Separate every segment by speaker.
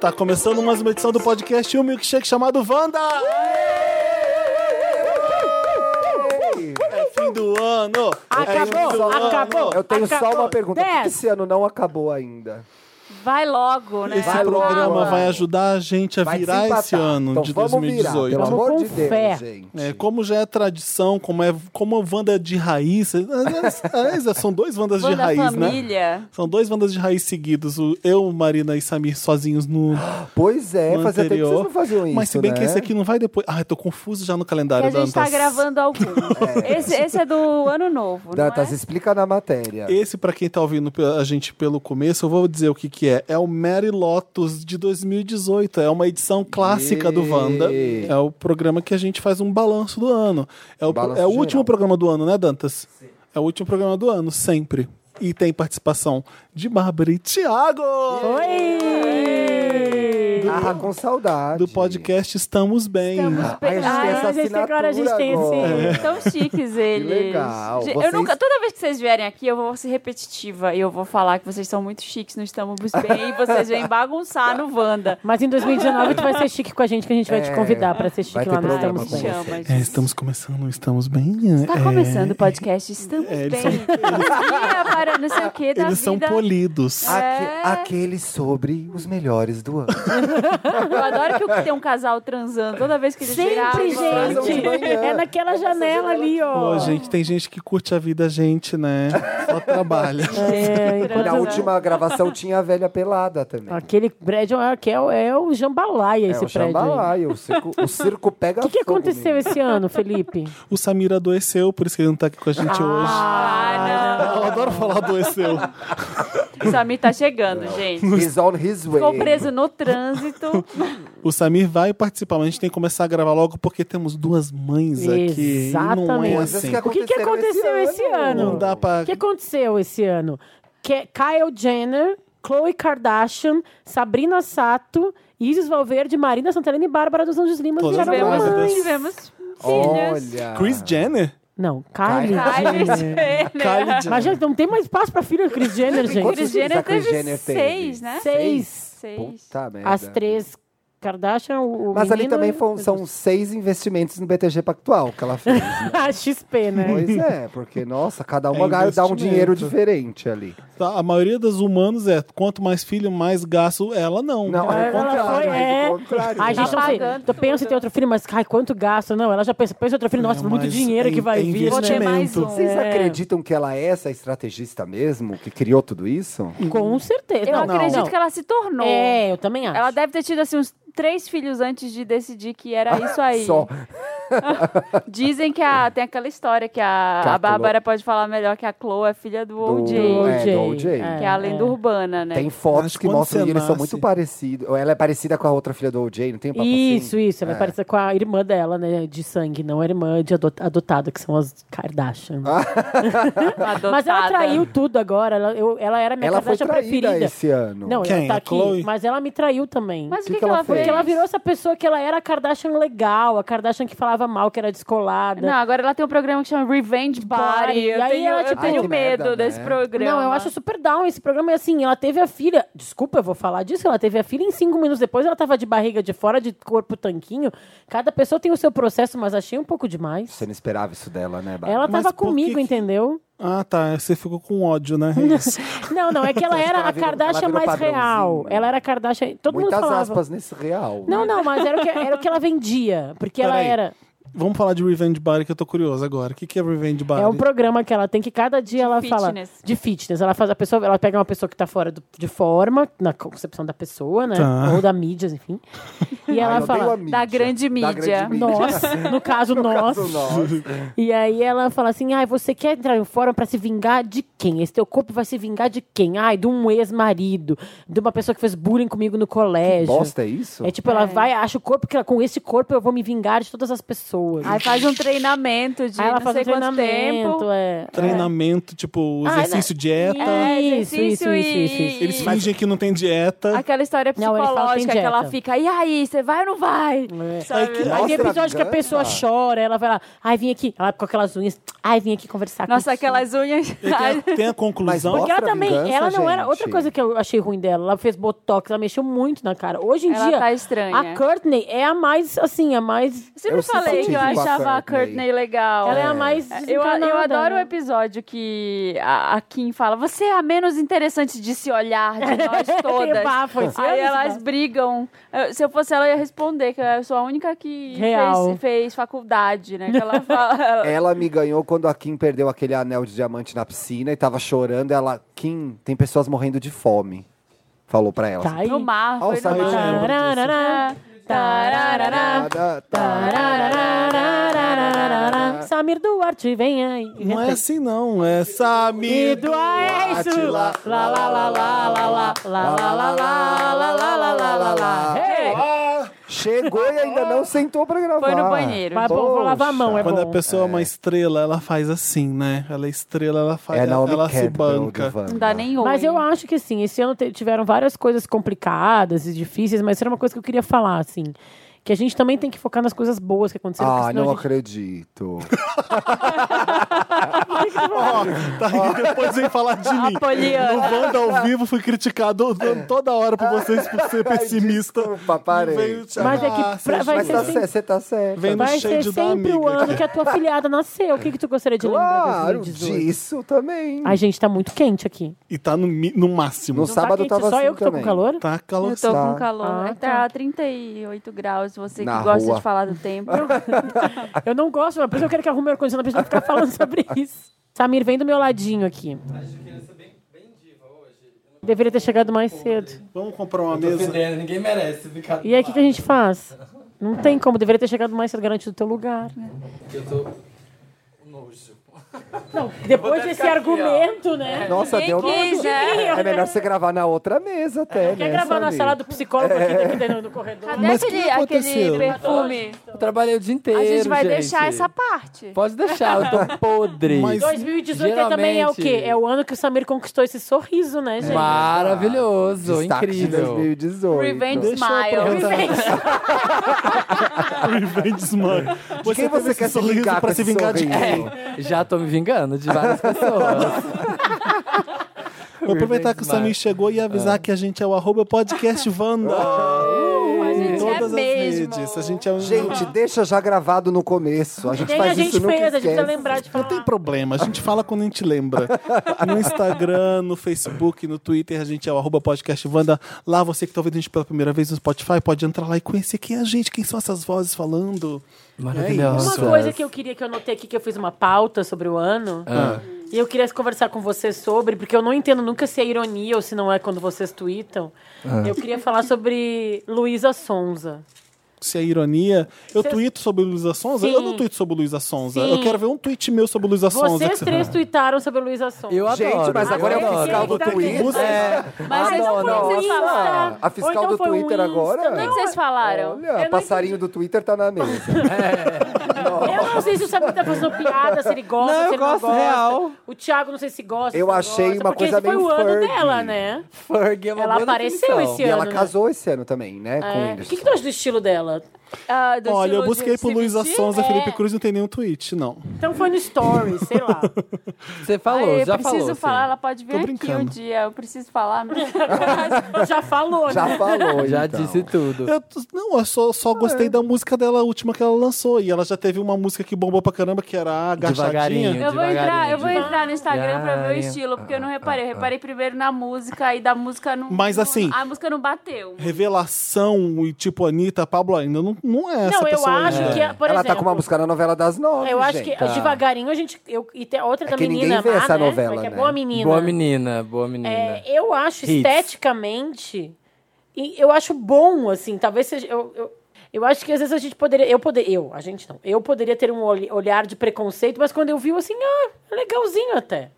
Speaker 1: Tá começando mais uma edição do podcast Um Milkshake chamado Wanda! É fim do ano! é fim
Speaker 2: Acabou,
Speaker 1: do ano.
Speaker 2: acabou.
Speaker 3: Eu tenho
Speaker 2: Acabou.
Speaker 3: só uma pergunta. Por que
Speaker 2: Dez.
Speaker 3: esse ano não acabou ainda?
Speaker 4: Vai logo, né?
Speaker 1: Esse
Speaker 3: Vai logo,
Speaker 1: programa
Speaker 3: mano.
Speaker 1: vai ajudar a gente a
Speaker 3: Vai
Speaker 1: virar
Speaker 3: desempatar.
Speaker 1: esse ano
Speaker 3: Então
Speaker 1: de
Speaker 3: vamos Virar,
Speaker 1: 2018.
Speaker 3: pelo
Speaker 2: Vamos
Speaker 3: amor
Speaker 2: com
Speaker 3: de Deus,
Speaker 2: fé.
Speaker 3: gente.
Speaker 1: É, como já é tradição, como é como a Wanda de raiz. aliás, aliás, são dois Wandas de
Speaker 4: Banda
Speaker 1: raiz, né?
Speaker 4: família.
Speaker 1: São dois Wandas de raiz seguidos. o Eu, Marina e Samir sozinhos no,
Speaker 3: Pois é,
Speaker 1: no
Speaker 3: fazia tempo que
Speaker 1: anterior.
Speaker 3: vocês não faziam isso,
Speaker 1: Mas se bem
Speaker 3: né?
Speaker 1: que esse aqui não vai depois. Ah, eu tô confuso já no
Speaker 4: Que
Speaker 1: calendário
Speaker 4: a
Speaker 1: da
Speaker 4: gente tá
Speaker 1: Antas.
Speaker 4: gravando algum. Esse, esse é do ano novo, não
Speaker 3: Dantas,
Speaker 4: é?
Speaker 3: explica na matéria.
Speaker 1: Esse, pra quem tá ouvindo pe- a gente pelo começo, eu vou dizer o que que é. É o Mary Lotus de 2018. É uma edição clássica do Wanda.
Speaker 3: Ê.
Speaker 1: É o programa que a gente faz um balanço do ano. É o,
Speaker 3: Balanço
Speaker 1: é o
Speaker 3: geral.
Speaker 1: último programa do ano, né, Dantas? É o último programa do ano, sempre. E tem participação de Bárbara e Thiago!
Speaker 2: Oi!
Speaker 3: Ah, com saudade.
Speaker 1: Do podcast Estamos Bem.
Speaker 4: Estamos
Speaker 3: Ai, a gente tem
Speaker 4: Ai,
Speaker 3: essa
Speaker 2: Ah, a gente- agora a gente tem esse- É.
Speaker 3: assinatura
Speaker 1: É.
Speaker 3: agora.
Speaker 4: Tão chiques eles.
Speaker 3: legal.
Speaker 4: Gente,
Speaker 3: Vocês-
Speaker 4: Eu nunca, toda vez que vocês vierem aqui, eu vou ser repetitiva. E eu vou falar que vocês são muito chiques no Estamos Bem. e vocês vêm bagunçar no Wanda.
Speaker 2: Mas em 2019 tu vai ser chique com a gente, que a gente vai
Speaker 3: É.
Speaker 2: te convidar pra
Speaker 3: Vai
Speaker 2: ser chique
Speaker 3: ter
Speaker 2: lá no
Speaker 3: programa
Speaker 2: Estamos
Speaker 3: com
Speaker 4: Ai,
Speaker 2: Bem.
Speaker 3: você.
Speaker 4: chama,
Speaker 1: É,
Speaker 4: gente.
Speaker 1: estamos começando, estamos bem.
Speaker 4: Tá
Speaker 1: É,
Speaker 4: começando o podcast Estamos
Speaker 1: É, eles
Speaker 4: Bem.
Speaker 1: são-
Speaker 4: Dia para não sei o que da
Speaker 1: Eles são
Speaker 4: vida. Ah.
Speaker 1: polidos.
Speaker 3: Aque- Aquele sobre os melhores do ano.
Speaker 4: Eu adoro que eu- tem um casal transando toda vez que eles
Speaker 2: Sempre,
Speaker 4: viravam.
Speaker 3: Transam um de
Speaker 2: gente!
Speaker 3: manhã.
Speaker 2: É naquela janela ali, ó.
Speaker 1: Pô, gente, tem gente que curte a vida, a gente, né? Só trabalha.
Speaker 2: É, enquanto-
Speaker 3: Na
Speaker 4: Transar.
Speaker 3: última gravação tinha a velha pelada também.
Speaker 2: Aquele prédio é, que é, o- é o jambalaya,
Speaker 3: é
Speaker 2: esse
Speaker 3: o
Speaker 2: prédio. aí.
Speaker 3: Xambalaia, o circo, o circo pega
Speaker 2: O que, que
Speaker 3: fogo,
Speaker 2: aconteceu
Speaker 3: menino.
Speaker 2: esse ano, Felipe?
Speaker 1: O Samir adoeceu, por isso que ele não tá aqui com a gente hoje.
Speaker 4: Ah, não.
Speaker 1: Eu adoro falar adoeceu.
Speaker 4: O Samir tá chegando, gente.
Speaker 3: He's on his way.
Speaker 4: Ficou preso no trânsito.
Speaker 1: O Samir vai participar, mas a gente tem que começar a gravar logo porque temos duas mães aqui. E não é
Speaker 2: Exatamente.
Speaker 3: Coisas
Speaker 1: assim.
Speaker 3: que
Speaker 2: O que, que
Speaker 3: aconteceram
Speaker 2: aconteceu esse ano?
Speaker 1: Não dá pra.
Speaker 2: O que aconteceu esse ano? Que Kyle Jenner, Khloe Kardashian, Sabrina Sato, Isis Valverde, Marina Santelena e Bárbara dos Anjos Lima
Speaker 1: Todas
Speaker 2: viraram
Speaker 1: grávidas.
Speaker 4: Tivemos,
Speaker 2: mamães.
Speaker 4: tivemos filhos.
Speaker 3: Olha.
Speaker 2: Ah.
Speaker 1: Chris Jenner?
Speaker 2: Não, Kylie
Speaker 4: Kylie
Speaker 2: Jenner.
Speaker 4: Jenner.
Speaker 1: Kylie
Speaker 2: Mas
Speaker 1: Jenner.
Speaker 2: gente, não tem mais espaço pra filha do Chris Jenner, gente.
Speaker 3: Quantos
Speaker 4: Kris
Speaker 3: filhos a
Speaker 4: Jenner
Speaker 3: Kris
Speaker 4: teve
Speaker 3: Jenner teve?
Speaker 4: seis, né?
Speaker 2: Seis.
Speaker 4: Seis.
Speaker 3: Puta merda.
Speaker 2: As três Kardashian, o o
Speaker 3: Mas ali
Speaker 2: menino
Speaker 3: também
Speaker 2: e-
Speaker 3: foram- são seis investimentos no BTG Pactual que ela fez. né?
Speaker 2: A XP, né?
Speaker 3: pois é, porque, nossa, cada
Speaker 1: É
Speaker 3: uma ga- dá um
Speaker 1: investimento.
Speaker 3: dinheiro diferente ali.
Speaker 1: Tá, A maioria dos humanos é quanto mais filho, mais gasto. Ela não.
Speaker 3: Não, é o
Speaker 2: Ela
Speaker 3: contrário.
Speaker 2: foi-
Speaker 3: é
Speaker 2: é.
Speaker 3: o contrário.
Speaker 2: A gente
Speaker 4: Tá
Speaker 2: não sei,
Speaker 4: pagando
Speaker 2: tu pensa em
Speaker 4: tudo.
Speaker 2: ter outro filho, mas ai, quanto gasto. Não, ela já pensa, pensa em outro filho, nossa,
Speaker 1: É,
Speaker 2: muito
Speaker 1: mas
Speaker 2: dinheiro
Speaker 1: é-
Speaker 2: que vai
Speaker 1: é
Speaker 2: vir.
Speaker 4: Vou ter mais
Speaker 1: investimento.
Speaker 4: um.
Speaker 3: Vocês
Speaker 2: É.
Speaker 3: acreditam que ela é essa estrategista mesmo, que criou tudo isso?
Speaker 2: Com certeza.
Speaker 4: Eu
Speaker 2: Não,
Speaker 4: acredito
Speaker 2: não.
Speaker 4: que ela se tornou.
Speaker 2: É, eu também acho.
Speaker 4: Ela deve ter tido assim uns três filhos antes de decidir que era isso aí.
Speaker 3: Só.
Speaker 4: Dizem que a- tem aquela história que a,
Speaker 3: Que a
Speaker 4: a Bárbara pode falar melhor que a Chloe é filha do, OJ,
Speaker 2: OJ.
Speaker 3: é, do OJ.
Speaker 4: que é a lenda urbana, né?
Speaker 3: Tem fotos
Speaker 1: Acho que
Speaker 3: que
Speaker 1: quando
Speaker 3: mostram
Speaker 1: você
Speaker 3: que eles são
Speaker 1: nasce-
Speaker 3: muito parecidos. Ela é parecida com a outra filha do OJ, não tem um papo
Speaker 2: Isso,
Speaker 3: assim?
Speaker 2: isso. Ela é. parecida com a irmã dela, né? De sangue, não a irmã de ado- adotada, que são as Kardashian.
Speaker 4: Adotada.
Speaker 2: Mas ela traiu tudo agora. Ela, eu- ela era minha
Speaker 3: Ela foi
Speaker 2: Kardashian
Speaker 3: traída
Speaker 2: preferida.
Speaker 3: esse ano.
Speaker 2: Não,
Speaker 1: Quem?
Speaker 2: ela tá
Speaker 1: A
Speaker 2: aqui.
Speaker 1: Khloe?
Speaker 2: Mas ela me traiu também.
Speaker 4: Mas o
Speaker 3: Que
Speaker 4: que,
Speaker 3: que
Speaker 4: que,
Speaker 3: ela
Speaker 4: ela,
Speaker 3: fez?
Speaker 4: fez?
Speaker 2: Porque ela virou essa pessoa que ela era a Kardashian legal, a Kardashian que falava mal, que era descolada.
Speaker 4: Não, agora ela tem um programa que chama Revenge
Speaker 2: Body.
Speaker 4: Body. Eu
Speaker 2: E aí
Speaker 4: tenho,
Speaker 2: ela,
Speaker 4: eu
Speaker 2: tipo,
Speaker 4: tenho
Speaker 3: Ai, que
Speaker 4: medo
Speaker 3: merda,
Speaker 4: desse
Speaker 3: né?
Speaker 4: programa.
Speaker 2: Não, eu acho assim, super down esse programa. E assim, ela teve a filha. Desculpa, eu vou falar disso. Ela teve a filha em cinco minutos depois. Ela tava de barriga de fora, de corpo tanquinho. Cada pessoa tem o seu processo, mas achei um pouco demais.
Speaker 3: Você não esperava isso dela, né, Bárbara?
Speaker 2: Ela
Speaker 1: Mas
Speaker 2: tava
Speaker 1: por que
Speaker 2: comigo,
Speaker 1: que-
Speaker 2: entendeu?
Speaker 1: Ah, tá. Você ficou com ódio, né? É isso.
Speaker 2: Não, não, é que ela
Speaker 3: Acho que
Speaker 2: era
Speaker 3: ela
Speaker 2: a
Speaker 3: virou-
Speaker 2: Kardashian
Speaker 3: ela virou
Speaker 2: mais real.
Speaker 3: padrãozinho.
Speaker 2: Ela era a Kardashian. Todo
Speaker 3: Muitas
Speaker 2: mundo falava.
Speaker 3: aspas nesse real.
Speaker 2: Não,
Speaker 3: né?
Speaker 2: não, mas era o que, era o que ela vendia. Porque ela
Speaker 1: Peraí.
Speaker 2: era.
Speaker 1: Vamos falar de Revenge Body, que eu tô curioso agora. O que, que é Revenge Body?
Speaker 2: É um programa que ela tem que cada dia ela
Speaker 4: fitness.
Speaker 2: fala de fitness. Ela faz a pessoa, ela pega uma pessoa que tá fora do- de forma, na concepção da pessoa, né?
Speaker 1: Tá.
Speaker 2: Ou da mídia, enfim. E
Speaker 3: Ai,
Speaker 2: ela
Speaker 3: eu odeio a
Speaker 2: fala.
Speaker 3: mídia.
Speaker 4: Da grande mídia.
Speaker 2: Nós, no caso, nós.
Speaker 3: Caso né? nós.
Speaker 2: E aí ela fala assim: ai, você quer entrar em fórum pra se vingar de quem? Esse teu corpo vai se vingar de quem? Ai, de um ex-marido, de uma pessoa que fez bullying comigo no colégio.
Speaker 3: Bosta é isso?
Speaker 2: É tipo, ela
Speaker 4: É.
Speaker 2: vai, acha o corpo que ela, com esse corpo eu vou me vingar de todas as pessoas.
Speaker 4: Aí faz um treinamento de
Speaker 2: Aí ela
Speaker 4: não
Speaker 2: faz um
Speaker 4: sei quanto
Speaker 2: treinamento,
Speaker 4: tempo.
Speaker 2: é.
Speaker 1: Treinamento, tipo,
Speaker 2: Ah,
Speaker 1: exercício, dieta.
Speaker 4: É,
Speaker 2: Isso, isso,
Speaker 4: exercício
Speaker 2: isso, isso,
Speaker 4: e-
Speaker 2: isso.
Speaker 1: Eles fingem que não tem dieta.
Speaker 4: Aquela história
Speaker 2: Não, ele fala, tem
Speaker 4: psicológica que ela
Speaker 2: dieta.
Speaker 4: fica, e aí, você vai ou não vai?
Speaker 2: É.
Speaker 4: Sabe?
Speaker 1: Ai, que-
Speaker 2: Aí tem
Speaker 3: Nossa,
Speaker 2: episódio que a
Speaker 3: ganda.
Speaker 2: pessoa chora, ela vai lá, ai, vim aqui, ela com aquelas unhas, ai, vim aqui conversar com
Speaker 4: Nossa, aquelas unhas.
Speaker 1: E é- tem, a, tem a conclusão.
Speaker 2: Porque ela
Speaker 3: Mostra a
Speaker 2: também,
Speaker 3: vingança,
Speaker 2: ela não era.
Speaker 3: gente.
Speaker 2: Outra coisa que eu achei ruim dela, ela fez botox, ela mexeu muito na cara. Hoje em
Speaker 4: Ela
Speaker 2: dia,
Speaker 4: tá estranha.
Speaker 2: a Courtney é a mais, assim, a mais.
Speaker 4: Eu sempre
Speaker 3: Eu
Speaker 4: falei que eu
Speaker 3: simpatizo com a
Speaker 4: achava a
Speaker 3: Courtney.
Speaker 4: Courtney legal.
Speaker 2: Ela é a mais.
Speaker 4: Eu, eu
Speaker 2: desencanada,
Speaker 4: adoro o
Speaker 2: né?
Speaker 4: episódio que a, a Kim fala: Você é a menos interessante de se olhar de nós todas.
Speaker 2: Tem bafo, esse ano,
Speaker 4: Aí
Speaker 2: esse
Speaker 4: elas
Speaker 2: bafo.
Speaker 4: brigam. Eu- Se eu fosse ela, eu ia responder que eu sou a única que
Speaker 2: Real.
Speaker 4: fez, fez faculdade, né? Que ela fala.
Speaker 3: Ela me ganhou quando a Kim perdeu aquele anel de diamante na piscina e tava chorando. Ela, Kim, tem pessoas morrendo de fome. Falou pra ela.
Speaker 2: Tá aí.
Speaker 4: No mar,
Speaker 3: Olha o
Speaker 4: foi no
Speaker 3: Samuel
Speaker 4: mar.
Speaker 1: lembro disso.
Speaker 2: Tararará, tararará,
Speaker 3: Nada,
Speaker 2: tarararararararará. Samir Duarte, vem aí.
Speaker 1: Não é assim, não. É Samir.
Speaker 2: Eduardo, é isso. Lá, lá, lá, lá, lá, lá, lá, lá, lá, lá, lá, lá, lá, lá, lá, lá. Hey!
Speaker 3: Chegou e ainda não sentou pra gravar.
Speaker 4: Foi no banheiro.
Speaker 2: Mas bom, vou lavar a
Speaker 3: Poxa.
Speaker 2: mão, é
Speaker 1: Quando a
Speaker 2: bom.
Speaker 1: pessoa é uma estrela, ela faz assim, né? Ela é estrela, ela faz.
Speaker 3: É Naomi
Speaker 1: ela se
Speaker 3: Campbell,
Speaker 1: banca.
Speaker 3: do Wanda.
Speaker 4: Não dá nem oi.
Speaker 2: Mas eu acho que sim, esse ano te- tiveram várias coisas complicadas e difíceis, mas isso era uma coisa que eu queria falar, assim. Que a gente também tem que focar nas coisas boas que aconteceram. porque
Speaker 3: Ah,
Speaker 2: senão
Speaker 3: não
Speaker 2: a gente...
Speaker 3: acredito.
Speaker 1: Ó, tá aí, depois vem falar de mim.
Speaker 4: Apoliana.
Speaker 1: No Wanda ao vivo fui criticado toda hora por vocês por ser pessimista.
Speaker 3: Desculpa, parei.
Speaker 1: Veio te-
Speaker 2: Mas é que
Speaker 1: Ah,
Speaker 2: pra-
Speaker 1: seu
Speaker 2: vai
Speaker 3: Mas
Speaker 1: juiz.
Speaker 2: ser
Speaker 3: tá
Speaker 2: sem-
Speaker 3: certo, você tá certo.
Speaker 1: Vem no
Speaker 2: Vai ser
Speaker 1: shade da
Speaker 2: sempre o
Speaker 1: amiga.
Speaker 2: ano que a tua filhada nasceu. O que, que tu gostaria de lembrar
Speaker 3: Claro,
Speaker 2: de 2018?
Speaker 3: disso também.
Speaker 2: Ai, gente, tá muito quente aqui.
Speaker 1: E tá no, mi- no máximo.
Speaker 3: No
Speaker 2: Não
Speaker 3: sábado
Speaker 2: tá quente,
Speaker 3: tava
Speaker 2: só
Speaker 3: assim
Speaker 2: eu que tô
Speaker 3: também.
Speaker 2: com calor?
Speaker 1: Tá
Speaker 4: Eu
Speaker 1: calor.
Speaker 4: tô
Speaker 3: Tá.
Speaker 4: com calor.
Speaker 2: Ah,
Speaker 4: tá. 38 graus, você
Speaker 3: Na
Speaker 4: que gosta
Speaker 3: rua.
Speaker 4: de falar do tempo.
Speaker 2: Eu não gosto, mas por isso eu quero que arrume o ar-condicionado pra gente não ficar falando sobre isso. Samir, vem do meu ladinho aqui. Deveria ter chegado mais cedo.
Speaker 1: Vamos comprar uma
Speaker 5: Tô
Speaker 1: mesa.
Speaker 5: fedendo, ninguém merece ficar
Speaker 2: E aí, o que, que a gente faz? Não tem como, deveria ter chegado mais cedo, garantido o teu lugar.
Speaker 5: Eu tô. Nojo.
Speaker 2: Não, depois desse
Speaker 5: ficar aqui, ó.
Speaker 2: argumento,
Speaker 5: É.
Speaker 2: né?
Speaker 3: Nossa,
Speaker 4: Ninguém
Speaker 3: deu
Speaker 4: quis, né?
Speaker 3: É melhor você gravar na outra mesa até,
Speaker 2: É, Quer
Speaker 3: né,
Speaker 2: gravar na
Speaker 3: Samir?
Speaker 2: sala do psicólogo aqui,
Speaker 3: É.
Speaker 2: daqui dentro no corredor?
Speaker 4: Cadê
Speaker 1: Mas o que
Speaker 4: aquele, aquele
Speaker 1: aconteceu?
Speaker 4: perfume?
Speaker 5: Eu trabalhei o dia inteiro.
Speaker 4: A gente vai
Speaker 5: gente.
Speaker 4: deixar essa parte.
Speaker 5: Pode deixar, eu tô podre.
Speaker 1: Mas-
Speaker 2: 2018 também é o quê?
Speaker 5: Geralmente-
Speaker 2: É o ano que o Samir conquistou esse sorriso, né, gente?
Speaker 5: Maravilhoso,
Speaker 3: Destaque de
Speaker 5: incrível.
Speaker 3: 2018.
Speaker 4: Revenge
Speaker 1: então. Deixa eu
Speaker 4: Smile.
Speaker 1: Revenge, mano.
Speaker 3: De quem você quer se vingar
Speaker 1: pra
Speaker 3: com
Speaker 1: se
Speaker 3: esse
Speaker 1: vingar de
Speaker 3: sorriso?
Speaker 1: quem?
Speaker 5: Já tô me vingando de várias pessoas.
Speaker 1: Vou aproveitar que o Samir chegou e avisar
Speaker 4: Ah.
Speaker 1: que a gente é o arroba podcast Wanda.
Speaker 4: a
Speaker 1: Em
Speaker 4: gente é
Speaker 1: todas as
Speaker 4: mesmo.
Speaker 1: redes. A gente é um...
Speaker 3: Gente, deixa já gravado no começo. A gente
Speaker 2: Nem
Speaker 3: faz
Speaker 2: a gente
Speaker 3: isso nunca
Speaker 2: fez, a gente precisa
Speaker 3: esquece.
Speaker 2: lembrar de
Speaker 1: Não
Speaker 2: falar.
Speaker 1: tem problema, a gente fala quando a gente lembra. No Instagram, no Facebook, no Twitter, a gente é o arroba podcast Wanda. Lá você que tá ouvindo a gente pela primeira vez no Spotify, pode entrar lá e conhecer quem é a gente, quem são essas vozes falando.
Speaker 2: Uma
Speaker 5: Maravilhoso.
Speaker 2: coisa que eu queria que eu anotei aqui, que eu fiz uma pauta sobre o ano.
Speaker 3: Ah.
Speaker 2: E eu queria conversar com vocês sobre, porque eu não entendo nunca se é ironia ou se não é quando vocês tweetam.
Speaker 3: Ah.
Speaker 2: Eu queria falar sobre Luísa Sonza.
Speaker 1: Se é ironia, eu
Speaker 2: Cês-
Speaker 1: tuito sobre Luísa Sonza?
Speaker 2: Sim.
Speaker 1: Eu não tuito sobre Luísa Sonza.
Speaker 2: Sim.
Speaker 1: Eu quero ver um tweet meu sobre Luísa Sonza.
Speaker 2: Vocês três tweetaram sobre Luísa Sonza.
Speaker 5: Eu adoro.
Speaker 3: Gente, mas
Speaker 5: eu
Speaker 3: agora é o
Speaker 5: adoro.
Speaker 3: fiscal do
Speaker 2: Quem tá
Speaker 3: Twitter.
Speaker 2: quem tá
Speaker 4: Mas vocês não
Speaker 3: Adoro.
Speaker 4: podem falar.
Speaker 3: A fiscal
Speaker 2: Ou então
Speaker 3: do
Speaker 2: foi um
Speaker 3: Twitter
Speaker 2: Insta,
Speaker 3: agora?
Speaker 4: O que que vocês falaram?
Speaker 3: Olha, passarinho do Twitter tá na mesa.
Speaker 2: Eu não sei se o Samir tá fazendo piada, se ele gosta,
Speaker 5: Não, eu
Speaker 2: se ele
Speaker 5: gosto
Speaker 2: não gosta.
Speaker 5: real.
Speaker 2: O Thiago não sei se gosta. se
Speaker 3: Eu
Speaker 2: não
Speaker 3: achei
Speaker 2: gosta,
Speaker 3: uma
Speaker 2: porque
Speaker 3: coisa
Speaker 2: esse foi
Speaker 3: meio
Speaker 2: o ano
Speaker 3: Fergie.
Speaker 2: dela, né?
Speaker 5: Ferg é uma
Speaker 2: Ela
Speaker 5: boa
Speaker 2: apareceu
Speaker 5: definição.
Speaker 2: esse
Speaker 3: E ela
Speaker 2: ano, né?
Speaker 3: casou esse ano também, né? Com o
Speaker 2: É. O
Speaker 3: Whindersson.
Speaker 2: que, que tu acha do estilo dela?
Speaker 4: Ah, do
Speaker 1: Olha, eu
Speaker 4: estilo
Speaker 1: busquei
Speaker 4: de
Speaker 1: por
Speaker 4: se
Speaker 1: Luísa
Speaker 4: vestir?
Speaker 1: Sonza,
Speaker 4: É.
Speaker 1: Felipe Cruz, não tem nenhum tweet, não.
Speaker 2: Então foi no Story, sei lá.
Speaker 5: Você falou,
Speaker 4: Ah, eu
Speaker 5: já
Speaker 4: preciso
Speaker 5: falou. sim.
Speaker 4: falar, ela pode vir
Speaker 1: assim. Tô
Speaker 4: aqui um
Speaker 1: brincando.
Speaker 4: dia. Eu preciso falar. mas-
Speaker 2: Já falou, né?
Speaker 3: Já falou,
Speaker 5: Já
Speaker 3: então.
Speaker 5: disse tudo.
Speaker 1: Eu t- não, eu só, só
Speaker 2: Ah,
Speaker 1: gostei
Speaker 2: é.
Speaker 1: da música dela, a última que ela lançou. E ela já teve uma música que bombou pra caramba, que era a agachadinha.
Speaker 5: Devagarinho.
Speaker 4: Eu vou, entrar, eu vou
Speaker 5: Devagarinho.
Speaker 4: entrar no Instagram pra ver o
Speaker 5: Devagarinho.
Speaker 4: estilo, porque eu não reparei. Eu reparei primeiro na música e da música não.
Speaker 1: Ah, Mas,
Speaker 4: não-
Speaker 1: assim,
Speaker 4: A música não bateu.
Speaker 1: Revelação e tipo Anitta, Pablo ainda. Não, não é essa
Speaker 2: Não, eu
Speaker 1: pessoa
Speaker 2: acho
Speaker 1: ainda.
Speaker 2: que, por
Speaker 3: Ela
Speaker 2: exemplo,
Speaker 3: tá com uma música na novela das nove,
Speaker 2: eu acho
Speaker 3: gente.
Speaker 2: que é devagarinho a gente. Eu, e tem outra da
Speaker 3: que ninguém
Speaker 2: menina.
Speaker 3: vê
Speaker 2: má,
Speaker 3: essa
Speaker 2: né?
Speaker 3: novela,
Speaker 2: Como é que é?
Speaker 3: né?
Speaker 2: Boa menina.
Speaker 5: Boa menina, boa menina.
Speaker 2: É, eu acho
Speaker 5: Hits.
Speaker 2: esteticamente. e eu acho bom, assim. Talvez seja. Eu, eu, eu acho que às vezes a gente poderia. Eu poderia. Eu, a gente não. Eu poderia ter um olhe- olhar de preconceito, mas quando eu vi, eu assim, ah, é legalzinho até.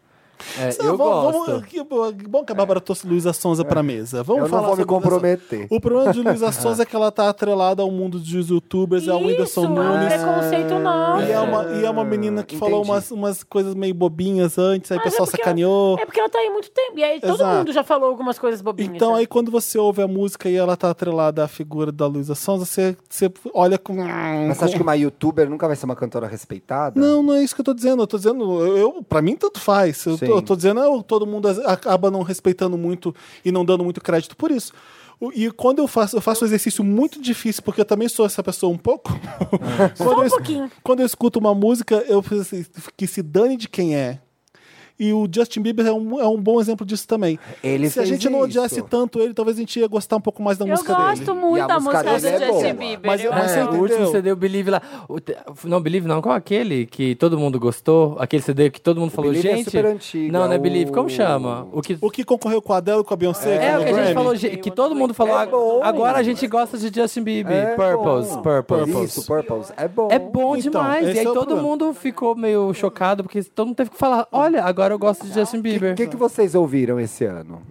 Speaker 5: É,
Speaker 1: Isso,
Speaker 5: eu
Speaker 1: vamos-
Speaker 5: gosto.
Speaker 1: vamos- que bom- que bom que a Bárbara trouxe Luísa Sonza pra mesa. Vamos
Speaker 3: É. Eu não
Speaker 1: falar
Speaker 3: vou me
Speaker 1: sobre Luísa Sonza.
Speaker 3: comprometer.
Speaker 1: O problema de Luísa Sonza é que ela tá atrelada ao mundo dos youtubers, ao
Speaker 2: Isso,
Speaker 1: Whindersson
Speaker 2: não é
Speaker 1: Nunes.
Speaker 2: preconceito não.
Speaker 1: E é, uma, e é uma menina que falou
Speaker 3: Entendi.
Speaker 1: umas, umas coisas meio bobinhas antes, aí o
Speaker 2: Mas é
Speaker 1: pessoal
Speaker 2: porque
Speaker 1: sacaneou.
Speaker 2: É porque ela tá aí muito tempo. E aí todo
Speaker 1: Exato.
Speaker 2: mundo já falou algumas coisas bobinhas. né?
Speaker 1: Então,
Speaker 2: sabe?
Speaker 1: aí quando você ouve a música e ela tá atrelada à figura da Luísa Sonza, você, você olha com.
Speaker 3: Mas você acha que uma youtuber nunca vai ser uma cantora respeitada?
Speaker 1: Não, não é isso que eu tô dizendo. Eu tô dizendo, eu, eu- pra mim tanto faz. Eu tô,
Speaker 3: Sim.
Speaker 1: eu tô dizendo, eu- todo mundo as- acaba não respeitando muito e não dando muito crédito por isso. O- E quando eu faço, eu faço um exercício muito difícil, porque eu também sou essa pessoa um pouco. quando,
Speaker 2: Só um
Speaker 1: eu, es-
Speaker 2: pouquinho.
Speaker 1: quando eu escuto uma música, eu fiz assim, que se dane de quem é. E o Justin Bieber é um, é um bom exemplo disso também.
Speaker 3: Ele
Speaker 1: se a
Speaker 3: fez
Speaker 1: gente não odiasse
Speaker 3: isso.
Speaker 1: tanto ele, talvez a gente ia gostar um pouco mais da
Speaker 4: Eu
Speaker 1: música
Speaker 4: gosto
Speaker 1: dele.
Speaker 4: muito
Speaker 3: E a
Speaker 4: da
Speaker 3: música
Speaker 4: música do
Speaker 3: dele é boa.
Speaker 4: Justin Bieber.
Speaker 1: Mas
Speaker 2: Então,
Speaker 1: eu-
Speaker 4: eu
Speaker 1: mas
Speaker 5: É,
Speaker 1: você
Speaker 5: o
Speaker 4: amo.
Speaker 1: entendeu?
Speaker 5: último CD, o Believe lá. O te- Não, Believe não, qual é aquele que todo mundo gostou? Aquele CD que todo mundo falou,
Speaker 3: Believe é
Speaker 5: gente.
Speaker 3: super antigo,
Speaker 5: não, não é
Speaker 3: é o-
Speaker 5: Believe, como chama? O que.
Speaker 1: O que concorreu com a Adele, com a Beyoncé, com
Speaker 5: É, o
Speaker 1: o
Speaker 5: que a gente
Speaker 1: Grammy.
Speaker 5: falou, ge- que todo mundo falou.
Speaker 3: É
Speaker 5: "Ah,
Speaker 3: bom.
Speaker 5: agora a gente gosta de Justin Bieber.
Speaker 3: É
Speaker 5: purpose,
Speaker 3: bom.
Speaker 5: purpose.
Speaker 3: Isso, Purpose. É bom.
Speaker 5: É bom
Speaker 1: Então,
Speaker 5: demais.
Speaker 1: esse
Speaker 5: E aí
Speaker 1: é o
Speaker 5: todo
Speaker 1: problema.
Speaker 5: mundo ficou meio chocado, porque todo mundo teve que falar: olha, agora eu gosto de Justin Bieber.
Speaker 3: O que, que vocês ouviram esse ano?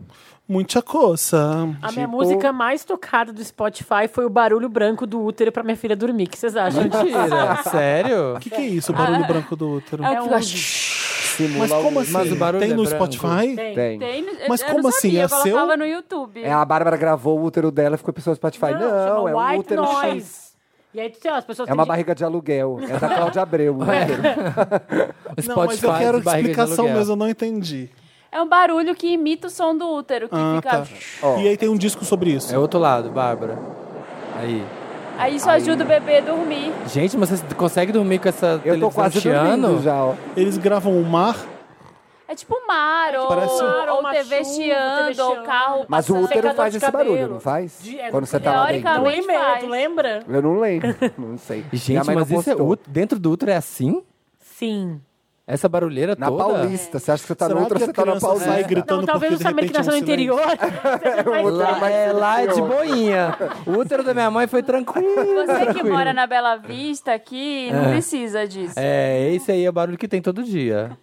Speaker 1: Muita coisa.
Speaker 2: A minha
Speaker 3: Tipo-
Speaker 2: música mais tocada do Spotify foi o barulho branco do útero pra minha filha dormir. O que vocês acham disso?
Speaker 5: Mentira, sério?
Speaker 1: O que, que é isso, o barulho branco do útero?
Speaker 2: É o que-
Speaker 3: Simula
Speaker 1: Mas como
Speaker 3: o-
Speaker 1: assim?
Speaker 5: Mas o barulho
Speaker 1: Tem
Speaker 5: é
Speaker 1: no
Speaker 5: branco.
Speaker 1: Spotify?
Speaker 2: Tem.
Speaker 3: Tem.
Speaker 4: Tem, eu-
Speaker 1: Mas
Speaker 4: eu
Speaker 1: como
Speaker 4: não
Speaker 1: assim?
Speaker 4: sabia,
Speaker 1: É
Speaker 4: Eu colocava
Speaker 1: seu?
Speaker 4: no YouTube.
Speaker 3: É, a Bárbara gravou o útero dela e ficou pessoas Spotify. Não,
Speaker 2: chama
Speaker 3: é um
Speaker 2: White
Speaker 3: útero
Speaker 2: Noise.
Speaker 3: X.
Speaker 2: E aí, sei lá, as pessoas
Speaker 3: É
Speaker 2: têm
Speaker 3: uma
Speaker 2: de-
Speaker 3: barriga de aluguel. É da Cláudia Abreu. o
Speaker 2: É.
Speaker 3: útero.
Speaker 5: O
Speaker 1: Não, mas eu
Speaker 5: Spotify
Speaker 1: quero
Speaker 5: de barriga de
Speaker 1: explicação
Speaker 5: aluguel.
Speaker 1: mesmo, eu não entendi.
Speaker 4: É um barulho que imita o som do útero, que
Speaker 1: Ah,
Speaker 4: fica.
Speaker 1: tá.
Speaker 3: Ó.
Speaker 1: E aí tem um disco sobre isso.
Speaker 5: É outro lado, Bárbara. Aí.
Speaker 4: Aí isso ajuda o bebê a dormir.
Speaker 5: Gente, mas você consegue dormir com essa
Speaker 3: Eu
Speaker 5: televisão
Speaker 3: tô quase
Speaker 5: chiando?
Speaker 3: dormindo já. ó.
Speaker 1: Eles gravam o mar.
Speaker 4: É tipo mar, ou,
Speaker 1: Parece um-
Speaker 4: ou
Speaker 2: uma
Speaker 4: TV
Speaker 2: chuva, TV
Speaker 4: chiando, ou
Speaker 2: chiando.
Speaker 4: carro.
Speaker 3: Mas o
Speaker 4: passando.
Speaker 3: útero
Speaker 2: secador
Speaker 3: faz
Speaker 2: de
Speaker 3: esse barulho,
Speaker 2: cabelo.
Speaker 3: não faz?
Speaker 2: De- é,
Speaker 3: Quando você tá lá
Speaker 2: Não
Speaker 4: teoricamente.
Speaker 3: dentro.
Speaker 2: lembra,
Speaker 4: faz.
Speaker 2: tu lembra?
Speaker 3: Eu não lembro. Não sei. Minha
Speaker 5: Gente,
Speaker 3: mãe não
Speaker 5: mas isso é
Speaker 3: postou.
Speaker 5: útero- dentro do útero é assim?
Speaker 2: Sim.
Speaker 5: Essa barulheira
Speaker 3: Na
Speaker 5: toda?
Speaker 3: Paulista. Você acha que você tá
Speaker 1: Será
Speaker 3: no útero,
Speaker 1: que a
Speaker 3: você tá na
Speaker 1: criança sai
Speaker 3: Paulista.
Speaker 1: gritando
Speaker 2: Não, talvez o
Speaker 1: porque de
Speaker 2: Samir que
Speaker 1: repente é um
Speaker 2: nasceu no
Speaker 1: silêncio?
Speaker 2: interior. seja mais-
Speaker 5: Lá é, lá é de
Speaker 3: interior.
Speaker 5: boinha. O útero da minha mãe foi tranquilo.
Speaker 4: Você que
Speaker 5: tranquilo.
Speaker 4: mora na Bela Vista aqui, não
Speaker 5: É.
Speaker 4: precisa disso.
Speaker 5: É, esse aí é o barulho que tem todo dia.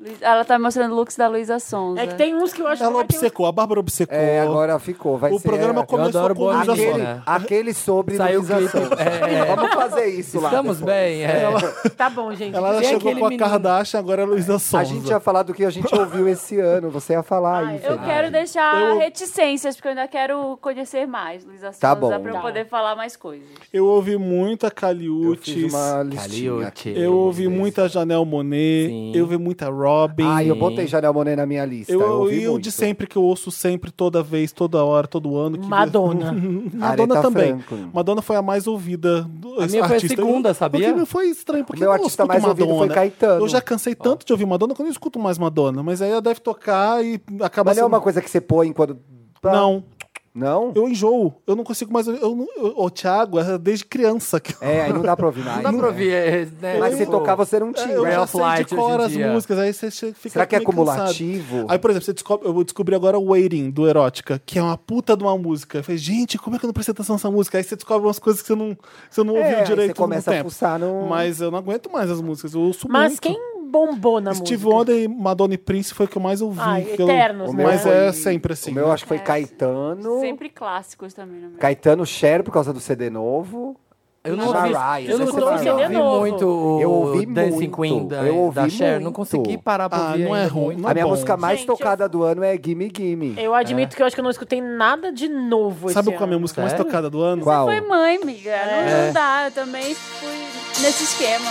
Speaker 4: Luiz- Ela tá mostrando looks da Luísa Sonza.
Speaker 2: É que tem uns que um eu acho
Speaker 1: Ela
Speaker 2: que tem uns-
Speaker 1: obcecou, a Bárbara obcecou.
Speaker 3: É, agora ficou. Vai
Speaker 1: o
Speaker 3: ser é.
Speaker 1: programa começou
Speaker 5: adoro
Speaker 1: com um o Luísa
Speaker 5: bolinha.
Speaker 3: aquele,
Speaker 1: Sonza.
Speaker 5: né?
Speaker 3: aquele sobre
Speaker 5: Saiu o
Speaker 3: Luísa
Speaker 5: clipe.
Speaker 3: Sonza.
Speaker 5: É.
Speaker 3: Vamos fazer isso lá.
Speaker 5: Estamos
Speaker 3: depois.
Speaker 5: bem, é.
Speaker 2: Tá bom, gente.
Speaker 1: Ela
Speaker 5: Tem
Speaker 1: chegou
Speaker 5: aquele
Speaker 1: com a
Speaker 5: menino.
Speaker 1: Kardashian, agora é a Luísa Sonza.
Speaker 3: A gente ia falar do que a gente ouviu esse ano. Você ia falar
Speaker 2: Ai,
Speaker 3: isso.
Speaker 4: Ah, Eu quero deixar
Speaker 1: Eu-
Speaker 4: reticências, porque eu ainda quero conhecer mais Luísa Sonza,
Speaker 3: Tá bom.
Speaker 4: pra eu
Speaker 3: Tá.
Speaker 4: poder falar mais coisas.
Speaker 1: Eu ouvi muito a
Speaker 3: Eu
Speaker 1: Caliutes.
Speaker 3: fiz uma listinha.
Speaker 5: Caliote.
Speaker 1: Eu ouvi muita Janelle Monet.
Speaker 5: Sim.
Speaker 1: Eu ouvi muita Robin.
Speaker 3: Ah, eu botei Janel Monet na minha lista. Eu,
Speaker 1: Eu,
Speaker 3: ouvi
Speaker 1: e o
Speaker 3: muito.
Speaker 1: de sempre que eu ouço sempre, toda vez, toda hora, todo ano. Que...
Speaker 2: Madonna.
Speaker 1: Madonna
Speaker 3: Aretha
Speaker 1: também.
Speaker 3: Franklin.
Speaker 1: Madonna foi a mais ouvida. Do,
Speaker 5: A minha foi a segunda, sabia?
Speaker 1: Porque foi estranho, porque
Speaker 3: meu
Speaker 1: eu
Speaker 3: artista
Speaker 1: escuto
Speaker 3: mais
Speaker 1: Madonna.
Speaker 3: ouvido foi Caetano.
Speaker 1: Eu já cansei tanto de ouvir Madonna que eu não escuto mais Madonna. Mas aí ela deve tocar e acaba
Speaker 3: Mas não é
Speaker 1: sendo...
Speaker 3: uma coisa que você põe quando.
Speaker 1: assim, Não,
Speaker 3: Não?
Speaker 1: eu enjoo. Eu não consigo mais. ouvir- Eu, não- eu, o Thiago, é desde criança que.
Speaker 3: É, aí não dá pra ouvir mais.
Speaker 5: Dá pra ouvir, é, né?
Speaker 3: Mas se
Speaker 5: Pô.
Speaker 3: tocar, você não
Speaker 1: É, eu
Speaker 3: tira.
Speaker 5: Rail
Speaker 1: já
Speaker 5: of
Speaker 1: sei
Speaker 5: Light
Speaker 1: de cor
Speaker 5: hoje em
Speaker 1: as
Speaker 5: dia.
Speaker 1: músicas, aí você che- fica
Speaker 3: Será que é
Speaker 1: meio cansado.
Speaker 3: acumulativo?
Speaker 1: Aí, por exemplo, você descobre, eu descobri agora o Waiting, do Erótica, que é uma puta de uma música. Eu falei, gente, como é que eu não prestei atenção nessa música? Aí você descobre umas coisas que você não, você não
Speaker 3: É,
Speaker 1: ouviu
Speaker 3: aí
Speaker 1: direito
Speaker 3: você começa
Speaker 1: no
Speaker 3: a
Speaker 1: tempo.
Speaker 3: fuçar no-
Speaker 1: Mas eu não aguento mais as músicas, eu ouço
Speaker 2: Mas
Speaker 1: muito.
Speaker 2: quem bombou na
Speaker 1: Steve
Speaker 2: música?
Speaker 1: Wonder e Madonna e Prince foi o que eu mais ouvi.
Speaker 2: Ai,
Speaker 1: que eu-
Speaker 2: eternos, né?
Speaker 1: Mas
Speaker 3: foi-
Speaker 1: é sempre assim.
Speaker 3: O meu
Speaker 1: né?
Speaker 3: acho que foi Caetano.
Speaker 4: Sempre clássicos também. Não
Speaker 3: Caetano Cher por causa do CD novo.
Speaker 5: Eu não
Speaker 3: Mariah,
Speaker 5: ouvi, eu não
Speaker 3: você
Speaker 5: consegui
Speaker 2: vai.
Speaker 5: ouvir
Speaker 2: CD novo.
Speaker 5: muito o
Speaker 3: Eu ouvi
Speaker 5: Dancing
Speaker 3: muito.
Speaker 5: Queen da,
Speaker 3: Eu ouvi
Speaker 5: da Cher. Não
Speaker 3: muito.
Speaker 5: consegui parar pra
Speaker 1: Ah,
Speaker 5: ouvir
Speaker 1: não é
Speaker 5: ainda
Speaker 1: ruim,
Speaker 5: muito.
Speaker 1: não.
Speaker 3: a minha
Speaker 1: bom.
Speaker 3: música mais
Speaker 2: Gente, eu-
Speaker 3: tocada do ano é Gimme Gimme.
Speaker 2: Eu admito que eu acho que eu não escutei nada de novo
Speaker 1: Sabe
Speaker 2: esse
Speaker 1: qual é a minha
Speaker 2: ano.
Speaker 1: música mais
Speaker 5: Sério?
Speaker 1: tocada do ano?
Speaker 3: Qual?
Speaker 4: Foi mãe, amiga. Não,
Speaker 5: É.
Speaker 4: não dá. Eu também fui nesse esquema.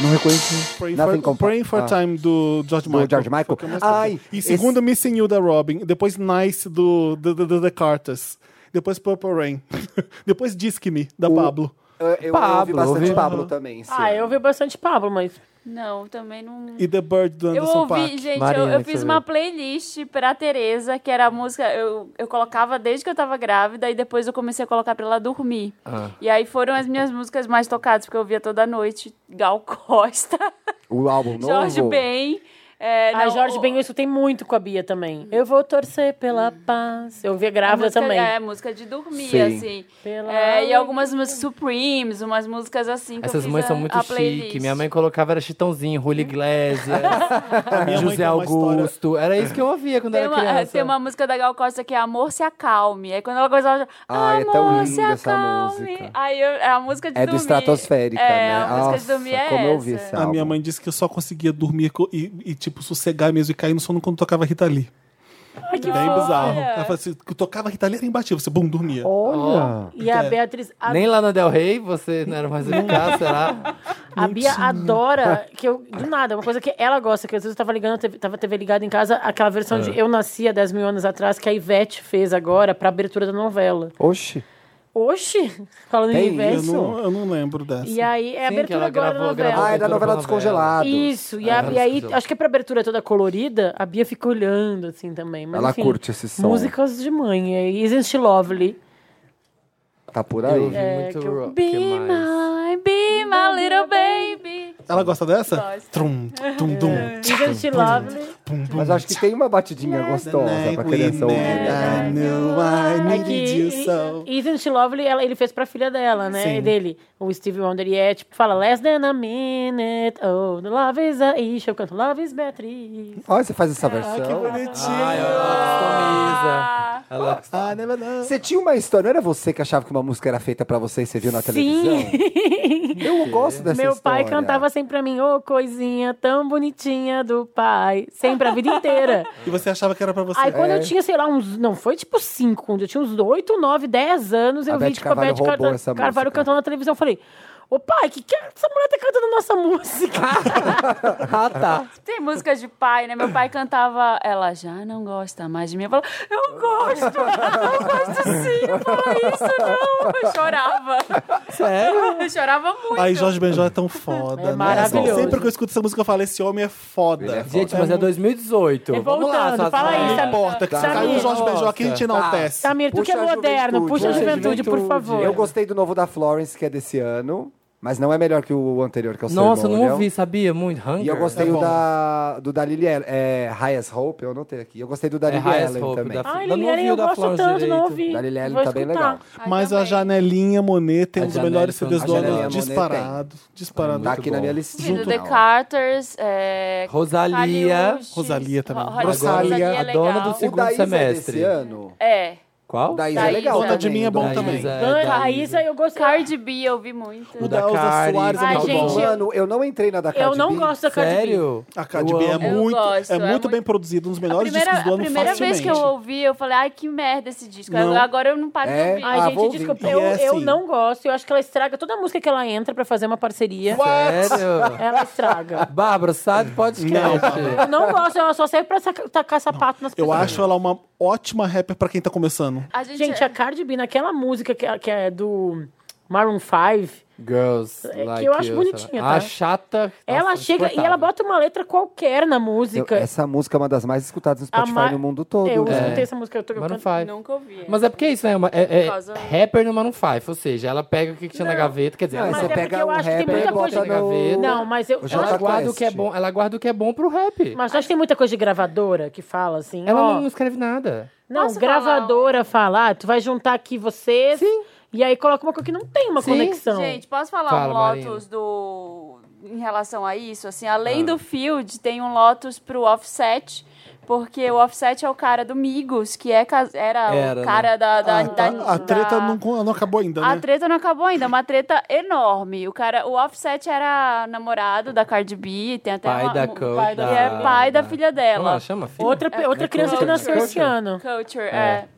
Speaker 3: Não reconheci.
Speaker 1: Praying
Speaker 3: Nothing
Speaker 1: for,
Speaker 3: Compa-
Speaker 1: Praying for
Speaker 3: Ah.
Speaker 1: Time do George
Speaker 3: Do
Speaker 1: Michael.
Speaker 3: George Michael?
Speaker 1: Foi o que eu mais gostei.
Speaker 3: Ai,
Speaker 1: e
Speaker 3: esse-
Speaker 1: segundo Missing You da Robin, depois Nice do, do, do- do The Carters, depois Purple Rain, depois Disque Me da
Speaker 3: O-
Speaker 1: Pablo.
Speaker 3: Eu, eu
Speaker 5: Pablo,
Speaker 3: ouvi bastante
Speaker 5: ouvi.
Speaker 3: Pablo também. esse
Speaker 2: Ah,
Speaker 3: ano.
Speaker 2: eu ouvi bastante Pablo, mas...
Speaker 4: Não, também não.
Speaker 1: E The Bird do
Speaker 4: Eu
Speaker 1: Anderson
Speaker 4: ouvi,
Speaker 1: Paak.
Speaker 4: gente,
Speaker 5: Marina,
Speaker 4: eu, eu
Speaker 5: que
Speaker 4: fiz
Speaker 5: você
Speaker 4: uma
Speaker 5: ouviu.
Speaker 4: playlist pra Tereza, que era a música. Eu, eu colocava desde que eu tava grávida e depois eu comecei a colocar pra ela dormir.
Speaker 5: Ah.
Speaker 4: E aí foram as minhas músicas mais tocadas, porque eu ouvia toda noite. Gal Costa,
Speaker 3: O álbum novo.
Speaker 4: Jorge Ben. É,
Speaker 2: A
Speaker 4: não,
Speaker 2: Jorge
Speaker 4: o-
Speaker 2: Ben Wilson tem muito com a Bia também. Eu vou torcer pela paz. Eu vi
Speaker 4: Hum. a
Speaker 2: grávida
Speaker 4: música-
Speaker 2: também.
Speaker 4: É, música de dormir,
Speaker 3: Sim.
Speaker 4: assim.
Speaker 2: Pela-
Speaker 4: É, e algumas músicas Supremes, umas músicas assim que eu
Speaker 5: Essas
Speaker 4: fiz
Speaker 5: mães
Speaker 4: a-
Speaker 5: são muito
Speaker 4: a
Speaker 5: chique.
Speaker 4: playlist.
Speaker 5: Minha mãe colocava era Chitãozinho, Rulio Iglesias,
Speaker 1: minha mãe
Speaker 5: José
Speaker 1: tem uma história-
Speaker 5: Augusto. Era isso que eu ouvia quando
Speaker 4: Tem
Speaker 5: era
Speaker 4: uma, é,
Speaker 5: criança.
Speaker 4: tem uma música da Gal Costa que é Amor se acalme. Aí quando ela começava, ela já,
Speaker 3: Ai, é
Speaker 4: Amor
Speaker 3: tão
Speaker 4: se
Speaker 3: linda essa
Speaker 4: acalme.
Speaker 3: música.
Speaker 4: Aí eu- é a música de
Speaker 3: É do
Speaker 4: dormir.
Speaker 3: Estratosférica,
Speaker 4: é,
Speaker 3: né?
Speaker 4: A música de
Speaker 3: Nossa,
Speaker 4: dormir é
Speaker 3: como
Speaker 4: essa.
Speaker 3: eu ouvi esse
Speaker 1: A
Speaker 3: álbum.
Speaker 1: minha mãe disse que eu só conseguia dormir co- e, e, tipo, sossegar mesmo e cair no sono quando tocava Rita Lee.
Speaker 2: Ai, que
Speaker 1: Bem
Speaker 2: fofo.
Speaker 1: bizarro. Ela falou assim, que tocava Rita Lee era imbatível, você bum, dormia.
Speaker 3: Olha!
Speaker 2: E a
Speaker 1: É.
Speaker 2: Beatriz. a-
Speaker 5: Nem lá na Del Rey você não era mais eficaz, será?
Speaker 2: A Bia adora, que eu, do nada, é uma coisa que ela gosta, que às vezes eu tava ligando, a TV tava a TV ligada em casa, aquela versão de Eu Nasci há 10 mil anos atrás, que a Ivete fez agora pra abertura da novela.
Speaker 3: Oxi!
Speaker 2: Oxi! Falando
Speaker 3: Tem
Speaker 2: em
Speaker 1: eu,
Speaker 2: Ivete.
Speaker 1: não, eu não lembro dessa.
Speaker 2: E aí, é a
Speaker 5: Sim, que
Speaker 2: abertura
Speaker 5: ela
Speaker 2: agora da
Speaker 5: gravou-
Speaker 2: novela.
Speaker 5: gravou
Speaker 3: Ah, é da
Speaker 5: Voltando
Speaker 3: novela
Speaker 5: pra
Speaker 3: Descongelados.
Speaker 2: Isso, e,
Speaker 5: Ah,
Speaker 2: a-
Speaker 5: não,
Speaker 2: e aí,
Speaker 5: desculpa.
Speaker 2: acho que é pra abertura toda colorida, a Bia fica olhando, assim, também. Mas,
Speaker 3: Ela
Speaker 2: enfim,
Speaker 3: curte esse som.
Speaker 2: Músicas de mãe. é Isn't She Lovely?
Speaker 3: Tá por
Speaker 5: Eu
Speaker 3: aí.
Speaker 5: ouvi
Speaker 2: É,
Speaker 5: muito
Speaker 2: que eu-
Speaker 5: rock.
Speaker 4: Be
Speaker 5: que mais?
Speaker 4: my, be my little baby.
Speaker 1: Ela gosta dessa?
Speaker 4: Gosto.
Speaker 1: Trum, tum, dum.
Speaker 2: Isn't She Lovely?
Speaker 3: Mas acho que tem uma batidinha gostosa pra criança ouvir. né?
Speaker 1: I knew I
Speaker 2: É
Speaker 1: needed you
Speaker 2: que
Speaker 1: so.
Speaker 2: Isn't She Lovely, ela- ele fez pra filha dela, né?
Speaker 1: Sim.
Speaker 2: E dele, o Steve Wonder, e é tipo, fala Less than a minute, oh, the love is a issue, eu canto Love is Beatriz.
Speaker 3: Olha, você faz essa
Speaker 1: Ah, que
Speaker 3: versão.
Speaker 5: Ai,
Speaker 1: bonitinho.
Speaker 5: ela customiza. Ela
Speaker 1: I never know.
Speaker 3: Você tinha uma história, não era você que achava que uma música era feita pra você e você viu na televisão? Eu gosto dessa
Speaker 2: Meu
Speaker 3: história.
Speaker 2: pai cantava sempre pra mim, ô coisinha tão bonitinha do pai, sempre a vida inteira.
Speaker 1: E você achava que era
Speaker 3: Tipo
Speaker 1: pra você.
Speaker 3: assim,
Speaker 2: Aí
Speaker 3: é.
Speaker 2: quando eu tinha, sei lá, uns. Não, foi tipo cinco, quando eu tinha uns oito, nove, dez anos, eu
Speaker 3: A
Speaker 2: vi
Speaker 3: Beth
Speaker 2: tipo a
Speaker 3: Carvalho
Speaker 2: Beth
Speaker 3: roubou
Speaker 2: Carta-
Speaker 3: essa
Speaker 2: Carvalho
Speaker 3: música.
Speaker 2: cantando na televisão. Eu falei, ô pai, que, que essa mulher tá cantando nossa música?
Speaker 5: Ah, tá.
Speaker 4: Tem músicas de pai, né? Meu pai cantava, ela já não gosta mais de mim. Eu falava, eu gosto, eu gosto sim, não fala isso não. Eu chorava. Sério? Eu chorava muito.
Speaker 1: Ai, Jorge Benjó é tão foda.
Speaker 2: É
Speaker 1: né?
Speaker 2: maravilhoso.
Speaker 1: Sempre que eu escuto essa música, eu falo: esse homem é foda.
Speaker 5: Gente, mas é 2018.
Speaker 2: E
Speaker 5: Vamos lá,
Speaker 2: voltando,
Speaker 5: só-
Speaker 2: fala aí,
Speaker 1: Não
Speaker 2: Samir.
Speaker 1: importa, que se
Speaker 2: Samir.
Speaker 1: caiu o Jorge Benjó aqui, a gente enaltece.
Speaker 2: Samir, tu que é
Speaker 3: Puxa a
Speaker 2: moderno,
Speaker 3: juventude,
Speaker 2: puxa
Speaker 3: puxa
Speaker 2: a
Speaker 3: a
Speaker 2: juventude, por
Speaker 5: juventude.
Speaker 2: favor.
Speaker 3: Eu gostei do novo da Florence, que é desse ano, mas não é melhor que o anterior, que é o
Speaker 5: Nossa, eu não
Speaker 3: Ceremonial.
Speaker 5: ouvi, sabia? Muito. Hunger.
Speaker 3: E eu gostei
Speaker 1: É
Speaker 3: do
Speaker 1: bom.
Speaker 3: da, do da Lily Allen, é, Highest Hope, eu anotei aqui. Eu gostei do da
Speaker 5: É,
Speaker 3: Lily
Speaker 5: Highest
Speaker 3: Allen
Speaker 5: Hope,
Speaker 3: também.
Speaker 5: da-
Speaker 2: Ai,
Speaker 5: Eu não
Speaker 2: Liliane,
Speaker 5: ouvi
Speaker 2: eu
Speaker 5: o da
Speaker 2: gosto
Speaker 5: Flores
Speaker 2: tanto, não
Speaker 5: direito.
Speaker 2: ouvi.
Speaker 3: Da Liliane
Speaker 2: Vou
Speaker 3: tá bem
Speaker 2: escutar.
Speaker 3: legal.
Speaker 4: Ai,
Speaker 1: Mas a
Speaker 4: também.
Speaker 1: Janelinha Monet tem
Speaker 5: A
Speaker 1: um dos melhores CDs
Speaker 5: Janelle foi-
Speaker 1: do
Speaker 3: a Janelle
Speaker 1: ano,
Speaker 3: Monáe
Speaker 1: disparado. Disparado.
Speaker 3: Tá
Speaker 5: Muito
Speaker 3: aqui na
Speaker 5: bom.
Speaker 3: minha
Speaker 4: Filho,
Speaker 3: listinha.
Speaker 4: The Carters, é,
Speaker 5: Rosalia.
Speaker 4: Kaliush,
Speaker 1: Rosalia também.
Speaker 4: Ro-
Speaker 3: Rosalia,
Speaker 4: Rosalia é
Speaker 5: a
Speaker 4: legal.
Speaker 5: dona do
Speaker 3: O
Speaker 5: Segundo
Speaker 3: da Isa
Speaker 5: semestre.
Speaker 3: desse ano.
Speaker 4: É.
Speaker 5: Qual?
Speaker 3: O da Isa
Speaker 4: Da
Speaker 3: é legal
Speaker 4: Isa.
Speaker 3: também.
Speaker 1: Conta de mim é bom
Speaker 5: Da
Speaker 1: também.
Speaker 5: Isa,
Speaker 2: Ai,
Speaker 5: da
Speaker 2: a
Speaker 5: Isa.
Speaker 2: Isa, eu gosto.
Speaker 4: Cardi B eu vi muito.
Speaker 1: O
Speaker 5: da
Speaker 1: da Elza
Speaker 5: Cardi.
Speaker 1: Soares é
Speaker 4: Ai,
Speaker 1: muito
Speaker 4: gente,
Speaker 1: bom.
Speaker 4: eu-
Speaker 3: Mano, eu não entrei na da Cardi
Speaker 2: Eu não
Speaker 3: B.
Speaker 2: gosto da Cardi B.
Speaker 5: Sério?
Speaker 1: A Cardi
Speaker 5: Eu
Speaker 1: B é
Speaker 5: amo.
Speaker 4: Eu
Speaker 1: muito,
Speaker 4: gosto,
Speaker 1: é
Speaker 4: é
Speaker 1: muito
Speaker 4: muito-
Speaker 1: bem produzido, um dos
Speaker 4: A
Speaker 1: melhores
Speaker 4: primeira,
Speaker 1: discos do
Speaker 4: a
Speaker 1: ano
Speaker 4: primeira vez
Speaker 1: facilmente.
Speaker 4: que eu ouvi, eu falei, ai, que merda esse disco.
Speaker 1: Não.
Speaker 4: Agora eu não paro de
Speaker 3: É?
Speaker 4: ouvir.
Speaker 2: Ai,
Speaker 3: Ah,
Speaker 2: gente,
Speaker 3: vou ouvir.
Speaker 2: desculpa,
Speaker 1: E
Speaker 2: eu,
Speaker 1: é
Speaker 2: eu
Speaker 1: assim.
Speaker 2: não gosto. Eu acho que ela estraga toda a música que ela entra pra fazer uma parceria.
Speaker 5: Sério?
Speaker 2: Ela estraga.
Speaker 5: Bárbara, sai do
Speaker 1: Não,
Speaker 5: podcast.
Speaker 2: Eu não gosto, ela só serve pra saca- tacar sapato nas
Speaker 1: Eu
Speaker 2: pessoas.
Speaker 1: acho ela uma ótima rapper pra quem tá começando.
Speaker 4: A gente, é.
Speaker 2: Gente, a Cardi B, naquela música que, que é do Maroon 5,
Speaker 5: Girls,
Speaker 2: É que
Speaker 5: like
Speaker 2: eu acho
Speaker 5: you,
Speaker 2: bonitinha,
Speaker 5: sei lá.
Speaker 2: tá?
Speaker 5: A chata.
Speaker 2: ela
Speaker 5: nossa,
Speaker 2: chega e ela
Speaker 5: insuportável.
Speaker 2: bota uma letra qualquer na
Speaker 3: Eu-
Speaker 2: música.
Speaker 3: essa música é uma das mais escutadas no
Speaker 2: A
Speaker 3: Spotify
Speaker 2: ma-
Speaker 3: no mundo todo.
Speaker 2: Eu
Speaker 3: né?
Speaker 2: escutei essa música, eu tô eu
Speaker 5: Maroon
Speaker 2: canto.
Speaker 5: 5.
Speaker 4: nunca ouvi.
Speaker 5: Mas é porque é isso, né? Uma- É, é
Speaker 4: Por causa-
Speaker 5: rapper no Maroon 5, ou seja, ela pega o que tinha na gaveta, quer dizer,
Speaker 3: Ah,
Speaker 5: ela
Speaker 2: mas
Speaker 5: só
Speaker 2: é
Speaker 5: pega.
Speaker 2: porque eu acho que tem muita
Speaker 5: rapper,
Speaker 2: coisa-
Speaker 5: bota no-
Speaker 2: Não, mas eu,
Speaker 3: O
Speaker 2: eu
Speaker 5: Ela
Speaker 3: Jota
Speaker 2: acho,
Speaker 5: guarda o
Speaker 3: Quest.
Speaker 5: que é bom, ela guarda o que é bom pro rap.
Speaker 2: mas eu acho que tem muita coisa de gravadora que fala assim.
Speaker 5: Ela
Speaker 2: ó,
Speaker 5: não escreve nada.
Speaker 2: não,
Speaker 4: Posso um?
Speaker 2: gravadora fala, ah, tu vai juntar aqui vocês.
Speaker 5: Sim.
Speaker 2: E aí coloca uma coisa que não tem uma
Speaker 5: Sim.
Speaker 2: conexão.
Speaker 4: Gente, posso falar
Speaker 5: então, Fala,
Speaker 4: um Lotus do em relação a isso? Assim, além
Speaker 1: Ah.
Speaker 4: do Field, tem um Lotus pro Offset, porque o Offset é o cara do Migos, que é cas- era,
Speaker 5: Era,
Speaker 4: o cara da, da,
Speaker 1: Ah,
Speaker 4: da-
Speaker 1: tá. a treta
Speaker 4: da-
Speaker 1: não, não acabou ainda,
Speaker 4: A
Speaker 1: né?
Speaker 4: treta não acabou ainda, é uma treta enorme. O cara, o Offset era namorado da Cardi B, tem até
Speaker 5: Pai
Speaker 4: uma-
Speaker 5: da Ah.
Speaker 4: um-
Speaker 5: Coach.
Speaker 2: pai da-
Speaker 4: e é pai da filha
Speaker 5: Como assim? ela
Speaker 4: dela.
Speaker 5: chama, filha?
Speaker 2: Outra, outra
Speaker 5: É
Speaker 2: criança que
Speaker 5: culture,
Speaker 2: nasceu esse
Speaker 5: culture.
Speaker 2: ano.
Speaker 4: Culture,
Speaker 5: É. Ah.
Speaker 4: é.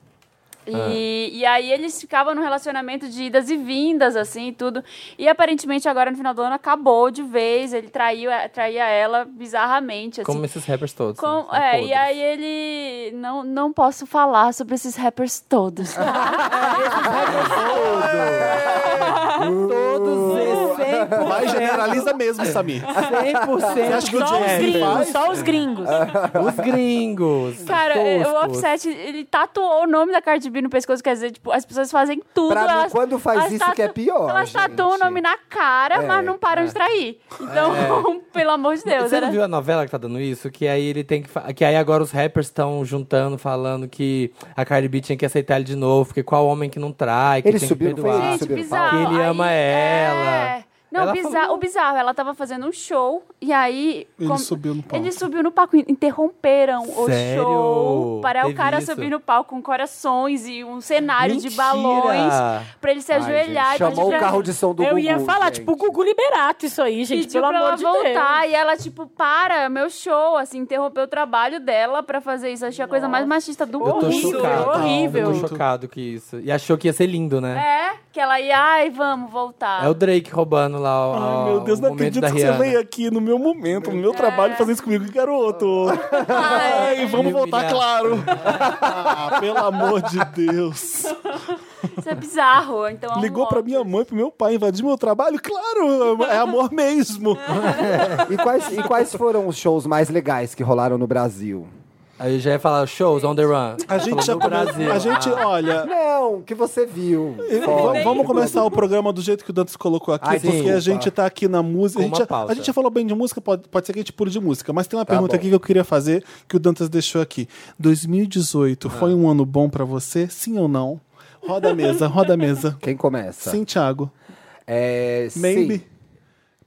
Speaker 4: E, e aí eles ficavam num relacionamento de idas e vindas, assim, e tudo. E aparentemente agora no final do ano acabou de vez, ele traiu, é, traía ela bizarramente, assim.
Speaker 5: Como esses rappers todos.
Speaker 4: Com-
Speaker 5: né? São
Speaker 4: é, e
Speaker 5: podres.
Speaker 4: aí ele... Não, não posso falar sobre esses rappers todos. tá?
Speaker 2: é
Speaker 5: Todos esses, sem
Speaker 1: Vai, generaliza mesmo, Samir.
Speaker 5: 100%
Speaker 1: acha que o
Speaker 2: Só os
Speaker 1: Jennifer
Speaker 2: gringos,
Speaker 1: faz?
Speaker 2: só os gringos.
Speaker 5: os gringos.
Speaker 4: Cara, é,
Speaker 5: toscos.
Speaker 4: o Offset, ele tatuou o nome da Cardi B no pescoço, quer dizer, tipo, as pessoas fazem tudo.
Speaker 3: Pra mim,
Speaker 4: elas-
Speaker 3: quando faz
Speaker 4: elas
Speaker 3: isso que é pior,
Speaker 4: Elas tatuam o
Speaker 3: gente.
Speaker 4: nome na cara,
Speaker 3: É,
Speaker 4: mas não param de trair. Então, pelo amor de Deus,
Speaker 5: Você
Speaker 4: era...
Speaker 5: não viu a novela que tá dando isso? Que aí ele tem que. fa- Que aí agora os rappers estão juntando, falando que a Cardi B tinha que aceitar ele de novo, porque qual homem que não trai, que
Speaker 3: Ele
Speaker 5: tem
Speaker 3: subiu,
Speaker 5: que
Speaker 3: não foi
Speaker 5: perdoar.
Speaker 3: ele?
Speaker 4: Gente,
Speaker 3: Subiu no
Speaker 4: bizarro.
Speaker 5: palco. Que ele
Speaker 4: Aí,
Speaker 5: ama ela.
Speaker 4: É... Não,
Speaker 5: Ela
Speaker 4: bizarro,
Speaker 5: falou-
Speaker 4: o bizarro, ela tava fazendo um show e aí.
Speaker 1: Ele subiu no palco.
Speaker 4: Ele subiu no palco, interromperam
Speaker 5: Sério?
Speaker 4: o show para
Speaker 5: Teve
Speaker 4: o cara
Speaker 5: isso?
Speaker 4: subir no palco com corações e um cenário de
Speaker 5: Mentira!
Speaker 4: balões pra ele se
Speaker 3: Ai,
Speaker 4: ajoelhar
Speaker 3: gente,
Speaker 4: e pedir
Speaker 3: chamou
Speaker 4: pra-
Speaker 3: o carro de som do
Speaker 2: Eu
Speaker 3: Gugu,
Speaker 2: ia falar,
Speaker 3: gente.
Speaker 2: tipo, o Gugu Liberato isso aí, gente,
Speaker 4: Pediu
Speaker 2: pelo
Speaker 4: pra
Speaker 2: amor
Speaker 4: ela
Speaker 2: de
Speaker 4: voltar
Speaker 2: Deus.
Speaker 4: e ela, tipo, para, meu show, assim, interrompeu o trabalho dela pra fazer isso. Achei a coisa mais machista do
Speaker 5: Eu tô
Speaker 4: mundo.
Speaker 2: Horrível,
Speaker 5: chocado.
Speaker 2: horrível.
Speaker 5: Eu tô chocado que isso. E achou que ia ser lindo, né?
Speaker 4: É, que ela ia, ai, vamos voltar.
Speaker 5: É, o Drake roubando lá o.
Speaker 1: Ai, meu Deus,
Speaker 5: o
Speaker 1: não
Speaker 5: momento
Speaker 1: acredito
Speaker 5: da
Speaker 1: que você
Speaker 5: Rihanna.
Speaker 1: veio aqui no meu momento, no meu trabalho, fazer isso comigo, garoto. É. Ai, vamos
Speaker 5: Me
Speaker 1: voltar,
Speaker 5: humilhar.
Speaker 1: claro. Ah, pelo amor de Deus.
Speaker 4: Isso é bizarro. Então, eu
Speaker 1: Ligou
Speaker 4: amo
Speaker 1: pra minha mãe, pro meu pai invadir meu trabalho? Claro, é amor mesmo.
Speaker 3: É. E quais, e quais foram os shows mais legais que rolaram no Brasil?
Speaker 5: Aí eu já ia falar, shows on the run.
Speaker 1: A gente já
Speaker 5: no
Speaker 1: come-
Speaker 5: Brasil.
Speaker 1: A gente,
Speaker 5: Ah.
Speaker 1: olha.
Speaker 3: Não, que você viu.
Speaker 1: v-
Speaker 3: Fora.
Speaker 1: Vamos começar o programa do jeito que o Dantas colocou aqui,
Speaker 3: Ai,
Speaker 1: porque a
Speaker 3: desculpa.
Speaker 1: gente tá aqui na música. A
Speaker 5: Com uma
Speaker 1: gente, já-
Speaker 5: pausa.
Speaker 1: a gente já falou bem de música, pode, pode ser que a gente pule de música, mas tem uma
Speaker 3: Tá
Speaker 1: pergunta
Speaker 3: bom.
Speaker 1: aqui que eu queria fazer que o Dantas deixou aqui. 2018 foi um ano bom pra você? Sim ou não? Roda a mesa, roda a mesa.
Speaker 3: Quem começa?
Speaker 1: Sim, Thiago.
Speaker 3: É, Tá. sim.
Speaker 1: Maybe.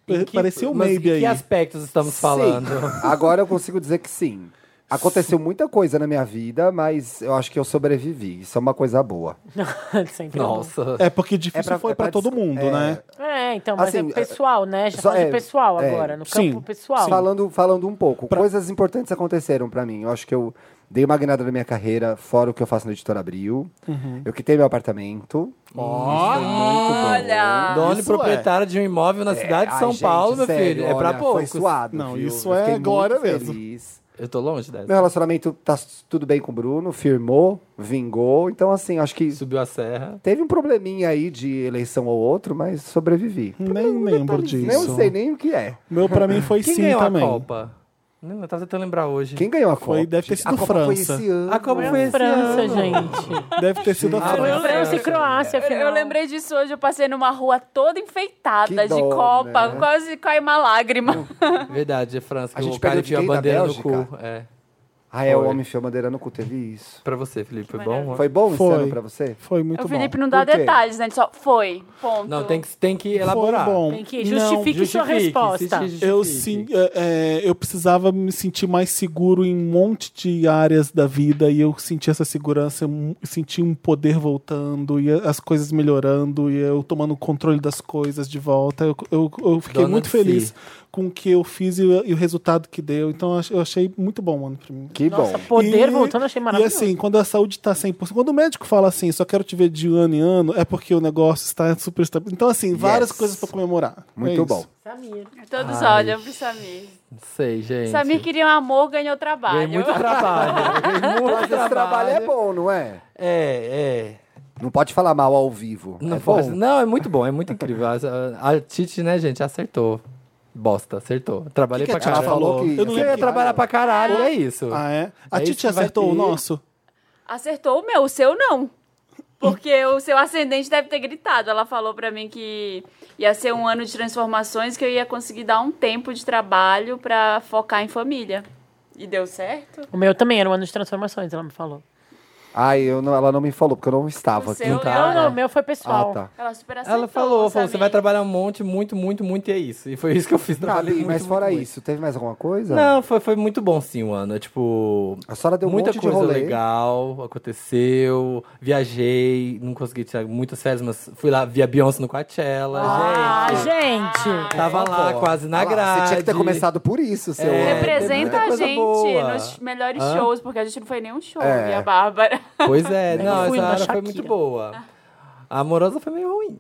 Speaker 5: Em que-
Speaker 1: Pareceu um
Speaker 5: mas
Speaker 1: maybe
Speaker 5: em
Speaker 1: aí.
Speaker 5: Que aspectos estamos falando?
Speaker 3: Sim. Agora eu consigo dizer que sim. Aconteceu muita coisa na minha vida, mas eu acho que eu sobrevivi. Isso é uma coisa boa.
Speaker 2: Sempre é bom.
Speaker 5: Nossa.
Speaker 1: É porque difícil
Speaker 3: É pra-
Speaker 1: foi
Speaker 3: é
Speaker 1: pra
Speaker 3: pra
Speaker 1: todo
Speaker 3: dis-
Speaker 1: mundo,
Speaker 3: é.
Speaker 1: né?
Speaker 2: É, então, mas
Speaker 3: Assim,
Speaker 2: é pessoal, né? Já
Speaker 3: só-
Speaker 2: falando
Speaker 3: é,
Speaker 2: de pessoal
Speaker 3: é.
Speaker 2: agora, no
Speaker 1: Sim,
Speaker 2: campo pessoal.
Speaker 3: Falando, falando um pouco,
Speaker 1: Pra-
Speaker 3: coisas importantes aconteceram pra mim. Eu acho que eu dei uma guinada na minha carreira, fora o que eu faço no Editor Abril.
Speaker 5: Uhum.
Speaker 3: Eu quitei meu apartamento.
Speaker 4: Olha!
Speaker 5: Dono e
Speaker 1: Isso é.
Speaker 5: proprietário de um imóvel na cidade de
Speaker 3: É, Ai,
Speaker 5: São
Speaker 3: gente,
Speaker 5: Paulo, meu
Speaker 3: sério,
Speaker 5: filho. É pra
Speaker 3: olha, Foi
Speaker 5: poucos.
Speaker 3: suado,
Speaker 1: Não,
Speaker 3: viu?
Speaker 1: isso
Speaker 3: Eu
Speaker 1: é
Speaker 3: fiquei muito
Speaker 1: glória mesmo.
Speaker 3: feliz.
Speaker 5: Eu tô longe dessa.
Speaker 3: Meu relacionamento tá s- tudo bem com o Bruno, firmou, vingou. Então, assim, acho que
Speaker 5: Subiu a serra.
Speaker 3: teve um probleminha aí de eleição ou outro, mas sobrevivi.
Speaker 1: Nem lembro disso.
Speaker 3: Não sei nem o que é.
Speaker 1: Meu pra mim foi
Speaker 5: Quem
Speaker 1: sim
Speaker 5: ganhou
Speaker 1: também.
Speaker 5: a Copa? Não, eu tava tentando lembrar hoje.
Speaker 3: Quem ganhou a Copa?
Speaker 1: Foi- deve ter
Speaker 3: gente?
Speaker 1: sido
Speaker 3: a Copa foi
Speaker 1: França.
Speaker 3: esse ano.
Speaker 5: A Copa foi esse
Speaker 2: É França,
Speaker 3: assim,
Speaker 5: ano.
Speaker 2: gente.
Speaker 1: Deve ter sido a
Speaker 5: Ah,
Speaker 1: França.
Speaker 5: mas-
Speaker 2: França e Croácia,
Speaker 4: Eu,
Speaker 2: afinal.
Speaker 4: eu lembrei disso hoje, eu passei numa rua toda enfeitada
Speaker 3: Que
Speaker 4: de
Speaker 3: dó,
Speaker 4: copa,
Speaker 3: né?
Speaker 4: quase cai uma lágrima.
Speaker 5: Verdade, é França.
Speaker 3: A
Speaker 5: Que
Speaker 3: gente
Speaker 5: o cara
Speaker 3: perdeu de
Speaker 5: enfiou a
Speaker 3: quem? Da
Speaker 5: bandeira no
Speaker 3: Bélgica?
Speaker 5: cu. É.
Speaker 3: Ah, é, o
Speaker 5: Foi.
Speaker 3: homem enfiou a bandeira no cu, teve isso.
Speaker 5: Pra você, Felipe. Foi bom?
Speaker 3: Foi bom
Speaker 1: Foi.
Speaker 3: esse ano pra você?
Speaker 1: Foi muito
Speaker 4: É o
Speaker 1: bom.
Speaker 4: Felipe não dá
Speaker 3: Por quê?
Speaker 4: detalhes, né? Ele só foi, ponto.
Speaker 5: Não, tem que, tem que elaborar.
Speaker 1: Foi bom.
Speaker 2: Tem que justifique sua
Speaker 5: Justifique,
Speaker 2: resposta.
Speaker 5: justifique.
Speaker 1: Eu, sim, é, é, eu precisava me sentir mais seguro em um monte de áreas da vida e eu senti essa segurança, eu mu- senti um poder voltando e as coisas melhorando e eu tomando o controle das coisas de volta. Eu, eu, eu fiquei
Speaker 5: Dona
Speaker 1: muito
Speaker 5: Si.
Speaker 1: feliz com o que eu fiz e, o- e o resultado que deu. Então eu ach- eu achei muito bom, mano, pra mim.
Speaker 3: Que
Speaker 2: Nossa,
Speaker 3: bom.
Speaker 2: poder
Speaker 1: E-
Speaker 2: voltando, achei
Speaker 1: E
Speaker 2: maravilhoso.
Speaker 1: assim, quando a saúde tá 100%, quando o médico fala assim, só quero te ver de ano em ano, é porque o negócio está super estável. Então, assim, várias
Speaker 3: Yes.
Speaker 1: coisas pra comemorar. É
Speaker 3: Muito
Speaker 1: isso.
Speaker 3: bom.
Speaker 2: Samir.
Speaker 4: Todos
Speaker 5: Ai.
Speaker 4: olham pro Samir.
Speaker 5: Não sei, gente.
Speaker 4: Samir queria um amor, ganhou trabalho.
Speaker 5: Ganhei muito trabalho. Ganhei muito
Speaker 3: Mas esse trabalho é
Speaker 5: trabalho.
Speaker 3: bom, não é?
Speaker 5: É, é.
Speaker 3: Não pode falar mal ao vivo.
Speaker 5: Não,
Speaker 3: é
Speaker 5: pode-
Speaker 3: bom.
Speaker 5: não, é muito bom, é muito incrível. A, a- a Titi, né, gente, acertou. Bosta, acertou. Trabalhei
Speaker 1: Que que a
Speaker 5: pra caralho.
Speaker 1: Titi falou
Speaker 5: Falou
Speaker 1: que- Eu não
Speaker 5: Você ia
Speaker 1: lembro.
Speaker 5: trabalhar pra caralho, é isso.
Speaker 1: Ah, é? A
Speaker 5: É isso
Speaker 1: Titi
Speaker 5: que vai
Speaker 1: acertou o
Speaker 5: ter.
Speaker 1: nosso?
Speaker 4: Acertou o meu, o seu não. Porque o seu ascendente deve ter gritado. Ela falou pra mim que ia ser um ano de transformações, que eu ia conseguir dar um tempo de trabalho pra focar em família. E deu certo?
Speaker 2: O meu também era um ano de transformações, ela me falou.
Speaker 3: Ai, eu não- ela não me falou, porque eu não estava
Speaker 4: O
Speaker 3: aqui.
Speaker 4: seu
Speaker 5: tá.
Speaker 4: é-
Speaker 2: Não, não, o meu foi
Speaker 3: Ah,
Speaker 2: pessoal.
Speaker 3: tá.
Speaker 4: Ela super acertou.
Speaker 5: Ela falou, falou, você
Speaker 4: Samir.
Speaker 5: vai trabalhar um monte, muito, muito, muito, e é isso. E foi isso que eu fiz,
Speaker 3: Tá,
Speaker 5: trabalhei
Speaker 3: Bi,
Speaker 5: muito,
Speaker 3: mas fora
Speaker 5: muito, muito.
Speaker 3: isso, teve mais alguma coisa?
Speaker 5: Não, foi, foi muito bom sim o ano. É, tipo,
Speaker 3: A senhora deu um
Speaker 5: muita
Speaker 3: monte de
Speaker 5: coisa
Speaker 3: rolê.
Speaker 5: legal aconteceu. Viajei, não consegui tirar muitas férias, mas fui lá, vi a Beyoncé no Coachella.
Speaker 2: Ah,
Speaker 5: gente,
Speaker 2: gente!
Speaker 5: tava lá
Speaker 3: Pô,
Speaker 5: quase na
Speaker 3: olha é, lá,
Speaker 5: grade.
Speaker 3: Ah, Você tinha que ter começado por isso, seu.
Speaker 5: É,
Speaker 3: ano.
Speaker 5: teve
Speaker 4: Representa
Speaker 5: muita
Speaker 4: a
Speaker 5: coisa
Speaker 4: gente
Speaker 5: boa.
Speaker 4: nos melhores
Speaker 5: Hã?
Speaker 4: shows, porque a gente não foi em nenhum show,
Speaker 3: É.
Speaker 4: e a Bárbara.
Speaker 5: Pois é,
Speaker 4: Né?
Speaker 5: não,
Speaker 2: fui
Speaker 5: essa
Speaker 2: na
Speaker 5: área foi
Speaker 2: Shakira.
Speaker 5: muito boa.
Speaker 4: Ah.
Speaker 5: A amorosa foi meio ruim.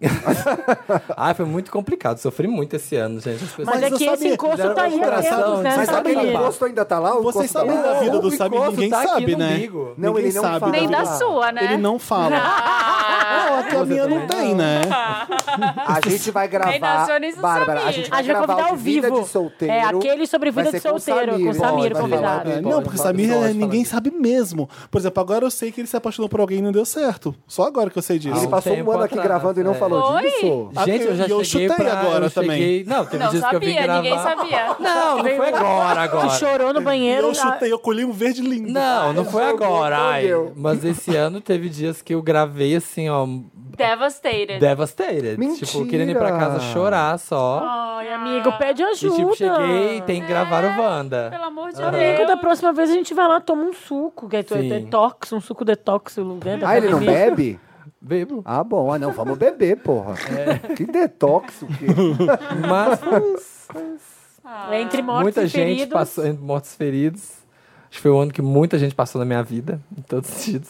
Speaker 5: ah, foi muito complicado. Sofri muito esse ano, gente. As
Speaker 2: Mas,
Speaker 5: pessoas-
Speaker 1: eu
Speaker 2: é que esse
Speaker 1: sabia,
Speaker 2: encosto tá aí há
Speaker 5: fizeram
Speaker 2: tempos, né,
Speaker 5: coração,
Speaker 3: Mas
Speaker 5: Essa
Speaker 3: sabe aquele
Speaker 5: menina.
Speaker 2: Samir?
Speaker 3: encosto ainda tá lá? O
Speaker 1: Vocês
Speaker 3: encosto tá
Speaker 1: sabem
Speaker 3: lá?
Speaker 1: da vida
Speaker 5: o
Speaker 1: do Samir,
Speaker 5: encosto
Speaker 1: ninguém
Speaker 5: tá aqui
Speaker 1: sabe, né?
Speaker 5: comigo.
Speaker 3: Não,
Speaker 1: ninguém
Speaker 3: ele não
Speaker 1: sabe
Speaker 3: fala.
Speaker 4: Nem
Speaker 1: vida
Speaker 4: da
Speaker 1: do-
Speaker 4: sua, né?
Speaker 1: Ele não fala.
Speaker 4: Ah,
Speaker 1: Não, aqui a minha não tem, né?
Speaker 3: A gente vai
Speaker 4: Nem
Speaker 3: gravar.
Speaker 4: nasceu, nem se
Speaker 3: Bárbara, a
Speaker 4: sabia.
Speaker 3: gente
Speaker 2: A
Speaker 3: vai
Speaker 2: gente vai
Speaker 3: gravar
Speaker 2: convidar
Speaker 3: o
Speaker 2: ao
Speaker 3: de vida
Speaker 2: vivo.
Speaker 3: de solteiro.
Speaker 2: É, aquele sobre vida
Speaker 3: Vai
Speaker 2: de
Speaker 3: ser com o
Speaker 2: solteiro,
Speaker 3: Samir.
Speaker 2: com o Samir
Speaker 3: Pode falar
Speaker 2: convidado.
Speaker 3: dele.
Speaker 1: É, não, porque Samir,
Speaker 3: pode falar
Speaker 1: ninguém
Speaker 3: disso.
Speaker 1: sabe mesmo. Por exemplo, agora eu sei que ele se apaixonou por alguém e não deu certo. Só agora que eu sei disso.
Speaker 3: Ele
Speaker 5: um
Speaker 3: passou um
Speaker 5: tempo
Speaker 3: ano aqui
Speaker 5: atrás,
Speaker 3: gravando e não
Speaker 5: é.
Speaker 3: falou
Speaker 4: Foi?
Speaker 3: disso.
Speaker 1: Ah,
Speaker 5: Gente, eu já
Speaker 1: e eu
Speaker 5: cheguei
Speaker 1: chutei
Speaker 5: pra...
Speaker 1: agora
Speaker 5: eu
Speaker 1: também.
Speaker 5: cheguei- Não, teve
Speaker 4: Não
Speaker 5: dias que eu vim
Speaker 4: sabia,
Speaker 5: gravar.
Speaker 4: ninguém sabia.
Speaker 5: Não, não foi agora,
Speaker 2: Tu
Speaker 5: agora.
Speaker 2: chorou no banheiro.
Speaker 1: eu chutei, eu colhi um verde lindo.
Speaker 5: Não, não foi
Speaker 3: Alguém
Speaker 5: agora. Ai,
Speaker 3: escolheu.
Speaker 5: mas esse ano teve dias que eu gravei assim, ó,
Speaker 4: Devastated.
Speaker 5: devastated. Tipo,
Speaker 3: Mentira.
Speaker 5: querendo ir pra casa chorar só.
Speaker 2: Ai, amigo, pede
Speaker 5: e
Speaker 2: ajuda.
Speaker 5: tipo, cheguei e tem que gravar o Wanda.
Speaker 4: É, Pelo amor de
Speaker 2: Amigo, da
Speaker 4: Deus.
Speaker 2: próxima vez a gente vai lá, toma um suco, que é tu- é
Speaker 5: Sim.
Speaker 2: detox, um suco detox. o lugar da
Speaker 3: Ah, ele não
Speaker 2: pandemia.
Speaker 3: bebe?
Speaker 5: Bebo.
Speaker 3: Ah, bom. Ah, não, vamos beber, porra. Que detox o quê?
Speaker 5: Mas
Speaker 2: É entre mortos
Speaker 5: muita
Speaker 2: e
Speaker 5: gente
Speaker 2: feridos.
Speaker 5: passou entre mortos e feridos. Acho que foi o ano que muita gente passou na minha vida, em todos os sentidos.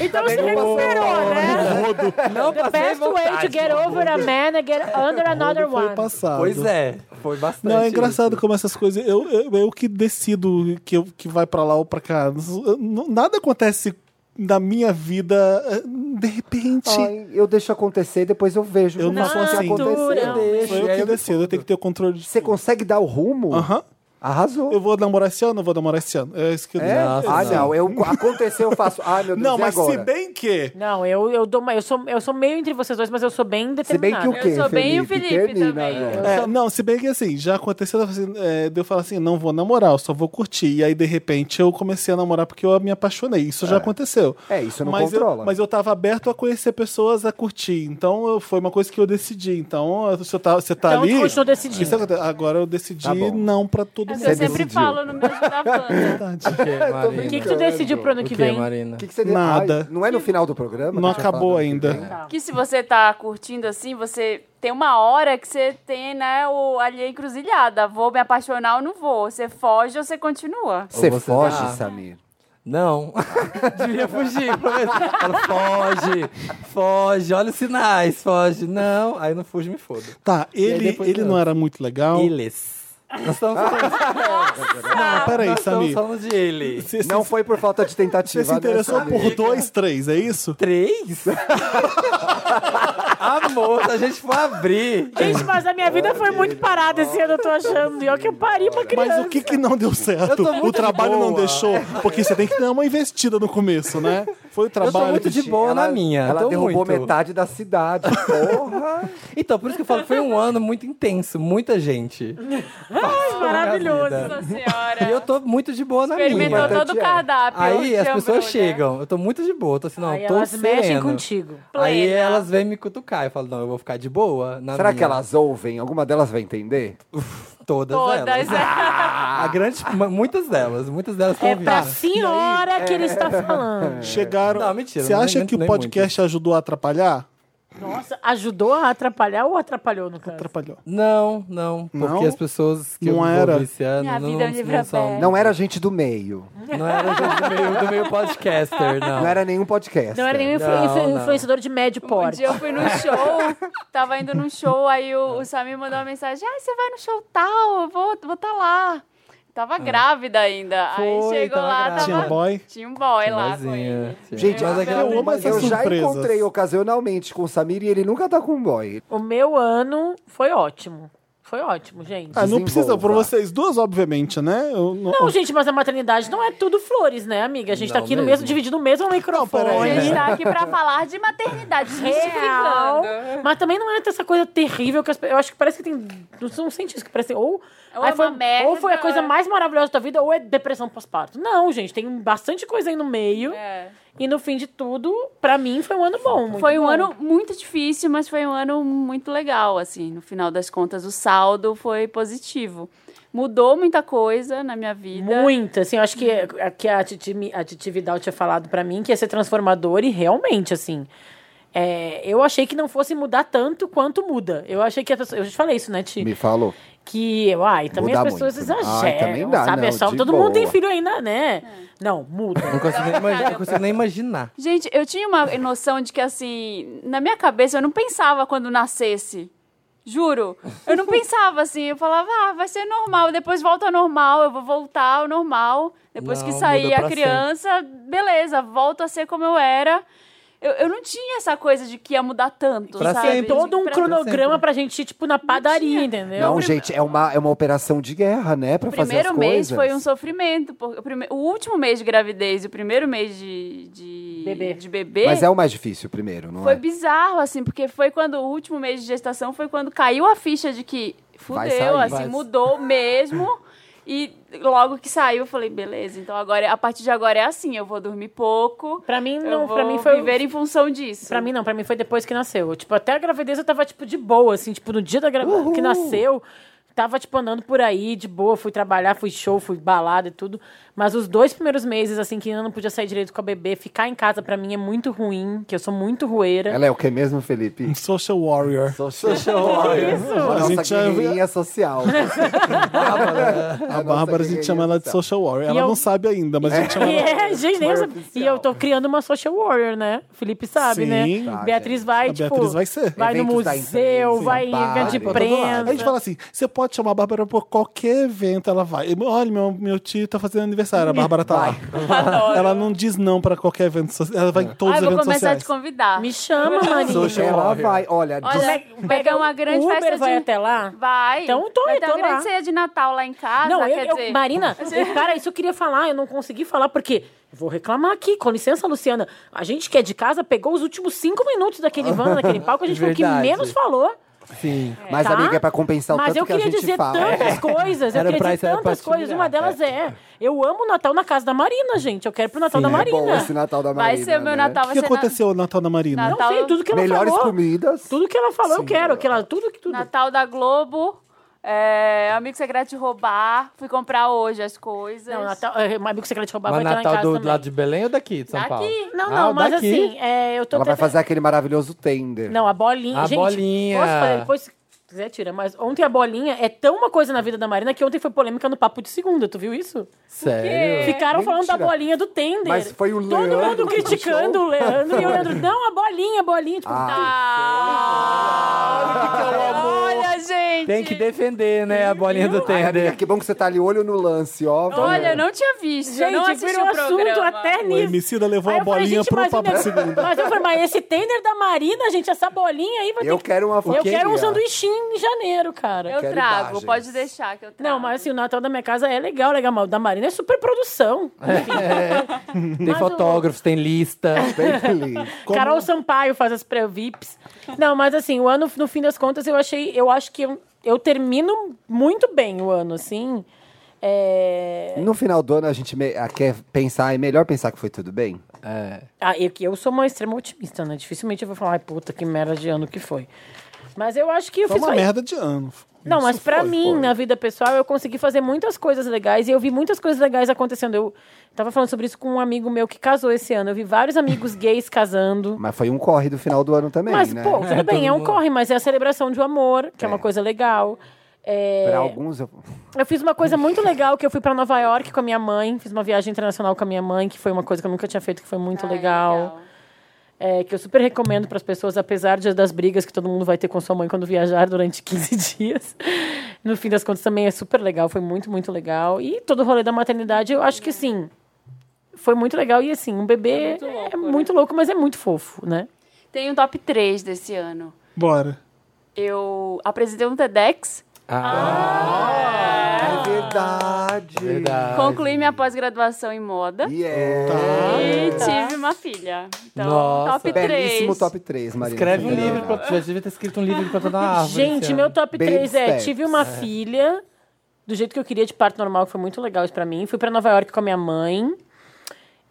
Speaker 2: Então você recuperou, né?
Speaker 5: Não,
Speaker 2: The best way to get over a man is get under another
Speaker 1: Foi
Speaker 2: one.
Speaker 1: passado.
Speaker 5: Pois é, foi bastante.
Speaker 1: Não, é engraçado
Speaker 5: isso.
Speaker 1: como essas coisas. Eu, eu, eu que decido que, eu, que vai pra lá ou pra cá. Eu- não- Nada acontece na minha vida eh, de repente.
Speaker 3: Ai, eu deixo acontecer e depois eu vejo.
Speaker 1: Eu não
Speaker 3: o que
Speaker 1: sou assim.
Speaker 3: aconteceu.
Speaker 2: Não.
Speaker 5: Deixa,
Speaker 1: Sou eu
Speaker 5: aí
Speaker 1: que
Speaker 5: eu me
Speaker 1: decido, eu tenho que ter o controle de.
Speaker 3: Você consegue dar o rumo?
Speaker 1: Aham.
Speaker 3: Arrasou.
Speaker 1: Eu vou namorar esse ano, eu vou namorar esse ano. É isso que eu
Speaker 3: É?
Speaker 5: Nossa,
Speaker 3: ah,
Speaker 5: não.
Speaker 3: não. Eu, aconteceu, eu faço. Ah, meu Deus,
Speaker 1: Não,
Speaker 3: e
Speaker 1: mas
Speaker 3: agora?
Speaker 1: se bem que.
Speaker 2: Não, eu, eu, dou, uma- eu, sou, eu sou meio entre vocês dois, mas eu sou bem
Speaker 3: Se bem
Speaker 2: determinada.
Speaker 3: que o quê?
Speaker 4: sou bem o Felipe
Speaker 3: Termina,
Speaker 4: também.
Speaker 3: né?
Speaker 1: É, não, se bem que assim, já aconteceu assim, é, de eu falar assim, não vou namorar, eu só vou curtir. E aí, de repente, eu comecei a namorar porque eu me apaixonei. Isso já aconteceu.
Speaker 3: É, isso não
Speaker 1: mas
Speaker 3: controla.
Speaker 1: Eu, mas eu tava aberto a conhecer pessoas, a curtir. Então, eu- foi uma coisa que eu decidi. Então, se eu tá, você tá
Speaker 2: Então, tu
Speaker 1: ali...
Speaker 2: continuou decidindo.
Speaker 1: Isso acontece. Agora eu decidi
Speaker 3: Tá bom.
Speaker 1: não pra todo
Speaker 4: É
Speaker 1: mundo.
Speaker 4: que eu sempre
Speaker 3: decidiu.
Speaker 4: falo no meu da banda.
Speaker 1: Verdade.
Speaker 5: O
Speaker 2: O
Speaker 5: Marina?
Speaker 2: que, que tu decidiu pro ano
Speaker 5: O
Speaker 2: que
Speaker 5: que,
Speaker 2: vem?
Speaker 5: Marina?
Speaker 3: O que, que você
Speaker 1: Nada.
Speaker 3: Ai, não é no final do programa?
Speaker 1: Não
Speaker 3: Deixa eu
Speaker 1: acabou
Speaker 3: falar.
Speaker 1: ainda.
Speaker 4: Que se você tá curtindo assim, você tem uma hora que você tem, né, o, ali a encruzilhada. Vou me apaixonar ou não vou? Você foge ou você continua?
Speaker 3: Você
Speaker 5: Ou você tá-
Speaker 3: foge,
Speaker 5: dá-
Speaker 3: Samir.
Speaker 5: Não. Devia fugir. Ela foge, foge, olha os sinais, foge. Não, aí não fuge, me foda.
Speaker 1: Tá,
Speaker 5: aí
Speaker 1: ele,
Speaker 5: depois
Speaker 1: ele
Speaker 5: eu-
Speaker 1: não era muito legal.
Speaker 5: Eles. Nós estamos falando,
Speaker 1: Não, peraí,
Speaker 5: Ah, nós estamos
Speaker 1: Samir.
Speaker 5: falando de ele.
Speaker 1: Você se,
Speaker 3: Não foi por falta de tentativa.
Speaker 1: você se interessou
Speaker 3: né, Samir?
Speaker 1: por dois, três, é isso?
Speaker 5: Três? Amor, se a gente for abrir.
Speaker 2: Gente, mas a minha vida foi muito parada esse ano, eu tô achando. E olha que eu pari pra criança.
Speaker 1: Mas o que que não deu certo?
Speaker 5: tô muito
Speaker 1: O
Speaker 5: de
Speaker 1: trabalho não
Speaker 5: boa. É.
Speaker 1: deixou? Porque você tem que dar uma investida no começo, né? Foi o
Speaker 5: Eu
Speaker 1: trabalho.
Speaker 5: tô muito de
Speaker 1: que-
Speaker 5: boa
Speaker 3: Ela-
Speaker 5: na minha.
Speaker 3: Ela
Speaker 5: tô
Speaker 3: derrubou
Speaker 5: muito.
Speaker 3: metade da cidade. Porra!
Speaker 5: Então, por isso que eu falo que foi um ano muito intenso, muita gente.
Speaker 2: maravilhoso.
Speaker 4: Nossa
Speaker 5: E eu
Speaker 4: senhora.
Speaker 5: tô muito de boa na
Speaker 4: Experimentou
Speaker 5: minha.
Speaker 4: todo o cardápio.
Speaker 5: Aí
Speaker 4: te
Speaker 5: as
Speaker 4: amo,
Speaker 5: pessoas
Speaker 4: né?
Speaker 5: chegam, eu tô muito de boa, tô assim, não,
Speaker 2: Aí
Speaker 5: tô
Speaker 2: elas mexem
Speaker 5: sereno.
Speaker 2: contigo.
Speaker 5: Aí
Speaker 4: Plena.
Speaker 5: elas vêm me cutucar. Eu falo, não, eu vou ficar de boa. na
Speaker 3: Será
Speaker 5: minha.
Speaker 3: que elas ouvem? Alguma delas vai entender?
Speaker 5: Todas,
Speaker 4: Todas.
Speaker 5: elas. Ah, A grande, ma- muitas delas, muitas delas estão
Speaker 2: É pra
Speaker 5: ouvindo.
Speaker 2: senhora que ele está falando.
Speaker 1: Chegaram.
Speaker 5: Não, mentira,
Speaker 1: Você
Speaker 5: não
Speaker 1: acha
Speaker 5: nem-
Speaker 1: que o
Speaker 5: nem
Speaker 1: podcast ajudou a atrapalhar?
Speaker 2: Nossa, ajudou a atrapalhar ou atrapalhou no caso?
Speaker 1: Atrapalhou.
Speaker 5: Não, não, porque
Speaker 1: Não?
Speaker 5: as pessoas que
Speaker 1: Não
Speaker 5: eu
Speaker 1: era.
Speaker 5: envolvi esse ano
Speaker 4: Minha
Speaker 5: não,
Speaker 4: vida é um livro
Speaker 5: não são...
Speaker 4: aberto.
Speaker 5: Não,
Speaker 3: Não era gente do meio.
Speaker 5: não era gente do meio, do meio podcaster, não.
Speaker 3: Não era nenhum podcast.
Speaker 2: Não era nenhum influ-
Speaker 5: Não,
Speaker 2: influ-
Speaker 5: não.
Speaker 2: influenciador de médio
Speaker 4: Um
Speaker 2: porte.
Speaker 4: dia eu fui num show, tava indo num show, aí o, o Samir mandou uma mensagem: Ah, você vai no show tal, eu vou estar vou tá lá. Tava grávida ainda. aí
Speaker 5: Ah. Foi,
Speaker 4: chegou
Speaker 5: tava
Speaker 4: lá,
Speaker 5: grávida.
Speaker 1: Tinha
Speaker 4: tava.
Speaker 1: um boy.
Speaker 4: Tinha um boy lá com
Speaker 5: Sozinha,
Speaker 4: ele.
Speaker 5: tia.
Speaker 3: Gente,
Speaker 5: mas
Speaker 3: eu,
Speaker 5: aquela
Speaker 1: é eu amo essas
Speaker 3: já
Speaker 1: surpresas.
Speaker 3: encontrei ocasionalmente com o Samir e ele nunca tá com um boy.
Speaker 2: O meu ano foi ótimo. Foi ótimo, gente.
Speaker 1: Ah, não
Speaker 3: Desenvolva.
Speaker 1: precisa, por vocês duas, obviamente, né? Eu não-
Speaker 2: Não, gente, mas a maternidade não é tudo flores, né, amiga? A gente tá
Speaker 5: Não
Speaker 2: aqui no
Speaker 5: mesmo.
Speaker 2: mesmo, dividindo o mesmo
Speaker 4: A
Speaker 2: microfone. É
Speaker 1: peraí,
Speaker 4: gente tá aqui pra falar de maternidade,
Speaker 2: real.
Speaker 4: desmistificando.
Speaker 2: Mas também não é essa coisa terrível que as, pe- eu acho que parece que tem não são cientistas que parecem ou
Speaker 4: Ou
Speaker 2: ai,
Speaker 4: é
Speaker 2: foi,
Speaker 4: uma merda.
Speaker 2: ou foi a coisa mais maravilhosa da vida ou é depressão pós-parto. Não, gente, tem bastante coisa aí no meio.
Speaker 4: É.
Speaker 2: E no fim de tudo, pra mim foi um ano bom, muito
Speaker 4: Foi um
Speaker 2: bom.
Speaker 4: ano muito difícil, mas foi um ano muito legal, assim. No final das contas, o saldo foi positivo. Mudou muita coisa na minha vida.
Speaker 2: muito, assim, eu acho que, é- que a, Titi, me- a Titi Vidal tinha falado pra mim que ia ser transformador e realmente, assim, é, eu achei que não fosse mudar tanto quanto muda. Eu achei que a pessoa, eu já te falei isso, né, Ti?
Speaker 3: Me falou.
Speaker 2: que, ai, também
Speaker 3: Muda
Speaker 2: as pessoas
Speaker 3: muito, né? Ai,
Speaker 2: exageram,
Speaker 3: também dá,
Speaker 2: sabe? É
Speaker 3: não,
Speaker 2: só,
Speaker 3: de
Speaker 2: todo mundo tem
Speaker 3: boa.
Speaker 2: filho ainda, né?
Speaker 4: É.
Speaker 2: Não, muda.
Speaker 5: Não consigo nem imaginar. Não consigo nem imaginar.
Speaker 4: Gente, eu tinha uma noção de que, assim, na minha cabeça, eu não pensava quando nascesse. Juro. Eu não pensava assim. Eu falava, ah, vai ser normal. Depois volta ao normal, eu vou voltar ao normal. Depois
Speaker 5: Não,
Speaker 4: que sair
Speaker 5: muda
Speaker 4: a
Speaker 5: pra
Speaker 4: criança, beleza, volto a ser como eu era. Eu, eu não tinha essa coisa de que ia mudar tanto,
Speaker 5: Pra
Speaker 4: sabe?
Speaker 5: sempre.
Speaker 4: De-
Speaker 2: Todo um
Speaker 4: pra-
Speaker 2: cronograma pra gente ir, tipo, na padaria, entendeu?
Speaker 3: Não, gente, é uma, é uma operação de guerra, né? Pra
Speaker 4: O
Speaker 3: fazer as
Speaker 4: primeiro mês
Speaker 3: coisas.
Speaker 4: foi um sofrimento. Porque o, prime- o último mês de gravidez e o primeiro mês de, de,
Speaker 2: Bebê.
Speaker 4: de bebê
Speaker 3: Mas é o mais difícil, o primeiro, não
Speaker 4: foi
Speaker 3: é?
Speaker 4: bizarro, assim, porque foi quando o último mês de gestação foi quando caiu a ficha de que
Speaker 3: Vai
Speaker 4: fudeu,
Speaker 3: sair,
Speaker 4: assim,
Speaker 5: vai-
Speaker 4: mudou mesmo. E logo que saiu, eu falei, beleza, então agora, a partir de agora é assim, eu vou dormir pouco.
Speaker 2: Pra mim,
Speaker 4: eu
Speaker 2: não.
Speaker 4: vou
Speaker 2: Pra mim foi.
Speaker 4: viver em função disso.
Speaker 2: Pra mim não, pra mim foi depois que nasceu. Tipo, até a gravidez eu tava, tipo, de boa, assim, tipo, no dia da gra... que nasceu, tava, tipo, andando por aí, de boa, fui trabalhar, fui show, fui balada e tudo. Mas os dois primeiros meses, assim, que ainda não podia sair direito com a bebê, ficar em casa pra mim é muito ruim, que eu sou muito rueira.
Speaker 3: Ela é o que mesmo, Felipe?
Speaker 1: Um social warrior.
Speaker 3: Social warrior. Nossa,
Speaker 1: A gente já-
Speaker 3: guerrinha social.
Speaker 1: A Bárbara, a gente chama ela de social warrior. Ela
Speaker 2: eu-
Speaker 1: não sabe ainda, mas a gente chama
Speaker 2: E
Speaker 1: ela...
Speaker 2: é, gente, nem eu
Speaker 3: Foi
Speaker 2: sab-
Speaker 3: oficial.
Speaker 2: E eu tô criando uma social warrior, né? Felipe sabe,
Speaker 1: Sim.
Speaker 2: né?
Speaker 1: Tá,
Speaker 2: Beatriz vai,
Speaker 1: A
Speaker 2: tipo.
Speaker 1: Beatriz vai ser.
Speaker 2: vai no
Speaker 3: Eventos da
Speaker 2: museu,
Speaker 3: imprensa,
Speaker 2: vai em
Speaker 3: bar,
Speaker 2: evento de
Speaker 3: vai pra todo lado.
Speaker 1: A gente
Speaker 2: imprensa.
Speaker 1: fala assim: você pode chamar a Bárbara por qualquer evento, ela vai. Olha, meu, meu tio tá fazendo aniversário, a Bárbara tá lá. Ela não diz não pra qualquer evento social. Ela vai em todos
Speaker 2: Ah,
Speaker 1: os
Speaker 4: Ai, Ah, vou
Speaker 1: eventos
Speaker 4: começar a
Speaker 1: sociais.
Speaker 4: te convidar.
Speaker 2: Me chama, Marinho.
Speaker 5: Social
Speaker 3: Ela
Speaker 5: warrior.
Speaker 3: vai, olha,
Speaker 4: Olha,
Speaker 3: diz-
Speaker 4: pegar uma grande
Speaker 2: um Uber
Speaker 4: festa
Speaker 2: vai
Speaker 4: de...
Speaker 2: até lá?
Speaker 4: Vai.
Speaker 2: Então eu tô,
Speaker 4: vai
Speaker 2: eu
Speaker 4: ter
Speaker 2: tô
Speaker 4: uma grande
Speaker 2: lá.
Speaker 4: ceia de Natal lá em casa,
Speaker 2: Não, eu,
Speaker 4: Ah, tá, quer
Speaker 2: eu-
Speaker 4: dizer...
Speaker 2: Marina, o cara, isso eu queria falar, eu não consegui falar, porque. Vou reclamar aqui, com licença, Luciana. A gente que é de casa pegou os últimos cinco minutos daquele van, daquele palco, a gente foi o que
Speaker 5: Verdade.
Speaker 2: menos falou.
Speaker 5: Sim.
Speaker 3: mas
Speaker 2: tá?
Speaker 3: amiga, é pra compensar o
Speaker 2: Mas
Speaker 3: tanto
Speaker 2: eu
Speaker 3: que a
Speaker 2: queria
Speaker 3: gente É.
Speaker 2: dizer
Speaker 3: fala.
Speaker 2: tantas coisas, eu
Speaker 5: Era
Speaker 2: queria
Speaker 5: pra-
Speaker 2: dizer
Speaker 5: era pra
Speaker 2: tantas
Speaker 5: te
Speaker 2: coisas.
Speaker 5: humilhar.
Speaker 2: Uma delas é. eu amo o Natal na casa da Marina, gente. Eu quero ir pro Natal da
Speaker 3: É
Speaker 2: Marina.
Speaker 3: bom esse Natal da Marina,
Speaker 4: vai ser o meu
Speaker 3: né?
Speaker 4: Natal,
Speaker 1: O
Speaker 4: vai
Speaker 1: que
Speaker 4: ser na-
Speaker 1: aconteceu no Natal da Marina?
Speaker 4: Natal-
Speaker 2: Não sei, tudo que ela
Speaker 3: Melhores
Speaker 2: falou.
Speaker 3: comidas.
Speaker 2: Tudo que ela falou, eu quero. Que ela, tudo que tudo.
Speaker 4: Natal da Globo, é, Amigo Secreto de Roubar, fui comprar hoje as coisas.
Speaker 2: Não, Natal, é, um amigo secreto de roubar
Speaker 5: Mas
Speaker 2: vai estar lá em
Speaker 5: Natal
Speaker 2: casa
Speaker 5: do, do
Speaker 2: também.
Speaker 5: lado de Belém ou daqui, de São
Speaker 4: Daqui.
Speaker 5: Paulo?
Speaker 2: Não,
Speaker 5: Ah,
Speaker 2: não, mas
Speaker 5: daqui.
Speaker 2: assim, é, eu tô
Speaker 3: Ela vai
Speaker 2: tentando-
Speaker 3: fazer aquele maravilhoso tender.
Speaker 2: Não, a bolinha.
Speaker 5: A
Speaker 2: gente,
Speaker 5: bolinha.
Speaker 2: Posso falar depois? Se quiser, tira. Mas ontem a bolinha é tão uma coisa na vida da Marina que ontem foi polêmica no Papo de Segunda. Tu viu isso?
Speaker 5: Sério?
Speaker 2: Ficaram falando da
Speaker 3: Mentira.
Speaker 2: bolinha do Tender.
Speaker 3: Mas foi o
Speaker 2: Todo
Speaker 3: Leandro
Speaker 2: mundo
Speaker 3: que puxou?
Speaker 2: criticando o Leandro. E o Leandro, não, a bolinha, a bolinha. Tipo,
Speaker 3: Ah,
Speaker 4: Ah, Olha, gente!
Speaker 5: Tem que defender, né, a bolinha do
Speaker 3: Amiga,
Speaker 5: Tender.
Speaker 3: que bom que você tá ali olho no lance, ó.
Speaker 4: Olha, eu não tinha visto, eu não
Speaker 2: gente,
Speaker 4: assisti
Speaker 2: virou
Speaker 4: o
Speaker 2: assunto
Speaker 4: programa.
Speaker 2: até
Speaker 1: O
Speaker 2: nisso.
Speaker 1: Emicida levou
Speaker 2: Aí
Speaker 1: a
Speaker 2: eu falei,
Speaker 1: bolinha
Speaker 2: gente,
Speaker 1: pro
Speaker 2: mas
Speaker 1: papo de
Speaker 2: ainda-
Speaker 1: segunda.
Speaker 2: Mas eu falei, mas esse tender da Marina, gente, essa bolinha aí vai
Speaker 3: Eu
Speaker 2: ter que...
Speaker 3: quero uma
Speaker 2: Eu
Speaker 3: foquinha.
Speaker 2: quero um sanduichinho em janeiro, cara.
Speaker 4: Eu
Speaker 3: Quero
Speaker 4: trago,
Speaker 3: imagens.
Speaker 4: pode deixar que eu trago.
Speaker 2: Não, mas assim, o Natal da minha casa é legal, legal. Mas o da Marina é super produção.
Speaker 5: Tem fotógrafos, tem lista.
Speaker 3: Bem feliz.
Speaker 2: Carol Sampaio faz as pré-VIPs. Não, mas assim, o ano, no fim das contas, eu achei. Eu acho que eu, eu termino muito bem o ano, assim. É...
Speaker 3: No final do ano, a gente me- ah, quer pensar, é melhor pensar que foi tudo bem.
Speaker 5: É.
Speaker 2: Ah, eu, que eu sou uma extrema otimista, né? Dificilmente eu vou falar, ai, puta, que merda de ano que foi. Mas eu acho que eu
Speaker 1: Foi
Speaker 2: fiz.
Speaker 1: uma merda de ano.
Speaker 2: Não,
Speaker 1: Isso
Speaker 2: mas pra
Speaker 1: foi,
Speaker 2: mim,
Speaker 1: foi.
Speaker 2: na vida pessoal, eu consegui fazer muitas coisas legais e eu vi muitas coisas legais acontecendo. Eu tava falando sobre isso com um amigo meu que casou esse ano. Eu vi vários amigos gays casando.
Speaker 3: Mas foi um corre do final do ano também,
Speaker 2: Mas,
Speaker 3: né?
Speaker 2: pô, tudo
Speaker 5: É,
Speaker 2: bem,
Speaker 5: todo
Speaker 2: é um
Speaker 5: mundo.
Speaker 2: corre, mas é a celebração de um amor, que é, uma
Speaker 3: É.
Speaker 2: coisa legal. É,
Speaker 3: Pra alguns, eu...
Speaker 2: Eu fiz uma coisa muito legal, que eu fui pra Nova York com a minha mãe, fiz uma viagem internacional com a minha mãe, que foi uma coisa que eu nunca tinha feito, que foi muito
Speaker 4: Ai,
Speaker 2: Ah, é legal. É, que eu super recomendo pras pessoas, apesar de- das brigas que todo mundo vai ter com sua mãe quando viajar durante 15 dias. No fim das contas, também é super legal, foi muito, muito legal. E todo o rolê da maternidade, eu acho que assim. Foi muito legal e assim, um bebê é
Speaker 4: muito
Speaker 2: muito louco,
Speaker 4: louco, né?
Speaker 2: mas é muito fofo, né?
Speaker 4: Tem um top 3 desse ano.
Speaker 1: Bora.
Speaker 4: Eu apresentei um TEDx,
Speaker 5: Ah,
Speaker 3: É verdade.
Speaker 5: É verdade.
Speaker 4: concluí minha pós-graduação em moda
Speaker 3: Yeah.
Speaker 4: e tive uma filha. Então,
Speaker 5: Nossa.
Speaker 4: top 3.
Speaker 3: Belíssimo top 3, Marina.
Speaker 5: Escreve um
Speaker 3: Sena.
Speaker 5: livro. Pra... Já devia ter escrito um livro enquanto na árvore.
Speaker 2: Gente,
Speaker 5: esse
Speaker 2: meu
Speaker 5: ano.
Speaker 2: top
Speaker 3: Baby
Speaker 2: 3 é:
Speaker 3: steps.
Speaker 2: tive uma filha, do jeito que eu queria, de parto normal, que foi muito legal isso pra mim. Fui pra Nova York com a minha mãe.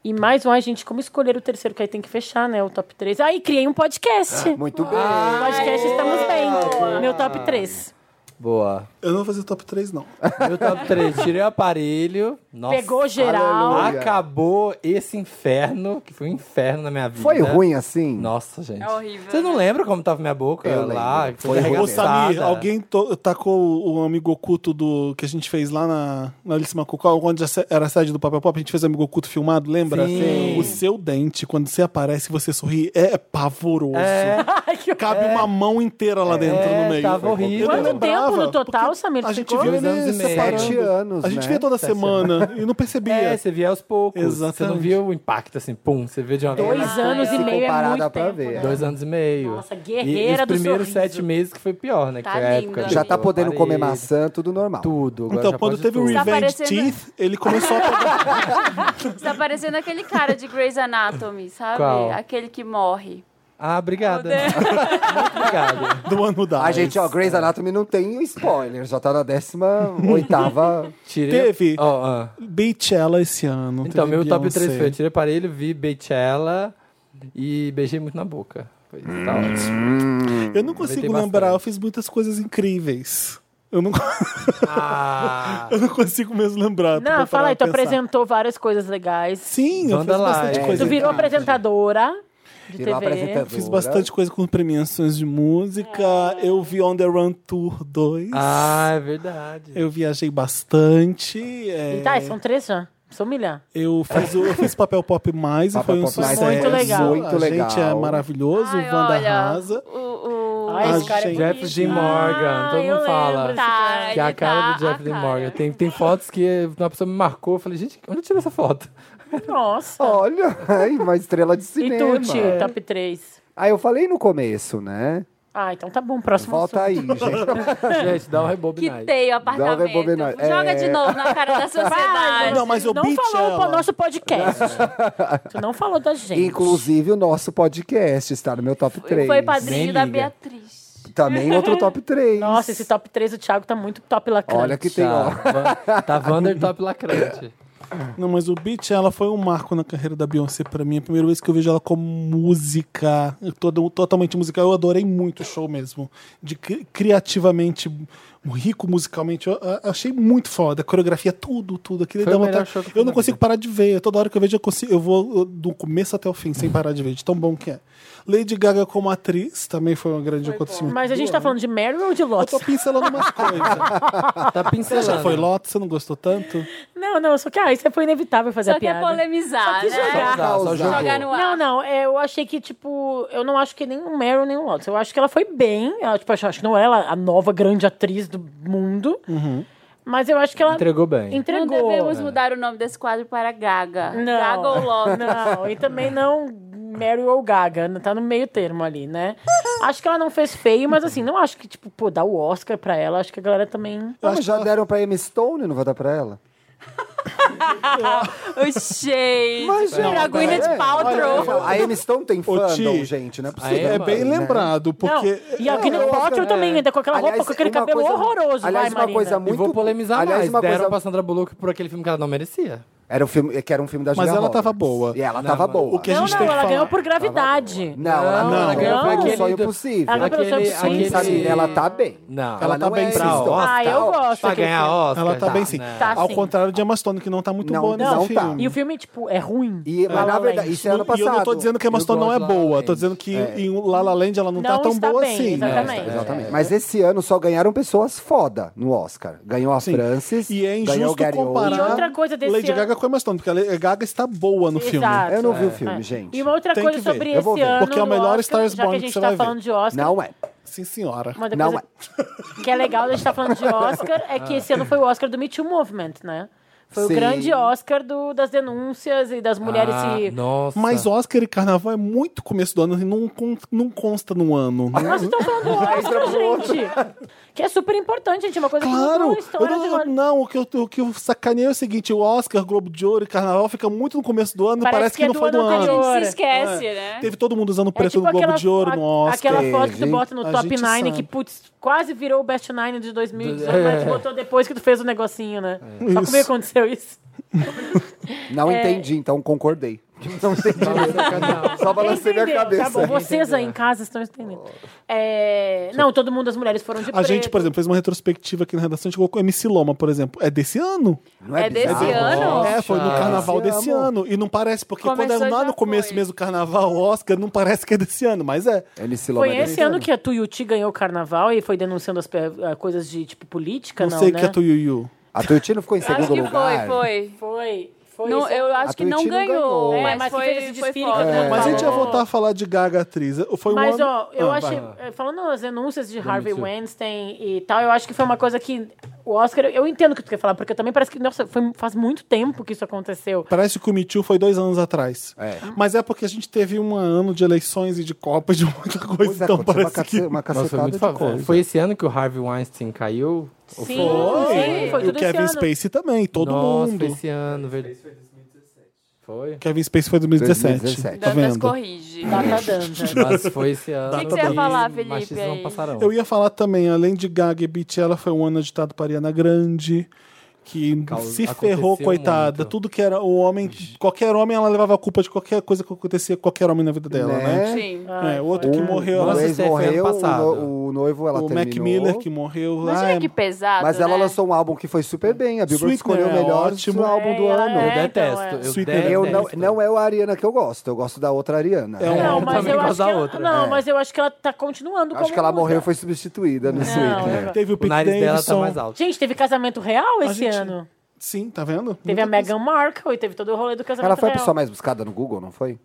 Speaker 2: E mais um, ai, gente, como escolher o terceiro, que aí tem que fechar, né? O top 3. Aí criei um podcast.
Speaker 3: Ah, Muito bem.
Speaker 5: Ah,
Speaker 2: podcast Estamos Bem. Meu top 3.
Speaker 5: Boa.
Speaker 1: Eu não vou fazer o top 3, não.
Speaker 5: Meu top 3. Tirei o aparelho. Nossa.
Speaker 2: Pegou geral.
Speaker 3: aleluia.
Speaker 5: Acabou esse inferno, que foi um inferno na minha vida.
Speaker 3: Foi ruim assim?
Speaker 5: Nossa, gente.
Speaker 4: É horrível,
Speaker 5: Vocês não
Speaker 4: né?
Speaker 5: lembram como tava minha boca
Speaker 3: Eu
Speaker 5: lá?
Speaker 3: lembro.
Speaker 5: que
Speaker 3: Foi ruim.
Speaker 1: Ô, Samir,
Speaker 5: arregaçada?
Speaker 1: alguém to- tacou o amigo oculto do que a gente fez lá na, na Alice Macucal, onde a sé- era a sede do Papel Pop, a gente fez amigo oculto filmado, lembra?
Speaker 5: Sim.
Speaker 1: O seu dente, quando você aparece e você sorri, é pavoroso.
Speaker 5: É.
Speaker 2: Ai, que
Speaker 1: Cabe uma mão inteira lá dentro
Speaker 5: É,
Speaker 1: no meio.
Speaker 5: tava horrível.
Speaker 1: Eu não
Speaker 2: Quanto tempo
Speaker 1: lembrava,
Speaker 2: no total?
Speaker 1: porque
Speaker 2: legal, Samir.
Speaker 1: A gente
Speaker 2: ficou?
Speaker 1: viu
Speaker 5: Dois anos
Speaker 1: ele
Speaker 5: e meio.
Speaker 1: separando.
Speaker 3: Sete anos,
Speaker 1: A gente
Speaker 3: né?
Speaker 1: via toda
Speaker 5: Sete
Speaker 1: semana e não percebia.
Speaker 5: É, você via aos poucos. Você não
Speaker 1: Exatamente.
Speaker 5: via o impacto, assim, pum. Você vê de uma vez.
Speaker 2: Dois anos
Speaker 4: se
Speaker 2: e meio é
Speaker 3: comparar,
Speaker 2: muito
Speaker 3: dá pra
Speaker 2: tempo,
Speaker 3: ver.
Speaker 2: né?
Speaker 5: Dois anos e meio.
Speaker 2: Nossa,
Speaker 5: e, e os
Speaker 2: guerreira do
Speaker 5: primeiros
Speaker 2: sorriso.
Speaker 5: sete meses que foi pior, né? Que
Speaker 4: Tá
Speaker 5: foi a época
Speaker 4: linda.
Speaker 5: de
Speaker 3: Já tá
Speaker 5: do
Speaker 3: podendo comer
Speaker 5: aparelho,
Speaker 3: maçã, tudo normal.
Speaker 5: Tudo. Agora
Speaker 1: Então,
Speaker 5: já
Speaker 1: quando
Speaker 5: pode
Speaker 1: teve o
Speaker 5: tudo.
Speaker 1: Revenge
Speaker 4: parecendo-
Speaker 2: né?
Speaker 1: Teeth, ele começou a pegar.
Speaker 4: Você tá parecendo aquele cara de Grey's Anatomy, sabe?
Speaker 5: Qual?
Speaker 4: Aquele que morre.
Speaker 5: Ah, obrigada.
Speaker 4: Meu Deus.
Speaker 5: Muito obrigado.
Speaker 1: do ano da.
Speaker 3: A gente, ó, Grey's
Speaker 5: É.
Speaker 3: Anatomy não tem spoiler, já tá na 18ª.
Speaker 5: Tirei...
Speaker 1: Teve
Speaker 5: Ó, ah.
Speaker 1: Beachella esse ano.
Speaker 5: Então,
Speaker 1: teve
Speaker 5: meu top
Speaker 1: Beyoncé.
Speaker 5: 3 foi eu tirei aparelho, vi Beychella e beijei muito na boca. Foi isso, tá
Speaker 1: Hum.
Speaker 5: ótimo.
Speaker 3: Hum,
Speaker 1: Eu não consigo
Speaker 5: bastante.
Speaker 1: lembrar, eu fiz muitas coisas incríveis. Eu não,
Speaker 5: Ah,
Speaker 1: eu não consigo mesmo lembrar.
Speaker 2: Não,
Speaker 1: pra
Speaker 2: fala aí, tu
Speaker 1: parar pra pensar.
Speaker 2: apresentou várias coisas legais.
Speaker 1: Sim, eu
Speaker 5: Wanda
Speaker 1: fiz bastante
Speaker 3: é.
Speaker 5: Live.
Speaker 1: coisa.
Speaker 2: Tu virou
Speaker 3: verdade.
Speaker 2: apresentadora de
Speaker 3: Virou
Speaker 2: TV.
Speaker 3: apresentadora.
Speaker 1: Fiz bastante coisa com premiações de música.
Speaker 2: É.
Speaker 1: Eu vi On The Run Tour 2.
Speaker 5: ah, é verdade.
Speaker 1: Eu viajei bastante. é,
Speaker 2: E tá, são três já. Sou milhar.
Speaker 1: eu, fiz o- eu fiz papel pop mais e
Speaker 3: Papel
Speaker 1: foi um
Speaker 3: Pop Mais
Speaker 1: sucesso.
Speaker 3: é
Speaker 2: Muito legal.
Speaker 3: muito
Speaker 1: a gente é
Speaker 3: legal.
Speaker 1: maravilhoso.
Speaker 4: Ai,
Speaker 1: o Wanda
Speaker 4: olha,
Speaker 1: arrasa.
Speaker 4: O, o...
Speaker 2: Ai,
Speaker 1: Ah,
Speaker 2: esse cara é
Speaker 1: gente.
Speaker 2: bonito.
Speaker 5: Jeff G. Morgan,
Speaker 2: Ah,
Speaker 5: todo
Speaker 2: eu
Speaker 5: mundo fala.
Speaker 2: lembro desse cara.
Speaker 4: Tá,
Speaker 5: Que é a
Speaker 4: ele
Speaker 5: cara
Speaker 4: tá
Speaker 5: do Jeff
Speaker 4: a
Speaker 5: D.
Speaker 4: cara.
Speaker 5: Morgan. Tem, tem fotos que uma pessoa me marcou. Eu falei, gente, onde eu tirei essa foto?
Speaker 2: Nossa.
Speaker 3: Olha, ai, uma estrela de
Speaker 2: e tá-
Speaker 3: cinema. É.
Speaker 2: Tuti, top 3.
Speaker 3: Aí eu falei no começo, né?
Speaker 2: Ah, então tá bom, próximo
Speaker 3: Volta
Speaker 2: assunto.
Speaker 3: aí, gente.
Speaker 5: gente, dá um rebobinar.
Speaker 4: Quitei o
Speaker 3: Dá uma
Speaker 4: apartamento.
Speaker 3: rebobinada.
Speaker 4: Joga
Speaker 3: É.
Speaker 4: de novo na cara da sociedade.
Speaker 1: Não, mas o
Speaker 2: não
Speaker 1: Beach
Speaker 2: falou
Speaker 1: Ella-
Speaker 2: pro nosso podcast. tu não falou da gente.
Speaker 3: Inclusive, o nosso podcast está no meu top 3.
Speaker 4: Foi padrinho
Speaker 5: Nem
Speaker 4: da
Speaker 5: liga.
Speaker 4: Beatriz.
Speaker 3: Também Tá outro top Ah, 3.
Speaker 2: Nossa, esse top 3 o Thiago tá muito top lacrante.
Speaker 3: Olha que tem, ó.
Speaker 5: Tá, tá Vandertop lacrante.
Speaker 1: Não, mas o Beach, ela foi um marco na carreira da Beyoncé pra mim. É a primeira vez que eu vejo ela como música, todo, totalmente musical. Eu adorei muito o show mesmo. De cri- criativamente rico musicalmente. Eu, a- achei muito foda. A coreografia, tudo, tudo. Aquilo
Speaker 5: Foi
Speaker 1: dá
Speaker 5: o melhor
Speaker 1: vontade-
Speaker 5: show que eu fui
Speaker 1: Eu não
Speaker 5: na
Speaker 1: consigo parar de ver. Toda hora que eu vejo, eu, consigo, eu vou eu- do começo até o fim, sem parar de ver, de tão bom que é. Lady Gaga como atriz também foi um grande acontecimento.
Speaker 2: Mas a gente tá falando de Meryl ou de
Speaker 1: Eu
Speaker 2: Lotus?
Speaker 1: tô pincelando umas coisas.
Speaker 5: Tá pincelando.
Speaker 1: Já foi Lotus, você não gostou tanto?
Speaker 2: Não, não, só que ah, isso foi inevitável fazer
Speaker 4: Só
Speaker 2: a
Speaker 4: que é
Speaker 2: piada.
Speaker 4: polemizar,
Speaker 2: Só que
Speaker 4: né?
Speaker 2: jogar.
Speaker 5: Só, só
Speaker 3: Jogar
Speaker 5: jogou.
Speaker 4: Jogar no ar.
Speaker 2: Não, não, é, eu achei que, tipo, eu não acho que nem o Meryl nem o Lotus. Eu acho que ela foi bem. Ela, tipo, acho acho que não é ela a nova grande atriz do mundo.
Speaker 3: Uhum.
Speaker 2: Mas eu acho que ela
Speaker 5: Entregou bem.
Speaker 2: entregou.
Speaker 4: Não devemos mudar o nome desse quadro para Gaga.
Speaker 2: Não.
Speaker 4: Gaga ou Lotus.
Speaker 2: Não, e também não Meryl ou Gaga, tá no meio termo ali, né? Acho que ela não fez feio, mas assim, não acho que, tipo, pô, dar o Oscar pra ela, acho que a galera também.
Speaker 3: Ah, mas já deram pra Emma Stone, não vou dar pra ela?
Speaker 4: Oxê!
Speaker 3: Mas, gente,
Speaker 4: Era Gwyneth
Speaker 3: é.
Speaker 4: Paltrow.
Speaker 3: A Emma Stone tem fandom,
Speaker 1: Ti,
Speaker 3: gente, não é
Speaker 5: a
Speaker 3: possível.
Speaker 1: É
Speaker 5: Mano,
Speaker 1: bem
Speaker 3: né?
Speaker 1: lembrado, porque.
Speaker 2: não, e a
Speaker 3: Não,
Speaker 2: Gwyneth
Speaker 3: eu acho
Speaker 2: Paltrow
Speaker 3: que-
Speaker 2: também, ainda com aquela roupa, com aquele
Speaker 3: uma
Speaker 2: cabelo
Speaker 3: coisa-
Speaker 2: horroroso.
Speaker 3: Aliás,
Speaker 2: vai,
Speaker 3: uma
Speaker 2: Marina.
Speaker 3: coisa
Speaker 5: E
Speaker 3: muito.
Speaker 5: vou polemizar
Speaker 3: aliás,
Speaker 5: mais.
Speaker 3: Uma
Speaker 5: Deram
Speaker 3: coisa...
Speaker 5: pra Sandra Bullock por aquele filme que ela não merecia.
Speaker 3: Era um filme, que era um filme da
Speaker 1: Mas
Speaker 3: Julia
Speaker 1: ela
Speaker 3: Roberts.
Speaker 1: tava boa.
Speaker 3: E ela tava boa.
Speaker 1: O que a
Speaker 2: Não,
Speaker 1: gente tem
Speaker 2: não,
Speaker 1: que
Speaker 2: ela
Speaker 1: falar.
Speaker 2: ganhou por gravidade.
Speaker 3: Não, ela
Speaker 5: Não,
Speaker 3: não.
Speaker 5: ela ganhou
Speaker 3: Ela
Speaker 2: por
Speaker 3: foi um
Speaker 2: aquele
Speaker 3: sonho
Speaker 5: do-
Speaker 3: possível.
Speaker 2: Ela ganhou
Speaker 4: é
Speaker 5: Aquele-
Speaker 2: pelo
Speaker 5: aquele-
Speaker 2: Sim.
Speaker 3: Sabe, ela tá bem.
Speaker 5: Não, ela,
Speaker 3: ela
Speaker 1: tá
Speaker 3: não
Speaker 1: bem
Speaker 3: é
Speaker 1: pra
Speaker 3: Emma Stone.
Speaker 5: Oscar.
Speaker 2: Ah, eu gosto.
Speaker 5: Pra
Speaker 2: daquele
Speaker 5: ganhar
Speaker 2: filme.
Speaker 5: Oscar.
Speaker 1: Ela tá,
Speaker 3: Tá,
Speaker 1: bem sim.
Speaker 5: né?
Speaker 2: Tá,
Speaker 1: Ao
Speaker 2: sim.
Speaker 1: contrário de Emma Stone, que não tá muito
Speaker 3: Não,
Speaker 1: boa nesse
Speaker 3: não tá.
Speaker 1: filme.
Speaker 2: E o filme, tipo, é ruim.
Speaker 3: E, mas
Speaker 2: La La
Speaker 3: na verdade,
Speaker 2: Land.
Speaker 3: isso é ano
Speaker 1: E
Speaker 3: passado.
Speaker 1: eu não tô dizendo que a Emma
Speaker 5: Eu
Speaker 1: Stone não
Speaker 5: gosto
Speaker 1: é
Speaker 5: de La La
Speaker 1: boa. Eu tô
Speaker 5: Land.
Speaker 1: dizendo que em La La Land ela não, tá
Speaker 2: Não
Speaker 1: tão
Speaker 2: está
Speaker 1: boa
Speaker 2: bem,
Speaker 1: assim.
Speaker 2: exatamente.
Speaker 3: Exatamente. É. Mas esse ano só ganharam pessoas foda no Oscar. Ganhou a
Speaker 1: Sim.
Speaker 3: Frances.
Speaker 1: E é
Speaker 3: ganhou
Speaker 1: injusto
Speaker 3: o Gary
Speaker 1: comparar
Speaker 2: E
Speaker 3: Oldman.
Speaker 2: outra coisa desse
Speaker 1: Lady
Speaker 2: ano-
Speaker 1: Gaga com a Emma Stone, porque a Lady Gaga está boa no filme.
Speaker 2: Exato.
Speaker 3: Eu não vi o
Speaker 2: É.
Speaker 3: filme, gente.
Speaker 2: E uma outra
Speaker 1: Tem
Speaker 2: coisa
Speaker 1: que ver.
Speaker 2: sobre
Speaker 1: Eu
Speaker 2: esse
Speaker 3: vou ver.
Speaker 2: ano.
Speaker 1: Porque é o
Speaker 2: no
Speaker 1: melhor
Speaker 2: Oscar,
Speaker 1: Star is
Speaker 2: já que
Speaker 1: Born
Speaker 2: a
Speaker 1: que
Speaker 2: gente
Speaker 1: você
Speaker 2: tá
Speaker 1: vai ver.
Speaker 2: falando de Oscar.
Speaker 3: Não é.
Speaker 1: Sim, senhora.
Speaker 2: Uma da
Speaker 3: Não
Speaker 2: coisa que é legal da gente estar falando de Oscar é
Speaker 1: Ah.
Speaker 2: que esse ano foi o Oscar do Me Too Movement, né? Foi
Speaker 3: Sim.
Speaker 2: o grande Oscar do, das denúncias e das mulheres
Speaker 5: Ah,
Speaker 2: se.
Speaker 5: Nossa.
Speaker 1: Mas Oscar e Carnaval é muito começo do ano e não, con- não consta no ano.
Speaker 2: Nós estamos falando do Oscar, gente. Que é super importante, gente. Uma coisa que
Speaker 1: Claro!
Speaker 2: mudou a
Speaker 1: Eu
Speaker 2: história
Speaker 1: não,
Speaker 2: de
Speaker 1: não, o que eu, o que eu sacaneei é o seguinte: o Oscar, Globo de Ouro e Carnaval fica muito no começo do ano,
Speaker 2: Parece
Speaker 1: parece,
Speaker 2: que
Speaker 1: que,
Speaker 2: é
Speaker 1: não
Speaker 2: do
Speaker 1: foi do
Speaker 2: ano
Speaker 1: ano.
Speaker 2: anterior.
Speaker 4: A gente se esquece, né?
Speaker 1: É. Teve todo mundo usando o preço
Speaker 2: tipo
Speaker 1: do Globo
Speaker 2: aquela,
Speaker 1: de Ouro no
Speaker 2: a-
Speaker 1: Oscar.
Speaker 2: aquela foto que tu
Speaker 3: Teve.
Speaker 2: bota no
Speaker 1: A
Speaker 2: top
Speaker 1: gente
Speaker 2: 9
Speaker 1: sabe.
Speaker 2: que, putz, quase virou o Best Nine de 2018,
Speaker 5: É.
Speaker 2: mas tu botou depois que tu fez o negocinho, né? Só
Speaker 1: Isso.
Speaker 2: comigo aconteceu isso.
Speaker 3: Não
Speaker 2: é,
Speaker 3: entendi, então concordei. Não entendi. Só balancei minha
Speaker 2: Entendeu,
Speaker 3: cabeça.
Speaker 2: Tá bom, vocês aí em casa estão entendendo. É, Não, todo mundo, as mulheres foram de
Speaker 1: A
Speaker 2: preto.
Speaker 1: gente, por exemplo, fez uma retrospectiva aqui na redação, a gente colocou MC Loma, por exemplo. É desse ano?
Speaker 3: Não
Speaker 4: É desse
Speaker 3: bizarro?
Speaker 4: ano?
Speaker 1: É, foi no
Speaker 5: Nossa.
Speaker 1: carnaval
Speaker 3: Esse
Speaker 1: desse
Speaker 3: ano.
Speaker 1: ano. E não parece, porque
Speaker 4: Começou
Speaker 1: quando é lá
Speaker 4: já
Speaker 1: no começo
Speaker 4: foi.
Speaker 1: mesmo do carnaval, Oscar, não parece que é desse ano, mas é.
Speaker 3: MC Loma
Speaker 2: Foi
Speaker 3: é
Speaker 2: esse
Speaker 3: desse
Speaker 2: ano que a Tuiuti ganhou o carnaval e foi denunciando as pe- ah, coisas de, tipo, política,
Speaker 1: Não
Speaker 2: não,
Speaker 1: sei o
Speaker 2: né?
Speaker 1: que é Tuiuiu.
Speaker 3: A Tuiuti não ficou em
Speaker 4: Acho
Speaker 3: segundo
Speaker 4: que
Speaker 3: lugar?
Speaker 4: foi, foi.
Speaker 2: Foi, Foi
Speaker 4: Não,
Speaker 2: isso?
Speaker 4: eu acho
Speaker 3: A
Speaker 4: que não
Speaker 3: Twitch não
Speaker 4: ganhou,
Speaker 3: ganhou.
Speaker 2: É,
Speaker 4: mas,
Speaker 2: mas que
Speaker 4: foi,
Speaker 2: fez esse
Speaker 4: foi
Speaker 2: desfile
Speaker 4: foda.
Speaker 2: que eu É.
Speaker 1: Mas a gente ia
Speaker 2: Falou.
Speaker 1: voltar a falar de Gaga atriz. Foi um
Speaker 2: Mas,
Speaker 1: ano...
Speaker 2: ó, eu
Speaker 1: Ah,
Speaker 2: achei.
Speaker 1: vai.
Speaker 2: eh, Falando nas denúncias de Harvey
Speaker 5: Denúncia.
Speaker 2: Weinstein e tal, eu acho que foi uma coisa que. O Oscar, eu entendo o que tu quer falar, porque também parece que. Nossa, foi, faz muito tempo que isso aconteceu.
Speaker 1: Parece que o Me Too foi dois anos atrás.
Speaker 3: É.
Speaker 1: Mas é porque a gente teve um ano de eleições e de Copa e de muita coisa.
Speaker 3: Pois é,
Speaker 1: então
Speaker 3: aconteceu uma,
Speaker 1: parece
Speaker 3: cace-
Speaker 1: que...
Speaker 3: uma
Speaker 5: Nossa, foi
Speaker 3: cacetada
Speaker 5: muito
Speaker 3: de
Speaker 5: fa-
Speaker 3: coisa.
Speaker 5: Foi esse ano que o Harvey Weinstein caiu? Ou
Speaker 2: Sim,
Speaker 1: Foi.
Speaker 2: sim, foi
Speaker 1: E o
Speaker 2: tudo esse
Speaker 1: Kevin
Speaker 2: ano.
Speaker 1: Spacey também, todo
Speaker 5: Nossa,
Speaker 1: mundo.
Speaker 5: foi esse ano, verdade. Foi?
Speaker 1: Kevin Spacey foi 2017.
Speaker 3: 2017.
Speaker 1: Tá
Speaker 4: Dantas
Speaker 1: vendo?
Speaker 4: corrige.
Speaker 2: Data danta.
Speaker 5: Mas foi esse ano.
Speaker 1: que que você ia
Speaker 4: falar, Felipe,
Speaker 5: Machistas não
Speaker 4: aí?
Speaker 5: um passarão.
Speaker 1: Eu ia falar também, além de Gaga e Beach, ela foi um ano ditado para Ariana Grande, que
Speaker 5: Causa-
Speaker 1: se ferrou,
Speaker 5: aconteceu
Speaker 1: coitada.
Speaker 5: muito.
Speaker 1: Tudo que era o homem, qualquer homem, ela levava a culpa de qualquer coisa que acontecia com qualquer homem na vida dela, né?
Speaker 3: Né?
Speaker 4: Sim.
Speaker 2: Ai,
Speaker 1: É, o outro
Speaker 2: foi.
Speaker 1: que morreu,
Speaker 3: O
Speaker 5: Nossa,
Speaker 3: ex
Speaker 5: Steph, ano
Speaker 3: morreu, o,
Speaker 5: passado.
Speaker 3: no- o noivo ela
Speaker 1: o
Speaker 3: terminou.
Speaker 1: Mac Miller que morreu.
Speaker 4: Imagina
Speaker 1: ah,
Speaker 4: que pesado,
Speaker 3: Mas ela
Speaker 4: né?
Speaker 3: lançou um álbum que foi super bem. A Billboard
Speaker 1: Sweetener
Speaker 3: escolheu o
Speaker 1: é
Speaker 3: melhor
Speaker 1: ótimo.
Speaker 3: álbum do
Speaker 2: É, ela
Speaker 3: ano.
Speaker 5: Eu
Speaker 2: É, então,
Speaker 5: detesto.
Speaker 2: é.
Speaker 5: Eu
Speaker 1: Sweet Death.
Speaker 5: detesto.
Speaker 3: Eu não, não é o Ariana que eu gosto, eu gosto da outra Ariana.
Speaker 1: É um-
Speaker 2: Não,
Speaker 1: É,
Speaker 2: mas
Speaker 5: também
Speaker 2: eu
Speaker 5: com
Speaker 2: acho
Speaker 5: as da
Speaker 2: que ela,
Speaker 5: outra.
Speaker 2: não,
Speaker 3: É.
Speaker 2: mas eu acho que ela tá continuando
Speaker 3: Acho
Speaker 2: como
Speaker 3: que ela
Speaker 2: musa.
Speaker 3: morreu e foi substituída no Sweetener.
Speaker 2: ela-
Speaker 1: É, Teve o
Speaker 5: O
Speaker 1: Pete
Speaker 5: nariz dela tá
Speaker 1: Davidson.
Speaker 5: mais alto.
Speaker 2: Gente, teve casamento real
Speaker 1: A
Speaker 2: esse
Speaker 1: gente-
Speaker 2: ano.
Speaker 1: Sim, tá vendo?
Speaker 2: Teve
Speaker 1: Muita
Speaker 2: a Meghan Markle e teve todo o rolê do casamento
Speaker 3: Ela foi a
Speaker 2: real.
Speaker 3: pessoa mais buscada no Google, não foi?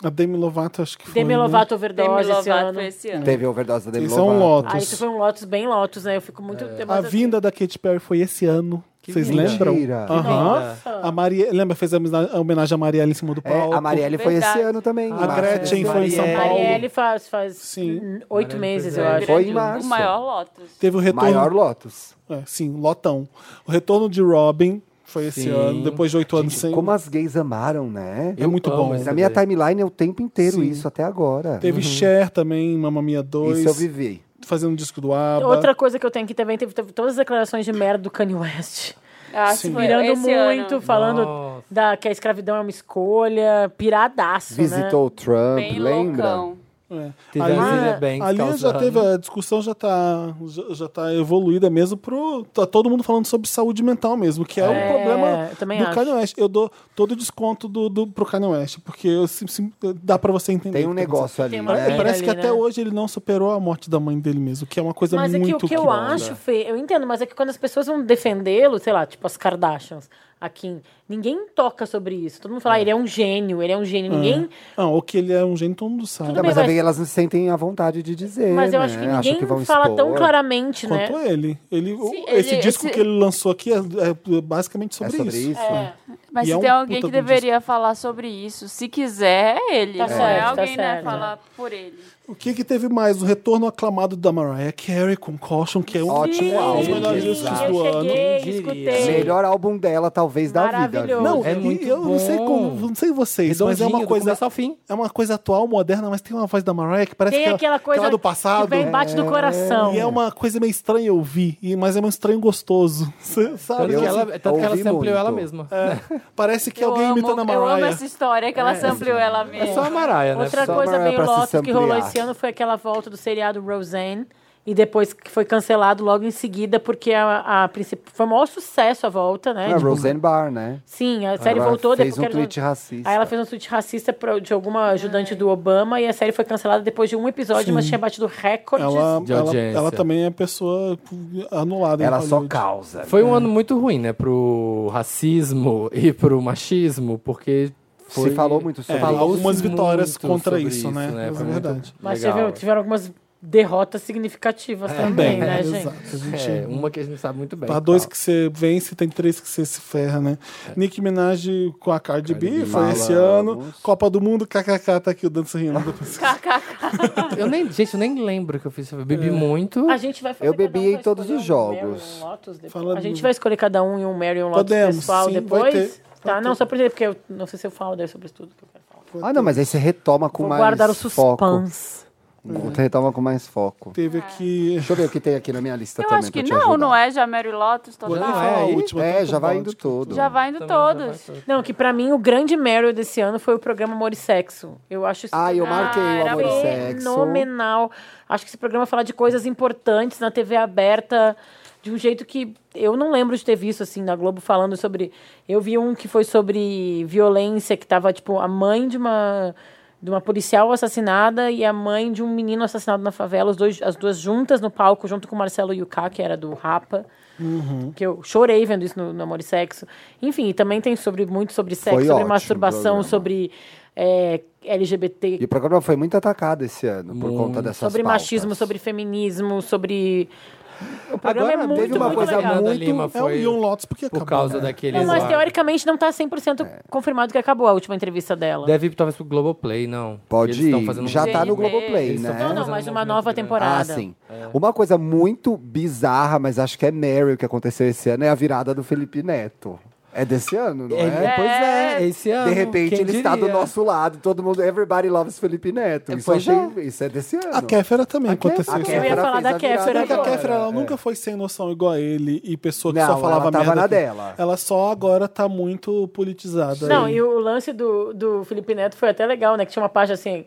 Speaker 1: coisa. A Demi Lovato, acho que foi.
Speaker 2: Demi
Speaker 1: né?
Speaker 2: Lovato overdose
Speaker 4: Demi
Speaker 2: esse
Speaker 4: Lovato
Speaker 2: ano.
Speaker 4: foi esse ano.
Speaker 3: Teve a overdose da Demi
Speaker 1: Isso é um
Speaker 3: Lovato.
Speaker 1: Lotus.
Speaker 2: Ah, isso foi um Lotus bem Lotus, né? Eu fico muito... É.
Speaker 1: A vinda da Katy Perry foi esse ano. Vocês
Speaker 5: vinda.
Speaker 1: lembram?
Speaker 3: Mentira.
Speaker 1: Aham. A Maria, lembra? Fez a amizna- a homenagem à Marielle em cima do
Speaker 3: É,
Speaker 1: palco.
Speaker 3: a Marielle foi esse
Speaker 4: Verdade.
Speaker 3: ano também. em
Speaker 1: A
Speaker 3: março.
Speaker 1: Gretchen foi em São
Speaker 5: Marielle.
Speaker 1: Paulo.
Speaker 2: Marielle faz, faz
Speaker 1: Sim.
Speaker 2: hum, oito
Speaker 5: Marielle
Speaker 2: meses,
Speaker 5: fez
Speaker 2: eu
Speaker 5: a-
Speaker 2: acho.
Speaker 3: Foi em
Speaker 4: O
Speaker 3: março.
Speaker 4: maior Lotus.
Speaker 1: Teve o retorno.
Speaker 3: Maior Lotus.
Speaker 1: É, sim, lotão. O retorno de Robin foi esse
Speaker 5: Sim.
Speaker 1: ano, depois de oito anos sem.
Speaker 3: Como as gays amaram, né?
Speaker 1: É muito
Speaker 5: Eu amo
Speaker 1: bom.
Speaker 5: esse
Speaker 3: Na minha
Speaker 5: daí.
Speaker 3: timeline é o tempo inteiro
Speaker 1: Sim.
Speaker 3: isso, até agora.
Speaker 1: Teve Cher também, Mamma Mia
Speaker 3: Isso eu
Speaker 1: 2,
Speaker 3: vivi.
Speaker 1: fazendo um disco do ABBA.
Speaker 2: Outra coisa que eu tenho aqui também, teve, teve todas as declarações de merda do Kanye West.
Speaker 4: Ah, sim. foi
Speaker 2: Pirando
Speaker 4: esse
Speaker 2: muito,
Speaker 4: ano.
Speaker 2: falando
Speaker 5: Nossa.
Speaker 2: da, que a escravidão é uma escolha, piradaço, né?
Speaker 3: Visitou o Trump,
Speaker 4: Bem
Speaker 3: lembra?
Speaker 4: loucão.
Speaker 1: É.
Speaker 5: Teve
Speaker 1: ali
Speaker 5: a Zilia Banks
Speaker 1: ali já
Speaker 5: causando.
Speaker 1: teve a discussão já tá já, já tá evoluída mesmo pro tá todo mundo falando sobre saúde mental mesmo que é,
Speaker 2: É,
Speaker 1: um problema
Speaker 2: eu também
Speaker 1: do
Speaker 2: acho.
Speaker 1: Kanye West. Eu dou todo o desconto do, do pro Kanye West porque eu sim- sim- dá pra você entender.
Speaker 3: Tem
Speaker 1: o
Speaker 3: um
Speaker 1: que tá
Speaker 3: negócio ali,
Speaker 2: Tem uma
Speaker 1: acontecendo.
Speaker 2: coisa
Speaker 3: né?
Speaker 1: Parece
Speaker 2: ali,
Speaker 1: que
Speaker 2: né?
Speaker 1: até hoje ele não superou a morte da mãe dele mesmo, que é uma coisa
Speaker 2: Mas é
Speaker 1: muito
Speaker 2: que o que eu
Speaker 1: cruel.
Speaker 2: acho, Fê, eu entendo, mas é que quando as pessoas vão defendê-lo, sei lá, tipo as Kardashians, a Kim, ninguém toca sobre isso. Todo mundo fala, ah, ele é um gênio, ele é um gênio. Ninguém.
Speaker 1: Ah, ou que ele é um gênio, todo mundo sabe.
Speaker 2: Tudo
Speaker 3: Não,
Speaker 2: bem,
Speaker 3: mas, às
Speaker 2: mas-
Speaker 3: vezes elas não se sentem à vontade de dizer,
Speaker 2: Mas eu
Speaker 3: né?
Speaker 2: acho que
Speaker 3: Acham
Speaker 2: ninguém
Speaker 3: vão
Speaker 2: fala
Speaker 3: expor.
Speaker 2: tão claramente, né?
Speaker 1: Quanto ele. ele o-
Speaker 4: Sim,
Speaker 1: esse
Speaker 4: ele-
Speaker 1: disco
Speaker 4: esse-
Speaker 1: que ele lançou aqui é, é basicamente
Speaker 3: É
Speaker 1: sobre,
Speaker 3: sobre isso?
Speaker 4: Mas
Speaker 1: E
Speaker 4: se
Speaker 1: é um
Speaker 4: tem alguém
Speaker 1: puta
Speaker 4: que
Speaker 1: de um
Speaker 4: deveria falar sobre isso, se quiser, é ele.
Speaker 2: Tá
Speaker 4: Não é
Speaker 2: certo, tá
Speaker 4: alguém, né?
Speaker 2: certo.
Speaker 4: Falar por ele.
Speaker 1: O que que teve mais? O retorno aclamado da Mariah Carey com Caution, que é um
Speaker 3: Ótimo álbum,
Speaker 1: dos melhores discos
Speaker 5: exato.
Speaker 1: do
Speaker 2: eu
Speaker 1: ano.
Speaker 2: cheguei,
Speaker 5: Quem diria?
Speaker 2: escutei.
Speaker 3: Melhor álbum dela, talvez, da vida.
Speaker 2: Maravilhoso. Né?
Speaker 1: Não,
Speaker 5: É
Speaker 1: e
Speaker 5: muito
Speaker 1: eu não sei
Speaker 5: bom.
Speaker 1: como, não sei vocês, mas é uma
Speaker 5: Redondinho, do
Speaker 1: coisa
Speaker 5: começo ao fim.
Speaker 1: é uma coisa atual, moderna, mas tem uma voz da Mariah que parece
Speaker 2: Tem
Speaker 1: que é
Speaker 2: aquela coisa
Speaker 1: do passado. É.
Speaker 2: que vem bate do coração.
Speaker 1: E é uma coisa meio estranha eu ouvir, e- mas é um estranho gostoso. Cê
Speaker 5: Tanto
Speaker 1: Sabe?
Speaker 5: que
Speaker 3: Eu
Speaker 5: ela, tanto que ela
Speaker 3: ouvi
Speaker 5: sampleou
Speaker 3: muito.
Speaker 5: ela mesma.
Speaker 1: É, parece que
Speaker 4: Eu
Speaker 1: alguém
Speaker 4: amo-
Speaker 1: imitando a
Speaker 4: Eu amo
Speaker 1: Mariah.
Speaker 4: essa história que ela ampliou ela mesma.
Speaker 5: É só a Mariah, né?
Speaker 2: Outra
Speaker 3: Só
Speaker 2: coisa
Speaker 3: pra-
Speaker 2: meio
Speaker 3: pra se
Speaker 2: Lotus que rolou
Speaker 3: ampliar.
Speaker 2: esse ano foi aquela volta do seriado Roseanne. E depois que foi cancelado logo em seguida, porque a, a princip... foi o maior sucesso a volta, né?
Speaker 3: É,
Speaker 2: Tipo,
Speaker 3: Roseanne Barr, né?
Speaker 2: Sim, a série
Speaker 3: Ela
Speaker 2: voltou
Speaker 3: fez
Speaker 2: depois.
Speaker 3: um
Speaker 2: que ela-
Speaker 3: tweet racista.
Speaker 2: Aí ela fez um tweet racista pro- de alguma ajudante do Obama e a série foi cancelada depois de um episódio, mas tinha batido recordes.
Speaker 1: Ela,
Speaker 5: De
Speaker 1: ela,
Speaker 5: audiência.
Speaker 1: ela também é pessoa anulada. em
Speaker 3: Ela só
Speaker 1: Hollywood.
Speaker 3: causa.
Speaker 5: Foi um ano muito ruim, né? Pro racismo e pro machismo, porque foi...
Speaker 3: Se falou muito sobre
Speaker 1: É,
Speaker 3: isso.
Speaker 1: algumas
Speaker 5: muito
Speaker 1: vitórias contra
Speaker 5: sobre
Speaker 1: isso, né? É
Speaker 5: Foi
Speaker 1: verdade.
Speaker 5: muito
Speaker 2: Mas
Speaker 5: legal.
Speaker 2: teve- tiveram algumas derrotas significativas
Speaker 3: É.
Speaker 2: também, né, gente?
Speaker 1: É, Exato. A gente-
Speaker 5: É, uma que a gente sabe muito bem.
Speaker 1: Há dois que você vence, tem três que você se ferra, né?
Speaker 3: É.
Speaker 1: Nicki Minaj com a Cardi, B, foi esse ano.
Speaker 3: Falamos.
Speaker 1: Copa do Mundo, kkk, tá aqui o Dança Rindo.
Speaker 5: Eu nem, gente, eu nem lembro o que eu fiz. Eu
Speaker 3: É.
Speaker 5: bebi muito.
Speaker 2: A gente vai fazer
Speaker 3: Eu
Speaker 2: cada
Speaker 3: bebi
Speaker 2: um vai
Speaker 3: em todos
Speaker 2: escolher
Speaker 3: os
Speaker 2: um Mary,
Speaker 3: jogos.
Speaker 2: um Lotus depois.
Speaker 1: Fala
Speaker 2: a gente
Speaker 1: do-
Speaker 2: vai escolher cada um e um Mary e um Lotus
Speaker 1: Podemos,
Speaker 2: pessoal
Speaker 1: sim, vai
Speaker 2: depois.
Speaker 1: ter,
Speaker 2: tá, não, só pra dizer, porque eu não sei se eu falo daí sobre tudo que eu quero falar.
Speaker 3: Ah, não, mas aí você retoma com
Speaker 2: Vou
Speaker 3: mais
Speaker 2: guardar o
Speaker 3: foco.
Speaker 2: suspense.
Speaker 3: Você retoma com mais foco.
Speaker 2: É.
Speaker 1: Teve aqui.
Speaker 3: Deixa eu ver o que tem aqui na minha lista
Speaker 4: Eu
Speaker 3: também.
Speaker 4: acho que
Speaker 3: pra te
Speaker 4: não,
Speaker 3: ajudar.
Speaker 4: não é já Mary Lotus total.
Speaker 5: Não
Speaker 1: Fala a
Speaker 5: aí?
Speaker 1: última,
Speaker 3: É,
Speaker 1: tanto
Speaker 3: já vai
Speaker 1: bode.
Speaker 3: indo todo.
Speaker 4: Já vai indo todos.
Speaker 2: Não, que pra mim o grande Mary desse ano foi o programa Amor e Sexo. Eu acho isso
Speaker 3: Ah, eu marquei
Speaker 4: Ah,
Speaker 3: o
Speaker 4: era
Speaker 3: amor e sexo.
Speaker 2: fenomenal. Acho que esse programa fala de coisas importantes na TV aberta de um jeito que eu não lembro de ter visto assim na Globo falando sobre. Eu vi um que foi sobre violência que tava tipo a mãe de uma de uma policial assassinada e a mãe de um menino assassinado na favela, os dois, as duas juntas no palco, junto com o Marcelo Yuká, que era do Rapa. Que eu chorei vendo isso no, no Amor e Sexo. Enfim, e também tem sobre, muito sobre sexo, sobre
Speaker 3: ótimo o
Speaker 2: masturbação,
Speaker 3: programa.
Speaker 2: sobre é, LGBT,
Speaker 3: E o programa foi muito atacado esse ano por conta dessas
Speaker 2: sobre
Speaker 3: pautas.
Speaker 2: machismo, sobre feminismo, sobre. O programa
Speaker 3: Agora,
Speaker 2: é muito,
Speaker 3: teve uma
Speaker 2: muito
Speaker 3: coisa
Speaker 2: legal.
Speaker 5: Fernanda
Speaker 3: muito-
Speaker 5: Lima
Speaker 1: É o
Speaker 5: foi
Speaker 1: Ion Lotus, porque
Speaker 5: por
Speaker 1: acabou,
Speaker 5: causa
Speaker 1: né?
Speaker 5: daquele.
Speaker 2: Não, mas
Speaker 5: lá.
Speaker 2: teoricamente não tá 100%
Speaker 3: É.
Speaker 2: confirmado que acabou a última entrevista dela.
Speaker 5: Deve ir talvez pro Globoplay, não.
Speaker 3: Pode
Speaker 5: Eles tão
Speaker 3: ir.
Speaker 5: fazendo um-
Speaker 3: Já tá no
Speaker 4: Gente,
Speaker 3: Globoplay,
Speaker 5: eles
Speaker 3: né?
Speaker 5: tão
Speaker 2: Não, não,
Speaker 5: fazendo
Speaker 2: mas
Speaker 5: um
Speaker 2: uma
Speaker 5: movimento
Speaker 2: nova
Speaker 5: grande.
Speaker 2: temporada.
Speaker 3: Ah, sim.
Speaker 5: É.
Speaker 3: Uma coisa muito bizarra, mas acho que é Meryl que aconteceu esse ano, é a virada do Felipe Neto. É desse ano, não
Speaker 5: É,
Speaker 3: é?
Speaker 5: Pois é, esse ano.
Speaker 3: De repente
Speaker 5: quem
Speaker 3: ele está do
Speaker 5: diria?
Speaker 3: nosso lado, todo mundo, everybody loves Felipe Neto.
Speaker 5: É,
Speaker 3: Isso,
Speaker 5: pois
Speaker 3: eu achei- isso é desse ano.
Speaker 1: A Kéfera também aconteceu.
Speaker 3: a
Speaker 1: isso.
Speaker 2: Eu ia
Speaker 3: Kéfera
Speaker 2: falar
Speaker 3: fez
Speaker 2: da
Speaker 3: a virada
Speaker 2: Kéfera
Speaker 1: Só que a
Speaker 2: agora.
Speaker 1: Kéfera, ela nunca foi sem noção igual a ele e pessoa que
Speaker 3: Não,
Speaker 1: só falava
Speaker 3: ela tava
Speaker 1: merda. que-
Speaker 3: na dela.
Speaker 1: Ela só agora tá muito politizada.
Speaker 2: Não,
Speaker 1: aí.
Speaker 2: e o lance do, do Felipe Neto foi até legal, né? Que tinha uma página assim,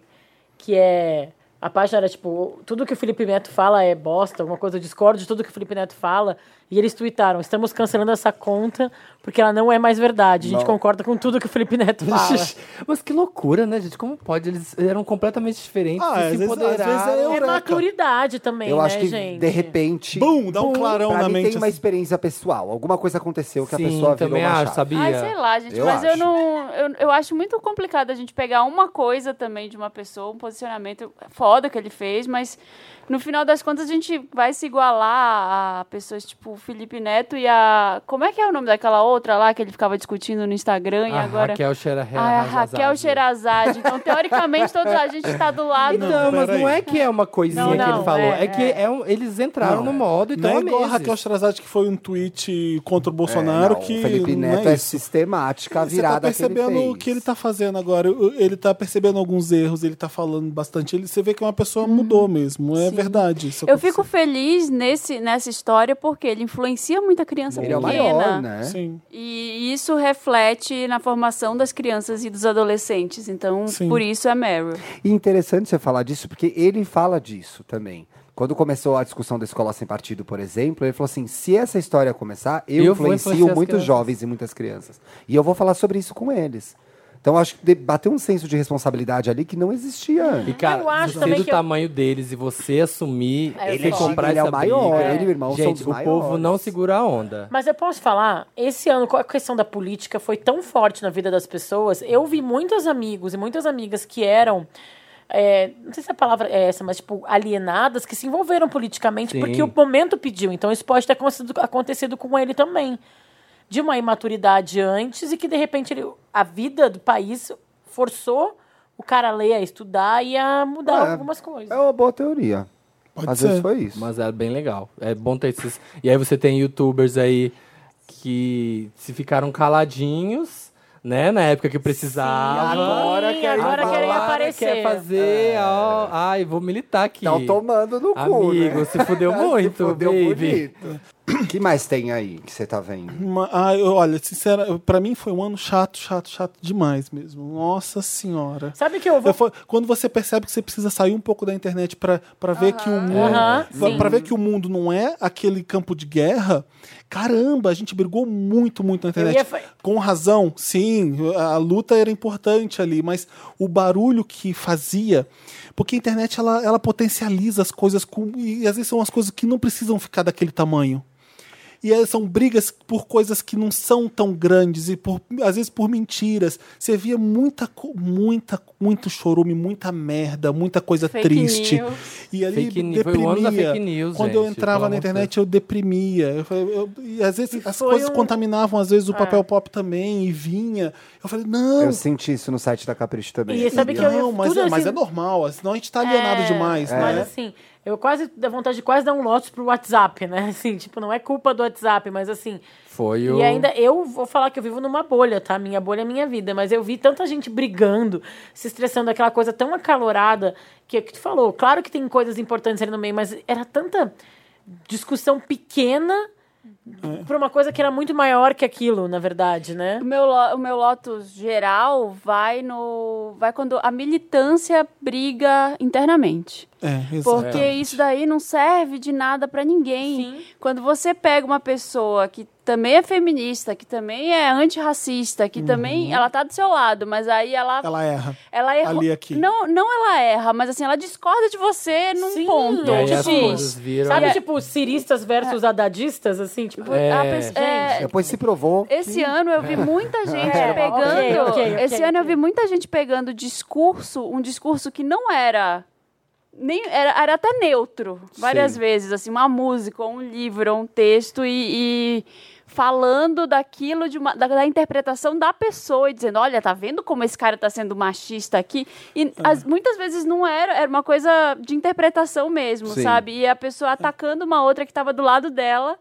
Speaker 2: que é. A página era tipo, tudo que o Felipe Neto fala é bosta, alguma coisa, eu discordo de tudo que o Felipe Neto fala. E eles tuitaram: estamos cancelando essa conta porque ela não é mais verdade. A gente
Speaker 3: Não.
Speaker 2: concorda com tudo que o Felipe Neto fala.
Speaker 5: Mas que loucura, né, gente? Como pode? Eles eram completamente diferentes.
Speaker 1: Ah,
Speaker 5: e
Speaker 1: às
Speaker 5: se
Speaker 1: vezes- às vezes é
Speaker 5: empoderaram.
Speaker 1: eu-
Speaker 2: é
Speaker 1: Eureka.
Speaker 2: maturidade também,
Speaker 3: É. Eu
Speaker 2: né,
Speaker 3: acho que,
Speaker 2: gente?
Speaker 3: de repente.
Speaker 1: Bum, dá um clarão
Speaker 3: pra
Speaker 1: na
Speaker 3: mim
Speaker 1: mente,
Speaker 3: Tem uma
Speaker 1: assim.
Speaker 3: experiência pessoal. Alguma coisa aconteceu que
Speaker 5: Sim,
Speaker 3: a pessoa virou
Speaker 5: também
Speaker 3: uma
Speaker 5: acho,
Speaker 3: chata.
Speaker 5: sabia?
Speaker 4: Ai, sei lá, gente,
Speaker 3: Eu
Speaker 4: mas eu
Speaker 3: acho.
Speaker 4: não. Eu, eu acho muito complicado a gente pegar uma coisa também de uma pessoa, um posicionamento foda que ele fez, mas no final das contas a gente vai se igualar a pessoas tipo o Felipe Neto e a. Como é que é o nome daquela outra lá que ele ficava discutindo no Instagram e
Speaker 5: a
Speaker 4: agora.
Speaker 5: Ah, Raquel Xerahé.
Speaker 4: Ah, a Raquel Sherazade. Então, teoricamente, todos a gente está do lado.
Speaker 3: Então,
Speaker 5: Não, mas não é que é uma coisinha
Speaker 2: Não,
Speaker 5: que
Speaker 2: não,
Speaker 5: ele falou.
Speaker 2: é,
Speaker 5: É, que é um- eles entraram no modo e
Speaker 1: Não é
Speaker 5: estão
Speaker 1: igual a
Speaker 5: é
Speaker 1: Raquel Strazade, que foi um tweet contra o
Speaker 3: É,
Speaker 1: Bolsonaro
Speaker 3: não,
Speaker 1: que.
Speaker 3: o Felipe
Speaker 1: não
Speaker 3: Neto
Speaker 1: é
Speaker 3: é,
Speaker 1: isso.
Speaker 3: sistemática a
Speaker 1: Você tá
Speaker 3: virada
Speaker 1: percebendo
Speaker 3: que ele fez.
Speaker 1: o que ele tá fazendo agora. o- Ele tá percebendo alguns erros, ele tá falando bastante. Ele, você vê que uma pessoa
Speaker 3: Hum,
Speaker 1: mudou mesmo. É verdade. isso
Speaker 4: Eu
Speaker 1: aconteceu.
Speaker 4: fico feliz nesse, nessa história porque ele influencia muita criança
Speaker 3: Ele é o
Speaker 4: pequena.
Speaker 3: maior, né?
Speaker 1: Sim.
Speaker 4: E isso reflete na formação das crianças e dos adolescentes. Então,
Speaker 1: Sim.
Speaker 4: por isso é Meryl.
Speaker 3: E interessante você falar disso, porque ele fala disso também. Quando começou a discussão da escola sem partido, por exemplo, ele falou assim: se essa história começar, eu,
Speaker 5: Eu vou influenciar
Speaker 3: influencio
Speaker 5: as
Speaker 3: muitos
Speaker 5: crianças.
Speaker 3: jovens e muitas crianças. E eu vou falar sobre isso com eles. Então acho que de- bateu um senso de responsabilidade ali que não existia
Speaker 5: E,
Speaker 3: antes.
Speaker 5: cara,
Speaker 2: Eu acho
Speaker 5: se você
Speaker 2: também
Speaker 5: do
Speaker 2: que eu-
Speaker 5: tamanho deles e você assumir,
Speaker 2: É,
Speaker 5: ele
Speaker 2: foda.
Speaker 5: comprar
Speaker 3: é Ele é
Speaker 5: essa
Speaker 3: o maior,
Speaker 5: briga-
Speaker 3: ele e o irmão são
Speaker 5: Gente,
Speaker 3: os
Speaker 5: o povo
Speaker 3: maiores.
Speaker 5: não segura a onda.
Speaker 2: Mas eu posso falar, esse ano a questão da política foi tão forte na vida das pessoas. Eu vi muitos amigos e muitas amigas que eram. é, não sei se a palavra é essa, mas tipo, alienadas que se envolveram politicamente
Speaker 5: Sim.
Speaker 2: porque o momento pediu. Então isso pode ter acontecido, acontecido com ele também. De uma imaturidade antes e que de repente ele- a vida do país forçou o cara a ler, a estudar e a mudar
Speaker 3: É.
Speaker 2: algumas coisas.
Speaker 3: É uma boa teoria.
Speaker 1: Pode
Speaker 3: Às
Speaker 1: ser.
Speaker 3: vezes foi isso.
Speaker 5: Mas é bem legal. É bom ter esses. E aí você tem youtubers aí que se ficaram caladinhos, né? Na época que precisava.
Speaker 2: Sim, agora
Speaker 5: Sim,
Speaker 2: querem
Speaker 5: agora
Speaker 2: falar.
Speaker 5: Quer fazer. ó, ai, vou militar aqui.
Speaker 3: Estão tomando Então no cu. né?
Speaker 5: Amigo, se fudeu muito,
Speaker 3: se fudeu
Speaker 5: baby.
Speaker 3: bonito. O que mais tem aí que você tá vendo?
Speaker 1: Uma- ah, eu- olha, sincera, pra mim foi um ano chato, chato, chato demais mesmo. Nossa senhora.
Speaker 2: Sabe que eu vou
Speaker 1: Eu fa- quando você percebe que você precisa sair um pouco da internet pra pra ver que o mundo,
Speaker 2: Aham,
Speaker 1: pra-
Speaker 2: sim.
Speaker 1: pra ver que o mundo não é aquele campo de guerra. Caramba, a gente brigou muito, muito na
Speaker 2: Eu
Speaker 1: internet.
Speaker 2: ia fa-
Speaker 1: Com razão, sim, a a luta era importante ali, mas o barulho que fazia, porque a internet ela, ela potencializa as coisas com- e às vezes são as coisas que não precisam ficar daquele tamanho. E elas são brigas por coisas que não são tão grandes e por, às vezes por mentiras. Você via muita, co- muita, muito chorume, muita merda, muita coisa
Speaker 4: Fake
Speaker 1: triste.
Speaker 4: news.
Speaker 1: E ali
Speaker 5: Fake news. Foi
Speaker 1: deprimia.
Speaker 5: o ano da fake news,
Speaker 1: Quando eu
Speaker 5: gente,
Speaker 1: entrava
Speaker 5: pelo
Speaker 1: na
Speaker 5: amor de
Speaker 1: internet, eu deprimia. Eu falei, eu- e às vezes as
Speaker 2: foi
Speaker 1: coisas
Speaker 2: um-
Speaker 1: contaminavam, às vezes o papel pop também e vinha. Eu falei, não.
Speaker 3: Eu senti isso no site da Capricho também.
Speaker 2: E sabe que eu-
Speaker 1: não, mas,
Speaker 2: tudo
Speaker 1: é, mas
Speaker 2: assim-
Speaker 1: é normal, senão a gente tá alienado demais,
Speaker 2: É, Mas
Speaker 1: né?
Speaker 2: assim, eu quase dá vontade de quase dar um lote pro WhatsApp, né? Assim, tipo, não é culpa do WhatsApp, mas assim.
Speaker 5: Foi o.
Speaker 2: E ainda é eu vou falar que eu vivo numa bolha, tá? Minha bolha é minha vida, mas eu vi tanta gente brigando, se estressando, aquela coisa tão acalorada que é o que tu falou. Claro que tem coisas importantes ali no meio, mas era tanta discussão pequena
Speaker 1: É.
Speaker 2: pra uma coisa que era muito maior que aquilo, na verdade, né?
Speaker 4: O meu, lo- o meu Lotus geral vai no. vai quando a militância briga internamente.
Speaker 1: É, exato.
Speaker 4: Porque isso daí não serve de nada pra ninguém. Quando você pega uma pessoa que também é feminista, que também é antirracista, que também ela tá do seu lado, mas aí ela
Speaker 1: Ela erra.
Speaker 4: ela erra.
Speaker 1: ali aqui.
Speaker 4: Não, não ela erra, mas assim, ela discorda de você num
Speaker 2: Sim,
Speaker 4: ponto.
Speaker 5: E aí
Speaker 2: Tipo,
Speaker 5: as coisas viram.
Speaker 2: Sabe, tipo, ciristas versus adadistas, assim, tipo...
Speaker 5: um- É.
Speaker 4: A pessoa- é,
Speaker 3: Depois se provou.
Speaker 4: esse ano eu vi muita gente
Speaker 2: É,
Speaker 4: pegando.
Speaker 2: ok, ok, ok,
Speaker 4: esse ano eu vi
Speaker 2: ok.
Speaker 4: muita gente pegando discurso, um discurso que não era. Nem, era, era até neutro, várias
Speaker 1: Sim.
Speaker 4: vezes, assim, uma música, ou um livro, ou um texto, e, e falando daquilo, de uma, da, da interpretação da pessoa, e dizendo, olha, tá vendo como esse cara tá sendo machista aqui? E as- muitas vezes não era, era uma coisa de interpretação mesmo,
Speaker 3: Sim.
Speaker 4: sabe? E a pessoa atacando uma outra que tava do lado dela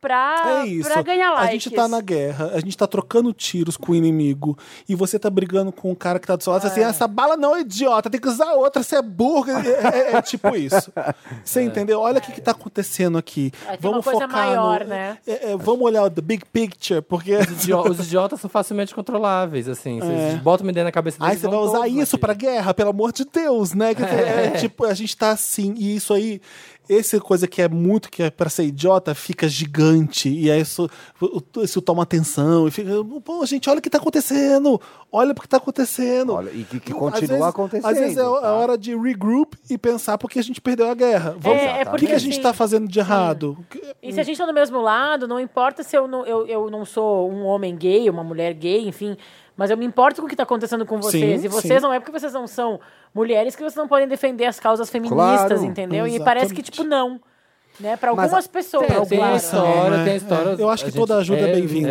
Speaker 4: pra,
Speaker 1: É isso.
Speaker 4: pra ganhar likes.
Speaker 1: A gente tá na guerra, a gente tá trocando tiros com o inimigo e você tá brigando com o cara que tá do seu lado. Você assim, essa bala não é idiota, tem que usar outra, você é burro. É, é- é tipo isso.
Speaker 5: É.
Speaker 1: Você entendeu? Olha o que, que tá acontecendo aqui.
Speaker 2: É, tem
Speaker 1: vamos
Speaker 2: uma coisa
Speaker 1: focar
Speaker 2: maior,
Speaker 1: no-
Speaker 2: né?
Speaker 1: é, é, vamos olhar o the big picture, porque.
Speaker 5: Os idi- Os idiotas são facilmente controláveis, assim. Vocês botam uma ideia na cabeça deles.
Speaker 1: Aí É. você
Speaker 5: vão
Speaker 1: vai usar
Speaker 5: todos
Speaker 1: isso
Speaker 5: naquilo.
Speaker 1: pra guerra, pelo amor de Deus, né? Quer dizer, é, tipo, a gente tá assim, e isso aí, essa coisa que é muito, que é pra ser idiota, fica gigante, e aí isso, isso toma atenção, e fica, pô, gente, olha o que tá acontecendo, olha o que tá acontecendo.
Speaker 3: Olha, e que- que
Speaker 1: Às
Speaker 3: continua acontecendo,
Speaker 1: Às vezes é a
Speaker 3: tá?
Speaker 1: hora de regroup e pensar porque a gente perdeu a guerra. Vamos, o
Speaker 2: é
Speaker 1: que, que
Speaker 2: porque,
Speaker 1: a gente
Speaker 2: assim,
Speaker 1: tá fazendo de errado?
Speaker 2: E se a gente tá do mesmo lado, não importa se eu não, eu, eu não sou um homem gay, uma mulher gay, enfim. Mas eu me importo com o que tá acontecendo com vocês.
Speaker 1: Sim,
Speaker 2: e
Speaker 1: sim.
Speaker 2: vocês não é porque vocês não são mulheres que vocês não podem defender as causas feministas,
Speaker 3: Claro,
Speaker 2: entendeu? E
Speaker 1: exatamente.
Speaker 2: parece que, tipo, não. Né? Pra
Speaker 3: Mas
Speaker 2: algumas pessoas.
Speaker 5: É, Tem, tem
Speaker 2: claro.
Speaker 5: história,
Speaker 1: É,
Speaker 5: tem história.
Speaker 1: é. Eu acho
Speaker 5: a
Speaker 1: que
Speaker 5: gente-
Speaker 1: toda ajuda é bem-vinda.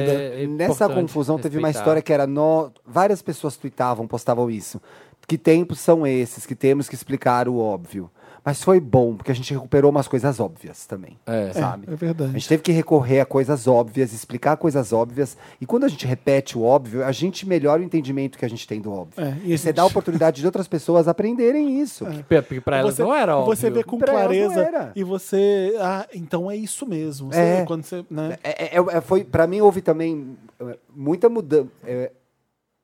Speaker 3: Nessa
Speaker 5: importante
Speaker 3: confusão teve uma
Speaker 5: respeitar.
Speaker 3: história que era no... várias pessoas tuitavam, postavam isso. Que tempos são esses que temos que explicar o óbvio. Mas foi bom, porque a gente recuperou umas coisas óbvias também.
Speaker 5: É.
Speaker 3: Sabe?
Speaker 1: É, é verdade.
Speaker 3: A gente teve que recorrer a coisas óbvias, explicar coisas óbvias. E quando a gente repete o óbvio, a gente melhora o entendimento que a gente tem do óbvio.
Speaker 1: É, e
Speaker 3: e
Speaker 1: a
Speaker 3: você
Speaker 1: gente-
Speaker 3: dá a oportunidade de outras pessoas aprenderem isso.
Speaker 5: Pra- Porque pra elas
Speaker 1: você,
Speaker 5: não era óbvio.
Speaker 1: Você vê com
Speaker 3: Pra elas não
Speaker 1: clareza
Speaker 3: era.
Speaker 1: e você. Ah, então é isso mesmo.
Speaker 3: É.
Speaker 1: Sabe? Quando você, né?
Speaker 3: É, é, é, foi, pra mim houve também é, muita mudança. é,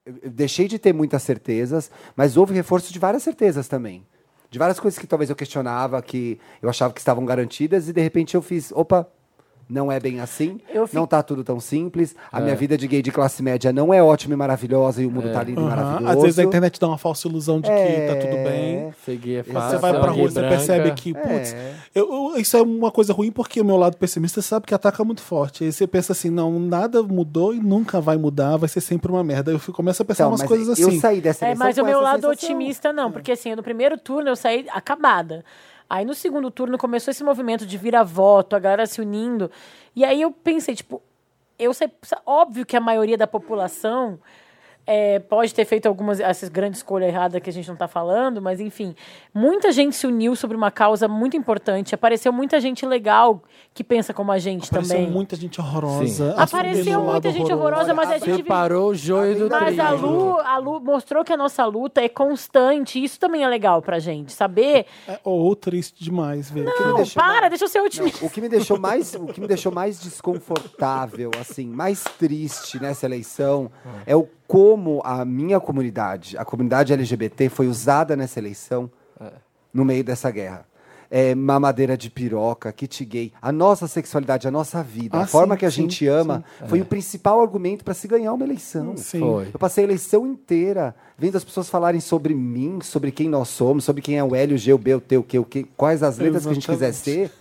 Speaker 3: eu eu deixei de ter muitas certezas, mas houve reforço de várias certezas também. De várias coisas que talvez eu questionava, que eu achava que estavam garantidas, e de repente eu fiz, opa, não é bem assim,
Speaker 2: Eu fi-
Speaker 3: não tá tudo tão simples, a
Speaker 1: É.
Speaker 3: minha vida de gay de classe média não é ótima e maravilhosa, e o mundo tá lindo e
Speaker 1: Aham.
Speaker 3: maravilhoso. É.
Speaker 1: Às vezes a internet dá uma falsa ilusão de que tá tudo bem.
Speaker 5: Seguir é fácil.
Speaker 1: Você vai pra rua,
Speaker 5: alguém
Speaker 1: você
Speaker 5: branca.
Speaker 1: percebe
Speaker 3: É.
Speaker 1: que, putz, eu- eu- isso é uma coisa ruim porque o meu lado pessimista sabe que ataca muito forte. Aí você pensa assim, não, nada mudou e nunca vai mudar, vai ser sempre uma merda. Eu fico- começo a pensar
Speaker 3: Então,
Speaker 1: umas
Speaker 3: mas
Speaker 1: coisas assim.
Speaker 3: Eu saí dessa
Speaker 2: É,
Speaker 3: eleição
Speaker 2: mas o
Speaker 3: com
Speaker 2: meu
Speaker 3: essa
Speaker 2: lado
Speaker 3: sensação. É.
Speaker 2: otimista não, porque assim, no primeiro turno eu saí acabada. Aí no segundo turno começou esse movimento de vira-voto, a galera se unindo. E aí eu pensei, tipo, eu sei, óbvio que a maioria da população é, pode ter feito algumas essas grandes escolhas erradas que a gente não está falando, mas enfim, muita gente se uniu sobre uma causa muito importante. Apareceu muita gente legal que pensa como a gente
Speaker 1: Apareceu
Speaker 2: também.
Speaker 1: muita gente horrorosa. assumindo
Speaker 2: Apareceu
Speaker 1: um lado
Speaker 2: muita gente
Speaker 1: horroroso.
Speaker 2: horrorosa, mas a
Speaker 3: Olha,
Speaker 2: gente viu-
Speaker 5: Separou o joio do
Speaker 2: mas a
Speaker 5: trigo.
Speaker 2: Lu, a Lu mostrou que a nossa luta é constante. e Isso também é legal pra gente. Saber.
Speaker 1: É, ou triste demais, velho.
Speaker 2: Não,
Speaker 3: deixa
Speaker 2: para, deixa eu ser otimista.
Speaker 3: O que me deixou mais, o que me deixou mais desconfortável, assim, mais triste nessa eleição
Speaker 1: Ah.
Speaker 3: é o como a minha comunidade, a comunidade LGBT, foi usada nessa eleição
Speaker 1: É.
Speaker 3: no meio dessa guerra. É, mamadeira de piroca, kit gay. A nossa sexualidade, a nossa vida,
Speaker 1: Ah,
Speaker 3: a forma
Speaker 1: sim,
Speaker 3: que a
Speaker 1: sim, É.
Speaker 3: gente ama, foi o principal argumento para se ganhar uma eleição.
Speaker 1: Sim.
Speaker 5: Foi.
Speaker 3: Eu passei a eleição inteira vendo as pessoas falarem sobre mim, sobre quem nós somos, sobre quem é o L, o G, o B, o T, o Q, o Q, quais as letras que a gente
Speaker 1: Exatamente.
Speaker 3: quiser ser.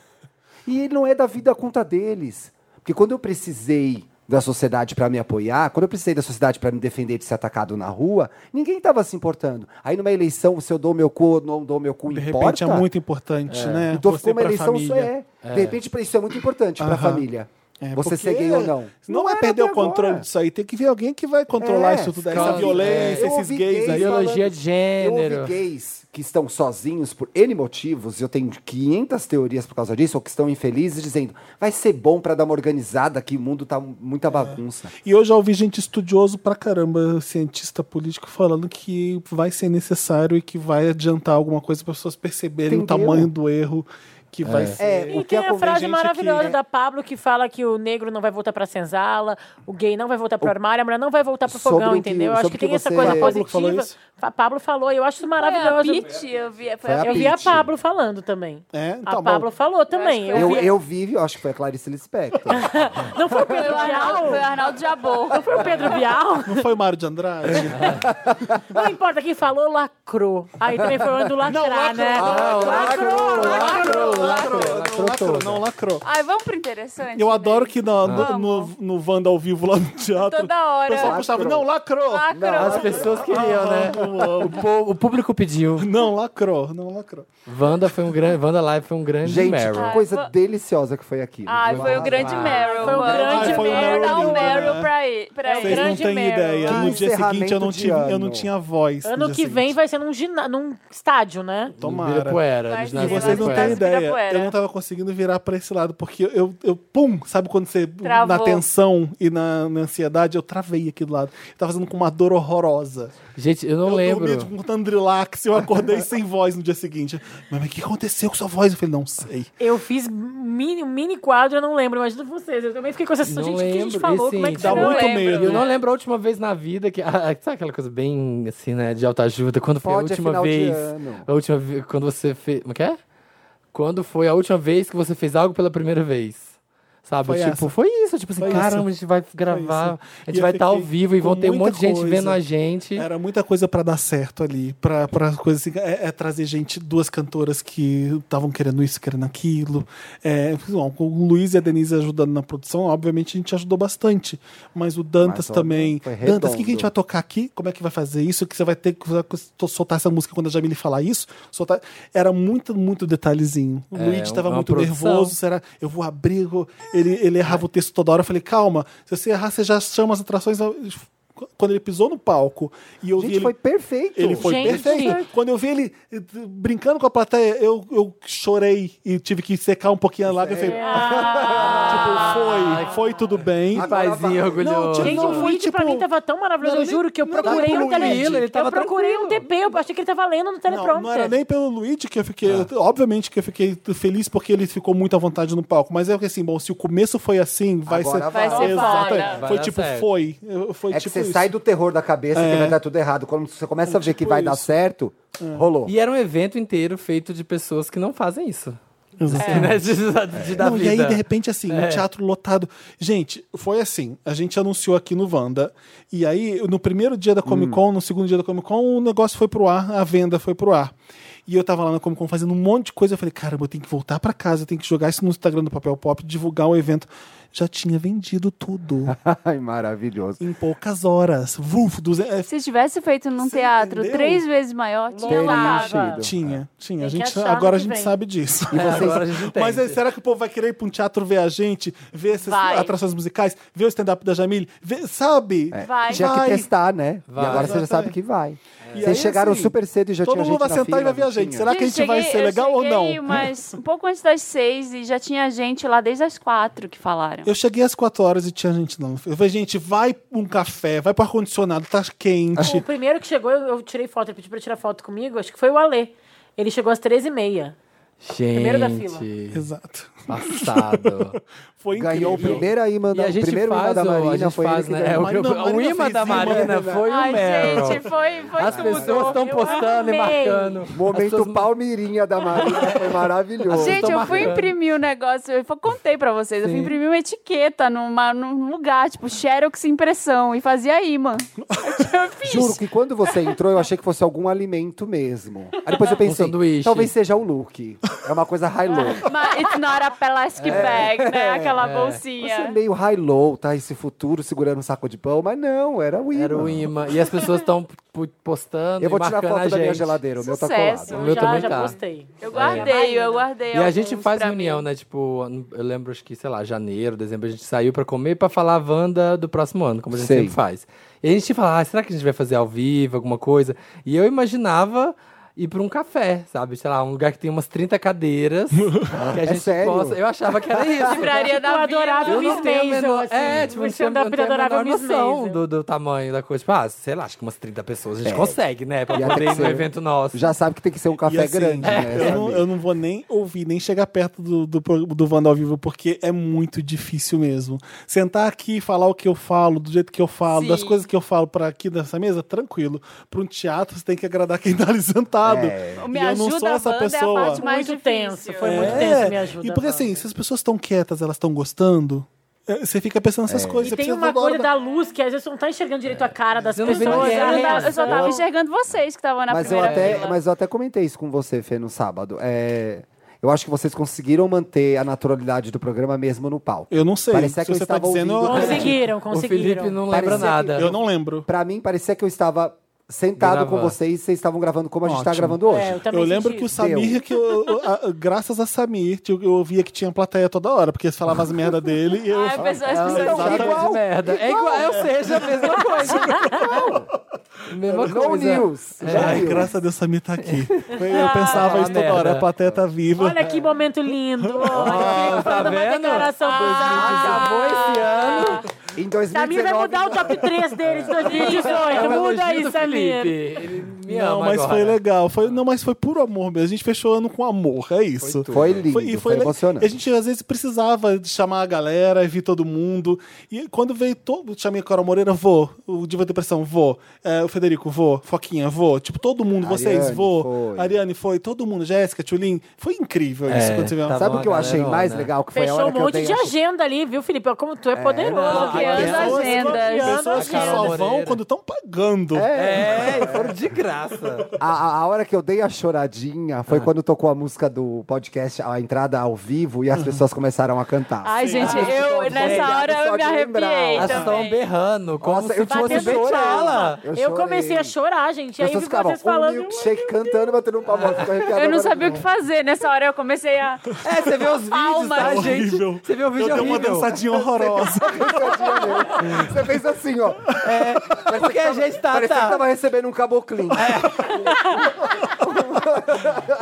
Speaker 3: E ele não é da vida à conta deles. Porque quando eu precisei da sociedade para me apoiar, quando eu precisei da sociedade para me defender de ser atacado na rua, ninguém estava se importando. Aí numa eleição, se eu dou meu cu ou não dou meu cu,
Speaker 1: De repente
Speaker 3: importa?
Speaker 1: é muito importante, né?
Speaker 3: Então
Speaker 1: Você
Speaker 3: ficou uma
Speaker 1: pra
Speaker 3: eleição, isso
Speaker 1: família.
Speaker 3: é. De repente, pra isso é muito importante para a
Speaker 1: Aham.
Speaker 3: família.
Speaker 1: É,
Speaker 3: você
Speaker 1: porque
Speaker 3: ser gay ou não.
Speaker 1: Não, é
Speaker 3: era
Speaker 1: perder
Speaker 3: até
Speaker 1: o controle
Speaker 3: agora.
Speaker 1: disso aí. Tem que vir alguém que vai controlar
Speaker 3: É,
Speaker 1: isso tudo, essa
Speaker 5: claro.
Speaker 1: violência,
Speaker 5: É.
Speaker 3: Eu
Speaker 1: esses
Speaker 3: ouvi
Speaker 1: gays
Speaker 3: gays
Speaker 1: aí.
Speaker 3: falando-
Speaker 5: Ideologia de
Speaker 3: Eu
Speaker 5: gênero.
Speaker 3: ouvi gays que estão sozinhos por N motivos, e eu tenho 500 teorias por causa disso, ou que estão infelizes, dizendo, vai ser bom pra dar uma organizada, que o mundo tá
Speaker 1: É.
Speaker 3: muita bagunça.
Speaker 1: E eu já ouvi gente estudioso pra caramba, cientista político, falando que vai ser necessário e que vai adiantar alguma coisa para pessoas perceberem o
Speaker 3: Entendeu?
Speaker 1: tamanho do erro que vai ser.
Speaker 3: É,
Speaker 2: E
Speaker 3: o que
Speaker 2: tem a
Speaker 3: acon-
Speaker 2: frase
Speaker 1: gente
Speaker 2: maravilhosa
Speaker 1: que-
Speaker 2: da Pablo que fala que o negro não vai voltar pra senzala, o gay não vai voltar pro armário, a mulher não vai voltar pro
Speaker 3: Sobre
Speaker 2: fogão,
Speaker 3: o que-
Speaker 2: entendeu? Eu acho
Speaker 3: sobre
Speaker 2: que
Speaker 3: o que
Speaker 2: tem essa
Speaker 3: você-
Speaker 2: coisa
Speaker 3: A
Speaker 1: Pablo falou
Speaker 2: positiva.
Speaker 1: isso?
Speaker 2: A Pablo falou, eu acho isso
Speaker 4: Foi a
Speaker 2: maravilhoso.
Speaker 4: Pitty, eu vi. Foi
Speaker 3: Foi a
Speaker 4: É a
Speaker 2: Eu vi a
Speaker 3: Pitty.
Speaker 2: Pablo falando também.
Speaker 1: É,
Speaker 2: A
Speaker 1: tá bom.
Speaker 2: Pablo falou também.
Speaker 4: Eu
Speaker 2: Eu
Speaker 3: Eu,
Speaker 2: vi-
Speaker 3: eu vi, eu acho que foi a Clarice Lispector.
Speaker 2: Não foi o Pedro
Speaker 4: Foi o Arnaldo, foi o
Speaker 2: Bial?
Speaker 4: Arnaldo Jabor.
Speaker 2: Não foi o Pedro Bial?
Speaker 1: Não foi o Mário de Andrade?
Speaker 3: É.
Speaker 2: Não importa quem falou, lacrou. Aí também foi falando
Speaker 1: Não,
Speaker 2: do lacrar,
Speaker 1: lacrou,
Speaker 2: né?
Speaker 4: Ah,
Speaker 1: não,
Speaker 2: lacrou,
Speaker 1: lacrou, lacrou,
Speaker 3: lacrou
Speaker 1: não lacrou,
Speaker 3: toda.
Speaker 1: não lacrou.
Speaker 4: Ai, vamos pro interessante. né?
Speaker 1: Eu adoro que na- no, no,
Speaker 4: Vamos.
Speaker 1: no Wanda ao vivo lá no teatro.
Speaker 4: Toda hora. Ah,
Speaker 1: O pessoal puxava, não, lacrou.
Speaker 4: Lacrou.
Speaker 5: As pessoas queriam, né? O, po- o público pediu.
Speaker 1: Não, lacrou, não lacrou.
Speaker 5: Wanda foi um grande. Wanda Live foi um grande
Speaker 3: Gente,
Speaker 5: Meryl.
Speaker 3: que coisa
Speaker 4: Ai, vou-
Speaker 3: deliciosa que foi aqui.
Speaker 4: Ai, foi o grande Meryl.
Speaker 2: Foi o
Speaker 4: mano.
Speaker 2: grande
Speaker 4: Ai, foi o
Speaker 2: Meryl,
Speaker 4: Dá um
Speaker 1: lindo,
Speaker 4: Meryl
Speaker 1: né?
Speaker 4: pra ele. Pra ele.
Speaker 1: Vocês não
Speaker 2: grande
Speaker 1: têm
Speaker 2: Meryl.
Speaker 1: ideia.
Speaker 2: Que
Speaker 1: no dia
Speaker 3: encerramento
Speaker 1: seguinte eu não,
Speaker 3: de
Speaker 1: tive, eu não
Speaker 3: ano.
Speaker 1: tinha voz. no
Speaker 2: Ano
Speaker 1: dia
Speaker 2: que vem
Speaker 1: seguinte.
Speaker 2: vai ser num, gina... num estádio, né?
Speaker 5: Vira
Speaker 1: Tomara.
Speaker 5: poeira.
Speaker 4: Vai
Speaker 5: eles
Speaker 4: ser,
Speaker 1: E
Speaker 5: nasceram
Speaker 1: vocês não
Speaker 5: poeira.
Speaker 1: têm
Speaker 4: Quase vira
Speaker 1: ideia.
Speaker 4: poeira.
Speaker 1: Eu não tava conseguindo virar pra esse lado, porque eu, eu pum, sabe quando você, na
Speaker 4: Travou.
Speaker 1: tensão e na, na ansiedade, eu travei aqui do lado. Eu tava fazendo com uma dor horrorosa.
Speaker 5: Gente, eu não
Speaker 1: eu
Speaker 5: lembro.
Speaker 1: dormi tipo, com Tandrilax e eu acordei sem voz no dia seguinte. Mas o que aconteceu com sua voz? Eu falei, não sei.
Speaker 2: Eu fiz mini, um mini quadro, eu não lembro, imagina vocês. Eu também fiquei com essa sensação,
Speaker 5: Não
Speaker 2: gente, o que a gente
Speaker 5: lembro,
Speaker 2: falou,
Speaker 5: e
Speaker 2: como é
Speaker 5: sim,
Speaker 2: que
Speaker 1: Dá
Speaker 2: foi?
Speaker 4: Eu
Speaker 1: tá muito
Speaker 4: lembro.
Speaker 5: E eu
Speaker 1: medo. né?
Speaker 5: não lembro a última vez na vida que. ah, sabe aquela coisa bem assim, né? De autoajuda? Quando foi
Speaker 3: Pode, é
Speaker 5: a última
Speaker 3: final de
Speaker 5: vez.
Speaker 3: ano.
Speaker 5: A última vez. Quando você fez. Como que é? Quando foi a última vez que você fez algo pela primeira vez? Sabe?
Speaker 1: Foi
Speaker 5: tipo,
Speaker 1: essa.
Speaker 5: foi isso. Tipo assim,
Speaker 1: Foi
Speaker 5: caramba,
Speaker 1: isso.
Speaker 5: a gente vai gravar, a
Speaker 1: E
Speaker 5: gente
Speaker 1: eu
Speaker 5: vai estar ao
Speaker 1: fiquei
Speaker 5: vivo e
Speaker 1: com
Speaker 5: vão ter um
Speaker 1: muita
Speaker 5: monte de gente
Speaker 1: coisa.
Speaker 5: vendo a gente.
Speaker 1: Era muita coisa pra dar certo ali, pra para coisas assim, é, é trazer gente, duas cantoras que estavam querendo isso, querendo aquilo. É, bom, com o Luiz e a Denise ajudando na produção, obviamente a gente ajudou bastante, mas o Dantas
Speaker 3: Mas, olha,
Speaker 1: também.
Speaker 3: foi redondo.
Speaker 1: Dantas, o que, que a gente vai tocar aqui? Como é que vai fazer isso? Que você vai ter que você vai soltar essa música quando a Jamile falar isso? Soltar... Era muito, muito detalhezinho. O
Speaker 5: É,
Speaker 1: Luiz estava
Speaker 5: uma
Speaker 1: muito
Speaker 5: produção.
Speaker 1: nervoso, será? Eu vou abrir, eu- ele, ele errava o texto toda hora. Eu falei, calma, se você errar, você já chama as atrações. Quando ele pisou no palco e eu vi
Speaker 3: Gente,
Speaker 1: ele.
Speaker 3: foi perfeito.
Speaker 1: Ele foi
Speaker 2: Gente.
Speaker 1: perfeito. Quando eu vi ele eh, brincando com a plateia, eu, eu chorei e tive que secar um pouquinho a lágrima. Eu falei,
Speaker 3: É.
Speaker 2: Ah,
Speaker 1: tipo,
Speaker 3: Ah,
Speaker 1: foi, foi tudo bem.
Speaker 5: Que paizinho orgulhoso.
Speaker 1: tinha-
Speaker 2: Gente,
Speaker 1: Não,
Speaker 2: o
Speaker 1: foi,
Speaker 2: vídeo pra
Speaker 1: tipo,
Speaker 2: mim tava tão maravilhoso,
Speaker 1: não
Speaker 2: eu
Speaker 1: era
Speaker 2: juro que eu
Speaker 1: nem- não era
Speaker 2: procurei
Speaker 1: nem
Speaker 2: um
Speaker 1: poluído,
Speaker 2: TP.
Speaker 5: ele tava
Speaker 2: Eu procurei um
Speaker 5: tranquilo.
Speaker 2: TP, eu achei que ele tava lendo no teleprompter.
Speaker 1: Não, não era nem pelo Luigi que eu fiquei.
Speaker 5: É.
Speaker 1: eu- obviamente que eu fiquei feliz porque ele ficou muito à vontade no palco. Mas é que assim, bom, se o começo foi assim, vai
Speaker 3: Agora
Speaker 1: ser.
Speaker 3: vai.
Speaker 4: Vai ser
Speaker 1: Exatamente.
Speaker 4: foda.
Speaker 5: Vai
Speaker 1: Foi
Speaker 5: dar
Speaker 1: tipo,
Speaker 5: certo.
Speaker 1: foi. Eu- Foi
Speaker 3: É que
Speaker 1: tipo.
Speaker 3: você
Speaker 1: isso. É. tipo
Speaker 3: sai do terror da cabeça que vai dar tudo errado. Quando você começa a ver que vai dar
Speaker 1: isso. É.
Speaker 3: certo, rolou.
Speaker 5: E era um evento inteiro feito de pessoas que não fazem isso.
Speaker 1: Exatamente.
Speaker 5: Assim, né? De, de, de dar
Speaker 1: É. Não, e
Speaker 5: vida.
Speaker 1: aí, de repente, assim, um teatro lotado. Gente, foi assim. A gente anunciou aqui no Wanda. E aí, no primeiro dia da Comic Con, no segundo dia da Comic Con, o negócio foi pro ar, a venda foi pro ar. E eu tava lá na Comic Con fazendo um monte de coisa. Eu falei, caramba, eu tenho que voltar pra casa, eu tenho que jogar isso no Instagram do Papel Pop, divulgar o evento. Já tinha vendido tudo
Speaker 3: Ai, maravilhoso.
Speaker 1: em poucas horas. Vuf, duze- é,
Speaker 4: Se tivesse feito num
Speaker 1: Você
Speaker 4: teatro
Speaker 1: entendeu?
Speaker 4: três vezes maior, tinha
Speaker 2: Teria
Speaker 4: lá.
Speaker 2: enchido.
Speaker 4: água.
Speaker 3: É.
Speaker 1: Tinha, tinha. A
Speaker 2: Tem que
Speaker 1: gente,
Speaker 2: achar no
Speaker 1: agora a
Speaker 2: que
Speaker 1: gente
Speaker 2: vem.
Speaker 1: sabe disso.
Speaker 5: É, agora a gente entende.
Speaker 1: Mas aí, será que o povo vai querer ir pra um teatro ver a gente, ver essas
Speaker 4: Vai.
Speaker 1: atrações musicais, ver o stand-up da Jamile, ver- sabe?
Speaker 4: Vai.
Speaker 3: Tinha É. que
Speaker 1: Vai.
Speaker 3: testar, né?
Speaker 5: Vai.
Speaker 3: E agora você já
Speaker 1: Exatamente.
Speaker 3: sabe que vai.
Speaker 1: E
Speaker 3: Vocês
Speaker 1: aí,
Speaker 3: chegaram
Speaker 1: assim,
Speaker 3: super cedo e já
Speaker 1: todo
Speaker 3: tinha
Speaker 1: mundo
Speaker 3: gente
Speaker 1: vai
Speaker 3: na
Speaker 1: sentar e
Speaker 3: fila,
Speaker 1: vai ver a
Speaker 3: não
Speaker 1: gente.
Speaker 3: tinha?
Speaker 1: Será que a gente vai
Speaker 4: cheguei-
Speaker 1: ser
Speaker 4: eu
Speaker 1: legal ou
Speaker 4: cheguei
Speaker 1: não?
Speaker 4: Mas um pouco antes das seis e já tinha gente lá desde as quatro que falaram.
Speaker 1: Eu cheguei às quatro horas e tinha gente não. Eu falei, gente, vai pra um café, vai pro ar-condicionado, tá
Speaker 2: O
Speaker 1: quente.
Speaker 2: primeiro que chegou, eu, eu tirei foto, ele pediu pra eu tirar foto comigo, acho que foi o Alê. Ele chegou às 13h30. Primeiro da fila.
Speaker 5: Gente,
Speaker 1: Exato.
Speaker 5: passado.
Speaker 1: Foi é incrível.
Speaker 3: Ganhou o primeiro aí,
Speaker 5: E
Speaker 3: manda
Speaker 5: a
Speaker 3: o
Speaker 5: gente
Speaker 3: primeiro imã
Speaker 5: faz,
Speaker 3: da
Speaker 5: o- a
Speaker 3: Marina
Speaker 5: gente
Speaker 3: foi ele
Speaker 5: faz,
Speaker 3: que
Speaker 5: né? É,
Speaker 3: ganhou.
Speaker 5: o,
Speaker 1: Marina-
Speaker 5: o
Speaker 1: Marina
Speaker 5: imã
Speaker 1: fez
Speaker 5: da
Speaker 1: imã,
Speaker 5: Marina
Speaker 1: né?
Speaker 5: foi
Speaker 4: Ai,
Speaker 5: o Meryl.
Speaker 4: gente, foi, foi
Speaker 5: As
Speaker 4: tudo.
Speaker 5: pessoas estão
Speaker 2: Eu
Speaker 5: postando e
Speaker 2: amei.
Speaker 5: marcando. As pessoas Então,
Speaker 3: Momento palmeirinha da Marina foi maravilhoso.
Speaker 4: Gente, eu fui imprimir o negócio, eu fa- contei pra vocês, eu fui imprimir uma etiqueta numa, num lugar, tipo, xerox impressão, e fazia imã. Eu fiz.
Speaker 3: Juro que quando você entrou, eu achei que fosse algum alimento mesmo. Aí depois eu pensei,
Speaker 5: Um sanduíche.
Speaker 3: talvez seja o look. É uma coisa high-low.
Speaker 4: Mas it's not a plastic bag, né? Aquela
Speaker 3: Você é
Speaker 4: bolsinha.
Speaker 3: meio high-low, tá? Esse futuro segurando um saco de pão, mas não, era o imã.
Speaker 5: Era o imã. E as pessoas estão pu- postando
Speaker 3: Eu vou
Speaker 5: e marcando
Speaker 3: tirar foto
Speaker 5: a gente.
Speaker 3: da minha geladeira, o meu tá
Speaker 4: Sucesso.
Speaker 3: colado.
Speaker 5: O meu
Speaker 2: já,
Speaker 5: também
Speaker 2: já
Speaker 5: tá.
Speaker 2: postei.
Speaker 4: Eu guardei, eu guardei.
Speaker 5: E a gente
Speaker 4: alguns
Speaker 5: faz
Speaker 4: pra
Speaker 5: reunião,
Speaker 4: mim.
Speaker 5: né? Tipo, eu lembro, acho que, sei lá, janeiro, dezembro, a gente saiu pra comer pra falar a Wanda do próximo ano, como a gente
Speaker 3: Sei.
Speaker 5: sempre faz. E a gente fala, ah, será que a gente vai fazer ao vivo, alguma coisa? E eu imaginava ir pra um café, sabe? Sei lá, um lugar que tem umas 30 cadeiras. que a
Speaker 3: É
Speaker 5: gente
Speaker 3: sério?
Speaker 5: possa. Eu achava que era isso.
Speaker 4: Livraria
Speaker 2: Tipo, Eu
Speaker 4: da
Speaker 2: adorava
Speaker 4: Vila.
Speaker 2: o Miss
Speaker 5: tenho a
Speaker 2: Maisel,
Speaker 5: menor-
Speaker 2: assim.
Speaker 5: É, tipo,
Speaker 2: o
Speaker 5: não tenho, não
Speaker 2: stand-up
Speaker 5: tenho a
Speaker 2: adorava
Speaker 5: menor
Speaker 2: o Miss
Speaker 5: noção
Speaker 2: Maisel.
Speaker 5: do, do tamanho da coisa. Tipo, ah, sei lá, acho que umas 30 pessoas a gente
Speaker 3: É.
Speaker 5: consegue, né? Pra
Speaker 3: E até
Speaker 5: poder ir
Speaker 3: que
Speaker 5: num
Speaker 3: ser-
Speaker 5: evento nosso.
Speaker 3: Já sabe que tem que ser um
Speaker 1: E
Speaker 3: café
Speaker 1: assim,
Speaker 5: é,
Speaker 3: grande, né?
Speaker 1: Eu não,
Speaker 3: sabe?
Speaker 1: eu não vou nem ouvir, nem chegar perto do, do, pro- do Wanda ao vivo, porque é muito difícil mesmo. Sentar aqui e falar o que eu falo, do jeito que eu falo,
Speaker 4: Sim.
Speaker 1: das coisas que eu falo pra aqui nessa mesa, tranquilo. Pra um teatro, você tem que agradar quem tá ali sentado.
Speaker 3: É.
Speaker 4: Me
Speaker 1: E eu não
Speaker 4: ajuda
Speaker 1: sou
Speaker 4: a
Speaker 1: essa
Speaker 4: banda, é a
Speaker 1: pessoa.
Speaker 4: parte mais
Speaker 2: Muito
Speaker 4: difícil.
Speaker 2: tenso, foi
Speaker 1: É.
Speaker 2: muito tenso, me ajuda.
Speaker 1: E porque assim, se as pessoas estão quietas, elas estão gostando, é, você fica pensando nessas coisas.
Speaker 2: E
Speaker 1: você
Speaker 2: tem
Speaker 1: precisa
Speaker 2: uma
Speaker 1: toda hora
Speaker 2: coisa da luz que às vezes você não tá enxergando direito a cara das
Speaker 5: Eu não vi
Speaker 2: pessoas.
Speaker 5: ninguém,
Speaker 2: a
Speaker 4: Eu não tava- Eu só
Speaker 2: reação.
Speaker 4: tava enxergando vocês que estavam na
Speaker 3: mas eu
Speaker 4: primeira
Speaker 3: até,
Speaker 4: fila.
Speaker 3: mas eu até comentei isso com você, Fê, no sábado. É, eu acho que vocês conseguiram manter a naturalidade do programa mesmo no palco.
Speaker 1: Eu não sei.
Speaker 3: Parecia
Speaker 1: Se
Speaker 3: que eu
Speaker 1: você tá
Speaker 3: estava
Speaker 1: dizendo, eu
Speaker 3: ouvindo-
Speaker 1: acredito.
Speaker 2: Conseguiram,
Speaker 5: O Felipe
Speaker 2: conseguiram.
Speaker 5: não lembra
Speaker 3: Parecia que-
Speaker 5: nada.
Speaker 1: Eu não lembro.
Speaker 3: Pra mim, parecia que eu estava sentado
Speaker 5: Gravando.
Speaker 3: com vocês e vocês estavam gravando como a gente tá
Speaker 1: Ótimo.
Speaker 3: gravando hoje.
Speaker 2: É, eu também
Speaker 1: Eu lembro
Speaker 2: senti
Speaker 1: que o
Speaker 2: isso.
Speaker 1: Samir, que eu- eu- a- a- graças a Samir, que eu, eu ouvia que tinha plateia toda hora, porque eles falavam as merda dele e eu.
Speaker 4: Ai, a pessoa- as
Speaker 5: É,
Speaker 4: pessoas-
Speaker 1: exatamente.
Speaker 5: igual. Merda. É igual, é, ou seja, a mesma coisa. mesma
Speaker 3: No
Speaker 5: coisa.
Speaker 3: news. Já
Speaker 1: Ai,
Speaker 3: viu.
Speaker 1: graças a Deus, Samir tá aqui. Eu pensava
Speaker 5: Ah,
Speaker 1: isso toda
Speaker 5: merda.
Speaker 1: hora, a plateia tá viva.
Speaker 2: Olha que momento lindo. Olha,
Speaker 5: tá
Speaker 2: fazendo uma
Speaker 5: vendo?
Speaker 2: declaração ah,
Speaker 5: Acabou esse ano.
Speaker 3: Em
Speaker 2: Samir Tá, vai
Speaker 3: 2019,
Speaker 2: mudar o top 3 dele de 2018.
Speaker 5: um
Speaker 2: é Muda
Speaker 5: elogio
Speaker 2: aí,
Speaker 5: do
Speaker 2: Samir.
Speaker 5: Felipe. Ele me
Speaker 1: não,
Speaker 5: ama
Speaker 1: mas
Speaker 5: agora. né?
Speaker 1: foi legal. Foi, não, mas foi por amor mesmo. A gente fechou o ano com amor, é isso.
Speaker 3: Foi lindo, foi,
Speaker 1: le-
Speaker 3: emocionante.
Speaker 1: A gente às vezes precisava de chamar a galera e vir todo mundo. E quando veio todo. Chamei a Cora Moreira, vou. O Diva Depressão, vou. É, o Federico, vou. Foquinha, vou. Tipo, todo mundo, vocês,
Speaker 3: Ariane,
Speaker 1: vou.
Speaker 3: foi.
Speaker 1: Ariane foi, todo mundo. Jéssica, Tchulin. Foi incrível isso
Speaker 5: É,
Speaker 1: quando você viu.
Speaker 5: tá
Speaker 3: Sabe
Speaker 5: bom,
Speaker 3: o que eu
Speaker 5: a
Speaker 3: achei
Speaker 5: galerona.
Speaker 3: mais
Speaker 1: né?
Speaker 3: legal? Que foi a
Speaker 2: Fechou
Speaker 3: hora
Speaker 2: um
Speaker 3: que eu
Speaker 2: monte
Speaker 3: dei,
Speaker 2: de
Speaker 3: acho-
Speaker 2: agenda ali, viu, Felipe? Olha Como tu é poderoso.
Speaker 4: não, bloqueando as
Speaker 1: Pessoas-
Speaker 4: agendas.
Speaker 1: Pessoas que só
Speaker 2: Bloqueando.
Speaker 1: vão
Speaker 5: Moreira.
Speaker 1: quando estão pagando.
Speaker 5: É, e foram de graça.
Speaker 3: A, a- a hora que eu dei a choradinha
Speaker 1: Ah.
Speaker 3: foi quando tocou a música do podcast, a entrada ao vivo, e
Speaker 1: Uhum.
Speaker 3: as pessoas começaram a cantar.
Speaker 4: Ai, gente, eu nessa
Speaker 3: gente,
Speaker 4: hora
Speaker 3: só
Speaker 4: eu me
Speaker 3: de lembrar.
Speaker 4: arrepiei
Speaker 5: A São
Speaker 4: também.
Speaker 5: berrando, como
Speaker 3: Nossa,
Speaker 5: se
Speaker 3: eu
Speaker 5: fosse
Speaker 2: batendo
Speaker 5: Betiala.
Speaker 2: Eu, comecei a chorar, gente. E
Speaker 3: As
Speaker 2: aí eu
Speaker 3: pessoas
Speaker 2: vi
Speaker 3: ficavam,
Speaker 2: vocês
Speaker 3: um
Speaker 2: falando.
Speaker 3: milkshake cantando, batendo um palmo.
Speaker 4: Eu não sabia o que fazer. Nessa hora eu comecei a.
Speaker 5: É, você vê os vídeos,
Speaker 4: Alma.
Speaker 5: tá, gente?
Speaker 1: Horrível.
Speaker 5: Você vê o vídeo é
Speaker 1: Eu dei uma
Speaker 5: horrível.
Speaker 1: dançadinha horrorosa.
Speaker 3: fazer. Você fez assim, ó.
Speaker 5: Porque a gente tá,
Speaker 3: Parecia que
Speaker 5: tá. É.
Speaker 3: tava recebendo um caboclinho.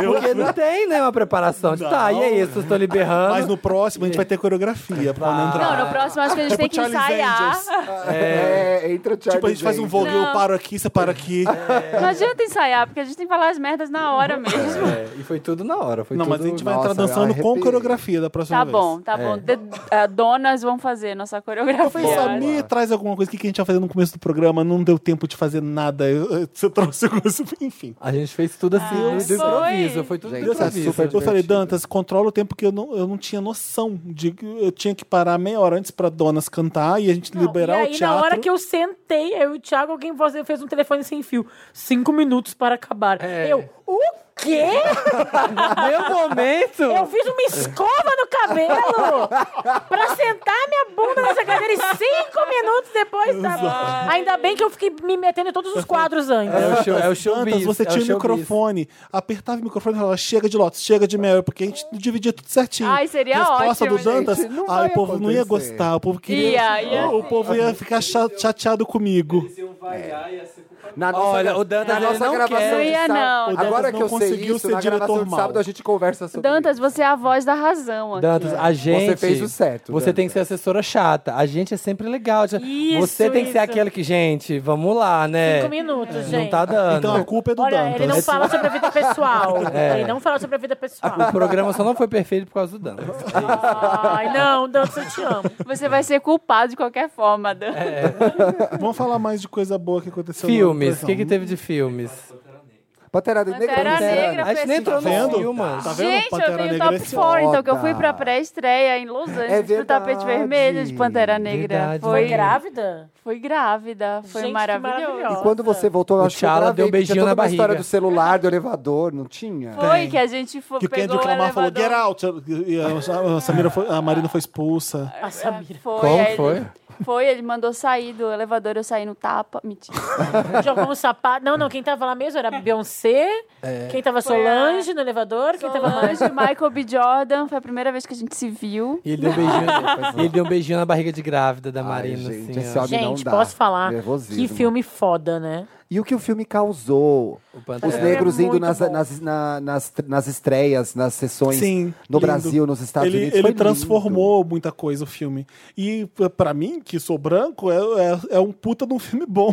Speaker 5: Porque não tem, né, uma preparação. Tipo, Tá, e é isso, eu estou liberando.
Speaker 1: Mas no próximo a gente vai ter coreografia pra quando entrar.
Speaker 4: Não, no próximo acho que a gente
Speaker 1: Ah. Tipo
Speaker 4: tem que
Speaker 1: Charlie's
Speaker 4: ensaiar.
Speaker 1: Angels.
Speaker 3: É, entra o Charlie
Speaker 1: Tipo, a gente faz um
Speaker 3: James.
Speaker 1: vogue, eu
Speaker 4: Não.
Speaker 1: paro aqui, você para aqui.
Speaker 3: É,
Speaker 4: Não adianta ensaiar, porque a gente tem que falar as merdas na hora mesmo.
Speaker 5: É, e foi tudo na hora. Foi
Speaker 1: Não,
Speaker 5: tudo...
Speaker 1: mas a gente vai
Speaker 3: Nossa,
Speaker 1: entrar dançando
Speaker 3: eu
Speaker 1: com
Speaker 3: arrepiei.
Speaker 1: coreografia da próxima
Speaker 4: Tá
Speaker 1: vez.
Speaker 4: bom, tá bom. De- eh, donas vão fazer nossa
Speaker 1: Eu falei,
Speaker 4: coreografia.
Speaker 1: Então Samir, traz alguma coisa. O que que a gente vai fazer no começo do programa? Não deu tempo de fazer nada. Eu- eu- Você trouxe alguma coisa. Enfim.
Speaker 5: A gente fez tudo assim, do
Speaker 4: foi.
Speaker 5: improviso. Foi tudo
Speaker 3: Gente,
Speaker 5: do
Speaker 1: Deu
Speaker 3: Isso é
Speaker 1: certo.
Speaker 5: improviso.
Speaker 3: super
Speaker 1: eu falei,
Speaker 3: divertido.
Speaker 1: Dantas, controla o tempo que eu não, eu não tinha noção. De, eu tinha que parar meia hora antes pra Donas cantar e a gente
Speaker 2: Não,
Speaker 1: liberar
Speaker 2: e
Speaker 1: o
Speaker 2: aí,
Speaker 1: teatro.
Speaker 2: na hora que eu sentei, eu e o Thiago, alguém voz- fez um telefone sem fio. Cinco minutos para acabar.
Speaker 5: É.
Speaker 2: Eu, o quê?
Speaker 5: Meu momento!
Speaker 2: Eu fiz uma escova no cabelo pra sentar minha bunda nessa cadeira e cinco minutos depois tava. Ainda bem que eu fiquei me metendo em todos os quadros
Speaker 5: É
Speaker 2: antes.
Speaker 5: o show, é o showbiz,
Speaker 1: Dantas, você
Speaker 5: é o
Speaker 1: tinha o
Speaker 5: showbiz.
Speaker 1: microfone, apertava o microfone e falava, chega de Lotus, chega de Meryl, porque a gente dividia tudo certinho.
Speaker 4: Ai, seria
Speaker 1: Resposta
Speaker 4: ótimo,
Speaker 1: do Dantas,
Speaker 3: gente, não
Speaker 1: ai,
Speaker 3: vai
Speaker 1: o povo não ia
Speaker 3: acontecer.
Speaker 1: gostar, o povo queria...
Speaker 4: Ia, ia
Speaker 1: o povo ia ficar cha- chateado comigo.
Speaker 3: Na nossa,
Speaker 5: Olha, o Dantas,
Speaker 3: na
Speaker 5: ele
Speaker 3: nossa
Speaker 5: não
Speaker 3: gravação
Speaker 5: quer.
Speaker 4: Não
Speaker 3: de
Speaker 4: ia, não.
Speaker 3: sábado.
Speaker 4: O
Speaker 1: Dantas
Speaker 3: Agora que
Speaker 1: não
Speaker 3: eu sei
Speaker 1: conseguiu
Speaker 3: isso,
Speaker 1: ser
Speaker 3: na gravação
Speaker 1: diretor
Speaker 3: de
Speaker 1: mau.
Speaker 3: sábado a gente conversa sobre
Speaker 4: Dantas,
Speaker 3: isso.
Speaker 4: você é a voz da razão aqui.
Speaker 5: Dantas, a gente.
Speaker 3: fez o certo,
Speaker 5: Você
Speaker 3: Dantas.
Speaker 5: tem que ser assessora chata. A gente é sempre legal.
Speaker 2: Isso,
Speaker 5: você tem que ser
Speaker 2: isso.
Speaker 5: aquela que, gente, vamos lá, né?
Speaker 2: Cinco minutos, gente.
Speaker 5: Não tá dando.
Speaker 1: Então a culpa é do
Speaker 2: Olha,
Speaker 1: Dantas.
Speaker 2: ele não fala sobre a vida pessoal.
Speaker 5: É.
Speaker 2: Ele não fala sobre a vida pessoal.
Speaker 5: O programa só não foi perfeito por causa do Dantas. Ah,
Speaker 2: Ai, não, Dantas, eu te amo.
Speaker 4: Você vai ser culpado de qualquer forma, Dantas.
Speaker 1: Vamos falar mais de coisa boa que aconteceu. no ano
Speaker 5: Filmes. O
Speaker 1: passado.
Speaker 5: que, que teve de filmes?
Speaker 3: Pantera Negra.
Speaker 4: Pantera Negra.
Speaker 5: A gente nem
Speaker 2: assim.
Speaker 1: Tá
Speaker 5: entrou no
Speaker 1: vendo?
Speaker 5: filme, mano.
Speaker 1: Tá vendo?
Speaker 4: Gente, eu
Speaker 1: Pantera
Speaker 4: tenho
Speaker 1: Negra
Speaker 4: top
Speaker 1: esse
Speaker 4: 4, então, que eu
Speaker 3: foda.
Speaker 4: fui pra pré-estreia em Los Angeles do
Speaker 3: verdade.
Speaker 4: Tapete Vermelho de Pantera Negra.
Speaker 5: Verdade.
Speaker 4: Foi,
Speaker 2: Grávida?
Speaker 4: foi grávida, foi
Speaker 2: Gente, que
Speaker 4: maravilhoso.
Speaker 2: maravilhosa.
Speaker 3: E quando você voltou, eu
Speaker 5: O
Speaker 3: acho que eu
Speaker 5: T'Challa
Speaker 3: gravei,
Speaker 5: deu um
Speaker 3: porque tinha
Speaker 5: beijinho
Speaker 3: toda
Speaker 5: na
Speaker 3: uma história
Speaker 5: barriga.
Speaker 3: do celular, do elevador, não tinha?
Speaker 4: Foi que a gente foi,
Speaker 1: Que o
Speaker 4: pegou
Speaker 1: Kendrick
Speaker 4: o
Speaker 1: Lamar falou, get
Speaker 4: elevador.
Speaker 1: out. E a, a Samira foi- a Marina foi expulsa.
Speaker 2: A Samira.
Speaker 4: Foi,
Speaker 5: Como
Speaker 4: aí
Speaker 5: foi?
Speaker 4: Ele, foi, ele mandou sair do elevador, eu saí no tapa. Mentira.
Speaker 2: Jogou um sapato. Não, não, quem tava lá mesmo era Beyoncé. Quem tava
Speaker 4: a-
Speaker 2: Solange no elevador. Quem tava
Speaker 4: Solange, Michael B. Jordan, foi a primeira vez que a gente se viu.
Speaker 5: E ele deu um beijinho, e ele deu um beijinho na barriga de grávida da
Speaker 3: Ai,
Speaker 5: Marina,
Speaker 3: gente,
Speaker 5: assim.
Speaker 3: esse
Speaker 5: ó.
Speaker 3: homem não
Speaker 2: Gente,
Speaker 3: dá.
Speaker 2: posso falar?
Speaker 3: Nervosismo.
Speaker 2: Que filme foda, né?
Speaker 3: E o que o filme causou?
Speaker 5: O
Speaker 3: Os
Speaker 5: Pantera.
Speaker 2: É.
Speaker 3: negros
Speaker 2: É
Speaker 3: indo
Speaker 2: muito
Speaker 3: nas,
Speaker 2: bom.
Speaker 3: nas, na- nas, nas estreias, nas sessões
Speaker 1: Sim,
Speaker 3: no
Speaker 1: lindo.
Speaker 3: Brasil, nos Estados
Speaker 1: ele,
Speaker 3: Unidos.
Speaker 1: ele
Speaker 3: Foi lindo.
Speaker 1: transformou muita coisa o filme. E p- pra mim, que sou branco, é, é, é um puta de um filme bom.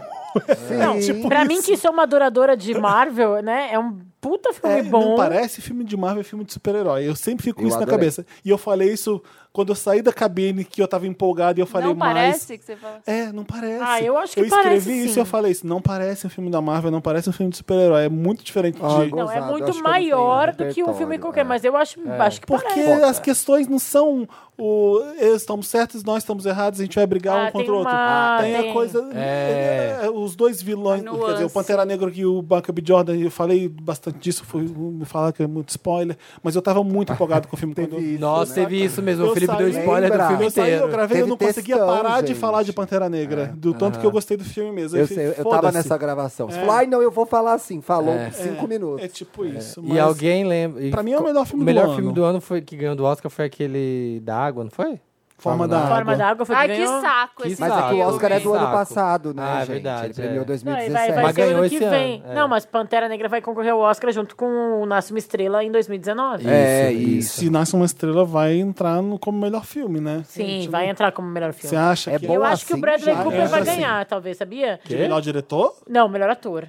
Speaker 3: É.
Speaker 2: Não,
Speaker 1: tipo
Speaker 2: pra mim,
Speaker 1: isso.
Speaker 2: que sou uma adoradora de Marvel, né? É um puta filme
Speaker 1: É,
Speaker 2: bom.
Speaker 1: Não parece filme de Marvel, é filme de super-herói. Eu sempre fico com
Speaker 3: Eu
Speaker 1: isso na
Speaker 3: adorei.
Speaker 1: cabeça. E eu falei isso quando eu saí da cabine, que eu tava empolgado e eu falei,
Speaker 4: Não
Speaker 1: mais.
Speaker 4: parece que você fala. assim.
Speaker 1: É, não parece.
Speaker 2: Ah, eu acho que
Speaker 1: Eu escrevi
Speaker 2: parece,
Speaker 1: isso
Speaker 2: sim.
Speaker 1: e eu falei isso. Não parece um filme da Marvel, não parece um filme de super-herói. É muito diferente
Speaker 3: Ah,
Speaker 1: de.
Speaker 3: go- Ousado,
Speaker 2: Não, é
Speaker 3: acho que
Speaker 2: muito
Speaker 3: eu não tenho
Speaker 2: maior do que um
Speaker 3: repertório,
Speaker 2: filme qualquer,
Speaker 3: é.
Speaker 2: mas eu acho, acho que
Speaker 1: Porque
Speaker 2: parece.
Speaker 1: as questões não são o eles estamos certos, nós estamos errados, a gente vai brigar
Speaker 2: Ah,
Speaker 1: um
Speaker 2: tem
Speaker 1: contra o outro.
Speaker 2: uma-
Speaker 1: tem,
Speaker 2: tem.
Speaker 1: a coisa.
Speaker 5: É.
Speaker 1: é, Os dois vilões,
Speaker 4: A
Speaker 1: quer dizer, o
Speaker 4: nuance.
Speaker 1: Pantera Negra e o Banca B. Jordan, eu falei bastante disso, fui falar que é muito spoiler, mas eu tava muito empolgado com o filme quando
Speaker 3: Teve isso,
Speaker 5: Nossa,
Speaker 3: né?
Speaker 5: teve isso mesmo. O
Speaker 1: Eu
Speaker 5: Felipe deu
Speaker 1: saí-
Speaker 5: spoiler do
Speaker 3: Lembra?
Speaker 5: filme
Speaker 1: Eu saí, eu
Speaker 5: inteiro.
Speaker 1: gravei, eu
Speaker 3: Teve
Speaker 1: não conseguia
Speaker 3: textão,
Speaker 1: parar de
Speaker 3: gente.
Speaker 1: falar de Pantera Negra, do tanto que eu gostei do filme mesmo.
Speaker 3: Eu,
Speaker 1: falei,
Speaker 3: sei, eu tava
Speaker 1: "Foda-se".
Speaker 3: nessa gravação. Você falou, ai não, eu vou falar assim. Falou
Speaker 5: É.
Speaker 3: por cinco minutos.
Speaker 1: É tipo isso.
Speaker 5: E
Speaker 1: mas-
Speaker 5: alguém lembra. e
Speaker 1: Pra mim é o melhor filme
Speaker 5: o
Speaker 1: do
Speaker 5: melhor
Speaker 1: ano.
Speaker 5: filme do ano foi, que ganhou do Oscar foi aquele da água, não foi?
Speaker 1: Forma da
Speaker 2: Forma
Speaker 1: água.
Speaker 2: d'água foi um-
Speaker 4: Ai, que
Speaker 2: ganhou.
Speaker 4: saco
Speaker 5: Que
Speaker 4: esse
Speaker 3: Mas é que
Speaker 5: saco,
Speaker 4: filme.
Speaker 3: o Oscar é do ano
Speaker 5: saco.
Speaker 3: passado, né,
Speaker 5: Ah, é
Speaker 3: gente?
Speaker 5: verdade,
Speaker 3: Ele
Speaker 5: é.
Speaker 3: premiou
Speaker 2: Não, e
Speaker 3: 2017.
Speaker 2: vai, vai
Speaker 5: Mas
Speaker 2: ser
Speaker 5: ganhou
Speaker 2: ano que
Speaker 5: esse ano,
Speaker 2: vem.
Speaker 5: é.
Speaker 2: Não, mas Pantera Negra vai concorrer ao Oscar junto com o Nasce uma Estrela em 2019.
Speaker 3: É, isso.
Speaker 1: Se Nasce Uma Estrela vai entrar no, como melhor filme, né?
Speaker 2: Sim,
Speaker 1: Tipo,
Speaker 2: vai entrar como melhor
Speaker 1: Você
Speaker 2: filme.
Speaker 1: acha
Speaker 3: É
Speaker 1: que
Speaker 2: Eu
Speaker 3: bom
Speaker 2: acho que o
Speaker 3: assim,
Speaker 2: Bradley
Speaker 3: já?
Speaker 2: Cooper
Speaker 1: É,
Speaker 2: vai
Speaker 1: assim.
Speaker 2: ganhar, talvez, sabia?
Speaker 1: de melhor diretor?
Speaker 2: Não, melhor ator.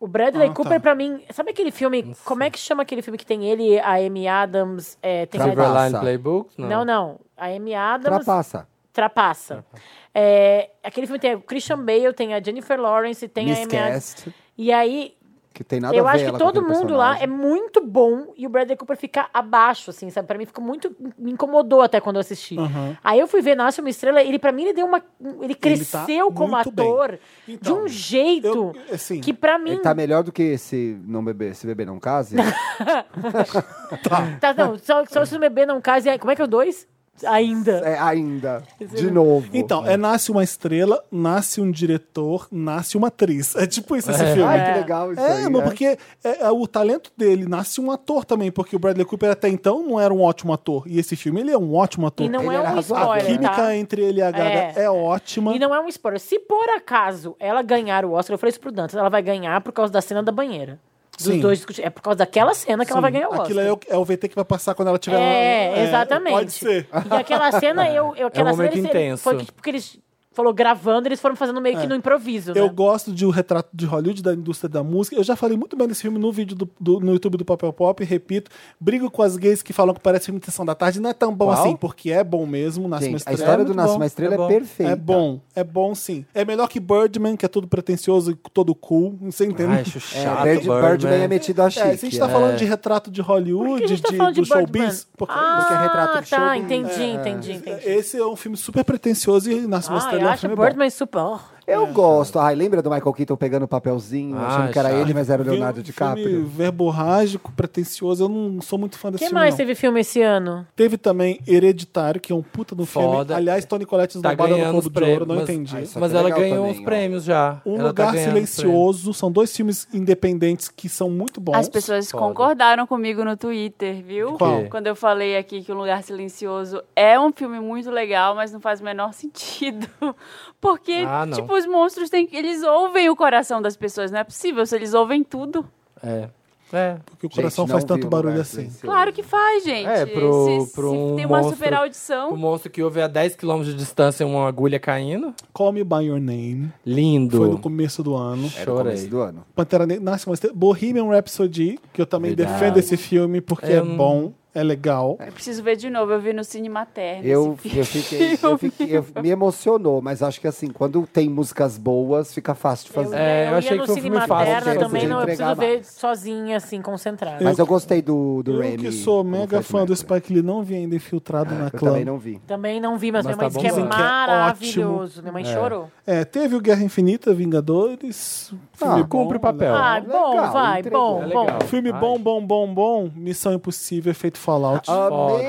Speaker 2: O Bradley
Speaker 1: Ah, tá.
Speaker 2: Cooper, pra mim, sabe aquele filme? Como é que chama aquele filme que tem ele, a Amy Adams? É, tem
Speaker 3: Trapaça.
Speaker 2: a...
Speaker 5: Silverline Playbook? Não.
Speaker 2: Não, não. A Amy Adams
Speaker 3: Trapassa.
Speaker 2: Trapaça. É, aquele filme tem o Christian Bale, tem a Jennifer Lawrence, tem a
Speaker 3: Miss
Speaker 2: Amy Adams.
Speaker 3: Cast,
Speaker 2: E aí,
Speaker 3: que tem nada
Speaker 2: eu
Speaker 3: a ver
Speaker 2: acho que
Speaker 3: ela
Speaker 2: todo
Speaker 3: com
Speaker 2: mundo
Speaker 3: aquele
Speaker 2: lá é
Speaker 3: personagem.
Speaker 2: muito bom e o Bradley Cooper fica abaixo, assim, sabe? Pra mim ficou muito. Me incomodou até quando eu assisti.
Speaker 1: Uhum.
Speaker 2: Aí eu fui ver Nasce uma Estrela, ele pra mim ele deu uma. Ele
Speaker 3: tá
Speaker 2: cresceu como
Speaker 1: muito bem.
Speaker 2: ator de
Speaker 1: Então,
Speaker 2: um jeito
Speaker 1: eu- assim,
Speaker 2: que pra mim.
Speaker 3: Ele tá melhor do que esse não beber, se beber não case.
Speaker 2: Tá, não, só, só se o bebê não case. Como é que é o dois? Ainda.
Speaker 3: é, ainda. De novo.
Speaker 1: Então, é Nasce Uma Estrela, Nasce um Diretor, Nasce uma Atriz. É tipo isso esse filme.
Speaker 3: Ai, que legal isso aí.
Speaker 1: É, mas
Speaker 3: né?
Speaker 1: porque é, é, o talento dele nasce um ator também, porque o Bradley Cooper até então não era um ótimo ator. E esse filme ele é um ótimo ator.
Speaker 2: E não
Speaker 3: Ele
Speaker 2: é um
Speaker 3: era razoável,
Speaker 1: a
Speaker 2: spoiler.
Speaker 3: né?
Speaker 1: química
Speaker 2: tá?
Speaker 1: entre ele e a Gaga é,
Speaker 2: É.
Speaker 1: ótima.
Speaker 2: E não é um spoiler. Se por acaso ela ganhar o Oscar, eu falei isso pro Dantas, ela vai ganhar por causa da cena da banheira. Dos
Speaker 1: Sim.
Speaker 2: dois discutindo. É por causa daquela cena que ela
Speaker 1: Sim,
Speaker 2: vai ganhar o Oscar.
Speaker 1: Aquilo é o, é o VT que vai passar quando ela tiver lá.
Speaker 2: É, exatamente.
Speaker 1: Pode ser.
Speaker 2: E aquela cena, eu,
Speaker 1: É um
Speaker 2: eu aquela cena
Speaker 5: momento
Speaker 2: eles,
Speaker 5: intenso.
Speaker 2: foi que, tipo, que eles falou gravando, eles foram fazendo meio que no improviso,
Speaker 1: É. Eu
Speaker 2: né?
Speaker 1: gosto de o retrato de Hollywood, da indústria da música. Eu já falei muito bem desse filme no vídeo do, do- no YouTube do Papel Pop, repito. Brigo com as gays que falam que parece filme de sessão da tarde. Não é tão bom
Speaker 5: Qual?
Speaker 1: assim, porque é bom mesmo. Nasce uma
Speaker 3: Gente, a
Speaker 1: estrela.
Speaker 3: história
Speaker 1: é
Speaker 3: do
Speaker 1: muito
Speaker 3: Nasce
Speaker 1: bom.
Speaker 3: uma Estrela
Speaker 5: é
Speaker 3: é,
Speaker 5: bom.
Speaker 3: perfeita.
Speaker 1: É bom, é bom sim. É melhor que Birdman, que é todo pretencioso e todo cool. Você entende?
Speaker 5: Ai, acho
Speaker 3: É,
Speaker 5: chato.
Speaker 3: Bird,
Speaker 5: Birdman.
Speaker 3: Birdman é metido a chique.
Speaker 1: É, se a gente tá
Speaker 3: né?
Speaker 1: falando de retrato de Hollywood,
Speaker 2: Por que a gente tá
Speaker 1: de-
Speaker 2: falando
Speaker 1: do
Speaker 2: de Birdman?
Speaker 1: showbiz, porque,
Speaker 2: ah,
Speaker 3: porque é retrato
Speaker 2: tá,
Speaker 3: de showbiz.
Speaker 1: É,
Speaker 2: entendi, entendi, entendi.
Speaker 1: esse é um filme super pretencioso e Nasce uma
Speaker 2: Ah,
Speaker 1: Estrela é
Speaker 2: eu
Speaker 1: um
Speaker 2: acho
Speaker 1: filme bom.
Speaker 2: Birdman super... oh.
Speaker 3: é. Eu gosto. Ai, lembra do Michael Keaton pegando o papelzinho,
Speaker 5: Ah,
Speaker 3: achando que era
Speaker 5: chato.
Speaker 3: ele, mas era o
Speaker 1: Filme-
Speaker 3: Leonardo
Speaker 1: Filme
Speaker 3: DiCaprio?
Speaker 1: verborrágico, pretencioso. Eu não sou muito fã desse
Speaker 2: Quem
Speaker 1: filme,
Speaker 2: mais
Speaker 1: não.
Speaker 2: teve filme esse ano?
Speaker 1: Teve também Hereditário, que é um puta do filme.
Speaker 5: Foda.
Speaker 1: Aliás, Tony Collette
Speaker 5: Tá
Speaker 1: esnobada no
Speaker 5: ganhando os
Speaker 1: Globo de Ouro,
Speaker 5: prêmios.
Speaker 1: não
Speaker 5: mas-
Speaker 1: entendi.
Speaker 3: Ah, isso
Speaker 5: Mas
Speaker 3: é
Speaker 5: ela
Speaker 3: legal
Speaker 5: ganhou
Speaker 3: também,
Speaker 5: uns
Speaker 3: ó.
Speaker 5: prêmios já.
Speaker 1: Um
Speaker 5: Ela tá
Speaker 1: Lugar
Speaker 5: ganhando os
Speaker 1: Silencioso, são dois filmes independentes que são muito bons.
Speaker 4: As pessoas
Speaker 5: Foda.
Speaker 4: concordaram comigo no Twitter, viu?
Speaker 1: Qual?
Speaker 4: Quando eu falei aqui que O Lugar Silencioso é um filme muito legal, mas não faz o menor sentido. Porque,
Speaker 5: Ah, não.
Speaker 4: tipo, os monstros têm que. Eles ouvem o coração das pessoas, não é possível, se eles ouvem tudo.
Speaker 5: prêmios. É. É.
Speaker 1: Porque o coração
Speaker 3: Gente,
Speaker 1: faz
Speaker 3: não
Speaker 1: tanto
Speaker 3: viu
Speaker 1: barulho
Speaker 3: Lugar
Speaker 1: assim.
Speaker 3: Silencioso.
Speaker 4: Claro que faz, gente.
Speaker 5: É, pro-
Speaker 4: se,
Speaker 5: pro
Speaker 4: se
Speaker 5: um
Speaker 4: tem uma
Speaker 5: monstro- um
Speaker 4: super
Speaker 2: Hum?
Speaker 5: O
Speaker 4: audição.
Speaker 5: monstro que houve a 10km de distância uma agulha caindo.
Speaker 1: Call Me By Your Name.
Speaker 5: Lindo.
Speaker 1: Foi no começo do ano.
Speaker 3: Era o começo
Speaker 5: Chorei.
Speaker 3: do ano.
Speaker 1: Pantera Negra. Nasce uma estrela. Bohemian Rhapsody, que eu também
Speaker 5: Verdade.
Speaker 1: defendo esse filme porque
Speaker 5: Eu
Speaker 1: é
Speaker 5: não-
Speaker 1: bom, é legal.
Speaker 4: Eu preciso ver de novo, eu vi no Cine Materno.
Speaker 2: É
Speaker 3: Eu,
Speaker 4: esse
Speaker 3: eu fiquei, eu fiquei- eu- me emocionou, mas acho que assim, quando tem músicas boas, fica fácil de fazer.
Speaker 5: É, eu
Speaker 2: ia
Speaker 5: achei
Speaker 2: no
Speaker 5: que o
Speaker 2: Cine
Speaker 5: filme fácil,
Speaker 2: Materna
Speaker 3: gente,
Speaker 2: também,
Speaker 3: podia
Speaker 2: não, eu preciso
Speaker 3: entregar
Speaker 2: ver
Speaker 3: mais.
Speaker 2: sozinha, assim, concentrada.
Speaker 3: Mas eu gostei do, do
Speaker 1: eu
Speaker 3: Remy.
Speaker 1: que sou
Speaker 3: do
Speaker 1: mega
Speaker 3: Fred
Speaker 1: fã do
Speaker 3: Mercury.
Speaker 1: Spike Lee, não vi ainda
Speaker 5: Ah,
Speaker 1: Infiltrado na
Speaker 3: Eu
Speaker 1: Clã.
Speaker 3: também não vi.
Speaker 2: Também não vi, mas, minha
Speaker 5: Mas
Speaker 2: mãe disse
Speaker 5: tá
Speaker 2: que é
Speaker 5: bombando.
Speaker 1: Dizem que é
Speaker 2: maravilhoso. minha mãe chorou.
Speaker 1: É, teve o Guerra Infinita, Vingadores. filme bom,
Speaker 5: cumpre Ah, o papel.
Speaker 1: legal.
Speaker 2: Ah, bom,
Speaker 3: legal,
Speaker 2: vai,
Speaker 3: entregou.
Speaker 2: bom,
Speaker 5: É
Speaker 2: bom.
Speaker 5: legal.
Speaker 1: Filme
Speaker 5: Ai.
Speaker 1: bom, bom, bom, bom. Missão Impossível, Efeito Fallout.
Speaker 3: Ah. Amei!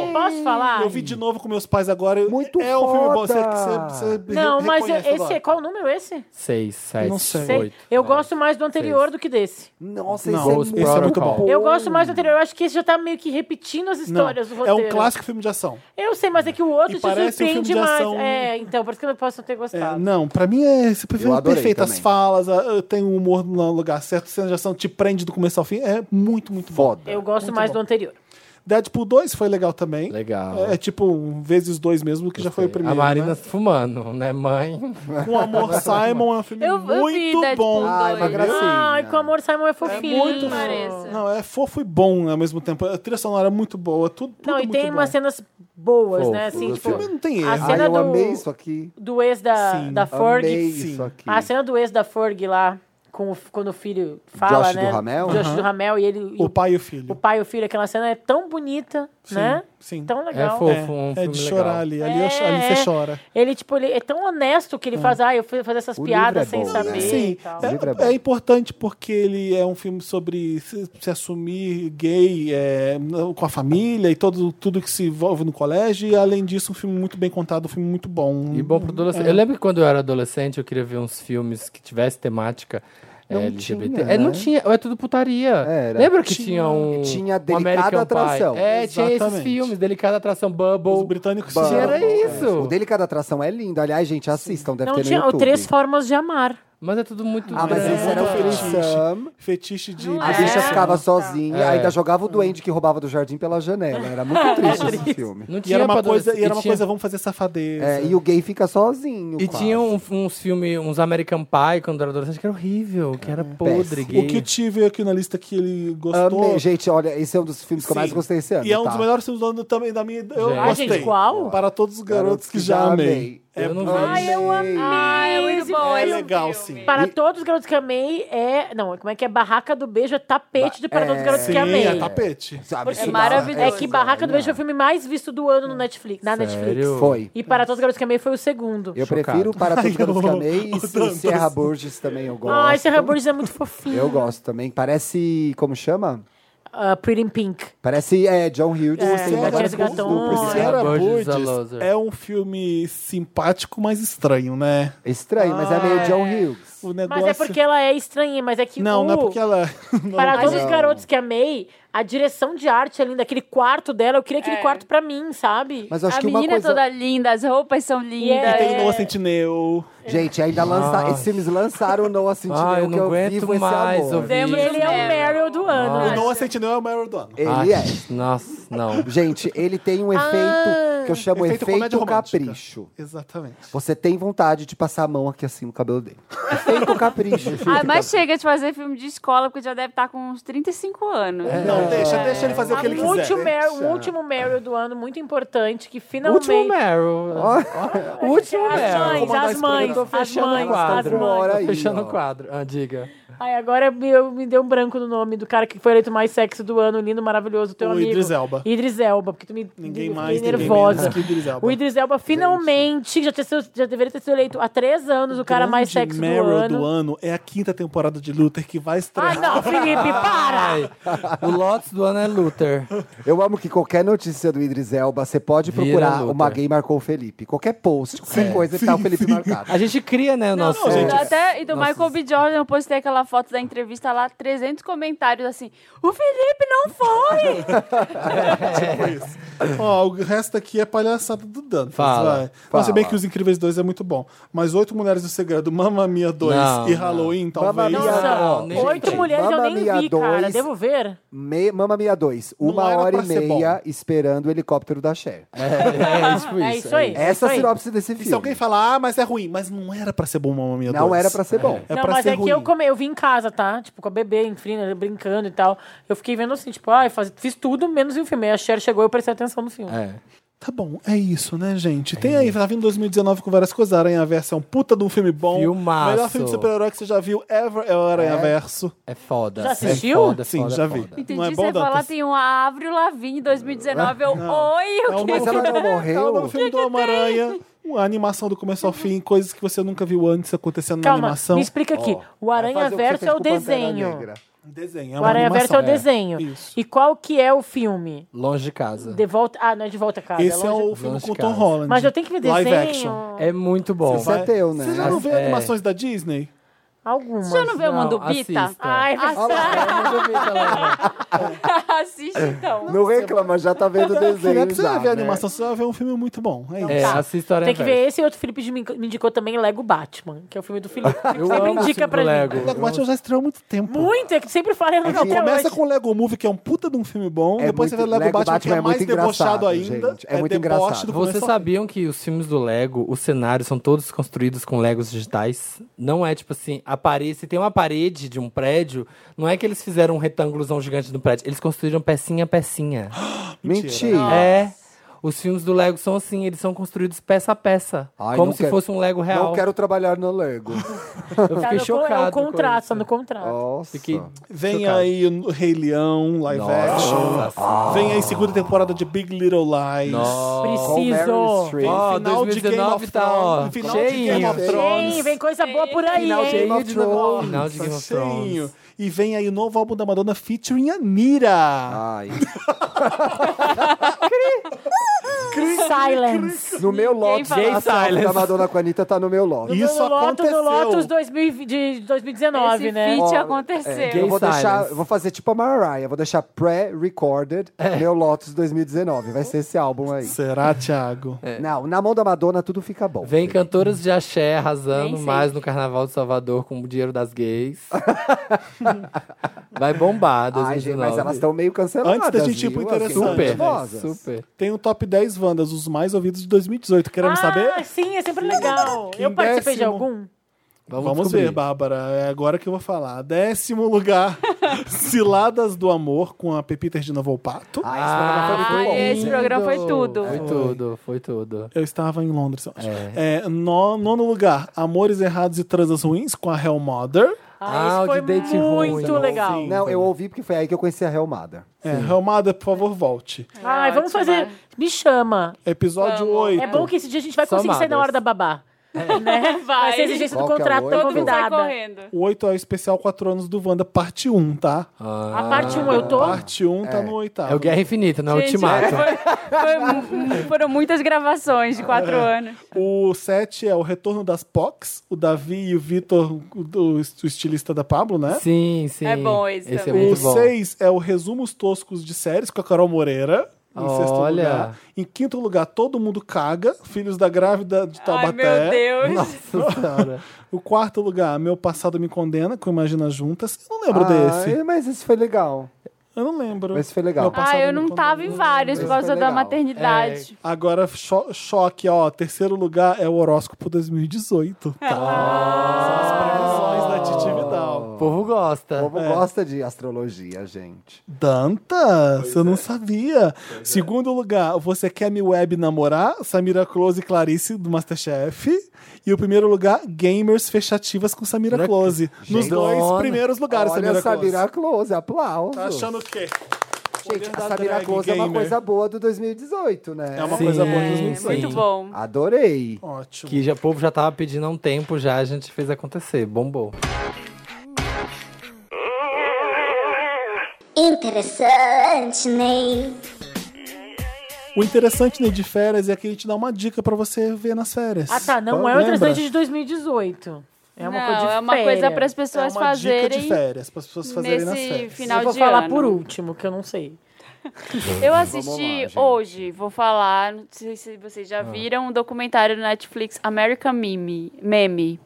Speaker 1: Amo!
Speaker 2: Posso falar?
Speaker 1: Eu vi de novo com meus pais agora. eu-
Speaker 3: Muito
Speaker 1: É um filme bom.
Speaker 3: foda!
Speaker 1: Você, você, você
Speaker 2: Não,
Speaker 1: re-
Speaker 2: mas eu-
Speaker 1: reconhece
Speaker 2: esse. é
Speaker 1: agora.
Speaker 2: Qual o número esse?
Speaker 5: Seis, sete,
Speaker 1: Não sei.
Speaker 2: Sei.
Speaker 5: oito.
Speaker 2: Eu gosto mais do anterior do que desse.
Speaker 3: Nossa,
Speaker 1: Não,
Speaker 3: esse,
Speaker 5: esse
Speaker 3: é,
Speaker 5: é
Speaker 3: muito
Speaker 5: muito
Speaker 3: bom.
Speaker 5: bom.
Speaker 2: Eu gosto mais do anterior. Eu acho que esse já tá meio que repetindo as
Speaker 1: Não,
Speaker 2: histórias do
Speaker 1: é
Speaker 2: roteiro.
Speaker 1: um clássico filme de ação.
Speaker 2: Eu sei, mas é que o outro
Speaker 1: E
Speaker 2: te
Speaker 1: parece um filme
Speaker 2: surpreende
Speaker 1: de
Speaker 2: mais.
Speaker 1: ação-
Speaker 2: É, então, por isso que eu não posso ter
Speaker 1: É,
Speaker 2: gostado.
Speaker 1: não, pra mim é esse filme
Speaker 3: Eu adorei
Speaker 1: perfeito. As
Speaker 3: também.
Speaker 1: falas, a- eu tem o humor no lugar certo, cena de ação te prende do começo ao fim. É muito, muito bom.
Speaker 3: Foda.
Speaker 2: Eu gosto mais do anterior.
Speaker 1: Deadpool 2 foi legal também.
Speaker 5: Legal.
Speaker 1: É, tipo um vezes dois mesmo, que já foi o primeiro.
Speaker 5: a Marina
Speaker 1: né?
Speaker 5: fumando, né, mãe?
Speaker 1: Com Amor Simon é um filme
Speaker 4: Eu- eu vi
Speaker 1: muito bom.
Speaker 4: Deadpool dois.
Speaker 3: Ai, uma
Speaker 4: Viu?
Speaker 3: gracinha.
Speaker 2: Ai, com o amor, Simon é fofinho.
Speaker 4: muito fofo.
Speaker 1: Não, é fofo e bom ao mesmo tempo. A trilha sonora é muito boa, tudo, tudo
Speaker 2: Não, e
Speaker 1: muito
Speaker 2: tem
Speaker 1: bom.
Speaker 2: umas cenas boas, né?
Speaker 5: Fofo,
Speaker 2: Assim,
Speaker 1: O
Speaker 2: tipo,
Speaker 1: filme não tem
Speaker 2: a
Speaker 1: erro.
Speaker 2: cena
Speaker 3: Ai, eu
Speaker 2: do-
Speaker 3: amei isso aqui.
Speaker 2: do ex da,
Speaker 1: Sim.
Speaker 2: da Ferg.
Speaker 3: Amei
Speaker 1: sim.
Speaker 3: isso aqui.
Speaker 2: A cena do ex da Ferg lá, com o- quando o filho fala,
Speaker 3: Josh
Speaker 2: né?
Speaker 3: Duhamel?
Speaker 2: Josh
Speaker 1: Aham.
Speaker 2: do Ramel e ele. e
Speaker 1: O
Speaker 2: o,
Speaker 1: pai e o filho.
Speaker 2: o pai e o filho, aquela cena é tão bonita,
Speaker 1: Sim,
Speaker 2: né?
Speaker 1: sim.
Speaker 2: Tão legal.
Speaker 5: É fofo.
Speaker 1: É,
Speaker 5: um
Speaker 1: é
Speaker 5: filme
Speaker 1: de
Speaker 5: legal.
Speaker 1: chorar ali. Ali, eu-
Speaker 2: É,
Speaker 1: ali você
Speaker 2: é.
Speaker 1: chora.
Speaker 2: Ele, tipo, ele é tão honesto que ele faz, ah, eu fui fazer essas
Speaker 3: O livro
Speaker 2: piadas
Speaker 3: é
Speaker 2: sem
Speaker 3: bom, né?
Speaker 2: saber.
Speaker 1: Sim,
Speaker 2: E tal.
Speaker 1: é-
Speaker 3: O livro é bom.
Speaker 1: é, importante porque ele é um filme sobre se, se assumir gay é, no- com a família e todo, tudo que se envolve no colégio. E além disso, um filme muito bem contado, um filme muito bom.
Speaker 5: E bom pro adolescente. Eu lembro que quando eu era adolescente, eu queria ver uns filmes que tivesse temática
Speaker 3: Não
Speaker 5: eh, LGBT.
Speaker 3: tinha,
Speaker 5: é, não
Speaker 3: né?
Speaker 5: tinha, é tudo putaria.
Speaker 3: Era.
Speaker 5: Lembra que
Speaker 1: Tinha-
Speaker 5: tinha, um.
Speaker 3: tinha
Speaker 5: um
Speaker 3: Delicada
Speaker 5: American Pie?
Speaker 3: Atração.
Speaker 5: É, tinha esses
Speaker 1: Exatamente.
Speaker 5: filmes, delicada atração,
Speaker 1: Os
Speaker 5: Bubble.
Speaker 1: britânicos
Speaker 3: Bubble.
Speaker 1: fizeram-
Speaker 5: Era
Speaker 3: O
Speaker 5: isso.
Speaker 3: Delicada Atração é lindo. Aliás, gente, assistam. Deve
Speaker 2: é Não
Speaker 3: ter no
Speaker 2: tinha o
Speaker 3: YouTube.
Speaker 2: Três né? Formas de Amar.
Speaker 5: Mas é tudo muito.
Speaker 3: Ah, mas
Speaker 1: É.
Speaker 3: esse era o
Speaker 1: Muito
Speaker 3: Frisam.
Speaker 1: fetiche de.
Speaker 4: Não
Speaker 3: A
Speaker 4: É.
Speaker 3: bicha ficava
Speaker 4: É.
Speaker 3: sozinha,
Speaker 5: É.
Speaker 3: ainda jogava o duende que roubava do jardim pela janela. Era muito triste esse filme.
Speaker 5: Não
Speaker 1: E
Speaker 5: tinha
Speaker 1: era uma
Speaker 5: pra
Speaker 1: coisa, e era
Speaker 5: adolescente.
Speaker 1: uma
Speaker 5: tinha-
Speaker 1: coisa, vamos fazer safadeza.
Speaker 3: É, e o gay fica sozinho.
Speaker 5: E
Speaker 3: quase.
Speaker 5: tinha um- uns filmes, uns American Pie, quando eu era adolescente, que era horrível, que era podre,
Speaker 3: É, Péssimo.
Speaker 5: gay.
Speaker 1: O que eu tive aqui na lista que ele gostou.
Speaker 3: Amei. Gente, olha, esse é um dos filmes que eu mais
Speaker 1: Sim.
Speaker 3: gostei esse ano.
Speaker 1: E é um
Speaker 3: tá?
Speaker 1: dos melhores filmes do ano também da minha. Eu
Speaker 5: Gente.
Speaker 2: Ah,
Speaker 1: gostei.
Speaker 2: gente, qual?
Speaker 1: Para todos os garotos que já amei.
Speaker 5: Eu não vi.
Speaker 3: Ai, eu amei.
Speaker 4: Ah, é muito
Speaker 2: Esse
Speaker 4: bom.
Speaker 1: É
Speaker 4: esse
Speaker 1: legal,
Speaker 4: filme.
Speaker 1: sim.
Speaker 2: Para
Speaker 3: E-
Speaker 2: todos os garotos que amei é. Não, como é que é? Barraca do Beijo é tapete de Para todos os garotos
Speaker 1: Sim,
Speaker 2: que amei.
Speaker 1: é tapete.
Speaker 3: Sabe,
Speaker 2: Porque
Speaker 3: isso dá-
Speaker 4: É maravilhoso.
Speaker 2: É que Barraca do Beijo é o filme mais visto do ano no Netflix, na Netflix.
Speaker 5: Sério?
Speaker 3: Foi.
Speaker 2: E Para Todos os Garotos que Amei foi o segundo.
Speaker 3: Eu
Speaker 5: Chocado.
Speaker 3: prefiro Para Todos os Garotos que
Speaker 1: Ai, o-
Speaker 3: Amei
Speaker 1: o
Speaker 3: e se-
Speaker 1: Dantas.
Speaker 3: Serra Burgess também eu gosto.
Speaker 2: Ah, esse Hamburgers é muito fofinho.
Speaker 3: Eu gosto também. Parece, como chama?
Speaker 2: Ah, Pretty in Pink.
Speaker 3: Parece é, John Hughes.
Speaker 2: É,
Speaker 3: tem vários
Speaker 2: Jessica
Speaker 3: bons duplos.
Speaker 2: Jones.
Speaker 5: Sarah
Speaker 1: Sarah
Speaker 5: Burgess, a
Speaker 1: Burgess
Speaker 5: loser.
Speaker 1: é um filme simpático, mas estranho, né?
Speaker 3: Estranho, mas é meio John Hughes.
Speaker 1: O negócio.
Speaker 2: Mas é porque ela é estranha, mas é que
Speaker 1: Não,
Speaker 2: o...
Speaker 1: não é porque ela. não.
Speaker 2: Para todos os
Speaker 3: Não.
Speaker 2: garotos que amei, a direção de arte ali daquele quarto dela, eu queria aquele
Speaker 4: É.
Speaker 2: quarto pra mim, sabe?
Speaker 3: Mas acho
Speaker 4: a
Speaker 3: que uma
Speaker 4: menina
Speaker 3: coisa...
Speaker 4: é toda linda, as roupas são
Speaker 2: E
Speaker 4: lindas. É.
Speaker 1: Tem Noah Centineo.
Speaker 3: Gente, ainda lança...
Speaker 5: Ai.
Speaker 3: esses filmes lançaram o Noah Centineo,
Speaker 5: Ai, eu
Speaker 3: que
Speaker 5: não
Speaker 3: eu
Speaker 5: aguento
Speaker 3: vivo
Speaker 5: mais
Speaker 3: esse amor.
Speaker 5: ouvir.
Speaker 2: E
Speaker 4: Lembro
Speaker 2: ele é o
Speaker 4: Meryl.
Speaker 2: Meryl do ano.
Speaker 5: Ah.
Speaker 1: O
Speaker 2: acho.
Speaker 1: Noah Centineo é o Meryl do ano.
Speaker 5: Ai,
Speaker 3: Ele é.
Speaker 5: Nossa, não.
Speaker 3: Gente, ele tem um efeito
Speaker 2: Ah.
Speaker 3: que eu chamo
Speaker 1: efeito
Speaker 3: efeito,
Speaker 1: comédia romântica.
Speaker 3: capricho.
Speaker 1: Exatamente.
Speaker 3: Você tem vontade de passar a mão aqui assim no cabelo dele. Efeito capricho.
Speaker 4: Ah, mas
Speaker 3: tá?
Speaker 4: chega de fazer filme de escola, porque já deve estar com uns 35 anos. Então,
Speaker 1: Não, deixa, deixa ele fazer o
Speaker 2: Ah,
Speaker 1: que ele
Speaker 2: um, último
Speaker 1: quiser.
Speaker 2: Meryl, um último Meryl do ano muito importante, que finalmente...
Speaker 5: Último Meryl. Ó, Último
Speaker 2: As
Speaker 5: Meryl.
Speaker 2: mães, as mães,
Speaker 5: Tô
Speaker 2: as
Speaker 5: fechando
Speaker 2: mães,
Speaker 5: o
Speaker 2: as
Speaker 5: quadro.
Speaker 2: mães.
Speaker 3: Bora aí,
Speaker 5: Fechando
Speaker 3: ó.
Speaker 5: o quadro. Ah, diga.
Speaker 2: Ai, agora me- eu, me deu um branco no nome do cara que foi eleito mais sexy do ano, lindo, maravilhoso, teu
Speaker 1: O
Speaker 2: amigo.
Speaker 1: Idris Elba.
Speaker 2: Idris Elba, porque tu me
Speaker 1: Ninguém
Speaker 2: eu fiquei
Speaker 1: mais, ninguém
Speaker 2: nervosa.
Speaker 1: menos que Idris Elba.
Speaker 2: O Idris Elba finalmente já, tinha sido- já deveria ter sido eleito há três anos o cara mais
Speaker 1: Grande
Speaker 2: sexy do
Speaker 1: Meryl
Speaker 2: ano.
Speaker 1: do ano é a quinta temporada de Luther que vai
Speaker 2: Ai,
Speaker 1: estrear.
Speaker 2: não, Felipe, para!
Speaker 5: Ai, o Lotus do ano é Luther.
Speaker 3: Eu amo que qualquer notícia do Idris Elba, você pode
Speaker 5: Vira
Speaker 3: procurar
Speaker 5: luta.
Speaker 3: uma gay marcou o Felipe. Qualquer post, qualquer coisa, tá o Felipe marcado.
Speaker 5: A gente cria, né, o nosso...
Speaker 1: não, gente.
Speaker 4: Até e do Michael B. Jordan, eu postei aquela foto da entrevista lá, 300 comentários assim. O Felipe não foi!
Speaker 1: tipo Ó, o resto aqui é palhaçada do Dantas.
Speaker 5: Fala,
Speaker 1: vai. Não, se bem
Speaker 3: fala.
Speaker 1: que Os Incríveis 2 é muito bom. Mas Oito Mulheres do Segredo, Mamma Mia 2
Speaker 5: Não,
Speaker 1: e
Speaker 5: não.
Speaker 1: Halloween,
Speaker 3: Mamma
Speaker 1: talvez.
Speaker 3: Mia,
Speaker 2: Nossa,
Speaker 5: Não, nem
Speaker 2: oito
Speaker 5: gente.
Speaker 2: mulheres eu
Speaker 3: Mamma
Speaker 2: nem
Speaker 3: Mia
Speaker 2: vi, cara.
Speaker 3: dois.
Speaker 2: Devo ver.
Speaker 3: Me, Mama Mia 2,
Speaker 1: Não
Speaker 3: uma
Speaker 1: era
Speaker 3: hora
Speaker 1: pra
Speaker 3: e
Speaker 1: ser
Speaker 3: meia esperando o helicóptero da Cher.
Speaker 5: É, tipo
Speaker 2: É isso aí. é
Speaker 3: Essa é
Speaker 2: isso
Speaker 3: a
Speaker 2: aí.
Speaker 3: sinopse desse
Speaker 1: E
Speaker 3: filme.
Speaker 1: se alguém falar, ah, mas é ruim. Mas não era pra ser bom Mamma Mia 2.
Speaker 3: Não era pra ser bom.
Speaker 1: É
Speaker 2: não,
Speaker 1: pra
Speaker 2: mas
Speaker 1: ser
Speaker 2: é
Speaker 1: ruim.
Speaker 2: que eu, come... eu vim em casa, tá? Tipo, com a bebê, enfim, né, brincando e tal. Eu fiquei vendo assim, tipo, ai, faz... fiz tudo menos o filme. Aí a Cher chegou e eu prestei atenção no filme.
Speaker 5: É.
Speaker 1: Tá bom, é isso, né, gente?
Speaker 3: É.
Speaker 1: Tem aí, tá vindo 2019 com várias coisas. Aranha Verso é um puta de um filme bom.
Speaker 5: Filmaço.
Speaker 1: Melhor filme de super-herói que você já viu ever é o Aranha Verso.
Speaker 5: É foda.
Speaker 2: Já assistiu?
Speaker 5: É foda,
Speaker 1: Sim,
Speaker 5: foda,
Speaker 1: já
Speaker 5: foda.
Speaker 1: vi.
Speaker 4: Entendi
Speaker 1: não é bom,
Speaker 4: você falar,
Speaker 1: Dantas?
Speaker 4: tem uma Avril Lavigne 2019. Eu, oi,
Speaker 1: É
Speaker 4: o
Speaker 1: um
Speaker 4: que
Speaker 1: novo
Speaker 3: Mas ela não
Speaker 1: É o
Speaker 3: morreu?
Speaker 1: novo filme do Homem-Aranha. a animação do começo ao fim, coisas que você nunca viu antes acontecendo na
Speaker 2: Calma,
Speaker 1: animação.
Speaker 2: me explica aqui. o Aranha Verso é o desenho.
Speaker 1: Desenho, é
Speaker 2: o
Speaker 1: uma
Speaker 2: Aranha Verso é o
Speaker 1: animação.
Speaker 2: desenho.
Speaker 1: Isso.
Speaker 2: E qual que é o filme?
Speaker 5: Longe de casa.
Speaker 2: De volta. Ah, não é de volta a casa.
Speaker 1: Esse é
Speaker 2: longe-
Speaker 1: o filme
Speaker 5: Longe
Speaker 1: com
Speaker 5: de
Speaker 1: Tom
Speaker 5: casa.
Speaker 1: Holland.
Speaker 2: Mas eu tenho que ver
Speaker 1: Live
Speaker 2: desenho.
Speaker 1: action.
Speaker 5: É muito bom.
Speaker 3: Você é teu, né?
Speaker 1: Você já não vê
Speaker 5: É.
Speaker 1: animações da Disney?
Speaker 2: Algumas.
Speaker 4: Você já não vê o
Speaker 5: Não,
Speaker 4: Mandubita?
Speaker 5: assista.
Speaker 2: Ai, mas-
Speaker 4: Assista.
Speaker 5: É.
Speaker 4: Assiste então.
Speaker 3: Não reclama, já tá vendo o desenho.
Speaker 1: Não é precisa
Speaker 3: já,
Speaker 1: ver
Speaker 3: né?
Speaker 1: animação, você vai ver um filme muito bom. É isso.
Speaker 5: É,
Speaker 2: Tá.
Speaker 5: assista Aranha
Speaker 2: Tem que
Speaker 5: Verso.
Speaker 2: ver esse e outro Felipe me me indicou também Lego Batman, que é o filme do Felipe. que
Speaker 5: Eu
Speaker 2: sempre
Speaker 5: amo o
Speaker 2: indica
Speaker 5: filme
Speaker 2: pra
Speaker 5: do Lego.
Speaker 2: mim.
Speaker 1: Lego Batman já estreou há muito tempo.
Speaker 2: Muito, é que sempre fala eu não até
Speaker 1: Começa
Speaker 2: hoje.
Speaker 1: com o Lego Movie, que é um puta de um filme bom.
Speaker 3: É
Speaker 1: Depois você vê
Speaker 3: muito-
Speaker 1: Lego,
Speaker 3: Lego
Speaker 1: Batman, que é,
Speaker 3: Batman é
Speaker 1: mais
Speaker 3: muito
Speaker 1: debochado
Speaker 3: engraçado,
Speaker 1: ainda.
Speaker 3: gente. É muito
Speaker 1: deboche
Speaker 3: engraçado.
Speaker 1: do
Speaker 5: Vocês
Speaker 1: começo ao
Speaker 5: sabiam que os filmes do Lego, os cenários são todos construídos com Legos digitais? Não é tipo assim, a parede, se tem uma parede de um prédio, não é que eles fizeram um retângulozão gigante no prédio, eles construíram pecinha a pecinha.
Speaker 1: fim?
Speaker 3: Mentira.
Speaker 5: é. Os filmes do Lego são assim, eles são construídos peça a peça.
Speaker 3: Ai,
Speaker 5: como
Speaker 3: não
Speaker 5: se
Speaker 3: quero-
Speaker 5: fosse um Lego real.
Speaker 3: Não quero trabalhar no Lego.
Speaker 5: Eu
Speaker 2: Tá no, con-
Speaker 5: fiquei chocado.
Speaker 2: é o
Speaker 5: com
Speaker 2: contrato,
Speaker 5: isso.
Speaker 2: tá no contrato.
Speaker 3: Nossa.
Speaker 5: Fiquei
Speaker 1: Vem
Speaker 5: chocado.
Speaker 1: aí o Rei Leão, live action.
Speaker 5: Nossa.
Speaker 1: Vem aí segunda temporada de Big Little Lies.
Speaker 5: Nossa.
Speaker 2: Preciso.
Speaker 3: Streep.
Speaker 1: Vem
Speaker 5: Ó,
Speaker 1: final de Game
Speaker 5: 2019
Speaker 1: of
Speaker 5: tá, ó,
Speaker 1: Thrones. Final de Game
Speaker 5: cheinho.
Speaker 1: of Thrones.
Speaker 2: Gente, vem coisa boa por aí,
Speaker 5: Final de
Speaker 2: hein?
Speaker 5: Game of Thrones. Final de
Speaker 1: Nossa,
Speaker 5: Game of
Speaker 1: cheinho.
Speaker 5: Thrones.
Speaker 1: E vem aí o novo álbum da Madonna featuring
Speaker 5: Ah.
Speaker 1: Anira.
Speaker 3: Ai.
Speaker 2: Silence.
Speaker 3: No meu lote,
Speaker 4: fala.
Speaker 3: a selfie da Madonna com a Anitta tá no meu lote.
Speaker 1: Isso
Speaker 2: no Lotus,
Speaker 1: aconteceu.
Speaker 2: no Lotus 2000 de 2019,
Speaker 4: Esse
Speaker 2: né?
Speaker 4: feat
Speaker 3: Ó,
Speaker 4: aconteceu.
Speaker 5: é,
Speaker 3: Eu
Speaker 5: gay-
Speaker 3: vou,
Speaker 5: Silence.
Speaker 3: deixar, eu vou fazer tipo a Mariah, vou deixar pré-recorded
Speaker 5: É.
Speaker 3: meu Lotus 2019. Vai ser esse álbum aí.
Speaker 1: Será, Thiago?
Speaker 5: É.
Speaker 3: Não, na mão da Madonna tudo fica bom.
Speaker 5: Vem cantoras de axé arrasando
Speaker 4: Nem sei.
Speaker 5: mais no Carnaval de Salvador com o dinheiro das gays. Vai bombar
Speaker 3: Ai,
Speaker 5: 2019.
Speaker 3: gente, mas elas estão meio canceladas.
Speaker 1: Antes da gente ir pro
Speaker 3: viu?
Speaker 1: interessante.
Speaker 3: Assim,
Speaker 5: super,
Speaker 3: nervosas.
Speaker 5: super.
Speaker 1: Tem o top 10 Wandas, os mais ouvidos de 2018. Queremos
Speaker 2: Ah,
Speaker 1: saber?
Speaker 2: sim, é sempre legal.
Speaker 1: Que
Speaker 2: Eu participei de
Speaker 1: décimo.
Speaker 2: algum?
Speaker 5: Vamos,
Speaker 1: Vamos
Speaker 5: descobrir.
Speaker 1: ver, Bárbara. É agora que eu vou falar. Décimo lugar: Ciladas do Amor com a Pepita Regina Volpato.
Speaker 3: Ah, esse programa foi muito
Speaker 4: Ah,
Speaker 3: bom.
Speaker 4: esse programa foi tudo.
Speaker 5: Foi tudo, foi tudo.
Speaker 1: Eu estava em Londres. eu acho. É, no- nono lugar: Amores Errados e Transas Ruins com a Hell Mother.
Speaker 5: Ah,
Speaker 2: Ah,
Speaker 5: o
Speaker 2: isso
Speaker 5: de
Speaker 2: foi
Speaker 5: date ruim,
Speaker 2: muito
Speaker 5: não,
Speaker 2: legal.
Speaker 1: sim.
Speaker 3: Não, eu ouvi porque foi aí que eu conheci a Real Mother.
Speaker 1: É, Hell Mother, por favor, volte.
Speaker 2: Ai, vamos
Speaker 4: Ótimo,
Speaker 2: fazer.
Speaker 4: né?
Speaker 2: Me chama.
Speaker 1: Episódio
Speaker 4: Vamos.
Speaker 1: 8.
Speaker 2: É bom que esse dia a gente vai
Speaker 5: Só
Speaker 2: conseguir sair na
Speaker 5: madas.
Speaker 2: hora da babá. Né? Vai ser a exigência do
Speaker 3: Qual que é o
Speaker 2: contrato da
Speaker 3: oito?
Speaker 4: Todo mundo sai
Speaker 2: convidada.
Speaker 4: correndo.
Speaker 1: O 8 é o especial 4 anos do Wanda, parte 1, tá?
Speaker 2: A parte 1 eu tô.
Speaker 1: Parte 1 tá no oitavo.
Speaker 5: Ah. É o Guerra Infinita, não é o
Speaker 4: Ah, Gente,
Speaker 5: Ultimato.
Speaker 4: Foi mu- foram muitas gravações de quatro anos.
Speaker 1: O 7 é o Retorno das Pox, o Davi e o Vitor, o, do- o estilista da Pablo, né?
Speaker 5: Sim, sim.
Speaker 4: É bom esse
Speaker 5: Esse é
Speaker 4: também.
Speaker 1: O
Speaker 5: muito bom.
Speaker 1: 6 é o Resumos Toscos de Séries com a Carol Moreira. Em sexto
Speaker 5: Olha.
Speaker 1: lugar. Em quinto lugar, Todo Mundo Caga, Filhos da Grávida de Taubaté.
Speaker 4: Ai, meu Deus.
Speaker 5: Nossa senhora.
Speaker 1: O quarto lugar, Meu Passado Me Condena, com Imagina Juntas. Eu não lembro desse.
Speaker 3: Ai, mas esse foi legal.
Speaker 1: Eu não lembro.
Speaker 3: Ah, é? Mas foi legal.
Speaker 1: Meu Passado
Speaker 4: Ah, eu
Speaker 1: Me
Speaker 4: não
Speaker 1: Condena.
Speaker 4: tava em vários por
Speaker 3: Esse
Speaker 4: causa
Speaker 3: foi
Speaker 4: da
Speaker 3: legal.
Speaker 4: maternidade.
Speaker 1: Agora, cho- choque, ó. Terceiro lugar é o horóscopo 2018. Tá?
Speaker 4: Ah.
Speaker 1: São as previsões da Titi Vidal.
Speaker 5: O povo gosta.
Speaker 3: O povo
Speaker 1: É.
Speaker 3: gosta de astrologia, gente.
Speaker 1: Danta, você
Speaker 3: é.
Speaker 1: não sabia. Segundo lugar, Você Quer Me Web Namorar? Samira Close e Clarice, do Masterchef. E o primeiro lugar, Gamers Fechativas com Samira
Speaker 5: Olha que-
Speaker 1: Close. Nos dois
Speaker 5: Dona.
Speaker 1: primeiros lugares,
Speaker 3: Olha a
Speaker 1: Samira Close.
Speaker 3: Samira Close, aplauso.
Speaker 1: Tá achando o quê?
Speaker 3: gente,
Speaker 1: Poder da
Speaker 3: a Samira
Speaker 1: drag
Speaker 3: Close é uma
Speaker 1: gamer.
Speaker 3: coisa boa do 2018, né?
Speaker 1: É uma
Speaker 5: Sim.
Speaker 1: coisa boa
Speaker 5: É,
Speaker 1: em 2018.
Speaker 4: Muito bom.
Speaker 3: Adorei.
Speaker 1: Ótimo.
Speaker 5: Que já, o povo já tava pedindo há um tempo já, a gente fez acontecer. Bombou.
Speaker 6: Interessante, Ney.
Speaker 1: O interessante né, de férias é que ele te dá uma dica pra você ver nas férias.
Speaker 2: Ah, tá. Não é o
Speaker 1: Lembra?
Speaker 2: interessante de 2018. É uma
Speaker 4: não,
Speaker 2: coisa de
Speaker 4: é uma
Speaker 2: férias.
Speaker 4: coisa para as pessoas
Speaker 1: é uma dica de
Speaker 4: fazerem
Speaker 1: férias, para as pessoas fazerem nas
Speaker 4: nesse
Speaker 1: férias.
Speaker 4: final
Speaker 2: Eu vou
Speaker 4: de
Speaker 2: falar
Speaker 4: ano.
Speaker 2: por último, que eu não sei.
Speaker 4: Eu
Speaker 3: lá,
Speaker 4: assisti
Speaker 3: gente. Ah.
Speaker 4: hoje, vou falar, não sei se vocês já viram, um documentário no Netflix, American Meme. Meme.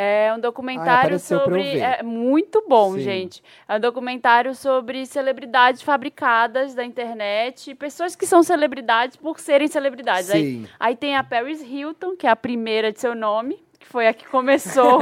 Speaker 4: É um documentário
Speaker 3: Ah, apareceu pra eu
Speaker 4: sobre.
Speaker 3: ver.
Speaker 4: É muito bom,
Speaker 3: Sim.
Speaker 4: gente. É um documentário sobre celebridades fabricadas da internet, pessoas que são celebridades por serem celebridades. Aí
Speaker 3: Sim.
Speaker 4: Aí tem a Paris Hilton, que é a primeira de seu nome, que foi a que começou.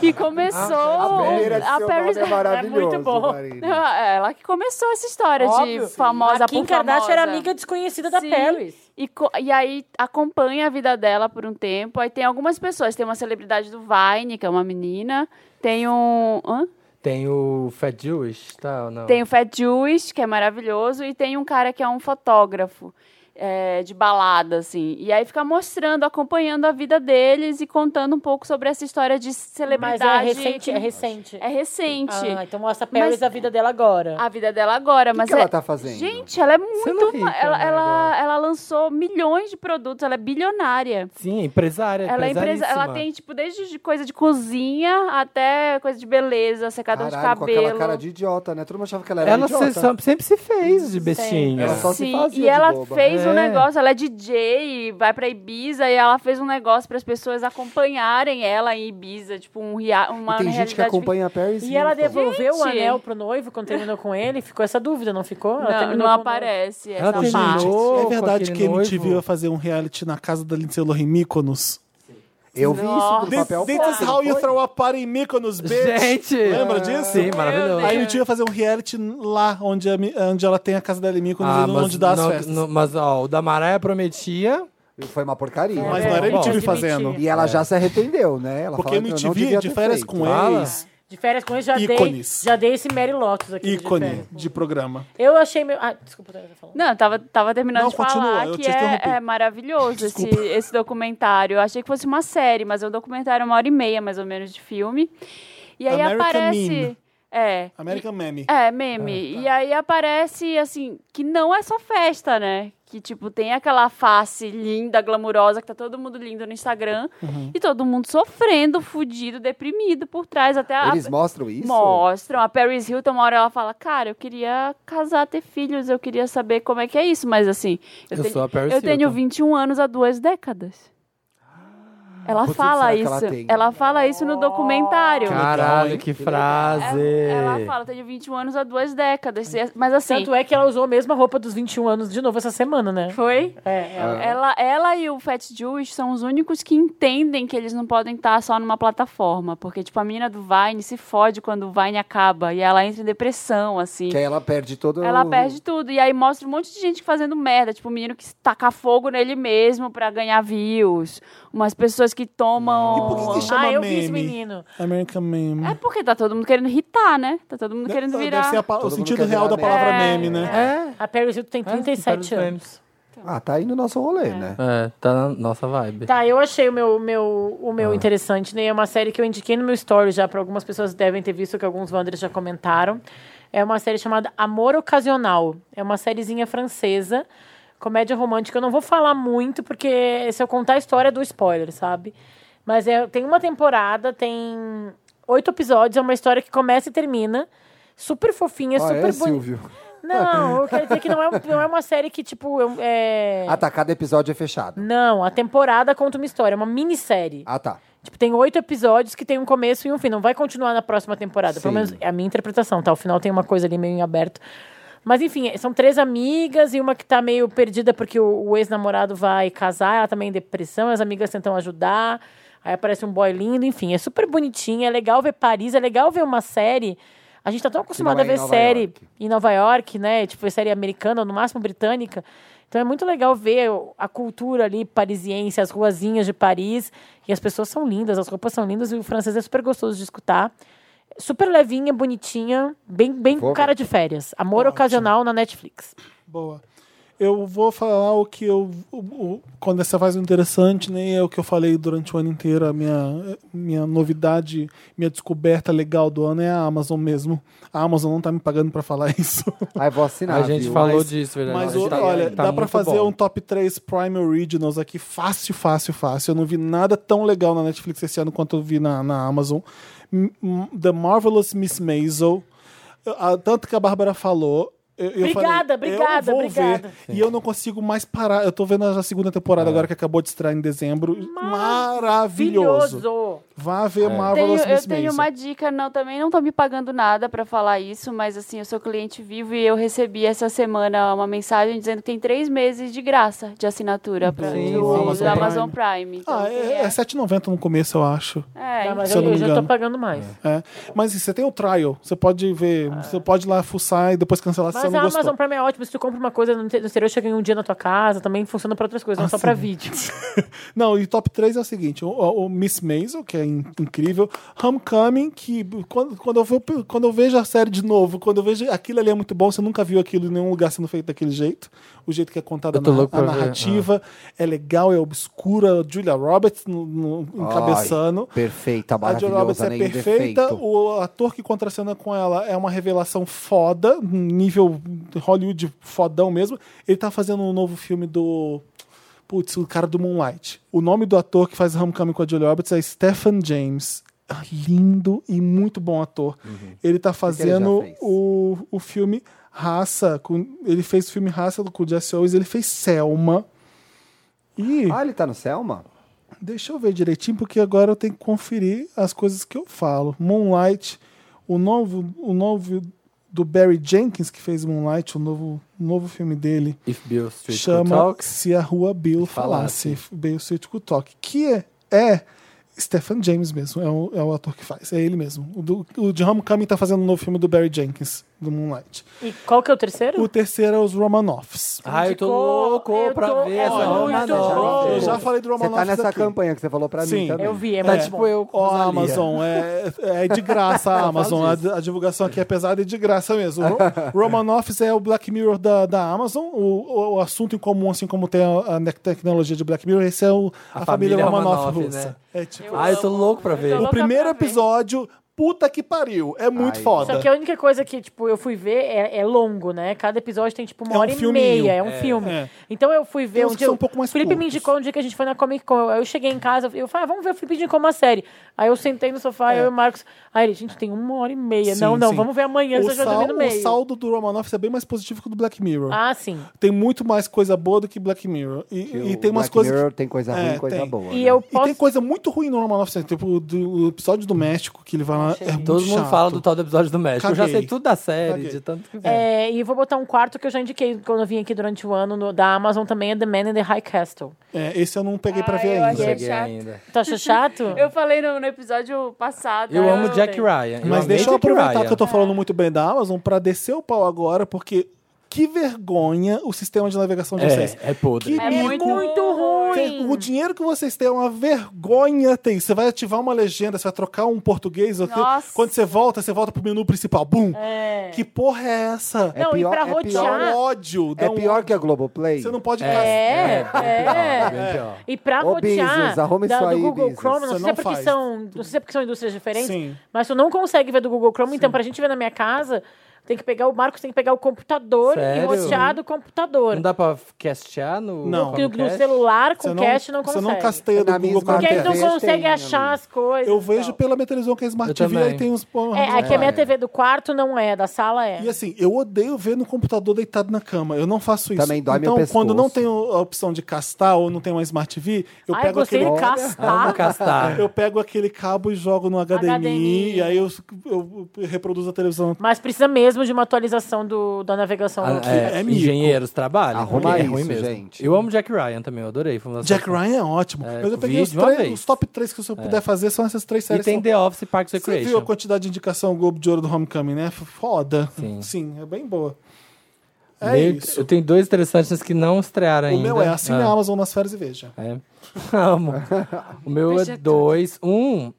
Speaker 4: que começou.
Speaker 3: A primeira de
Speaker 4: a
Speaker 3: seu
Speaker 4: Paris-
Speaker 3: nome é maravilhoso,
Speaker 2: muito bom.
Speaker 3: Marina.
Speaker 4: é Ela que começou essa história
Speaker 2: Óbvio.
Speaker 4: de famosa
Speaker 2: a Kim
Speaker 4: por
Speaker 2: Kardashian
Speaker 4: famosa.
Speaker 2: era amiga desconhecida da
Speaker 4: Sim.
Speaker 2: Paris.
Speaker 4: E, co- e aí acompanha a vida dela por um tempo. Aí tem algumas pessoas. Tem uma celebridade do Vine, que é uma menina. Tem um. hã?
Speaker 5: Tem o Fat Jewish, tá ou não?
Speaker 4: Tem o Fat Jewish, que é maravilhoso. E tem um cara que é um fotógrafo. é, de balada, assim. E aí fica mostrando, acompanhando a vida deles e contando um pouco sobre essa história de
Speaker 2: Mas
Speaker 4: celebridade.
Speaker 2: é recente, é
Speaker 4: que-
Speaker 2: recente.
Speaker 4: É recente.
Speaker 2: Ah, então mostra a Paris
Speaker 4: Mas-
Speaker 2: a vida dela agora.
Speaker 4: A vida dela agora,
Speaker 3: Ah, que
Speaker 4: mas
Speaker 3: que ela
Speaker 4: é-
Speaker 3: tá fazendo?
Speaker 4: Gente, ela é muito,
Speaker 5: Sendo
Speaker 4: uma-
Speaker 5: rica,
Speaker 4: ela,
Speaker 5: né,
Speaker 4: ela,
Speaker 5: agora.
Speaker 4: ela lançou milhões de produtos, ela é bilionária.
Speaker 5: Sim, é empresária.
Speaker 4: Ela é empresa, ela
Speaker 5: empresaríssima.
Speaker 4: tem tipo desde de coisa de cozinha até coisa de beleza, secador
Speaker 3: Caralho,
Speaker 4: tá de
Speaker 3: com
Speaker 4: cabelo.
Speaker 3: aquela cara de idiota, né? Todo mundo achava que ela era
Speaker 5: Ela
Speaker 3: idiota.
Speaker 5: se- sam- sempre se fez de bestinha.
Speaker 1: É.
Speaker 3: Ela só se
Speaker 4: Sim,
Speaker 3: fazia
Speaker 4: e
Speaker 3: de
Speaker 4: ela
Speaker 3: boba.
Speaker 4: fez um
Speaker 5: É.
Speaker 4: negócio, ela é DJ, vai pra Ibiza e ela fez um negócio para as pessoas acompanharem ela em Ibiza, tipo um rea, uma
Speaker 3: E tem gente
Speaker 4: realidade
Speaker 3: que acompanha a Paris
Speaker 2: E ela
Speaker 3: Hilton.
Speaker 2: devolveu o
Speaker 4: Gente!
Speaker 2: anel pro noivo quando terminou com ele? Ficou essa dúvida, não ficou? Ela
Speaker 4: Não, não
Speaker 2: terminou com o
Speaker 4: aparece
Speaker 5: Ela
Speaker 4: essa
Speaker 5: terminou
Speaker 4: parte.
Speaker 1: É
Speaker 5: com
Speaker 1: verdade
Speaker 5: aquele
Speaker 1: que a MTV
Speaker 5: noivo.
Speaker 1: vai fazer um reality na casa da Lindsay Lohan em Mykonos?
Speaker 3: Eu vi isso
Speaker 4: Nossa.
Speaker 3: no papel.
Speaker 1: This is
Speaker 3: pop,
Speaker 1: how
Speaker 3: não
Speaker 1: you
Speaker 3: foi?
Speaker 1: throw a party in Mykonos, bitch!
Speaker 5: Gente!
Speaker 1: Lembra disso?
Speaker 5: Sim,
Speaker 4: Meu
Speaker 5: maravilhoso.
Speaker 1: A
Speaker 2: né?
Speaker 4: Deus.
Speaker 1: MTV vai fazer um reality lá onde, a Mi- onde ela tem a casa dela em Mykonos,
Speaker 5: Ah,
Speaker 1: onde dá as
Speaker 5: não-
Speaker 1: festas.
Speaker 5: não- mas, ó, o da Maraia prometia.
Speaker 3: Foi uma porcaria.
Speaker 1: mas não era
Speaker 2: É,
Speaker 1: MTV
Speaker 2: admitir.
Speaker 1: fazendo.
Speaker 3: E ela já se arrependeu, né? Ela
Speaker 1: Porque
Speaker 3: fala, "Eu não devia
Speaker 1: MTV de
Speaker 3: ter
Speaker 1: férias
Speaker 3: feito."
Speaker 1: com
Speaker 5: Fala.
Speaker 1: ex,
Speaker 2: De férias com ele, já
Speaker 1: Ícones.
Speaker 2: dei, já dei esse Mary Lotus aqui. de
Speaker 1: ícone
Speaker 2: férias.
Speaker 1: de programa.
Speaker 2: Eu achei meu. Ah, desculpa, eu tava falando.
Speaker 4: Não, eu tava, tava terminando
Speaker 1: Não,
Speaker 4: de
Speaker 1: continua,
Speaker 4: falar
Speaker 1: eu
Speaker 4: que
Speaker 1: te interrompi.
Speaker 4: é, é maravilhoso esse, esse documentário. Eu achei que fosse uma série, mas é um documentário uma hora e meia, mais ou menos, de filme. E aí
Speaker 1: American
Speaker 4: aparece.
Speaker 1: Meme.
Speaker 4: É.
Speaker 1: American Meme.
Speaker 4: É,
Speaker 3: tá.
Speaker 4: meme. E aí aparece, assim, que não é só festa, né? Que, tipo, tem aquela face linda, glamurosa, que tá todo mundo lindo no Instagram.
Speaker 3: Uhum.
Speaker 4: E todo mundo sofrendo, fudido, deprimido por trás. Até a,
Speaker 3: Eles mostram isso?
Speaker 4: Mostram. A Paris Hilton, uma hora ela fala, cara, eu queria casar, ter filhos, eu queria saber como é que é isso. Mas assim, eu,
Speaker 5: Eu
Speaker 4: tenho,
Speaker 5: sou a Paris
Speaker 4: eu tenho
Speaker 5: Hilton.
Speaker 4: 21 anos há duas décadas. Ela
Speaker 3: Quanto
Speaker 4: fala
Speaker 3: será que
Speaker 4: isso.
Speaker 3: ela
Speaker 4: Ela,
Speaker 3: tem?
Speaker 4: fala isso no documentário.
Speaker 5: Caralho,
Speaker 1: hein?
Speaker 5: que
Speaker 4: Ela,
Speaker 5: frase.
Speaker 2: É,
Speaker 4: É, ela fala, eu tenho 21 anos há duas décadas. E- Mas assim,
Speaker 2: Tanto é que ela usou a mesma roupa dos 21 anos de novo essa semana, né?
Speaker 4: foi?
Speaker 1: Ah.
Speaker 2: É, ela-
Speaker 4: Ela, ela e o Fat Jewish são os únicos que entendem que eles não podem estar só numa plataforma. Porque, tipo, a mina do Vine se fode quando o Vine acaba. E ela entra em depressão, assim.
Speaker 3: Que aí ela perde todo
Speaker 4: Ela
Speaker 3: o-
Speaker 4: perde tudo. E aí mostra um monte de gente fazendo merda. Tipo, um menino que taca fogo nele mesmo pra ganhar views. Umas pessoas que tomam.
Speaker 1: E por que que chama
Speaker 2: Ah, eu vi esse
Speaker 1: meme?
Speaker 2: menino.
Speaker 1: American Meme.
Speaker 4: É porque tá todo mundo querendo irritar, né? Tá todo mundo querendo
Speaker 1: Deve-
Speaker 4: virar.
Speaker 1: então, Deve ser a pa- o
Speaker 3: Todo mundo
Speaker 1: sentido
Speaker 3: quer
Speaker 1: real da
Speaker 3: virar
Speaker 1: palavra meme,
Speaker 4: meme.
Speaker 1: né?
Speaker 5: É.
Speaker 2: A Ah, Paris Hilton tem
Speaker 5: é,
Speaker 2: 37
Speaker 5: Paris
Speaker 2: anos.
Speaker 5: Memes.
Speaker 3: Ah, tá aí no nosso rolê, né?
Speaker 5: É, tá na nossa vibe.
Speaker 2: Tá, eu achei o meu, meu- o
Speaker 3: Ah.
Speaker 2: meu interessante, né? É uma série que eu indiquei no meu story já, para algumas pessoas devem ter visto, que alguns Wanderers já comentaram. É uma série chamada Amor Ocasional. É uma sériezinha francesa, comédia romântica. Eu não vou falar muito, porque se eu contar a história é do spoiler, sabe? Mas é, tem uma temporada, tem oito episódios, é uma história que começa e termina. Super fofinha,
Speaker 3: Ah,
Speaker 2: super
Speaker 3: é,
Speaker 2: bonita.
Speaker 3: Silvio.
Speaker 2: Não, eu quero dizer que não é, não é uma série que, tipo, eu- é.
Speaker 3: Ah, tá. Cada episódio é fechado.
Speaker 2: Não, a temporada conta uma história, é uma minissérie.
Speaker 3: Ah, tá.
Speaker 2: Tipo, tem oito episódios que tem um começo e um fim. Não vai continuar na próxima temporada. Pelo
Speaker 3: Sim.
Speaker 2: menos é a minha interpretação, tá? O final tem uma coisa ali meio em aberto. Mas enfim, eh, são três amigas e uma que tá meio perdida porque o, o ex-namorado vai casar, ela também é em depressão, as amigas tentam ajudar. Aí aparece um boy lindo, enfim, é super bonitinho, é legal ver Paris, é legal ver uma série. A gente tá tão acostumado a
Speaker 3: é em
Speaker 2: ver
Speaker 3: Nova
Speaker 2: série
Speaker 3: York.
Speaker 2: em Nova York, né? Tipo, série americana, ou no máximo britânica. Então é muito legal ver o- a cultura ali parisiense, as ruazinhas de Paris. E as pessoas são lindas, as roupas são lindas e o francês é super gostoso de escutar. Super levinha, bonitinha, bem, bem
Speaker 3: Vou ver.
Speaker 2: cara de férias. Amor ocasional na Netflix.
Speaker 1: Boa. Eu vou falar o que eu. o- o- quando essa fase interessante, né? É o que eu falei durante o ano inteiro. A minha, minha novidade, minha descoberta legal do ano é a Amazon mesmo. A Amazon não tá me pagando pra falar isso.
Speaker 3: Aí vou assinar,
Speaker 5: a gente
Speaker 3: viu?
Speaker 5: falou
Speaker 3: Mas-
Speaker 5: disso, verdade.
Speaker 1: Mas,
Speaker 5: A gente
Speaker 1: o-
Speaker 5: tá-
Speaker 1: olha,
Speaker 5: tá
Speaker 1: dá pra
Speaker 5: muito
Speaker 1: fazer
Speaker 5: bom.
Speaker 1: um top 3 Prime Originals aqui fácil, fácil, fácil. Eu não vi nada tão legal na Netflix esse ano quanto eu vi na, na Amazon. M- M- The Marvelous Miss Maisel. Eu- a- Tanto que a Bárbara falou. eu- eu
Speaker 2: Obrigada,
Speaker 1: falei,
Speaker 2: obrigada,
Speaker 1: eu vou
Speaker 2: obrigada.
Speaker 1: Ver, e eu não consigo mais parar. Eu tô vendo a segunda
Speaker 5: É.
Speaker 1: temporada agora que acabou de estrear em dezembro. Maravilhoso.
Speaker 2: Maravilhoso.
Speaker 1: Vá ver
Speaker 5: É.
Speaker 4: Tenho-
Speaker 1: Marvelous
Speaker 4: eu
Speaker 1: Miss Maisel.
Speaker 4: tenho uma dica, não, também não estão me pagando nada pra falar isso, mas assim, eu sou cliente vivo e eu recebi essa semana uma mensagem dizendo que tem três meses de graça de assinatura pra,
Speaker 5: Sim,
Speaker 4: do,
Speaker 5: sim,
Speaker 4: do
Speaker 5: sim.
Speaker 4: Amazon Prime. Então,
Speaker 1: Ah,
Speaker 4: assim,
Speaker 1: é, é 7,90 no começo, eu acho.
Speaker 4: é,
Speaker 2: Tá, mas
Speaker 1: Se eu
Speaker 2: eu,
Speaker 1: não me
Speaker 2: eu já tô
Speaker 1: engano.
Speaker 2: pagando mais.
Speaker 1: É. Mas assim, você tem o trial, você pode ver, você pode ir lá fuçar e depois cancelar se
Speaker 2: É. Mas
Speaker 1: você
Speaker 2: a
Speaker 1: não gostou.
Speaker 2: Amazon Prime é ótimo. Se tu compra uma coisa no inte- no exterior, chega em um dia na tua casa. Também funciona pra outras coisas, não só pra vídeo.
Speaker 1: Não, e top 3 é o seguinte: o, o Miss Maisel, que é é in- incrível. Homecoming, que quando, quando, eu vou, quando eu vejo a série de novo, quando eu vejo aquilo ali é muito bom, você nunca viu aquilo em nenhum lugar sendo feito daquele jeito. O jeito que é contada
Speaker 5: Eu tô
Speaker 1: a, narra-
Speaker 5: louco
Speaker 1: a
Speaker 5: pra ver,
Speaker 1: narrativa é legal, é obscura. A Julia Roberts no, no- encabeçando.
Speaker 3: Perfeita,
Speaker 1: um A Julia Roberts
Speaker 3: maravilhosa,
Speaker 1: é
Speaker 3: né?
Speaker 1: perfeita,
Speaker 3: Indefeito.
Speaker 1: o ator que contracena com ela é uma revelação foda, um nível Hollywood fodão mesmo. Ele tá fazendo um novo filme do. Putz, o cara do Moonlight. O nome do ator que faz Homecoming com a Julia Roberts é Stephen James. Ah, Lindo e muito bom ator.
Speaker 3: Uhum.
Speaker 1: Ele tá fazendo
Speaker 3: fez?
Speaker 1: o, o filme Raça. com- ele fez o filme Raça com o Jesse Owens, ele fez Selma. E
Speaker 3: Ah, ele tá no Selma?
Speaker 1: Deixa eu ver direitinho, porque agora eu tenho que conferir as coisas que eu falo. Moonlight, o novo, o novo do Barry Jenkins, que fez Moonlight, o novo, o novo filme dele,
Speaker 5: If Bill Street Could Talk.
Speaker 1: chama-se A Rua Bill Falasse, Bill Street Could Talk, que é, é Stephen James mesmo, é o, é o ator que faz, é ele mesmo. O, do, o de Homecoming tá fazendo um novo filme do Barry Jenkins, do Moonlight.
Speaker 2: E qual que é o terceiro?
Speaker 1: O terceiro é os Romanoffs.
Speaker 5: Ai, eu tô
Speaker 2: Indicou,
Speaker 5: louco
Speaker 2: eu
Speaker 5: pra
Speaker 2: tô-
Speaker 5: ver
Speaker 2: é
Speaker 5: essa
Speaker 2: muito
Speaker 5: Romanoff.
Speaker 2: bom.
Speaker 1: Eu já falei do
Speaker 3: Você
Speaker 1: Romanoffs
Speaker 3: tá nessa
Speaker 1: aqui.
Speaker 3: campanha que você falou pra
Speaker 1: Sim.
Speaker 3: mim também.
Speaker 2: Eu vi, é
Speaker 5: Tá
Speaker 2: muito
Speaker 5: tipo
Speaker 2: bom.
Speaker 5: eu com
Speaker 1: Ó,
Speaker 5: Rosalia.
Speaker 1: Amazon, é, é de graça a Amazon. A, a divulgação aqui é pesada e de graça mesmo. O Ro- Romanoffs é o Black Mirror da, da Amazon. O, o, o assunto em comum, assim como tem a, a ne- tecnologia de Black Mirror, esse é o, a,
Speaker 5: A
Speaker 1: família,
Speaker 5: família
Speaker 1: Romanoff,
Speaker 5: Romanoff,
Speaker 1: russa.
Speaker 5: né?
Speaker 1: É tipo,
Speaker 2: Eu
Speaker 5: Ai, eu tô
Speaker 2: amo.
Speaker 5: louco pra ver.
Speaker 2: Eu tô
Speaker 1: o primeiro
Speaker 2: louca pra ver.
Speaker 1: episódio, puta que pariu. É muito
Speaker 3: Ai.
Speaker 1: foda.
Speaker 2: Só que a única coisa que, tipo, eu fui ver é, é longo, né? Cada episódio tem, tipo, uma
Speaker 1: É um
Speaker 2: hora e
Speaker 1: filminho.
Speaker 2: meia. É um filme.
Speaker 1: é.
Speaker 2: Então eu fui
Speaker 1: Tem
Speaker 2: ver
Speaker 1: uns
Speaker 2: um
Speaker 1: que
Speaker 2: dia.
Speaker 1: são um pouco mais
Speaker 2: o Felipe me
Speaker 1: curtos.
Speaker 2: indicou um dia que a gente foi na Comic Con. Eu cheguei em casa, eu falei, ah, vamos ver o Felipe indicou uma série. Aí eu sentei no sofá, eu e o Marcos. Aí ele, gente, tem uma hora e meia.
Speaker 1: É. Sim,
Speaker 2: não, não,
Speaker 1: sim.
Speaker 2: vamos ver amanhã,
Speaker 1: o,
Speaker 2: você já dormi
Speaker 1: sal,
Speaker 2: no
Speaker 1: o
Speaker 2: meio.
Speaker 1: saldo do Romanoffs é bem mais positivo que o do Black Mirror.
Speaker 2: Ah, sim.
Speaker 1: Tem muito mais coisa boa do que Black Mirror. E,
Speaker 3: Que
Speaker 1: e
Speaker 3: o
Speaker 1: tem umas
Speaker 3: Black
Speaker 1: coisas. que-
Speaker 3: Mirror tem coisa ruim
Speaker 1: É,
Speaker 3: e coisa
Speaker 1: tem.
Speaker 3: boa.
Speaker 2: E
Speaker 3: né?
Speaker 2: eu
Speaker 1: E tem
Speaker 2: posso.
Speaker 1: coisa muito ruim no Romanoff Center. Tipo, o do, o episódio do México, que ele vai lá. É muito
Speaker 5: Todo mundo
Speaker 1: chato.
Speaker 5: fala do tal do episódio do México. Eu já
Speaker 1: Caguei.
Speaker 5: sei tudo da série,
Speaker 1: Caguei.
Speaker 5: de tanto que...
Speaker 2: É, e vou botar um quarto que eu já indiquei quando eu vim aqui durante o ano no- da Amazon também, é The Man in the High Castle.
Speaker 1: É, esse eu não peguei pra
Speaker 4: Ah,
Speaker 1: ver
Speaker 4: eu
Speaker 2: é
Speaker 1: ainda.
Speaker 4: achei-
Speaker 5: Cheguei
Speaker 4: chato.
Speaker 5: ainda.
Speaker 2: Tu acha chato?
Speaker 4: Eu falei no, no episódio passado.
Speaker 5: Eu
Speaker 4: né?
Speaker 5: amo Jack Ryan.
Speaker 1: Mas
Speaker 5: amei
Speaker 1: deixa eu
Speaker 5: Jack
Speaker 1: aproveitar
Speaker 5: Ryan.
Speaker 1: que eu tô falando muito bem da Amazon pra descer o pau agora, porque que vergonha o sistema de navegação de vocês.
Speaker 5: É, é podre.
Speaker 1: Que
Speaker 4: É muito,
Speaker 2: Muito ruim.
Speaker 1: Cê- O dinheiro que vocês têm é uma vergonha, tem. Você vai ativar uma legenda, você vai trocar um português. ou aquilo.
Speaker 4: Nossa.
Speaker 1: Quando você volta, você volta pro menu principal. Bum!
Speaker 2: É.
Speaker 1: Que porra é essa?
Speaker 3: É
Speaker 2: não,
Speaker 3: pior-
Speaker 2: e pra
Speaker 3: é
Speaker 1: Dá
Speaker 2: rotear.
Speaker 1: um ódio. Dá
Speaker 3: É
Speaker 1: um
Speaker 3: pior
Speaker 1: ódio.
Speaker 3: que a Globoplay?
Speaker 1: Você não pode
Speaker 2: É,
Speaker 5: É
Speaker 2: é.
Speaker 5: bem pior.
Speaker 2: E pra
Speaker 3: Ô,
Speaker 2: rotear
Speaker 3: Business, arruma
Speaker 2: da-
Speaker 3: isso
Speaker 2: do
Speaker 3: aí,
Speaker 2: Google
Speaker 3: Business.
Speaker 2: Chrome, não
Speaker 1: Você
Speaker 2: sei, se é
Speaker 1: não
Speaker 2: porque
Speaker 1: faz.
Speaker 2: são, não sei se é porque são indústrias diferentes,
Speaker 1: Sim.
Speaker 2: mas tu não consegue ver do Google Chrome, então pra gente ver na minha casa, tem que pegar o Marcos, tem que pegar o computador e
Speaker 5: Sério?
Speaker 2: rotear do computador.
Speaker 5: Não dá pra castear no
Speaker 1: Não.
Speaker 2: Porque
Speaker 5: Chromecast?
Speaker 2: no celular, com
Speaker 1: Você
Speaker 2: cache, não
Speaker 1: Você
Speaker 2: consegue.
Speaker 1: não casteia
Speaker 5: É
Speaker 1: do
Speaker 3: Na
Speaker 1: Google
Speaker 3: mesma
Speaker 2: porque
Speaker 1: Chrome.
Speaker 2: aí tu não
Speaker 3: TV tem,
Speaker 2: consegue
Speaker 3: né,
Speaker 2: achar
Speaker 3: amigo?
Speaker 2: as coisas.
Speaker 1: Eu vejo
Speaker 2: então.
Speaker 1: pela minha televisão que é Smart
Speaker 5: Eu
Speaker 1: TV, aí
Speaker 5: também.
Speaker 1: tem uns... né?
Speaker 2: É, aqui a minha TV do quarto não é, da sala é.
Speaker 1: E assim, eu odeio ver no computador deitado na cama. Eu não faço isso.
Speaker 3: Também dói meu
Speaker 1: então,
Speaker 3: pescoço.
Speaker 1: quando não tenho a opção de castar ou não tenho uma Smart TV, eu
Speaker 2: Ai,
Speaker 1: pego
Speaker 2: Ah, gostei
Speaker 1: aquele...
Speaker 2: de castar.
Speaker 5: Vamos castar.
Speaker 1: Eu pego aquele cabo e jogo no HDMI,
Speaker 2: HDMI.
Speaker 1: e aí eu, eu- eu reproduzo a televisão.
Speaker 2: Mas precisa mesmo de uma atualização do, da navegação.
Speaker 5: Ah,
Speaker 2: do-
Speaker 5: é,
Speaker 1: é mico.
Speaker 5: engenheiros trabalham.
Speaker 3: Arruma
Speaker 5: porque é
Speaker 3: isso,
Speaker 5: ruim mesmo.
Speaker 3: gente.
Speaker 5: Eu amo Jack Ryan também, eu adorei. Foi uma das
Speaker 1: Jack
Speaker 5: coisas-
Speaker 1: Ryan é ótimo.
Speaker 5: É,
Speaker 1: Mas eu peguei
Speaker 5: vi
Speaker 1: os,
Speaker 5: de uma
Speaker 1: três-
Speaker 5: vez. É.
Speaker 1: os top três que se eu puder fazer, são essas três
Speaker 5: E
Speaker 1: séries.
Speaker 5: tem
Speaker 1: são...
Speaker 5: The Office e Parks and
Speaker 1: é Você viu a
Speaker 5: Recreation.
Speaker 1: quantidade de indicação Globo de Ouro do Homecoming, né? Foda. Sim,
Speaker 5: Sim.
Speaker 1: é bem boa. É
Speaker 5: Meio-
Speaker 1: isso.
Speaker 5: Eu tenho dois interessantes que não estrearam
Speaker 1: O
Speaker 5: ainda.
Speaker 1: meu é assine a
Speaker 5: Ah,
Speaker 1: Amazon nas férias e veja.
Speaker 5: é. Amo. O meu é dois. Um,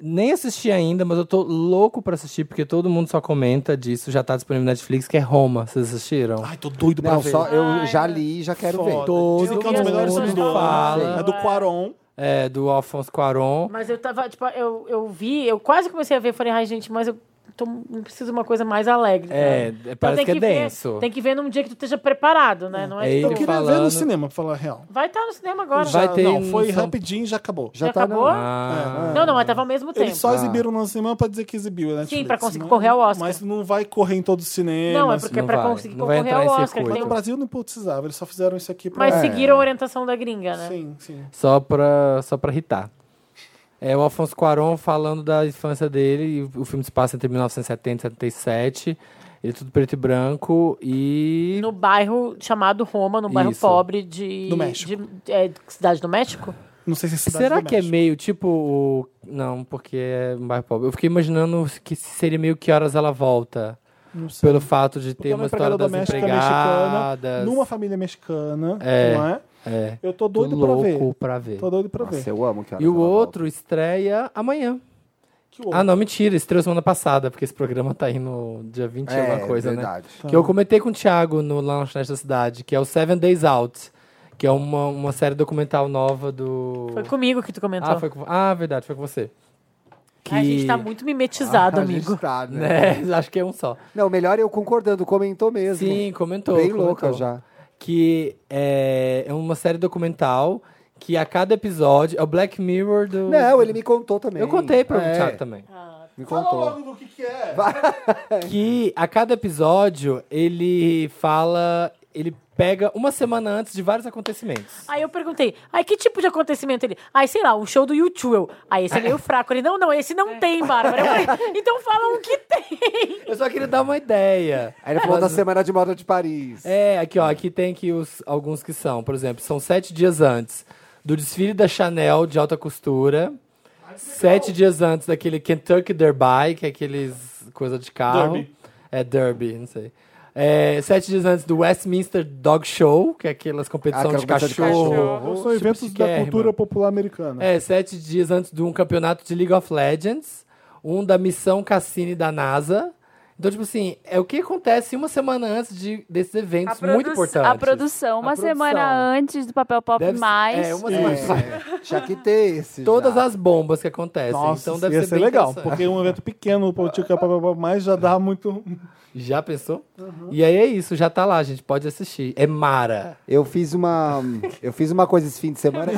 Speaker 5: nem assisti ainda, mas eu tô louco pra assistir, porque todo mundo só comenta disso. Já tá disponível na Netflix, que é Roma. Vocês assistiram?
Speaker 1: Ai, tô doido pra
Speaker 3: Não,
Speaker 1: ver.
Speaker 3: só eu já li e já quero
Speaker 1: Foda.
Speaker 3: ver.
Speaker 5: Todo
Speaker 1: Dizem que é um dos
Speaker 2: mundo
Speaker 1: melhores filmes do ano.
Speaker 5: fala.
Speaker 1: É do Quaron.
Speaker 5: É, do Alfonso Cuarón.
Speaker 2: Mas eu tava, tipo, eu, eu vi, eu quase comecei a ver, falei, ai, gente, mas eu tô, eu preciso de uma coisa mais alegre.
Speaker 5: É,
Speaker 2: sabe?
Speaker 5: é, parece que é
Speaker 2: ver-
Speaker 5: denso.
Speaker 2: Tem então, que ver num dia que tu esteja preparado, né? Não é,
Speaker 5: É
Speaker 2: tipo-
Speaker 1: Eu
Speaker 5: ele
Speaker 1: queria ver no
Speaker 5: falando.
Speaker 1: cinema, pra falar a real.
Speaker 2: Vai estar no cinema agora.
Speaker 5: Vai
Speaker 1: Já-
Speaker 5: ter
Speaker 1: não,
Speaker 5: em
Speaker 1: foi
Speaker 5: São-
Speaker 1: rapidinho e já acabou.
Speaker 2: Já
Speaker 3: Já tá
Speaker 2: acabou?
Speaker 5: Ah,
Speaker 2: Não, não, mas tava ao mesmo tempo.
Speaker 1: Eles só
Speaker 3: Ah.
Speaker 1: exibiram no cinema pra dizer que exibiu, né?
Speaker 2: Sim, pra conseguir correr ao Oscar.
Speaker 1: Mas não vai correr em todos os cinemas.
Speaker 2: Não, é porque é
Speaker 5: não
Speaker 2: pra
Speaker 5: vai,
Speaker 2: conseguir
Speaker 5: não vai
Speaker 2: concorrer
Speaker 5: entrar
Speaker 2: ao
Speaker 5: em
Speaker 2: Oscar.
Speaker 5: circuito. É.
Speaker 1: Mas
Speaker 2: tem- um
Speaker 1: no Brasil não precisava, eles só fizeram isso aqui pra...
Speaker 2: Mas seguiram a orientação da gringa, né?
Speaker 1: Sim, sim.
Speaker 5: Só pra, só pra irritar. É o Alfonso Cuarón falando da infância dele. e O filme se passa entre 1970 e 77. Ele é tudo preto e branco e...
Speaker 2: No bairro chamado Roma, no bairro
Speaker 5: Isso.
Speaker 2: pobre de...
Speaker 1: Do México.
Speaker 2: de- é, cidade do México?
Speaker 1: Não sei se é Cidade
Speaker 5: Será
Speaker 1: do
Speaker 5: que é
Speaker 1: México.
Speaker 5: meio tipo... o- Não, porque é um bairro pobre. Eu fiquei imaginando que seria meio que horas ela volta.
Speaker 1: Não sei.
Speaker 5: Pelo fato de
Speaker 1: Porque é
Speaker 5: ter uma história das
Speaker 1: doméstica mexicana,
Speaker 5: empregadas.
Speaker 1: numa família mexicana,
Speaker 5: É,
Speaker 1: não é?
Speaker 5: É.
Speaker 1: Eu tô
Speaker 5: Tô
Speaker 1: doido pra ver.
Speaker 5: louco pra ver.
Speaker 1: Tô doido pra
Speaker 3: Nossa,
Speaker 1: ver.
Speaker 3: eu amo que horas
Speaker 5: E o
Speaker 3: ela
Speaker 5: outro estreia amanhã.
Speaker 1: Que horror.
Speaker 5: Ah, não, mentira, estreou semana passada, porque esse programa tá aí no dia 20
Speaker 3: volta.
Speaker 5: e
Speaker 3: É,
Speaker 5: alguma coisa, né?
Speaker 3: verdade.
Speaker 1: Então.
Speaker 5: Que eu comentei com o Thiago no lá na Lanchonete da Cidade, que é o Seven Days Out, que é uma, uma série documental nova do.
Speaker 2: Foi comigo que tu comentou.
Speaker 1: então.
Speaker 5: ah, foi com... ah, verdade, foi com você. Que...
Speaker 2: A gente tá muito mimetizado,
Speaker 3: Ah, a gente
Speaker 2: amigo.
Speaker 3: tá, né?
Speaker 5: Né? Acho que é um só.
Speaker 3: Não, melhor eu concordando, comentou mesmo.
Speaker 5: Sim, comentou.
Speaker 3: Bem
Speaker 5: comentou.
Speaker 3: louca já.
Speaker 5: Que é, é uma série documental que a cada episódio. É o Black Mirror do.
Speaker 3: Não, ele me contou também.
Speaker 5: Eu contei pro
Speaker 3: É,
Speaker 5: Thiago também.
Speaker 3: Me contou.
Speaker 1: do que que é.
Speaker 5: que a cada episódio ele fala. Ele pega uma semana antes de vários acontecimentos.
Speaker 2: Aí eu perguntei, aí que tipo de acontecimento ele? Aí, sei lá, um show do YouTube. Eu, aí esse é meio fraco. Ele, não, não, esse não tem, Bárbara. Eu falei, então fala um que tem.
Speaker 5: Eu só queria dar uma ideia.
Speaker 3: Aí ele falou da
Speaker 5: Mas-
Speaker 3: Semana de Moda de Paris.
Speaker 5: É, aqui, ó, aqui tem aqui os, alguns que são, por exemplo, são sete dias antes do desfile da Chanel de alta costura, sete dias antes daquele Kentucky Derby, que é aqueles coisa de carro.
Speaker 1: Derby.
Speaker 5: É Derby, não sei. É, sete dias antes do Westminster Dog Show, que é aquelas competições
Speaker 3: Ah, Aquela
Speaker 5: de
Speaker 3: competição de
Speaker 5: cachorro.
Speaker 1: Então são eventos da
Speaker 5: chiquérrimo.
Speaker 1: cultura popular americana.
Speaker 5: É, sete dias antes de um campeonato de League of Legends, um da missão Cassini da NASA. Então, tipo assim, é o que acontece uma semana antes de, desses
Speaker 4: A,
Speaker 5: eventos muito
Speaker 4: produ-
Speaker 5: importantes.
Speaker 4: a produção, uma
Speaker 5: A produção.
Speaker 4: semana antes do papel pop
Speaker 5: Deve ser-
Speaker 4: mais.
Speaker 5: É, uma semana antes.
Speaker 3: É, tinha que ter esse.
Speaker 5: Todas
Speaker 3: já.
Speaker 5: as bombas que acontecem.
Speaker 1: Nossa,
Speaker 5: então deve
Speaker 1: ia
Speaker 5: ser,
Speaker 1: ser
Speaker 5: bem
Speaker 1: legal,
Speaker 5: interessante.
Speaker 1: porque um evento pequeno, o Tio mais já dá muito.
Speaker 5: Já pensou?
Speaker 4: Uhum.
Speaker 5: E aí é isso, já tá lá, gente. Pode assistir. É Mara.
Speaker 3: Eu fiz uma. Eu fiz uma coisa esse fim de semana.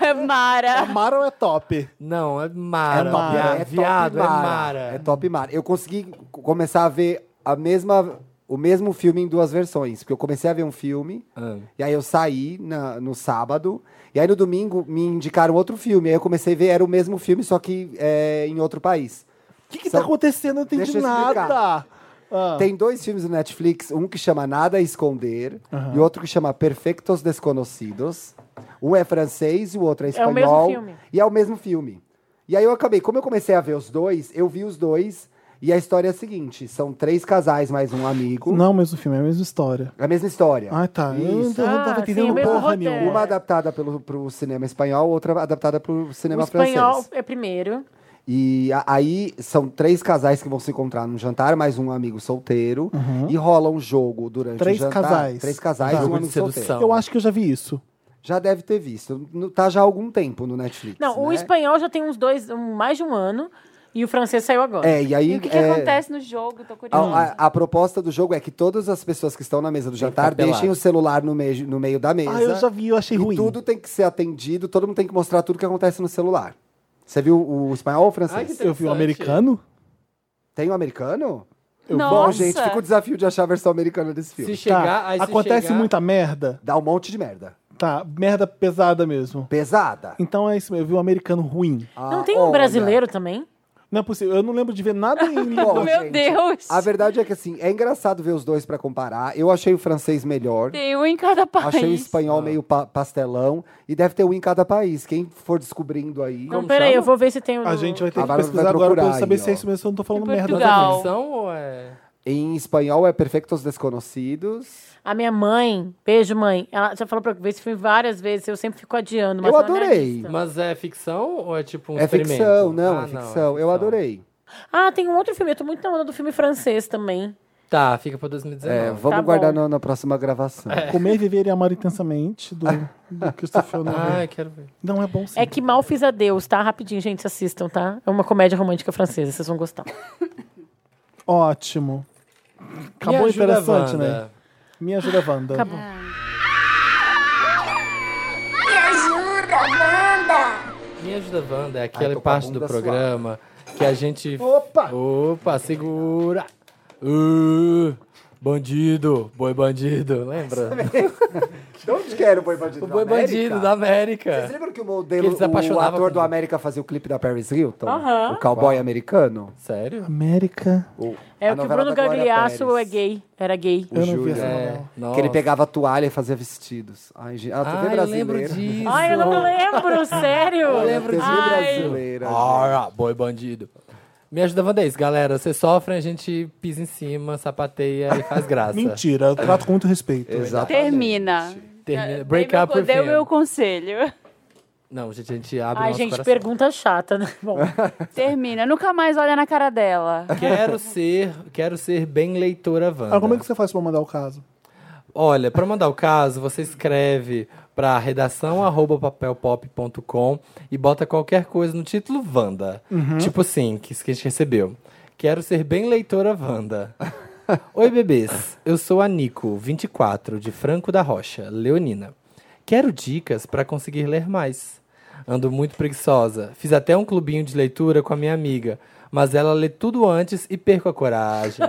Speaker 4: É, Mara.
Speaker 1: Amaro é top.
Speaker 5: Não, é Mara.
Speaker 1: É Mara,
Speaker 5: viado,
Speaker 3: é
Speaker 5: Viado,
Speaker 3: top
Speaker 5: é
Speaker 3: Mara.
Speaker 5: Mara.
Speaker 3: É top Mara. Eu consegui c- começar a ver a mesma, o mesmo filme em duas versões. Porque eu comecei a ver um filme,
Speaker 5: Ah.
Speaker 3: e aí eu saí na- no sábado, e aí no domingo me indicaram outro filme. Aí eu comecei a ver, era o mesmo filme, só que é, em outro país.
Speaker 1: O que, que
Speaker 3: São-
Speaker 1: tá acontecendo? Eu não entendi
Speaker 3: Deixa eu explicar.
Speaker 1: nada. Ah.
Speaker 3: Tem dois filmes no Netflix, um que chama Nada a Esconder, e outro que chama Perfectos Desconocidos. Um é francês e o outro é
Speaker 2: É o
Speaker 3: espanhol.
Speaker 2: mesmo filme.
Speaker 3: E é o mesmo filme. E aí eu acabei, como eu comecei a ver os dois, eu vi os dois. E a história é a seguinte: são três casais mais um amigo.
Speaker 1: Não, mas o filme é a mesma história.
Speaker 3: É a mesma história.
Speaker 1: Ah, tá. Eu não
Speaker 3: Isso.
Speaker 1: tava- não
Speaker 2: Ah,
Speaker 1: tava
Speaker 2: sim,
Speaker 1: entendendo
Speaker 2: o mesmo
Speaker 1: porra
Speaker 2: roteiro.
Speaker 1: nenhuma.
Speaker 3: Uma adaptada pelo, pro cinema espanhol, outra adaptada pro
Speaker 2: O
Speaker 3: cinema
Speaker 2: espanhol
Speaker 3: francês.
Speaker 2: é primeiro.
Speaker 3: E a- aí são três casais que vão se encontrar num jantar, mais um amigo solteiro. E rola um jogo durante
Speaker 1: Três
Speaker 3: o jantar.
Speaker 1: casais.
Speaker 3: Três casais
Speaker 5: Jogo
Speaker 3: e um
Speaker 5: de
Speaker 3: amigo
Speaker 5: sedução.
Speaker 3: solteiro.
Speaker 1: Eu acho que eu já vi isso.
Speaker 3: Já deve ter visto. No- Tá já há algum tempo no Netflix.
Speaker 2: Não, o
Speaker 3: né?
Speaker 2: espanhol já tem uns dois, um- mais de um ano. E o francês saiu agora.
Speaker 3: É, e aí.
Speaker 4: E o que, que
Speaker 3: é, Ah,
Speaker 4: acontece no jogo? Tô
Speaker 3: A,
Speaker 4: curiosa.
Speaker 3: a- a proposta do jogo é que todas as pessoas que estão na mesa do jantar
Speaker 5: ficar pelado.
Speaker 3: deixem o celular no, meio no meio da mesa.
Speaker 1: Ah, eu já vi, eu achei
Speaker 3: e
Speaker 1: ruim.
Speaker 3: tudo tem que ser atendido, todo mundo tem que mostrar tudo que acontece no celular. Você viu o espanhol ou o
Speaker 5: Ai,
Speaker 3: francês?
Speaker 5: que
Speaker 1: Eu vi o
Speaker 5: interessante.
Speaker 1: americano?
Speaker 3: Tem o americano?
Speaker 4: Nossa.
Speaker 3: Bom, gente, fica o desafio de achar a versão americana desse
Speaker 5: Se
Speaker 3: filme.
Speaker 5: chegar,
Speaker 1: tá.
Speaker 5: aí se
Speaker 1: Acontece
Speaker 5: chegar-
Speaker 1: muita merda.
Speaker 3: Dá um monte de merda.
Speaker 1: Tá, merda pesada mesmo.
Speaker 3: Pesada.
Speaker 1: Então é isso mesmo, eu vi um americano ruim.
Speaker 2: Não
Speaker 3: Ah,
Speaker 2: tem um
Speaker 3: olha.
Speaker 2: brasileiro também?
Speaker 1: Não é possível, eu não lembro de ver nada em
Speaker 3: Bom,
Speaker 1: língua.
Speaker 4: Meu
Speaker 3: gente,
Speaker 4: Deus.
Speaker 3: A verdade é que, assim, é engraçado ver os dois pra comparar. Eu achei o francês melhor.
Speaker 4: Tem um em cada país.
Speaker 3: Achei o
Speaker 5: Ah.
Speaker 3: espanhol meio pa- pastelão. E deve ter um em cada país. Quem for descobrindo aí.
Speaker 2: Não,
Speaker 5: Como
Speaker 2: peraí,
Speaker 5: chama?
Speaker 2: eu vou ver se tem. um o
Speaker 1: A
Speaker 2: no-
Speaker 1: gente vai ter
Speaker 3: A
Speaker 1: que
Speaker 3: Bárbara vai
Speaker 1: pesquisar agora pra
Speaker 3: procurar
Speaker 1: saber
Speaker 3: aí,
Speaker 1: se é
Speaker 3: ó.
Speaker 1: isso mesmo, se eu não tô falando
Speaker 4: Em
Speaker 1: merda.
Speaker 4: Portugal.
Speaker 1: também.
Speaker 5: É ficção ou é.
Speaker 3: Em espanhol é Perfectos Desconocidos.
Speaker 2: A minha mãe, beijo, mãe, ela já falou pra eu ver esse filme várias vezes, eu sempre fico adiando. Mas
Speaker 3: Eu
Speaker 2: tá na minha
Speaker 3: adorei.
Speaker 2: lista.
Speaker 5: Mas é ficção ou é tipo um
Speaker 3: é
Speaker 5: experimento?
Speaker 3: ficção, não,
Speaker 5: Ah,
Speaker 3: é ficção. Eu adorei.
Speaker 2: Ah, tem um outro filme, eu tô muito na onda do filme francês também.
Speaker 5: Tá, fica pra
Speaker 3: É,
Speaker 5: 2019.
Speaker 3: vamos
Speaker 2: Tá
Speaker 3: guardar
Speaker 2: bom.
Speaker 3: na, na próxima gravação.
Speaker 5: É.
Speaker 1: assim, Comer, viver e amar intensamente do, do Christopher Nolan.
Speaker 5: Ai, Ah, quero ver.
Speaker 1: Não é bom sim.
Speaker 2: É que mal fiz a Deus, tá? Rapidinho, gente, assistam, tá? É uma comédia romântica francesa, vocês vão gostar.
Speaker 1: Ótimo. Acabou
Speaker 5: Me ajuda,
Speaker 1: interessante,
Speaker 5: Wanda.
Speaker 1: né? Me ajuda, Wanda.
Speaker 2: Acabou.
Speaker 6: Me ajuda, Wanda!
Speaker 5: Me ajuda, Wanda, é aquela
Speaker 3: tô com a
Speaker 5: parte do
Speaker 3: bunda
Speaker 5: programa que a gente.
Speaker 1: Opa!
Speaker 5: Opa, segura! Uh, bandido, boi bandido, lembra?
Speaker 3: De onde que era o Boi Bandido?
Speaker 5: O boi bandido da
Speaker 3: Vocês
Speaker 5: América.
Speaker 3: lembram que o
Speaker 5: Que
Speaker 3: modelo,
Speaker 5: eles
Speaker 3: o
Speaker 5: apaixonavam
Speaker 3: ator
Speaker 5: por-
Speaker 3: do América fazia o clipe da Paris Hilton?
Speaker 2: Aham.
Speaker 3: O cowboy americano?
Speaker 5: Sério?
Speaker 1: América.
Speaker 3: O-
Speaker 2: É
Speaker 3: a
Speaker 2: o que o
Speaker 3: novela
Speaker 2: Bruno
Speaker 3: da Glória
Speaker 2: Gagliasso é
Speaker 3: Pérez.
Speaker 2: gay, era gay.
Speaker 3: O
Speaker 1: Eu não vi
Speaker 3: Júlia.
Speaker 1: essa
Speaker 5: É,
Speaker 1: novela.
Speaker 5: nossa.
Speaker 3: Que ele pegava a toalha e fazia vestidos. Ai, gente, a TV
Speaker 5: Ah, eu
Speaker 3: brasileira.
Speaker 5: lembro disso.
Speaker 2: Ai, eu não lembro, sério. Eu
Speaker 3: A TV
Speaker 1: Ah,
Speaker 3: brasileira. gente.
Speaker 5: Ora, boi bandido. Me ajuda, Wanda, é isso, galera. Vocês sofrem, a gente pisa em cima, sapateia e faz graça.
Speaker 1: Mentira, eu trato com muito respeito.
Speaker 3: Exatamente.
Speaker 4: Termina. Dei
Speaker 5: Termina,
Speaker 2: É,
Speaker 4: meu
Speaker 5: break up
Speaker 4: con-
Speaker 5: with
Speaker 4: Dei o
Speaker 5: him.
Speaker 4: meu conselho.
Speaker 5: Não, gente, a gente abre o
Speaker 2: Ai,
Speaker 5: nosso
Speaker 2: gente,
Speaker 5: coração.
Speaker 2: pergunta chata, né? Bom,
Speaker 4: Termina. Nunca mais olha na cara dela.
Speaker 5: Quero ser, quero ser bem leitora Wanda.
Speaker 1: Ah, como é que você faz pra mandar o caso?
Speaker 5: Olha, para mandar o caso, você escreve para redação arroba papelpop.com e bota qualquer coisa no título Wanda.
Speaker 1: Uhum.
Speaker 5: Tipo assim, que isso que a gente recebeu. Quero ser bem leitora Wanda. Oi, bebês. Eu sou a Nico, 24, de Franco da Rocha, Leonina. Quero dicas para conseguir ler mais. Ando muito preguiçosa. Fiz até um clubinho de leitura com a minha amiga, mas ela lê tudo antes e perco a coragem.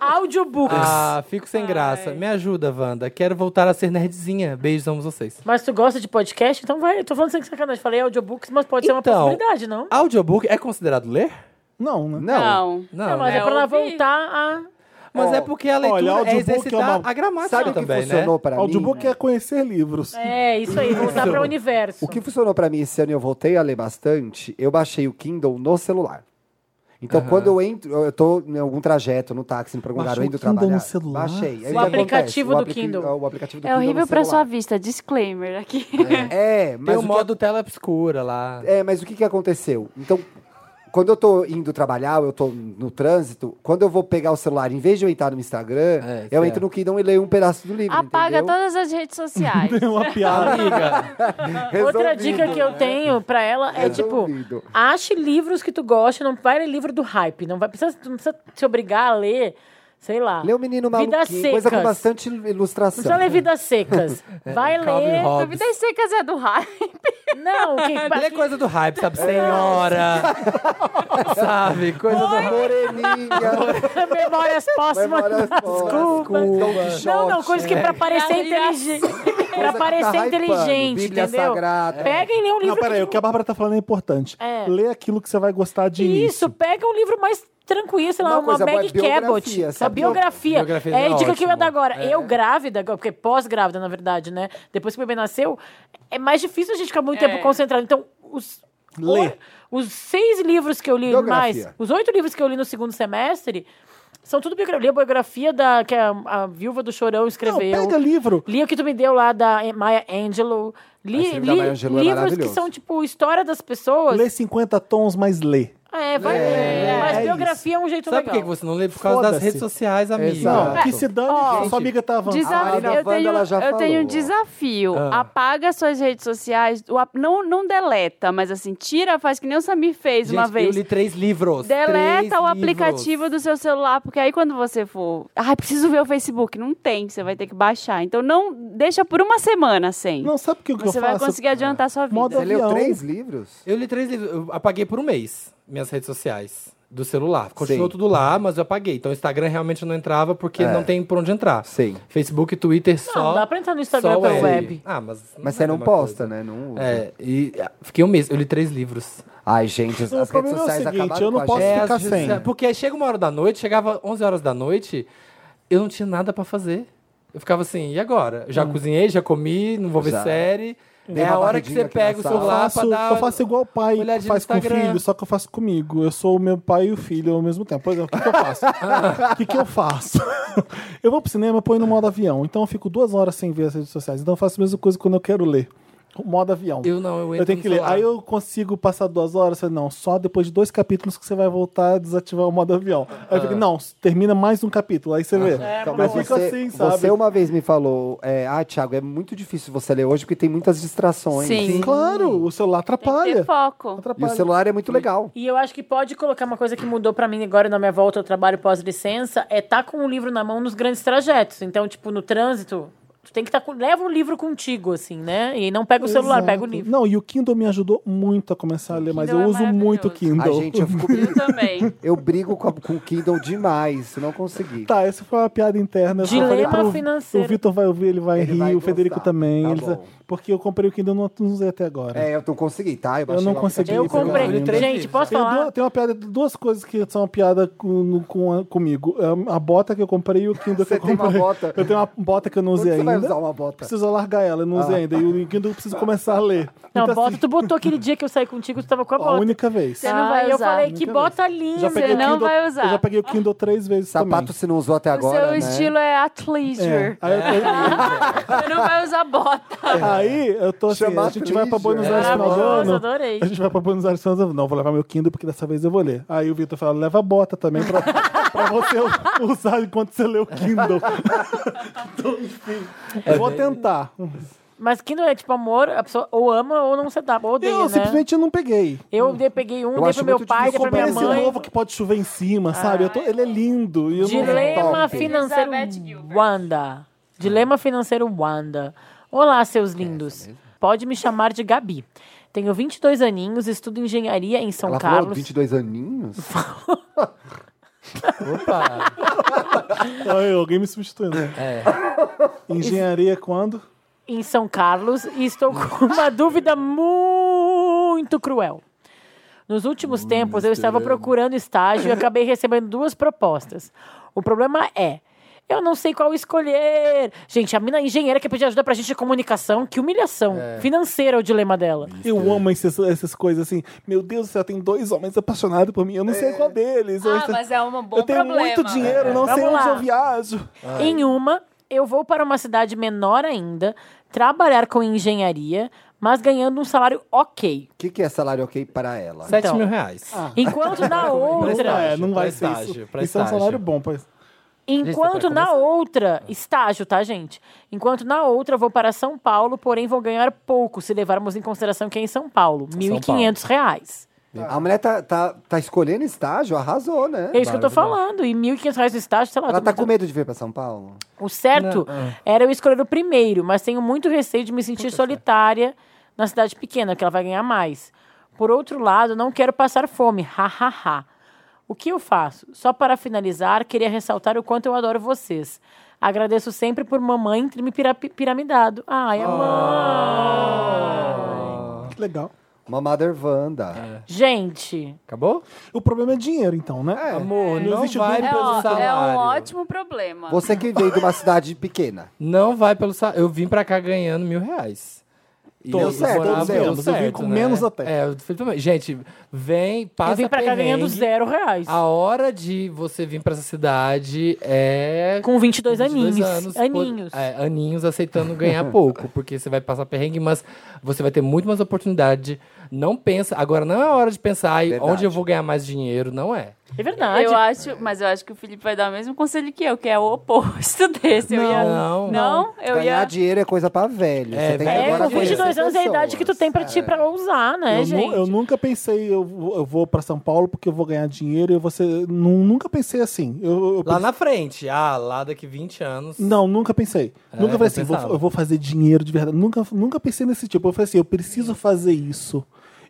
Speaker 2: audiobooks.
Speaker 5: Ah, fico sem graça. Me ajuda, Wanda. Quero voltar a ser nerdzinha. Beijos, amo vocês.
Speaker 2: Mas tu gosta de podcast? Então vai. Eu tô falando sem sacanagem. Falei audiobooks, mas pode ser uma
Speaker 5: Então,
Speaker 2: possibilidade, não?
Speaker 5: Audiobook é considerado ler?
Speaker 1: Não, né?
Speaker 4: Não.
Speaker 5: Não.
Speaker 2: Não, mas é,
Speaker 5: né?
Speaker 4: é
Speaker 2: pra ela
Speaker 4: ouvir.
Speaker 2: voltar a.
Speaker 5: Mas é porque a leitura
Speaker 1: Olha,
Speaker 5: é
Speaker 1: audiobook é
Speaker 5: exercitar
Speaker 1: uma-
Speaker 5: a gramática
Speaker 3: Sabe o que
Speaker 5: também, né?
Speaker 3: funcionou pra mim?
Speaker 1: Audiobook é conhecer livros.
Speaker 2: É, isso aí, voltar pra universo.
Speaker 3: O que funcionou pra mim esse ano e eu voltei a ler bastante, eu baixei o Kindle no celular. Então, quando eu entro, eu tô em algum trajeto, no táxi, indo pra algum lugar,
Speaker 1: Baixou
Speaker 3: eu indo
Speaker 1: o Kindle no
Speaker 3: trabalhar.
Speaker 1: celular?
Speaker 3: Baixei. Aí que
Speaker 2: O aplicativo
Speaker 3: acontece? O
Speaker 2: do
Speaker 3: aplicativo-
Speaker 2: Kindle.
Speaker 3: O aplicativo do
Speaker 4: É
Speaker 3: Kindle no
Speaker 4: horrível pra
Speaker 3: celular.
Speaker 4: sua vista. Disclaimer aqui.
Speaker 3: É, mas
Speaker 5: Tem o
Speaker 1: um
Speaker 3: o que
Speaker 5: modo tela obscura lá.
Speaker 3: É, mas o que, que aconteceu? Então, quando eu tô indo trabalhar, eu tô no trânsito, quando eu vou pegar o celular, em vez de eu entrar no Instagram,
Speaker 5: É,
Speaker 3: eu
Speaker 5: certo.
Speaker 3: entro no Kindle e leio um pedaço do livro.
Speaker 4: Apaga
Speaker 3: entendeu?
Speaker 4: todas as redes sociais.
Speaker 1: É uma piada.
Speaker 5: Ah, Amiga,
Speaker 2: Outra
Speaker 3: Resolvido.
Speaker 2: dica que eu tenho pra ela é tipo.
Speaker 3: Resolvido.
Speaker 2: Ache livros que tu gosta, não vai ler livro do hype. Não vai precisa, tu não precisa te obrigar a ler, sei lá.
Speaker 3: Lê o Menino
Speaker 2: Vidas
Speaker 3: Maluquinho, coisa com
Speaker 2: Secas.
Speaker 3: bastante É,
Speaker 2: Não
Speaker 3: ilustração.
Speaker 2: precisa ler Vidas Secas. Vai
Speaker 5: Calvin
Speaker 2: ler.
Speaker 5: Hobbes.
Speaker 4: Duvidas secas é do hype.
Speaker 2: Não, que,
Speaker 5: Ele é coisa do hype, sabe? Senhora. sabe? Coisa do
Speaker 3: Moreninha.
Speaker 2: memórias póstumas.
Speaker 3: Memórias
Speaker 2: Desculpa.
Speaker 3: Então,
Speaker 5: hype.
Speaker 2: Não, não, coisa que é pra parecer
Speaker 4: É.
Speaker 2: inteligente. pra
Speaker 3: que
Speaker 2: parecer
Speaker 3: tá hypando,
Speaker 2: inteligente,
Speaker 3: Bíblia
Speaker 2: entendeu?
Speaker 3: Sagrada.
Speaker 2: Pega e lê um
Speaker 1: Não,
Speaker 2: livro.
Speaker 1: peraí,
Speaker 2: que-
Speaker 1: o que a Bárbara tá falando é importante.
Speaker 2: É.
Speaker 1: Lê aquilo que você vai gostar de
Speaker 2: Isso,
Speaker 1: início.
Speaker 2: pega um livro mais tranquilo, sei lá,
Speaker 3: Uma
Speaker 2: uma,
Speaker 3: coisa boa é
Speaker 2: Maggie
Speaker 3: biografia,
Speaker 2: Cabot. A
Speaker 3: sabe?
Speaker 2: biografia.
Speaker 5: Biografia
Speaker 2: é
Speaker 5: é
Speaker 2: a dica que eu ia
Speaker 5: ótimo.
Speaker 2: dar agora.
Speaker 5: É.
Speaker 2: Eu grávida, agora, porque pós-grávida, na verdade, né? Depois que o bebê nasceu, é mais difícil a gente ficar muito
Speaker 4: É.
Speaker 2: tempo concentrado. Então, os.
Speaker 1: Lê.
Speaker 2: o- Os seis livros que eu li
Speaker 3: Biografia.
Speaker 2: mais, os oito livros que eu li no segundo semestre, são tudo biografia. Li a biografia da, que a, a viúva do Chorão
Speaker 1: Não,
Speaker 2: escreveu.
Speaker 1: pega livro.
Speaker 2: Li o que tu me deu lá da Maya Angelou. Li,
Speaker 3: Esse livro da
Speaker 2: li
Speaker 3: Maya Angelou é
Speaker 2: livros que
Speaker 3: maravilhoso.
Speaker 2: são, tipo, história das pessoas.
Speaker 1: Lê 50 tons, mas lê.
Speaker 2: É, vai ler. Mas
Speaker 1: é
Speaker 2: biografia é um jeito
Speaker 5: Sabe por
Speaker 2: legal.
Speaker 5: que que você não lê? Por causa das
Speaker 1: Foda-se.
Speaker 5: redes sociais, amiga.
Speaker 3: Exato.
Speaker 1: Não, Ah, que se dane,
Speaker 4: Ó,
Speaker 1: sua amiga tá avançando.
Speaker 3: A
Speaker 4: Desafio.
Speaker 3: Marina
Speaker 4: Eu,
Speaker 3: Wanda,
Speaker 4: tenho,
Speaker 3: ela já
Speaker 4: eu tenho
Speaker 3: falou.
Speaker 4: um desafio.
Speaker 5: Ah.
Speaker 4: Apaga suas redes sociais. o ap- Não, não deleta, mas assim, tira, faz que nem o Samir fez
Speaker 5: Gente,
Speaker 4: uma
Speaker 5: eu
Speaker 4: vez.
Speaker 5: li três livros. três
Speaker 4: Deleta o
Speaker 5: livros.
Speaker 4: aplicativo do seu celular, porque aí quando você for. Ai, preciso ver o Facebook. Não tem, você vai ter que baixar. Então não deixa por uma semana sem.
Speaker 1: Não, sabe o que, que eu
Speaker 4: você vai
Speaker 1: faço?
Speaker 4: conseguir adiantar sua vida.
Speaker 1: Modo-
Speaker 3: Você leu
Speaker 1: Avião.
Speaker 3: três livros?
Speaker 5: Eu li três livros. Eu apaguei por um mês minhas redes sociais do celular. Continuou
Speaker 3: Sim.
Speaker 5: tudo lá, mas eu apaguei. Então o Instagram realmente eu não entrava porque
Speaker 3: É.
Speaker 5: não tem por onde entrar.
Speaker 3: Sim.
Speaker 5: Facebook, Twitter só.
Speaker 2: Não, dá pra entrar no Instagram
Speaker 5: só
Speaker 2: pela
Speaker 1: é
Speaker 5: o
Speaker 2: web.
Speaker 5: Ah, mas.
Speaker 3: Mas você
Speaker 5: é a
Speaker 3: não
Speaker 5: mesma
Speaker 3: posta,
Speaker 5: coisa.
Speaker 3: né? Não usa.
Speaker 5: É, e ah, fiquei um mês. Eu li três livros. É,
Speaker 3: Ai, gente, as,
Speaker 1: O
Speaker 3: as redes
Speaker 1: problema é o
Speaker 3: sociais
Speaker 1: seguinte,
Speaker 3: acabaram
Speaker 1: eu não
Speaker 3: com a
Speaker 1: posso
Speaker 3: gente.
Speaker 1: ficar-
Speaker 5: as redes
Speaker 1: sem.
Speaker 5: sociais- Porque chega uma hora da noite, chegava 11 horas da noite, eu não tinha nada pra fazer. Eu ficava assim, e agora? Já cozinhei, já comi, não vou ver
Speaker 3: Já.
Speaker 5: série.
Speaker 3: Dei
Speaker 5: é
Speaker 3: uma
Speaker 5: a hora que
Speaker 3: varridinha
Speaker 5: você
Speaker 3: aqui na
Speaker 5: pega o
Speaker 3: sala.
Speaker 1: Eu
Speaker 5: celular pra
Speaker 1: faço,
Speaker 5: dar.
Speaker 1: eu faço igual o pai
Speaker 5: olhadinha
Speaker 1: que
Speaker 5: no
Speaker 1: faz com o
Speaker 5: Instagram.
Speaker 1: filho, só que eu faço comigo. Eu sou o meu pai e o filho ao mesmo tempo. Por exemplo, o que, que eu faço? O que, que eu faço? eu vou pro cinema, eu ponho no modo avião. Então eu fico duas horas sem ver as redes sociais. Então eu faço a mesma coisa quando eu quero ler. O modo avião.
Speaker 5: Eu não, eu entro
Speaker 1: Eu tenho
Speaker 5: no
Speaker 1: que ler.
Speaker 5: celular.
Speaker 1: Aí eu consigo passar duas horas? Eu falo, Não, só depois de dois capítulos que você vai voltar a desativar o modo avião. Aí eu fico, não, termina mais um capítulo, aí você vê.
Speaker 4: É,
Speaker 3: Então,
Speaker 1: mas
Speaker 3: mas
Speaker 1: fica
Speaker 3: você,
Speaker 1: assim, sabe?
Speaker 3: você uma vez me falou, é, ah, Thiago, é muito difícil você ler hoje porque tem muitas distrações.
Speaker 4: Sim. Sim.
Speaker 1: Claro, o celular
Speaker 4: Ter
Speaker 1: atrapalha.
Speaker 4: foco.
Speaker 3: E
Speaker 1: Atrapalha.
Speaker 3: o celular é muito legal.
Speaker 2: E eu acho que pode colocar uma coisa que mudou pra mim agora na minha volta ao trabalho pós-licença, é tá com o livro na mão nos grandes trajetos. Então, tipo, no trânsito, tu tem que estar com... Leva o livro contigo, assim, né? E não pega o celular,
Speaker 1: Exato.
Speaker 2: pega o livro.
Speaker 1: Não, e o Kindle me ajudou muito a começar a ler, mas eu
Speaker 4: Kindle é
Speaker 1: uso muito o
Speaker 4: maravilhoso.
Speaker 1: Kindle.
Speaker 3: Ai, gente, eu fico
Speaker 4: Eu também.
Speaker 3: Eu brigo com, a- com o Kindle demais, não consegui.
Speaker 1: Tá, essa foi uma piada interna. eu só
Speaker 2: Dilema
Speaker 1: falei pro-
Speaker 2: financeiro.
Speaker 1: O Vitor vai ouvir, ele vai
Speaker 3: Ele
Speaker 1: rir,
Speaker 3: vai
Speaker 1: o Federico
Speaker 3: gostar.
Speaker 1: também.
Speaker 3: Tá
Speaker 1: eles-
Speaker 3: bom.
Speaker 1: porque eu comprei o Kindle, não, não usei até agora.
Speaker 3: É, eu não consegui, tá?
Speaker 1: Eu não
Speaker 3: baixei o
Speaker 1: consegui.
Speaker 3: aplicativo.
Speaker 2: Eu comprei.
Speaker 1: Eu li três
Speaker 2: Gente,
Speaker 5: livros,
Speaker 2: posso
Speaker 1: Tem,
Speaker 2: falar?
Speaker 1: duas- tem uma piada, duas coisas que são uma piada com, com a- comigo. É A bota que eu comprei e o Kindle que
Speaker 3: Você
Speaker 1: eu
Speaker 3: tem uma
Speaker 1: comprei.
Speaker 3: bota?
Speaker 1: Eu tenho uma bota que eu não
Speaker 3: Onde
Speaker 1: usei
Speaker 3: você
Speaker 1: ainda.
Speaker 3: vai vai
Speaker 1: ainda.
Speaker 3: usar uma bota. Ah.
Speaker 1: Preciso largar ela, eu não usei ainda. E o Kindle eu preciso começar a ler.
Speaker 2: Não,
Speaker 1: Então,
Speaker 2: bota,
Speaker 1: assim,
Speaker 2: tu botou aquele dia que eu saí contigo, tu tava com a
Speaker 1: a
Speaker 2: bota. Ah,
Speaker 1: única vez.
Speaker 4: Você não vai
Speaker 2: eu
Speaker 4: usar.
Speaker 2: falei que
Speaker 1: Nunca
Speaker 2: bota né? linda.
Speaker 1: peguei o
Speaker 4: não
Speaker 1: Kindle-
Speaker 4: vai usar.
Speaker 1: Eu já peguei o Kindle três vezes
Speaker 3: Sapato
Speaker 1: também.
Speaker 3: se não usou até
Speaker 4: O seu
Speaker 3: agora, né?
Speaker 4: estilo é
Speaker 1: É.
Speaker 4: athleisure.
Speaker 1: Aí, eu
Speaker 4: Você não vai usar bota.
Speaker 1: tô, aí eu tô assim,
Speaker 3: Chamar
Speaker 1: a gente vai pra
Speaker 3: Frígia.
Speaker 1: Buenos Aires no final do
Speaker 2: Maravilhoso,
Speaker 1: ano.
Speaker 2: adorei.
Speaker 1: A gente vai pra Buenos Aires no final do ano. Não, vou levar meu Kindle porque dessa vez eu vou ler. Aí o Vitor fala, leva a bota também pra, pra você usar enquanto você lê o Kindle. então, enfim, eu vou tentar.
Speaker 2: Mas que não é tipo amor, a pessoa ou ama ou não se dá, ou odeia,
Speaker 1: Eu
Speaker 2: né?
Speaker 1: simplesmente não peguei.
Speaker 2: Eu dei- peguei um, dei
Speaker 3: acho
Speaker 2: pro meu
Speaker 3: muito
Speaker 2: pai, dei
Speaker 1: Eu
Speaker 2: pra
Speaker 1: comprei
Speaker 2: minha
Speaker 1: esse
Speaker 2: mãe.
Speaker 1: novo que pode chover em cima, sabe? Eu tô- ele é lindo. E eu não-
Speaker 2: Dilema
Speaker 3: Top.
Speaker 2: financeiro
Speaker 4: Elizabeth Gilbert.
Speaker 2: Wanda. Dilema financeiro Wanda. Olá, seus
Speaker 3: É
Speaker 2: lindos. Pode me chamar de Gabi. Tenho 22 aninhos, estudo engenharia em São
Speaker 3: Ela falou
Speaker 2: Carlos.
Speaker 3: 22 aninhos?
Speaker 5: Opa!
Speaker 1: Ai, alguém me substituindo.
Speaker 5: É.
Speaker 1: Engenharia é quando?
Speaker 2: em São Carlos e estou com uma dúvida muito cruel. Nos últimos tempos, eu estava procurando estágio e acabei recebendo duas propostas. O problema é, eu não sei qual escolher. Gente, a mina é engenheira que pedir ajuda pra gente de comunicação, que humilhação. Financeira é o dilema dela.
Speaker 1: Eu amo essas, essas coisas assim. Meu Deus do céu, tem dois homens apaixonados por mim. Eu não sei qual deles. eu,
Speaker 4: Ah, mas é um bom
Speaker 1: eu tenho
Speaker 4: problema.
Speaker 1: muito dinheiro, não sei
Speaker 2: Vamos
Speaker 1: onde
Speaker 2: lá.
Speaker 1: eu viajo.
Speaker 2: Em uma, eu vou para uma cidade menor ainda, trabalhar com engenharia, mas ganhando um salário ok.
Speaker 3: O que, que é salário ok para ela?
Speaker 5: 7
Speaker 2: Então.
Speaker 5: mil reais.
Speaker 2: Enquanto na outra.
Speaker 1: é, não
Speaker 5: pra
Speaker 1: vai
Speaker 5: estágio,
Speaker 1: ser isso.
Speaker 5: pra
Speaker 1: Isso é um
Speaker 5: estágio.
Speaker 1: salário bom. Pois.
Speaker 2: Enquanto
Speaker 5: Isso é pra
Speaker 2: na
Speaker 5: começar.
Speaker 2: outra, estágio, tá, gente? Enquanto na outra, vou para São Paulo, porém vou ganhar pouco, se levarmos em consideração que é em São Paulo. R$ 1.500 reais.
Speaker 3: A mulher tá, tá, tá escolhendo estágio, arrasou, né?
Speaker 2: É isso que eu tô falando. E R$ 1.500 reais no estágio, sei lá.
Speaker 3: Ela
Speaker 2: tô
Speaker 3: tá com
Speaker 2: pensando-
Speaker 3: medo de vir pra São Paulo?
Speaker 2: O certo era eu escolher o primeiro, mas tenho muito receio de me sentir solitária na cidade pequena, que ela vai ganhar mais. Por outro lado, não quero passar fome. Ha, ha, ha. O que eu faço? Só para finalizar, queria ressaltar o quanto eu adoro vocês. Agradeço sempre por mamãe ter me pira- piramidado. Ai, a mãe!
Speaker 5: Oh. Ah.
Speaker 1: Que legal.
Speaker 3: Uma Mother Wanda.
Speaker 2: É. Gente,
Speaker 5: Acabou?
Speaker 1: O problema é dinheiro, então, né?
Speaker 5: Amor,
Speaker 1: Não
Speaker 5: não,
Speaker 1: existe
Speaker 5: vai
Speaker 1: dúvida
Speaker 4: É,
Speaker 5: pelo
Speaker 4: ó,
Speaker 5: salário.
Speaker 4: é um ótimo problema.
Speaker 3: Você que veio de uma cidade pequena.
Speaker 5: Não vai pelo salário. Eu vim pra cá ganhando mil reais. E
Speaker 1: Deu
Speaker 5: eu
Speaker 1: certo,
Speaker 5: morava-
Speaker 1: todos eles. Eu vim com menos até.
Speaker 5: É, eu fui também. Gente, vem, passa
Speaker 2: eu vim pra cá ganhando
Speaker 5: perrengue.
Speaker 2: zero reais.
Speaker 5: A hora de você vir pra essa cidade é...
Speaker 2: Com 22,
Speaker 5: 22
Speaker 2: aninhos.
Speaker 5: anos,
Speaker 2: aninhos.
Speaker 5: pô- é, aninhos aceitando ganhar pouco, porque você vai passar perrengue, mas você vai ter muito mais oportunidade. Não pensa, agora não é hora de pensar "Ai,
Speaker 3: Verdade.
Speaker 5: onde eu vou ganhar mais dinheiro, não é.
Speaker 2: É verdade.
Speaker 4: Eu acho, mas eu acho que o Felipe vai dar o mesmo conselho que eu, que é o oposto desse. eu
Speaker 5: Não,
Speaker 4: ia,
Speaker 5: não.
Speaker 4: não, eu
Speaker 3: Ganhar
Speaker 4: ia. Ah,
Speaker 3: dinheiro é coisa pra velho.
Speaker 5: É,
Speaker 3: Você tem que
Speaker 5: velho.
Speaker 2: É,
Speaker 3: agora
Speaker 2: com
Speaker 5: Agora conhecer
Speaker 2: 22 anos é a
Speaker 3: pessoas.
Speaker 2: idade que tu tem pra ti pra usar, né,
Speaker 1: eu, nu-
Speaker 2: gente?
Speaker 1: eu nunca pensei, eu, vou- eu vou pra São Paulo porque eu vou ganhar dinheiro e eu vou ser. nu- Nunca pensei assim. Eu, eu
Speaker 5: Lá na frente, ah, lá daqui 20 anos.
Speaker 1: Não, nunca pensei.
Speaker 5: É,
Speaker 1: nunca
Speaker 5: eu
Speaker 1: falei assim, vou-
Speaker 5: pensava.
Speaker 1: eu vou fazer dinheiro de verdade. Nunca, nunca pensei nesse tipo. Eu falei assim, eu preciso fazer isso.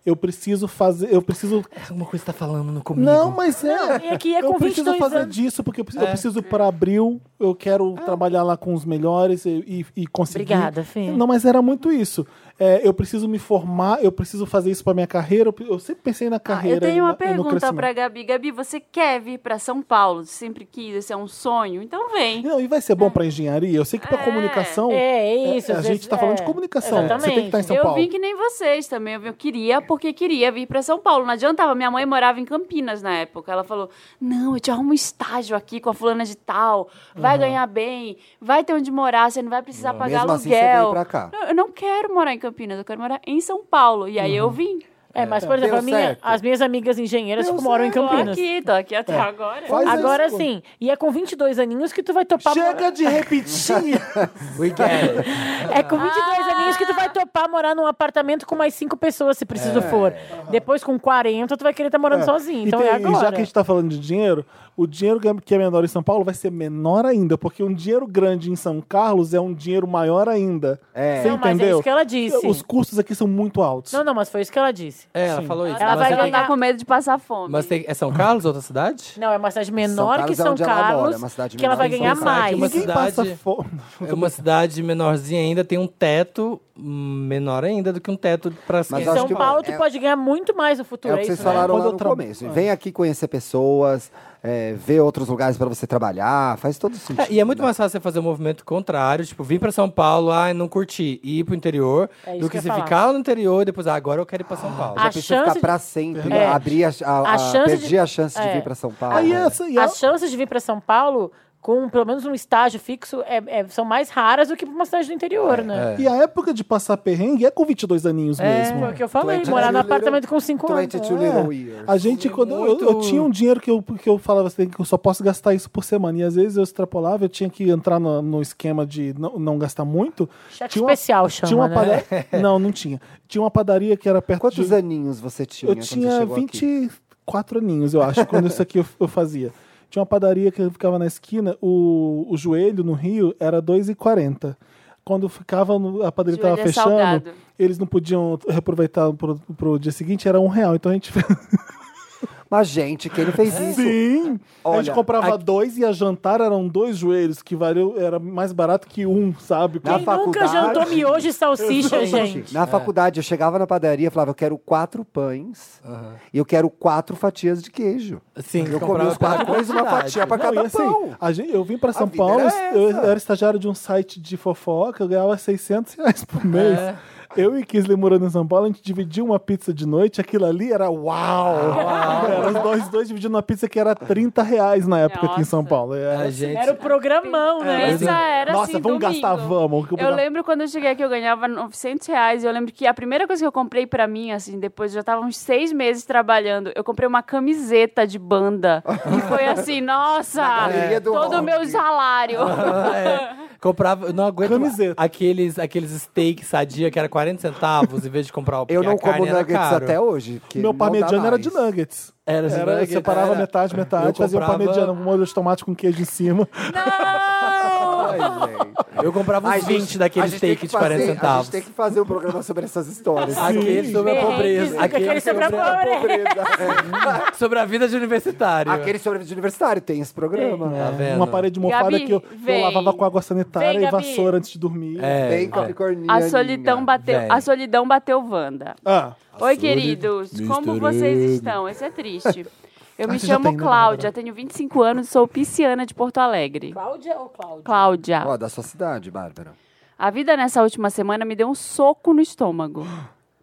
Speaker 1: Eu preciso fazer, eu preciso.
Speaker 5: Alguma coisa tá falando no comigo.
Speaker 1: Não, mas é.
Speaker 2: e aqui é
Speaker 1: eu
Speaker 2: com
Speaker 1: preciso
Speaker 2: 22
Speaker 1: fazer
Speaker 2: anos. Ah.
Speaker 1: disso porque eu
Speaker 5: É.
Speaker 1: preciso, eu preciso para abril. Eu quero trabalhar lá com os melhores e, e, e conseguir.
Speaker 2: Obrigada, Fê.
Speaker 1: Não, mas era muito isso. É, eu preciso me formar. Eu preciso fazer isso para minha carreira. Eu, pre- eu sempre pensei na
Speaker 4: Ah,
Speaker 1: carreira.
Speaker 4: eu tenho
Speaker 1: e
Speaker 4: uma
Speaker 1: na- e no
Speaker 4: pergunta
Speaker 1: crescimento.
Speaker 4: pra Gabi. Gabi, você quer vir pra São Paulo? Sempre quis, esse é um sonho? Então vem.
Speaker 1: Não, e vai ser bom para engenharia. Eu sei que para
Speaker 4: É.
Speaker 1: comunicação.
Speaker 2: É, é isso.
Speaker 1: a
Speaker 2: às
Speaker 1: gente
Speaker 2: vezes-
Speaker 1: tá falando
Speaker 2: é,
Speaker 1: de comunicação. Você tem que
Speaker 2: Exatamente.
Speaker 1: estar em São
Speaker 4: eu
Speaker 1: Paulo.
Speaker 4: vim que nem vocês também. Eu vim- eu queria porque queria vir pra São Paulo. Não adiantava. Minha mãe morava em Campinas na época. Ela falou: Não, eu te arrumo um estágio aqui com a fulana de tal. Vai ganhar bem. Vai ter onde morar. Você não vai precisar pagar
Speaker 3: Mesmo assim,
Speaker 4: aluguel.
Speaker 3: você veio pra cá.
Speaker 4: Não, eu não quero morar em Campinas. Eu quero morar em São Paulo. E aí eu vim.
Speaker 2: É, mas, por exemplo,
Speaker 3: Deu
Speaker 2: a minha-
Speaker 3: certo.
Speaker 2: as minhas amigas engenheiras
Speaker 3: Deu
Speaker 2: tipo, moram em
Speaker 3: certo.
Speaker 4: Tô
Speaker 2: Campinas.
Speaker 4: aqui, tô aqui até agora.
Speaker 1: Faz
Speaker 2: Agora
Speaker 1: é isso, pô.
Speaker 2: sim, e é com 22 aninhos que tu vai topar.
Speaker 1: Chega de repetir!
Speaker 5: We get it.
Speaker 2: É com 22
Speaker 1: Ah!
Speaker 2: aninhos que tu vai topar morar num apartamento com mais cinco pessoas, se preciso for. Depois, com 40, tu vai querer estar morando sozinho. Então
Speaker 1: É. e,
Speaker 2: é
Speaker 1: tem- e já que
Speaker 2: agora.
Speaker 1: a gente tá falando de dinheiro, o dinheiro que é- que é menor em São Paulo vai ser menor ainda, porque um dinheiro grande em São Carlos é um dinheiro maior ainda.
Speaker 3: É.
Speaker 1: Você
Speaker 2: Não, mas é
Speaker 1: entendeu?
Speaker 2: isso que ela disse.
Speaker 1: Os custos aqui são muito altos.
Speaker 2: Não, não, mas foi isso que ela disse.
Speaker 5: É, ela falou isso.
Speaker 2: Ela
Speaker 5: mas
Speaker 2: vai
Speaker 5: você
Speaker 4: ela
Speaker 5: tem-
Speaker 2: ganhar-
Speaker 4: tá com medo de passar fome.
Speaker 5: Mas tem- é São Carlos, outra cidade?
Speaker 2: Não, é uma cidade
Speaker 3: São
Speaker 2: menor
Speaker 3: Carlos
Speaker 2: que
Speaker 3: é
Speaker 2: São
Speaker 3: onde ela mora, é
Speaker 2: Carlos,
Speaker 3: uma cidade
Speaker 2: que ela vai
Speaker 3: menor
Speaker 2: ganhar
Speaker 5: que São Carlos.
Speaker 3: É
Speaker 2: mais.
Speaker 5: Uma
Speaker 1: Ninguém
Speaker 5: cidade-
Speaker 1: passa fome.
Speaker 5: É uma cidade menorzinha ainda, tem um teto menor ainda do que um teto pra
Speaker 3: Mas
Speaker 2: Em
Speaker 3: acho
Speaker 2: São
Speaker 3: que-
Speaker 2: Paulo, tu
Speaker 3: é-
Speaker 2: pode ganhar muito mais no
Speaker 3: É
Speaker 2: futuro.
Speaker 3: o
Speaker 2: É,
Speaker 3: que vocês
Speaker 2: isso, né?
Speaker 3: falaram
Speaker 1: Quando
Speaker 3: lá
Speaker 1: eu Ah.
Speaker 3: no
Speaker 1: tra-
Speaker 3: começo. Vem aqui conhecer pessoas, é, é, vê outros lugares pra você trabalhar, faz todo sentido.
Speaker 5: É, e é muito
Speaker 3: né?
Speaker 5: mais fácil você fazer o movimento contrário, tipo, vir pra São Paulo, ai, não curti, e ir pro interior,
Speaker 2: É isso
Speaker 5: do
Speaker 2: que
Speaker 5: que
Speaker 2: eu
Speaker 5: você
Speaker 2: ia falar.
Speaker 5: ficar no interior e depois, ah, agora eu quero ir pra São Paulo.
Speaker 3: Já
Speaker 2: A
Speaker 3: pensou em ficar
Speaker 2: chance de-
Speaker 3: pra sempre,
Speaker 2: É.
Speaker 3: abrir a, a-
Speaker 2: A
Speaker 3: a-
Speaker 2: chance
Speaker 3: perdi
Speaker 2: de-
Speaker 3: a chance de
Speaker 2: é.
Speaker 3: vir pra São Paulo.
Speaker 1: Aí assim, essa, e a-
Speaker 2: As chances de vir para São Paulo com pelo menos um estágio fixo é- é- são mais raras do que para uma cidade do interior, né?
Speaker 1: e a época de passar perrengue é com 22 aninhos mesmo.
Speaker 2: Foi o que eu falei,
Speaker 3: 22
Speaker 2: morar no
Speaker 3: little-
Speaker 2: apartamento com 5 anos.
Speaker 3: 22 little years.
Speaker 1: A gente, quando eu, eu tinha um dinheiro que eu, que eu falava assim, que eu só posso gastar isso por semana. E às vezes eu extrapolava, eu tinha que entrar no, no esquema de não, não gastar muito.
Speaker 2: Cheque
Speaker 1: Tinha uma-
Speaker 2: especial chama,
Speaker 1: tinha uma
Speaker 2: né?
Speaker 1: padaria. Não, não tinha. Tinha uma padaria que era perto
Speaker 3: Quantos
Speaker 1: de.
Speaker 3: aninhos você tinha
Speaker 1: Eu
Speaker 3: quando você
Speaker 1: tinha
Speaker 3: chegou aqui?
Speaker 1: 24 aninhos, eu acho, quando isso aqui eu, eu fazia. Tinha uma padaria que ficava na esquina, o, o joelho no Rio era 2,40. Quando ficava, no- a padaria
Speaker 4: Joelho
Speaker 1: estava
Speaker 4: é
Speaker 1: fechando,
Speaker 4: salgado.
Speaker 1: eles não podiam reaproveitar pro, pro dia seguinte, era um real. Então a gente fez.
Speaker 3: Mas, gente, quem fez isso?
Speaker 1: Sim! a
Speaker 3: Olha,
Speaker 1: gente comprava dois e a jantar eram dois joelhos, que valeu, era mais barato que um, sabe?
Speaker 3: Na
Speaker 2: Quem nunca
Speaker 3: faculdade-
Speaker 2: jantou miojo e salsicha, gente?
Speaker 1: É.
Speaker 3: Na faculdade, eu chegava na padaria e falava, eu quero quatro pães e eu quero quatro fatias de queijo.
Speaker 5: Assim,
Speaker 3: Eu comi os quatro pães e uma fatia pra
Speaker 1: Não, e
Speaker 3: cada
Speaker 1: assim,
Speaker 3: pão.
Speaker 1: a gente- eu vim pra São
Speaker 3: vida
Speaker 1: Paulo,
Speaker 3: era
Speaker 1: eu
Speaker 3: essa.
Speaker 1: era estagiário de um site de fofoca, eu ganhava 600 reais por
Speaker 3: É.
Speaker 1: mês. Eu e Kisley morando em São Paulo, a gente dividia uma pizza de noite, aquilo ali era uau!
Speaker 3: Ah,
Speaker 1: Era os dois, dois dividindo uma pizza que era 30 reais na época aqui em São
Speaker 4: Nossa.
Speaker 1: Paulo. Era
Speaker 5: A É, gente...
Speaker 2: Era o programão, né?
Speaker 4: Essa era
Speaker 1: Nossa,
Speaker 4: assim,
Speaker 1: vamos
Speaker 4: domingo.
Speaker 1: gastar, vamos.
Speaker 4: Eu lembro quando eu cheguei aqui, eu ganhava 900 reais. E eu lembro que a primeira coisa que eu comprei pra mim, assim, depois eu já tava uns seis meses trabalhando, eu comprei uma camiseta de banda. e foi assim, nossa,
Speaker 3: galeria do
Speaker 4: todo o
Speaker 3: rock.
Speaker 4: meu salário.
Speaker 5: É, comprava, eu não aguento
Speaker 1: Camiseta.
Speaker 5: aqueles aqueles steak sadia que era 40 centavos em vez de comprar o
Speaker 3: Eu
Speaker 5: porque a
Speaker 3: não como
Speaker 5: carne era
Speaker 3: nuggets
Speaker 5: caro.
Speaker 3: até hoje. que
Speaker 1: Meu
Speaker 3: não dá
Speaker 1: parmegiana era
Speaker 3: mais.
Speaker 1: de nuggets.
Speaker 5: Era de
Speaker 1: Era,
Speaker 3: né?
Speaker 5: nuggets,
Speaker 1: separava
Speaker 5: era.
Speaker 1: metade, metade,
Speaker 5: Eu
Speaker 1: fazia
Speaker 5: comprava-
Speaker 1: o parmegiana, um molho de tomate com queijo em cima.
Speaker 3: Tá Ai, gente.
Speaker 5: Eu comprava uns
Speaker 3: Ai,
Speaker 5: 20
Speaker 3: gente, a
Speaker 5: daquele
Speaker 3: gente tem
Speaker 5: steak
Speaker 3: que
Speaker 5: de 40
Speaker 3: fazer- A
Speaker 5: centavos.
Speaker 3: gente tem que fazer um programa sobre essas histórias.
Speaker 5: Aquele sobre a
Speaker 2: Perrengues,
Speaker 5: pobreza.
Speaker 2: aquele sobre a pobreza.
Speaker 3: Pobreza.
Speaker 5: sobre a vida de universitário.
Speaker 3: É, Aquele sobre de universitário tem esse programa.
Speaker 5: Tá vendo?
Speaker 1: Uma parede mofada
Speaker 4: Gabi,
Speaker 1: que eu, eu
Speaker 4: vem.
Speaker 1: lavava com água sanitária
Speaker 2: Vem,
Speaker 1: e
Speaker 2: Gabi.
Speaker 1: vassoura antes de dormir.
Speaker 5: É,
Speaker 3: Bem
Speaker 5: é.
Speaker 3: Capricorniana.
Speaker 4: A solidão bateu,
Speaker 5: Véi.
Speaker 4: a solidão bateu Wanda.
Speaker 1: Ah,
Speaker 4: Oi, queridos. Como vocês estão? Esse é triste. Eu me
Speaker 1: você
Speaker 3: tá
Speaker 1: já
Speaker 4: chamo
Speaker 1: tem, né,
Speaker 4: Cláudia, tenho 25 anos, sou pisciana de Porto Alegre.
Speaker 2: Cláudia ou Cláudia?
Speaker 4: Cláudia,
Speaker 3: Ó, da sua cidade, Bárbara.
Speaker 4: a vida nessa última semana me deu um soco no estômago.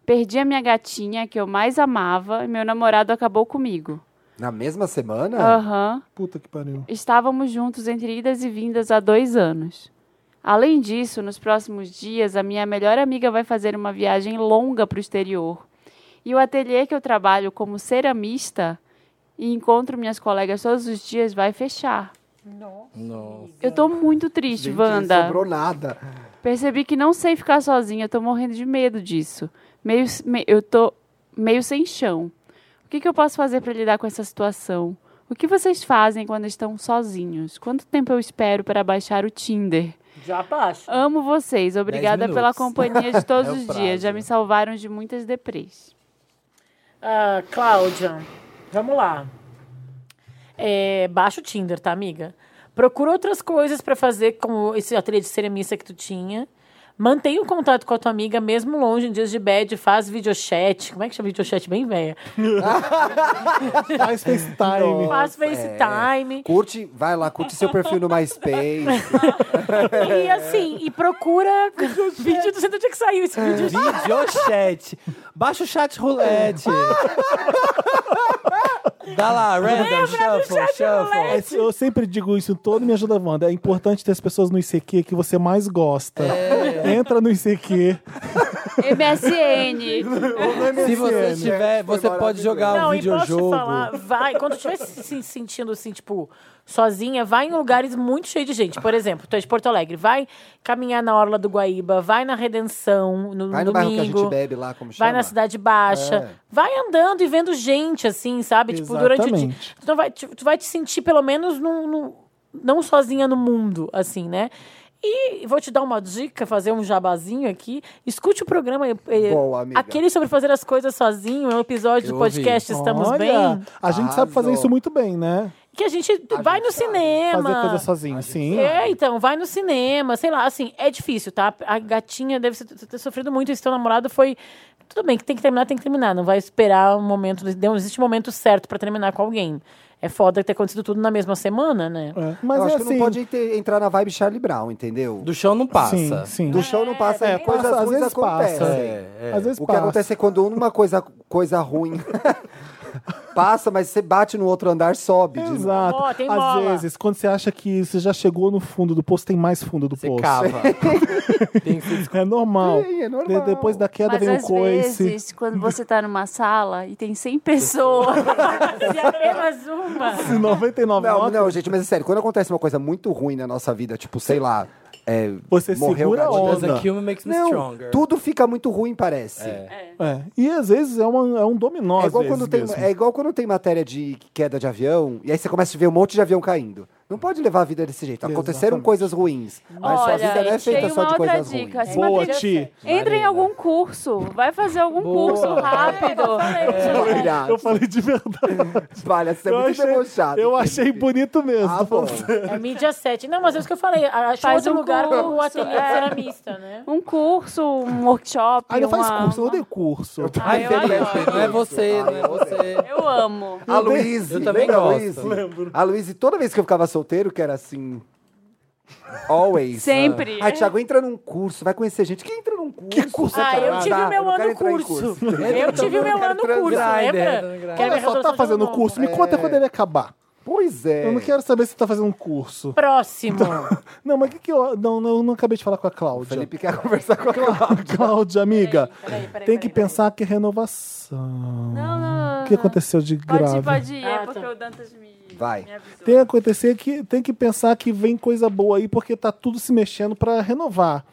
Speaker 4: Perdi a minha gatinha, que eu mais amava, e meu namorado acabou comigo.
Speaker 3: Na mesma semana?
Speaker 4: Aham.
Speaker 1: puta que pariu.
Speaker 4: Estávamos juntos entre idas e vindas há dois anos. Além disso, nos próximos dias, a minha melhor amiga vai fazer uma viagem longa para o exterior. E o ateliê que eu trabalho como ceramista e encontro minhas colegas todos os dias vai fechar.
Speaker 5: Nossa.
Speaker 4: Eu tô muito triste,
Speaker 3: Gente, Não
Speaker 4: Wanda.
Speaker 3: sobrou nada.
Speaker 4: Percebi que não sei ficar sozinha, eu tô morrendo de medo disso. Meio, me- eu tô meio sem chão. O que, que eu posso fazer para lidar com essa situação? O que vocês fazem quando estão sozinhos? Quanto tempo eu espero para baixar o Tinder?
Speaker 2: Já baixa.
Speaker 4: Amo vocês, obrigada
Speaker 5: minutos.
Speaker 4: pela companhia de todos
Speaker 5: É o
Speaker 4: os
Speaker 5: prazo.
Speaker 4: dias. Já me salvaram de muitas deprês.
Speaker 2: Ah, Cláudia, vamos lá. É, baixa o Tinder, tá, amiga? Procura outras coisas pra fazer, como esse ateliê de ceramista que tu tinha. Mantenha o contato com a tua amiga, mesmo longe, em dias de bad, faz videochat. Como é que chama videochat? Bem velha.
Speaker 1: Faz FaceTime.
Speaker 2: Faz FaceTime.
Speaker 3: Curte, vai lá, curte seu perfil no MySpace.
Speaker 2: E assim, e procura. vídeo, não sei de onde é que saiu esse vídeo.
Speaker 5: Videochat. Baixa o chat roulette. Dá lá, random, shuffle, shuffle.
Speaker 1: É, se- Eu sempre digo isso, todo me ajuda, Wanda. É importante ter as pessoas no ICQ que você mais gosta.
Speaker 2: É.
Speaker 1: Entra no ICQ.
Speaker 4: MSN.
Speaker 5: Se
Speaker 3: né?
Speaker 5: você tiver, você pode jogar um
Speaker 2: Não, e posso te
Speaker 5: videojogo.
Speaker 2: falar, vai, quando estiver se se sentindo assim, tipo, sozinha, vai em lugares muito cheios de gente. Por exemplo, tu é de Porto Alegre, vai caminhar na Orla do Guaíba, vai na Redenção, no,
Speaker 3: Vai no bairro que a
Speaker 2: domingo.
Speaker 3: gente bebe lá, como chama?
Speaker 2: Vai na Cidade Baixa.
Speaker 3: É.
Speaker 2: Vai andando e vendo gente, assim, sabe? Tipo, durante o dia.
Speaker 1: Exatamente.
Speaker 2: Tu, não vai, tu, tu vai te sentir, pelo menos, num, num- não sozinha no mundo, assim, né? E vou te dar uma dica, fazer um jabazinho aqui. Escute o programa. eh, eh,
Speaker 3: Boa, amiga.
Speaker 2: Aquele sobre fazer as coisas sozinho, é um episódio
Speaker 5: Eu
Speaker 2: do podcast
Speaker 5: ouvi.
Speaker 2: Estamos
Speaker 1: Olha,
Speaker 2: Bem.
Speaker 1: A gente sabe
Speaker 3: Arrasou.
Speaker 1: fazer isso muito bem, né?
Speaker 2: Que a gente vai no cinema.
Speaker 1: Fazer coisa sozinho, sim.
Speaker 2: É, então, vai no cinema, sei lá, assim, é difícil, tá? A gatinha deve ser- ter sofrido muito, esse teu namorado foi. Tudo bem, que tem que terminar, tem que terminar. Não vai esperar o momento. Não existe momento certo pra terminar com alguém. é foda ter acontecido tudo na mesma semana, né?
Speaker 1: É.
Speaker 3: Mas
Speaker 1: Mas
Speaker 3: eu
Speaker 1: é
Speaker 3: acho
Speaker 1: assim.
Speaker 3: que não pode ter- entrar na vibe Charlie Brown, entendeu?
Speaker 5: Do chão não passa.
Speaker 1: Sim, sim.
Speaker 3: Do chão não passa,
Speaker 1: É,
Speaker 3: e coisas
Speaker 1: passa, às
Speaker 3: ruins
Speaker 1: vezes passa.
Speaker 3: acontecem.
Speaker 5: É, é.
Speaker 1: Às vezes
Speaker 3: O que
Speaker 1: passa.
Speaker 3: acontece é quando uma coisa, coisa ruim passa, mas você bate no outro andar, sobe. de novo.
Speaker 1: Exato.
Speaker 2: Ó, tem
Speaker 1: Às
Speaker 2: mola.
Speaker 1: vezes, quando você acha que você já chegou no fundo do poço, tem mais fundo do
Speaker 5: Você
Speaker 1: poço.
Speaker 5: cava. Tem que se
Speaker 1: É normal.
Speaker 3: Sim, é normal.
Speaker 1: De- depois da queda
Speaker 4: Mas
Speaker 5: um
Speaker 1: vem
Speaker 4: às
Speaker 1: o coice.
Speaker 4: vezes, quando você tá numa sala e tem 100 pessoas,
Speaker 2: Se é apenas uma.
Speaker 1: Se 99
Speaker 3: Não,
Speaker 1: notas,
Speaker 3: não, gente, mas é sério, quando acontece uma coisa muito ruim na nossa vida, tipo, sei lá, é,
Speaker 1: Você
Speaker 3: morreu
Speaker 1: segura a
Speaker 3: o gatinho-
Speaker 1: onda.
Speaker 5: Doesn't kill me um makes me
Speaker 3: Não,
Speaker 5: stronger.
Speaker 3: tudo fica muito ruim, parece.
Speaker 1: É. E às vezes é, uma- é um dominó.
Speaker 3: É
Speaker 1: às
Speaker 3: igual,
Speaker 1: vezes
Speaker 3: quando tem,
Speaker 1: mesmo.
Speaker 3: é igual quando tem matéria de queda de avião, e aí você começa a ver um monte de avião caindo. Não pode levar a vida desse jeito. Aconteceram
Speaker 1: Exatamente.
Speaker 3: coisas ruins. Mas
Speaker 4: olha,
Speaker 3: sua vida não é
Speaker 4: gente, tem
Speaker 3: feita só
Speaker 4: uma
Speaker 3: de
Speaker 4: outra
Speaker 3: coisas
Speaker 4: dica.
Speaker 3: ruins.
Speaker 4: Se
Speaker 1: Boa,
Speaker 4: matriculem-
Speaker 1: Ti.
Speaker 4: Entra em algum curso, vai fazer algum
Speaker 5: Boa.
Speaker 4: curso rápido. É.
Speaker 3: Obrigado.
Speaker 1: Eu falei de verdade.
Speaker 3: Olha, é você é
Speaker 1: eu,
Speaker 3: muito
Speaker 1: achei,
Speaker 3: debochado.
Speaker 1: eu achei bonito mesmo.
Speaker 3: Ah, bom.
Speaker 2: É mídia 7. Não, mas é isso que eu falei. Acho
Speaker 4: Faz
Speaker 2: outro
Speaker 4: um
Speaker 2: lugar
Speaker 4: curso,
Speaker 2: o ateliê
Speaker 4: é.
Speaker 2: de ceramista, né?
Speaker 4: Um curso, um workshop.
Speaker 1: Ainda faz
Speaker 4: uma-
Speaker 1: curso, eu odeio
Speaker 2: Ah,
Speaker 1: curso.
Speaker 5: Ai,
Speaker 4: eu
Speaker 5: Felipe,
Speaker 4: adoro.
Speaker 5: não é você, não é você.
Speaker 4: Eu amo.
Speaker 3: A Luiz,
Speaker 5: Eu também
Speaker 3: lembra a
Speaker 5: gosto.
Speaker 3: Luiz? A Luiz, toda vez que eu ficava solteiro, que era assim. Always.
Speaker 4: Sempre.
Speaker 3: Ai, Thiago, entra num curso, vai conhecer gente. Quem entra num curso? Que curso
Speaker 2: Ah, eu tive o meu ano curso. Eu tive o meu
Speaker 3: quero
Speaker 2: ano curso,
Speaker 5: transar,
Speaker 2: lembra?
Speaker 5: ideia, transar.
Speaker 2: Que era
Speaker 1: Ela só
Speaker 2: minha
Speaker 1: tá
Speaker 2: resolução de
Speaker 1: fazendo
Speaker 2: ano novo.
Speaker 1: curso. Me conta quando ele acabar.
Speaker 3: Pois é.
Speaker 1: Eu não quero saber se tá fazendo um curso.
Speaker 2: Próximo.
Speaker 1: Não, mas o que, que eu. Não, não, eu não acabei de falar com a
Speaker 3: O
Speaker 1: Cláudia.
Speaker 3: Felipe quer conversar com a Cláudia.
Speaker 1: Cláudia, amiga.
Speaker 2: peraí, peraí,
Speaker 1: tem que
Speaker 2: peraí,
Speaker 1: pensar que é renovação.
Speaker 4: Não, não.
Speaker 1: O que aconteceu de grave?
Speaker 4: Pode, pode ir,
Speaker 2: Ah,
Speaker 4: é porque
Speaker 2: tá.
Speaker 4: o Dantas me,
Speaker 3: Vai.
Speaker 4: me avisou.
Speaker 1: Tem que acontecer que tem que pensar que vem coisa boa aí, porque tá tudo se mexendo pra renovar.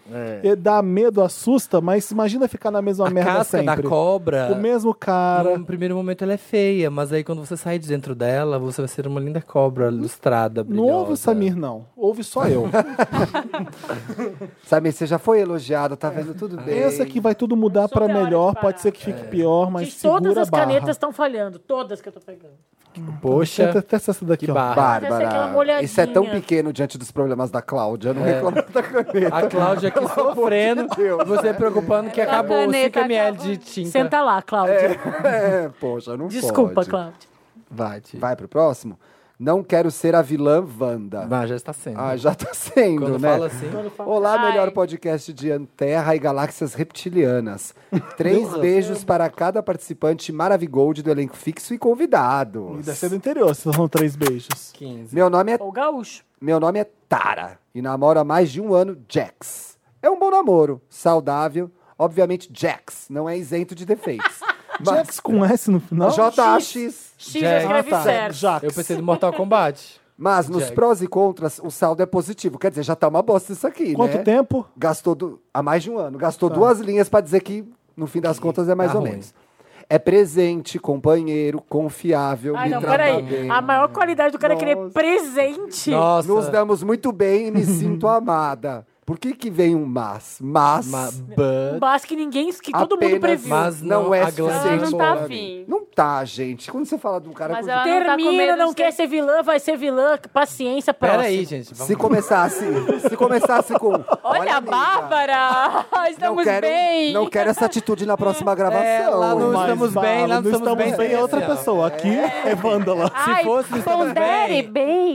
Speaker 1: E Dá medo, assusta, mas imagina ficar na mesma
Speaker 5: É. A
Speaker 1: merda
Speaker 5: casca
Speaker 1: sempre.
Speaker 5: da cobra.
Speaker 1: O mesmo cara.
Speaker 5: No primeiro momento ela é feia, mas aí quando você sai de dentro dela, você vai ser uma linda cobra lustrada,
Speaker 1: Não
Speaker 5: brilhosa.
Speaker 1: ouve o Samir, não. Ouve só eu.
Speaker 3: Samir, você já foi elogiado, tá vendo tudo bem.
Speaker 1: Pensa que vai tudo mudar pra
Speaker 2: Sobre a hora de
Speaker 1: melhor,
Speaker 2: parar.
Speaker 1: pode ser que fique
Speaker 5: É.
Speaker 1: pior, mas
Speaker 2: Gente,
Speaker 1: segura
Speaker 2: todas as
Speaker 1: a barra.
Speaker 2: canetas estão falhando. Todas que eu tô pegando.
Speaker 1: Tenta-
Speaker 5: Poxa,
Speaker 1: testa essa daqui,
Speaker 5: que
Speaker 1: ó.
Speaker 2: Essa
Speaker 5: barra.
Speaker 2: aqui é uma
Speaker 3: Bárbara,
Speaker 2: molhadinha.
Speaker 3: isso é tão pequeno diante dos problemas da Cláudia.
Speaker 1: É.
Speaker 3: Não reclama da caneta.
Speaker 5: A Cláudia aqui sofrendo,
Speaker 3: Deus,
Speaker 5: você preocupando que acabou o
Speaker 4: caneta
Speaker 5: 5ml
Speaker 4: acabou.
Speaker 5: de tinta.
Speaker 2: Senta lá, Cláudia.
Speaker 3: É, poxa, não
Speaker 2: Desculpa,
Speaker 3: pode.
Speaker 2: Cláudia.
Speaker 5: Vai, Ti.
Speaker 3: Vai pro próximo? Não quero ser a vilã Wanda.
Speaker 5: Ah, já está sendo.
Speaker 3: Ah, já tá sendo,
Speaker 5: Quando
Speaker 3: né?
Speaker 5: fala assim,
Speaker 3: Olá,
Speaker 4: Ai.
Speaker 3: melhor podcast de Terra e Galáxias Reptilianas. Três beijos para cada participante maravigold do elenco fixo e
Speaker 1: E
Speaker 3: convidados.
Speaker 1: deve ser do interior, se são três beijos.
Speaker 5: 15.
Speaker 3: Meu nome, é,
Speaker 2: Ou gaúcho.
Speaker 3: meu nome é Tara e namoro há mais de um ano Jax. É um bom namoro, saudável. Obviamente, Jax não é isento de defeitos. Mas
Speaker 1: Jax com S no final?
Speaker 3: JAX.
Speaker 2: X já
Speaker 5: Jack.
Speaker 2: escreve
Speaker 1: Ah, tá.
Speaker 2: certo.
Speaker 1: Jax.
Speaker 5: Eu pensei no Mortal Kombat.
Speaker 3: Mas nos
Speaker 5: Jax.
Speaker 3: prós e contras, o saldo é positivo. Quer dizer, já tá uma bosta isso aqui,
Speaker 1: Quanto
Speaker 3: né?
Speaker 1: tempo?
Speaker 3: gastou du- há mais de um ano, gastou duas linhas pra dizer que no fim das contas é mais
Speaker 5: tá
Speaker 3: ou
Speaker 5: ruim.
Speaker 3: menos. É presente, companheiro, confiável,
Speaker 2: Ai,
Speaker 3: me
Speaker 2: Ah, não,
Speaker 3: trata
Speaker 2: peraí.
Speaker 3: bem.
Speaker 2: A maior qualidade do cara é querer
Speaker 3: Nossa.
Speaker 2: presente.
Speaker 5: Nossa.
Speaker 3: Nos damos muito bem e me sinto amada. Por que que vem um mas? Mas,
Speaker 5: Ma-
Speaker 3: mas
Speaker 5: but-
Speaker 2: Mas que ninguém, que todo mundo
Speaker 3: apenas
Speaker 2: previu.
Speaker 5: Mas-
Speaker 3: não,
Speaker 5: não
Speaker 3: é
Speaker 5: a Glam
Speaker 3: suficiente.
Speaker 4: não tá
Speaker 3: pra
Speaker 4: afim.
Speaker 3: mim. Não tá, gente. Quando você fala de um cara...
Speaker 4: Mas
Speaker 3: com-
Speaker 4: ela não tá com
Speaker 2: Termina,
Speaker 4: medo de
Speaker 2: não quer ser vilã, vai ser vilã. Paciência, próximo.
Speaker 5: Pera aí, gente. Vamos...
Speaker 3: Se começasse, se começasse com...
Speaker 4: Olha, a
Speaker 3: amiga,
Speaker 4: Bárbara!
Speaker 3: não
Speaker 4: Estamos
Speaker 3: quero,
Speaker 4: bem!
Speaker 3: Não quero essa atitude na próxima gravação.
Speaker 5: lá no-
Speaker 3: hein?
Speaker 1: Mas,
Speaker 5: estamos
Speaker 1: Bárbara,
Speaker 5: bem, lá não
Speaker 1: não
Speaker 5: estamos
Speaker 1: estamos
Speaker 5: bem,
Speaker 1: bem é outra
Speaker 5: assim, ó.
Speaker 1: pessoa. Aqui é vândala.
Speaker 4: Ai,
Speaker 5: fosse, estamos
Speaker 4: pondere
Speaker 5: bem.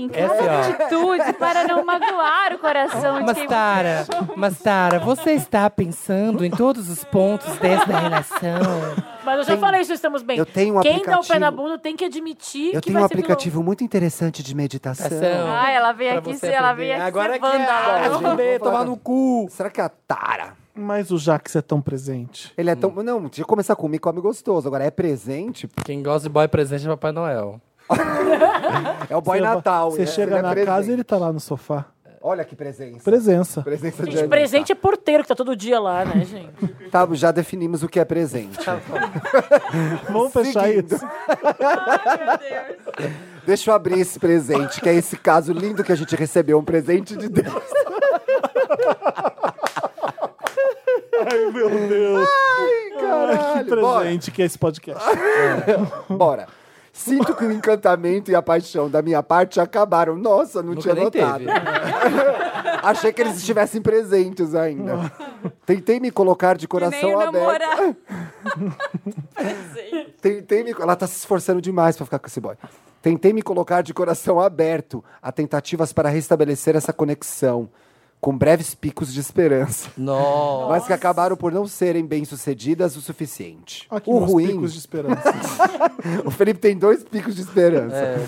Speaker 4: bem
Speaker 5: Essa, ó.
Speaker 4: cada atitude para não magoar o coração de
Speaker 5: Mas tá,
Speaker 4: quem
Speaker 5: Tara, mas Tara, você está pensando em todos os pontos dessa relação?
Speaker 2: Mas eu já falei isso, estamos bem.
Speaker 3: Eu tenho um
Speaker 2: Quem dá o pé
Speaker 3: aplicativo-
Speaker 2: na bunda tem que admitir
Speaker 3: Eu
Speaker 2: que
Speaker 3: tenho um
Speaker 2: vai ser vilão.
Speaker 3: aplicativo muito interessante de meditação.
Speaker 5: Ação.
Speaker 4: Ah, ela veio
Speaker 5: Pra
Speaker 4: aqui,
Speaker 5: você
Speaker 4: ser- ela
Speaker 5: aprender.
Speaker 4: veio aqui
Speaker 5: Agora
Speaker 4: ser
Speaker 5: que é
Speaker 1: Ah,
Speaker 5: a hora de
Speaker 4: vândala.
Speaker 5: responder, tomar no cu.
Speaker 3: Será que é a Tara?
Speaker 1: Mas o Jax é tão presente.
Speaker 3: Ele é tão. Não, deixa eu começar com um come gostoso. Agora é presente,
Speaker 5: Quem gosta de boy presente é Papai Noel.
Speaker 3: é o boy
Speaker 1: Você-
Speaker 3: Natal.
Speaker 1: Você
Speaker 3: né?
Speaker 1: chega
Speaker 3: Ele é
Speaker 1: na
Speaker 3: presente.
Speaker 1: casa e ele tá lá no sofá.
Speaker 3: Olha que presença.
Speaker 1: Presença.
Speaker 3: Presença de
Speaker 2: Gente, presente é porteiro que tá todo dia lá, né, gente?
Speaker 3: Anitta. Tá, já definimos o que é presente.
Speaker 2: Tá
Speaker 1: Vamos fechar
Speaker 3: Seguindo.
Speaker 1: isso.
Speaker 3: Deixa eu abrir esse presente, que é esse caso lindo que a gente recebeu um presente de Deus.
Speaker 1: Ai, meu Deus.
Speaker 3: Ah, Caralho,
Speaker 1: que
Speaker 3: bora.
Speaker 1: presente que é esse podcast.
Speaker 3: bora. Sinto que o encantamento e a paixão da minha parte acabaram. Nossa, não
Speaker 5: Nunca
Speaker 3: tinha
Speaker 5: nem
Speaker 3: notado.
Speaker 5: teve.
Speaker 3: Achei que eles estivessem presentes ainda. Tentei me colocar de
Speaker 4: Que
Speaker 3: coração
Speaker 4: nem o
Speaker 3: aberto.
Speaker 4: namorado.
Speaker 3: Tentei me... Ela tá se esforçando demais pra ficar com esse boy. Tentei me colocar de coração aberto a tentativas para restabelecer essa conexão, com breves picos de esperança,
Speaker 5: Nossa.
Speaker 3: mas que acabaram por não serem bem-sucedidas o suficiente.
Speaker 1: Aqui
Speaker 3: o
Speaker 1: meus
Speaker 3: ruim,
Speaker 1: picos de esperança.
Speaker 3: o Felipe tem dois picos de esperança.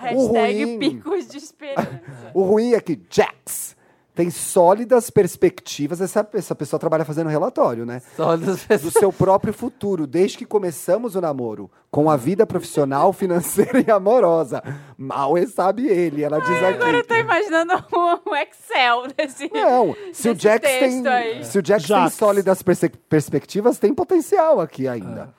Speaker 4: Hashtag
Speaker 3: Um ruim.
Speaker 4: picos de esperança.
Speaker 3: O ruim é que Jax tem sólidas perspectivas. Essa, essa pessoa trabalha fazendo relatório, né?
Speaker 5: Só das
Speaker 3: Do
Speaker 5: pessoas.
Speaker 3: seu próprio futuro, desde que começamos o namoro, com a vida profissional, financeira e amorosa. Mal é sabe ele, ela diz aqui.
Speaker 4: É, Agora eu tô imaginando um, um Excel desse.
Speaker 3: Não, se o
Speaker 4: desse
Speaker 3: Jax
Speaker 4: texto
Speaker 3: tem,
Speaker 4: aí.
Speaker 3: se o Jax tem
Speaker 1: Jax.
Speaker 3: sólidas perse- perspectivas, tem potencial aqui ainda.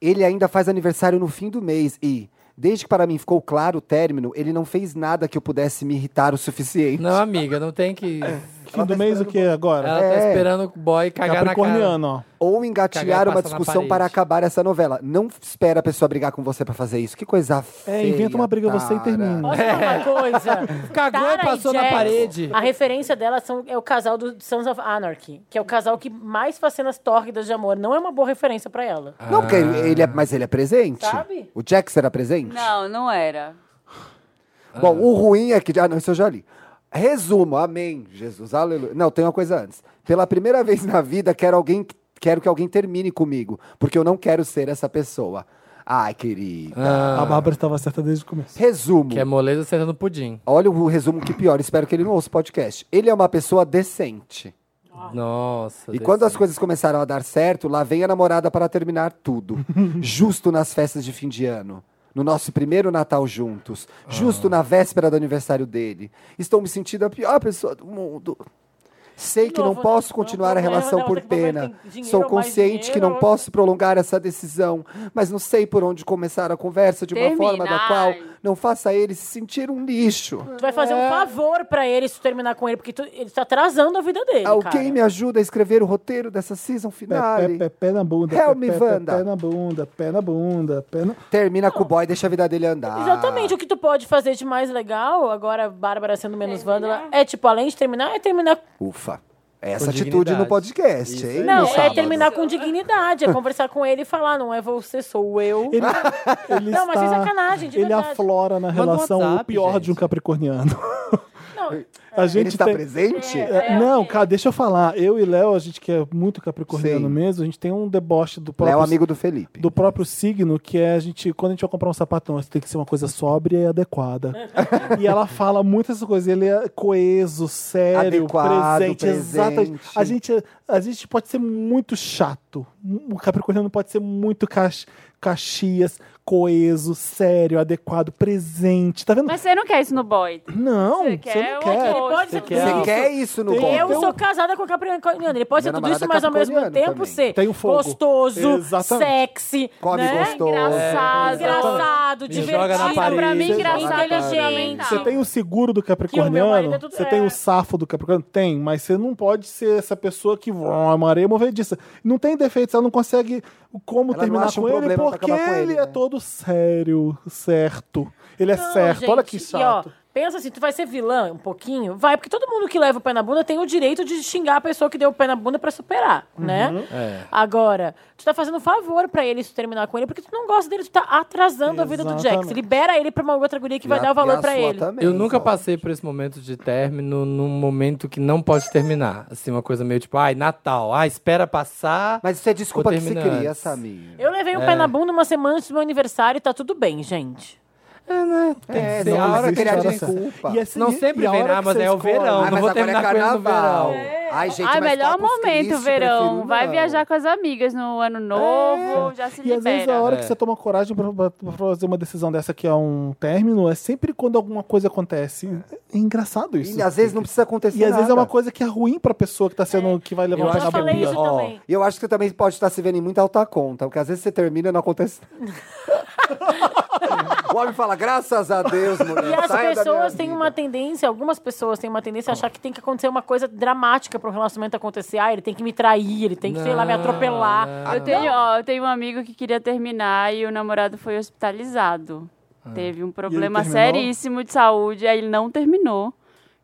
Speaker 3: Ele ainda faz aniversário no fim do mês e, desde que para mim ficou claro o término, ele não fez nada que eu pudesse me irritar o suficiente.
Speaker 5: Não, amiga, não tem que.
Speaker 1: Fim do mês, o que é agora?
Speaker 5: Ela tá
Speaker 3: É.
Speaker 5: esperando o boy cagar na cara.
Speaker 1: Capricorniano, ó.
Speaker 3: Ou
Speaker 5: Cagar
Speaker 3: engatilhar uma
Speaker 5: passa na
Speaker 3: discussão para
Speaker 5: parede.
Speaker 3: acabar essa novela. Não espera a pessoa brigar com você para fazer isso. Que coisa feia.
Speaker 1: É, inventa uma briga você e
Speaker 3: Tara.
Speaker 1: termina.
Speaker 2: Posso falar uma coisa?
Speaker 5: É. Cagou
Speaker 2: Tara
Speaker 5: e passou na
Speaker 2: Jax,
Speaker 5: parede.
Speaker 2: A referência dela são, é o casal do Sons of Anarchy, que é o casal que mais faz cenas tórridas de amor. Não é uma boa referência pra ela.
Speaker 3: Não, porque ele ele
Speaker 5: Ah.
Speaker 3: é, mas ele é presente.
Speaker 2: Sabe?
Speaker 3: O Jax era presente?
Speaker 4: Não, não era.
Speaker 3: Bom, o ruim é que. Ah, não, isso eu já li. Resumo, amém. Jesus, aleluia. Não, tem uma coisa antes. Pela primeira vez na vida, quero alguém. Quero que alguém termine comigo, porque eu não quero ser essa pessoa. Ai, querida.
Speaker 5: Ah,
Speaker 1: A Bárbara estava certa desde o começo.
Speaker 3: Resumo.
Speaker 5: que é moleza sentando pudim.
Speaker 3: Olha o resumo que pior. Espero que ele não ouça o podcast. Ele é uma pessoa decente.
Speaker 5: Nossa.
Speaker 3: E
Speaker 5: Deus.
Speaker 3: quando as coisas começaram a dar certo, lá vem a namorada para terminar tudo. Justo nas festas de fim de ano. No nosso primeiro Natal juntos. Justo na véspera do aniversário dele. Estou me sentindo a pior pessoa do mundo. Sei
Speaker 2: De
Speaker 3: que não
Speaker 2: novo,
Speaker 3: posso
Speaker 2: não,
Speaker 3: continuar a
Speaker 2: não,
Speaker 3: relação
Speaker 2: não,
Speaker 3: por
Speaker 2: daqui a pouco
Speaker 3: pena.
Speaker 2: tem dinheiro,
Speaker 3: Sou
Speaker 2: mais
Speaker 3: consciente que não
Speaker 2: dinheiro.
Speaker 3: posso prolongar essa decisão, mas não sei por onde começar a conversa de uma forma da
Speaker 4: Terminar.
Speaker 3: qual não faça ele se sentir um lixo.
Speaker 2: Tu vai fazer um favor pra ele se tu terminar com ele, porque tu- ele tá atrasando a vida dele.
Speaker 3: Alguém
Speaker 2: cara.
Speaker 3: É me ajuda a escrever o roteiro dessa season
Speaker 1: Pé, pé,
Speaker 3: finale?
Speaker 1: pé, pé na bunda. pé,
Speaker 3: Help me,
Speaker 1: pé, pé,
Speaker 3: Wanda.
Speaker 1: Pé na bunda, pé na bunda, pé na...
Speaker 3: Termina com o boy, deixa a vida dele andar.
Speaker 2: Exatamente, o que tu pode fazer de mais legal, agora Bárbara sendo menos vândala, é tipo, além de terminar, é terminar.
Speaker 3: Ufa. Essa
Speaker 5: Com
Speaker 3: atitude no
Speaker 5: dignidade.
Speaker 3: podcast,
Speaker 5: Isso
Speaker 3: hein?
Speaker 5: aí.
Speaker 2: Não,
Speaker 3: no
Speaker 2: é
Speaker 3: sábado.
Speaker 2: terminar com dignidade, é conversar com ele e falar, não é você, sou eu.
Speaker 1: Ele, ele
Speaker 2: Não, mas sem
Speaker 1: está-
Speaker 2: sacanagem, de
Speaker 1: Ele
Speaker 2: verdade.
Speaker 1: aflora na
Speaker 5: Manda um
Speaker 1: relação o
Speaker 5: WhatsApp,
Speaker 1: pior de um
Speaker 5: gente.
Speaker 1: capricorniano.
Speaker 2: Não, é.
Speaker 1: A gente
Speaker 3: Ele está
Speaker 1: tem-
Speaker 3: tá presente?
Speaker 1: É, não, cara, deixa eu falar. Eu e Léo, a gente que é muito capricorniano
Speaker 3: Sim.
Speaker 1: mesmo, a gente tem um deboche do
Speaker 3: Léo,
Speaker 1: próprio,
Speaker 3: amigo do Felipe.
Speaker 1: do próprio signo, que é a gente, quando a gente vai comprar um sapato, não, isso tem que ser uma coisa sóbria e adequada. e ela fala muitas coisas, ele é coeso, sério,
Speaker 3: Adequado,
Speaker 1: presente, exatamente.
Speaker 3: presente.
Speaker 1: A gente, a gente pode ser muito chato. O capricorniano pode ser muito cach, caxias, coeso, sério, adequado, presente. Tá vendo?
Speaker 4: Mas você não quer isso no boy.
Speaker 1: não,
Speaker 4: você
Speaker 1: você
Speaker 4: quer
Speaker 1: não
Speaker 4: um
Speaker 1: quer.
Speaker 4: outro- Você
Speaker 2: pode ser tudo
Speaker 5: quer-
Speaker 3: Você
Speaker 2: isso.
Speaker 3: quer isso no
Speaker 1: Tem-
Speaker 3: boy?
Speaker 2: Eu
Speaker 1: Então-
Speaker 2: sou casada com o Capricorniano. Ele pode ser
Speaker 3: um- Minha
Speaker 2: tudo isso,
Speaker 3: namorada é
Speaker 2: mas ao mesmo
Speaker 3: capricorniano
Speaker 2: tempo
Speaker 3: também.
Speaker 2: ser
Speaker 1: Tem o fogo.
Speaker 2: gostoso,
Speaker 1: Exatamente.
Speaker 2: sexy,
Speaker 3: Come
Speaker 2: né?
Speaker 3: gostoso.
Speaker 4: Engraçado.
Speaker 2: Engraçado,
Speaker 5: Me
Speaker 2: divertido.
Speaker 5: joga na parede.
Speaker 4: Pra mim,
Speaker 1: Você
Speaker 4: engraçado
Speaker 2: joga na
Speaker 4: é
Speaker 2: parede.
Speaker 4: fundamental.
Speaker 1: Você tem o seguro do
Speaker 2: Tá. Que o meu
Speaker 1: Capricorniano,
Speaker 2: marido é tudo-
Speaker 1: você tem
Speaker 2: é.
Speaker 1: o safo do Capricorniano? Tem, mas você não pode ser essa pessoa que vó, é uma areia movediça. Não tem defeitos, ela não consegue como
Speaker 3: Ela não
Speaker 1: terminar
Speaker 3: acha um
Speaker 1: com ele
Speaker 3: problema pra
Speaker 1: porque
Speaker 3: acabar com
Speaker 1: ele
Speaker 3: ele,
Speaker 1: é
Speaker 3: né?
Speaker 1: todo sério, certo. Ele é
Speaker 2: Não,
Speaker 1: certo,
Speaker 2: gente,
Speaker 1: olha que
Speaker 2: E, ó,
Speaker 1: chato.
Speaker 2: pensa assim, tu vai ser vilã um pouquinho? Vai, porque todo mundo que leva o pé na bunda tem o direito de xingar a pessoa que deu o pé na bunda pra superar,
Speaker 3: Uhum.
Speaker 2: né?
Speaker 5: É.
Speaker 2: Agora, tu tá fazendo um favor pra ele se terminar com ele, porque tu não gosta dele, tu tá atrasando a vida do Jax.
Speaker 1: Exatamente.
Speaker 2: Libera ele pra uma outra guria que vai
Speaker 3: E a-
Speaker 2: dar o
Speaker 3: e
Speaker 2: valor
Speaker 3: a
Speaker 2: pra
Speaker 3: sua tá
Speaker 2: ele.
Speaker 3: também,
Speaker 5: Eu nunca
Speaker 3: só.
Speaker 5: passei por esse momento de término num momento que não pode terminar. Assim, uma coisa meio tipo, ai, Natal, ah, espera passar.
Speaker 3: Mas isso é desculpa
Speaker 5: Vou
Speaker 3: que se
Speaker 5: terminar
Speaker 3: cria,
Speaker 5: antes.
Speaker 3: Samir.
Speaker 2: Eu levei o pé na bunda uma semana antes do meu aniversário e tá tudo bem, gente.
Speaker 5: É, né? Tem
Speaker 3: É,
Speaker 5: que ser.
Speaker 3: não
Speaker 5: a hora
Speaker 3: existe
Speaker 5: que ele
Speaker 3: hora
Speaker 5: adi-
Speaker 3: certa. desculpa.
Speaker 1: E assim,
Speaker 5: Não
Speaker 1: e-
Speaker 5: sempre
Speaker 1: e a
Speaker 5: vem,
Speaker 1: hora
Speaker 5: ah,
Speaker 1: que
Speaker 5: mas
Speaker 1: você
Speaker 5: é o
Speaker 1: escolhe.
Speaker 5: verão.
Speaker 3: Ai,
Speaker 5: Não
Speaker 3: mas
Speaker 5: vou
Speaker 3: agora é
Speaker 5: terminar com ele no
Speaker 3: carnaval.
Speaker 5: verão.
Speaker 2: É.
Speaker 3: Ai,
Speaker 2: Ah,
Speaker 3: gente,
Speaker 4: Ai,
Speaker 3: mas
Speaker 4: melhor
Speaker 3: tacos
Speaker 4: momento,
Speaker 3: tristes,
Speaker 4: verão.
Speaker 3: prefiro
Speaker 4: Vai
Speaker 3: não.
Speaker 4: viajar com as amigas no ano novo, já se
Speaker 1: E às vezes a
Speaker 4: libera.
Speaker 1: hora
Speaker 5: É.
Speaker 1: que você toma coragem pra, pra- pra fazer uma decisão dessa que é um término, é sempre quando alguma coisa acontece. É engraçado isso.
Speaker 3: E às vezes não precisa acontecer
Speaker 1: E às vezes é
Speaker 3: nada.
Speaker 1: uma coisa que é ruim pra pessoa que tá sendo que vai
Speaker 5: Eu
Speaker 1: levar
Speaker 5: acho
Speaker 1: na
Speaker 2: já
Speaker 5: que é
Speaker 2: falei
Speaker 1: bunda.
Speaker 2: isso
Speaker 5: ó,
Speaker 2: também.
Speaker 3: E eu acho que você também pode estar se vendo em muita alta conta, porque às vezes você termina e não acontece. o homem fala, graças a Deus, mulher.
Speaker 2: E as
Speaker 3: saia da minha
Speaker 2: pessoas têm
Speaker 3: vida."
Speaker 2: uma tendência, algumas pessoas têm uma tendência a achar que tem que acontecer uma coisa dramática para um relacionamento acontecer. Ah, ele tem que me trair, ele tem que, sei lá, me
Speaker 5: Não,
Speaker 2: atropelar.
Speaker 4: Eu tenho, ó, eu tenho um amigo que queria terminar e o namorado foi hospitalizado. Teve um problema
Speaker 1: terminou?
Speaker 4: seríssimo de saúde, aí ele não terminou.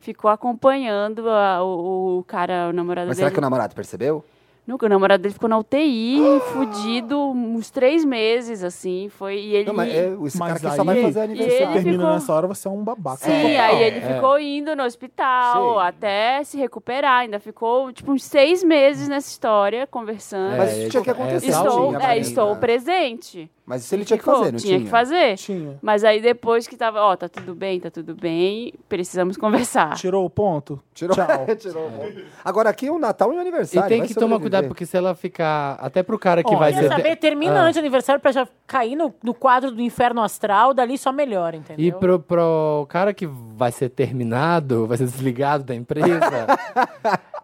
Speaker 4: Ficou acompanhando a- o, o cara, o namorado
Speaker 3: Mas
Speaker 4: dele.
Speaker 3: será que o namorado percebeu?
Speaker 4: Nunca, o namorado dele ficou na UTI, fudido, uns três meses, assim, foi, e ele...
Speaker 3: Não, mas é, esse
Speaker 1: Mas
Speaker 3: cara que só
Speaker 1: aí-
Speaker 3: vai fazer
Speaker 1: e
Speaker 4: ele
Speaker 3: aniversário.
Speaker 1: Termina
Speaker 4: ficou-
Speaker 1: nessa hora, você é um babaca.
Speaker 4: Sim, aí ele ficou indo no hospital
Speaker 3: Sim.
Speaker 4: até se recuperar, ainda ficou, tipo, uns seis meses nessa história, conversando.
Speaker 3: Mas
Speaker 5: É,
Speaker 3: isso
Speaker 5: ele-
Speaker 3: tinha que acontecer.
Speaker 5: é,
Speaker 4: Estou,
Speaker 5: tinha,
Speaker 4: é,
Speaker 3: Marina.
Speaker 1: né?
Speaker 4: estou presente.
Speaker 3: Mas isso ele tinha que
Speaker 4: Ficou,
Speaker 3: fazer, não tinha?
Speaker 4: Tinha que fazer.
Speaker 1: Tinha.
Speaker 4: Mas aí depois que tava, ó, tá tudo bem, tá tudo bem, precisamos conversar.
Speaker 1: Tirou o ponto?
Speaker 3: Tirou,
Speaker 1: Tchau.
Speaker 3: tirou o ponto. Agora aqui é o Natal e o
Speaker 5: E
Speaker 3: aniversário.
Speaker 5: tem
Speaker 3: vai
Speaker 5: que tomar
Speaker 3: sobreviver.
Speaker 5: cuidado, porque se ela ficar. Até pro cara que
Speaker 1: Ó,
Speaker 5: vai
Speaker 1: quer
Speaker 5: ser.
Speaker 2: Quer saber? Termina
Speaker 5: Ah.
Speaker 2: antes do aniversário pra já cair no, no quadro do inferno astral, dali só melhora, entendeu?
Speaker 5: E pro, pro cara que vai ser terminado, vai ser desligado da empresa,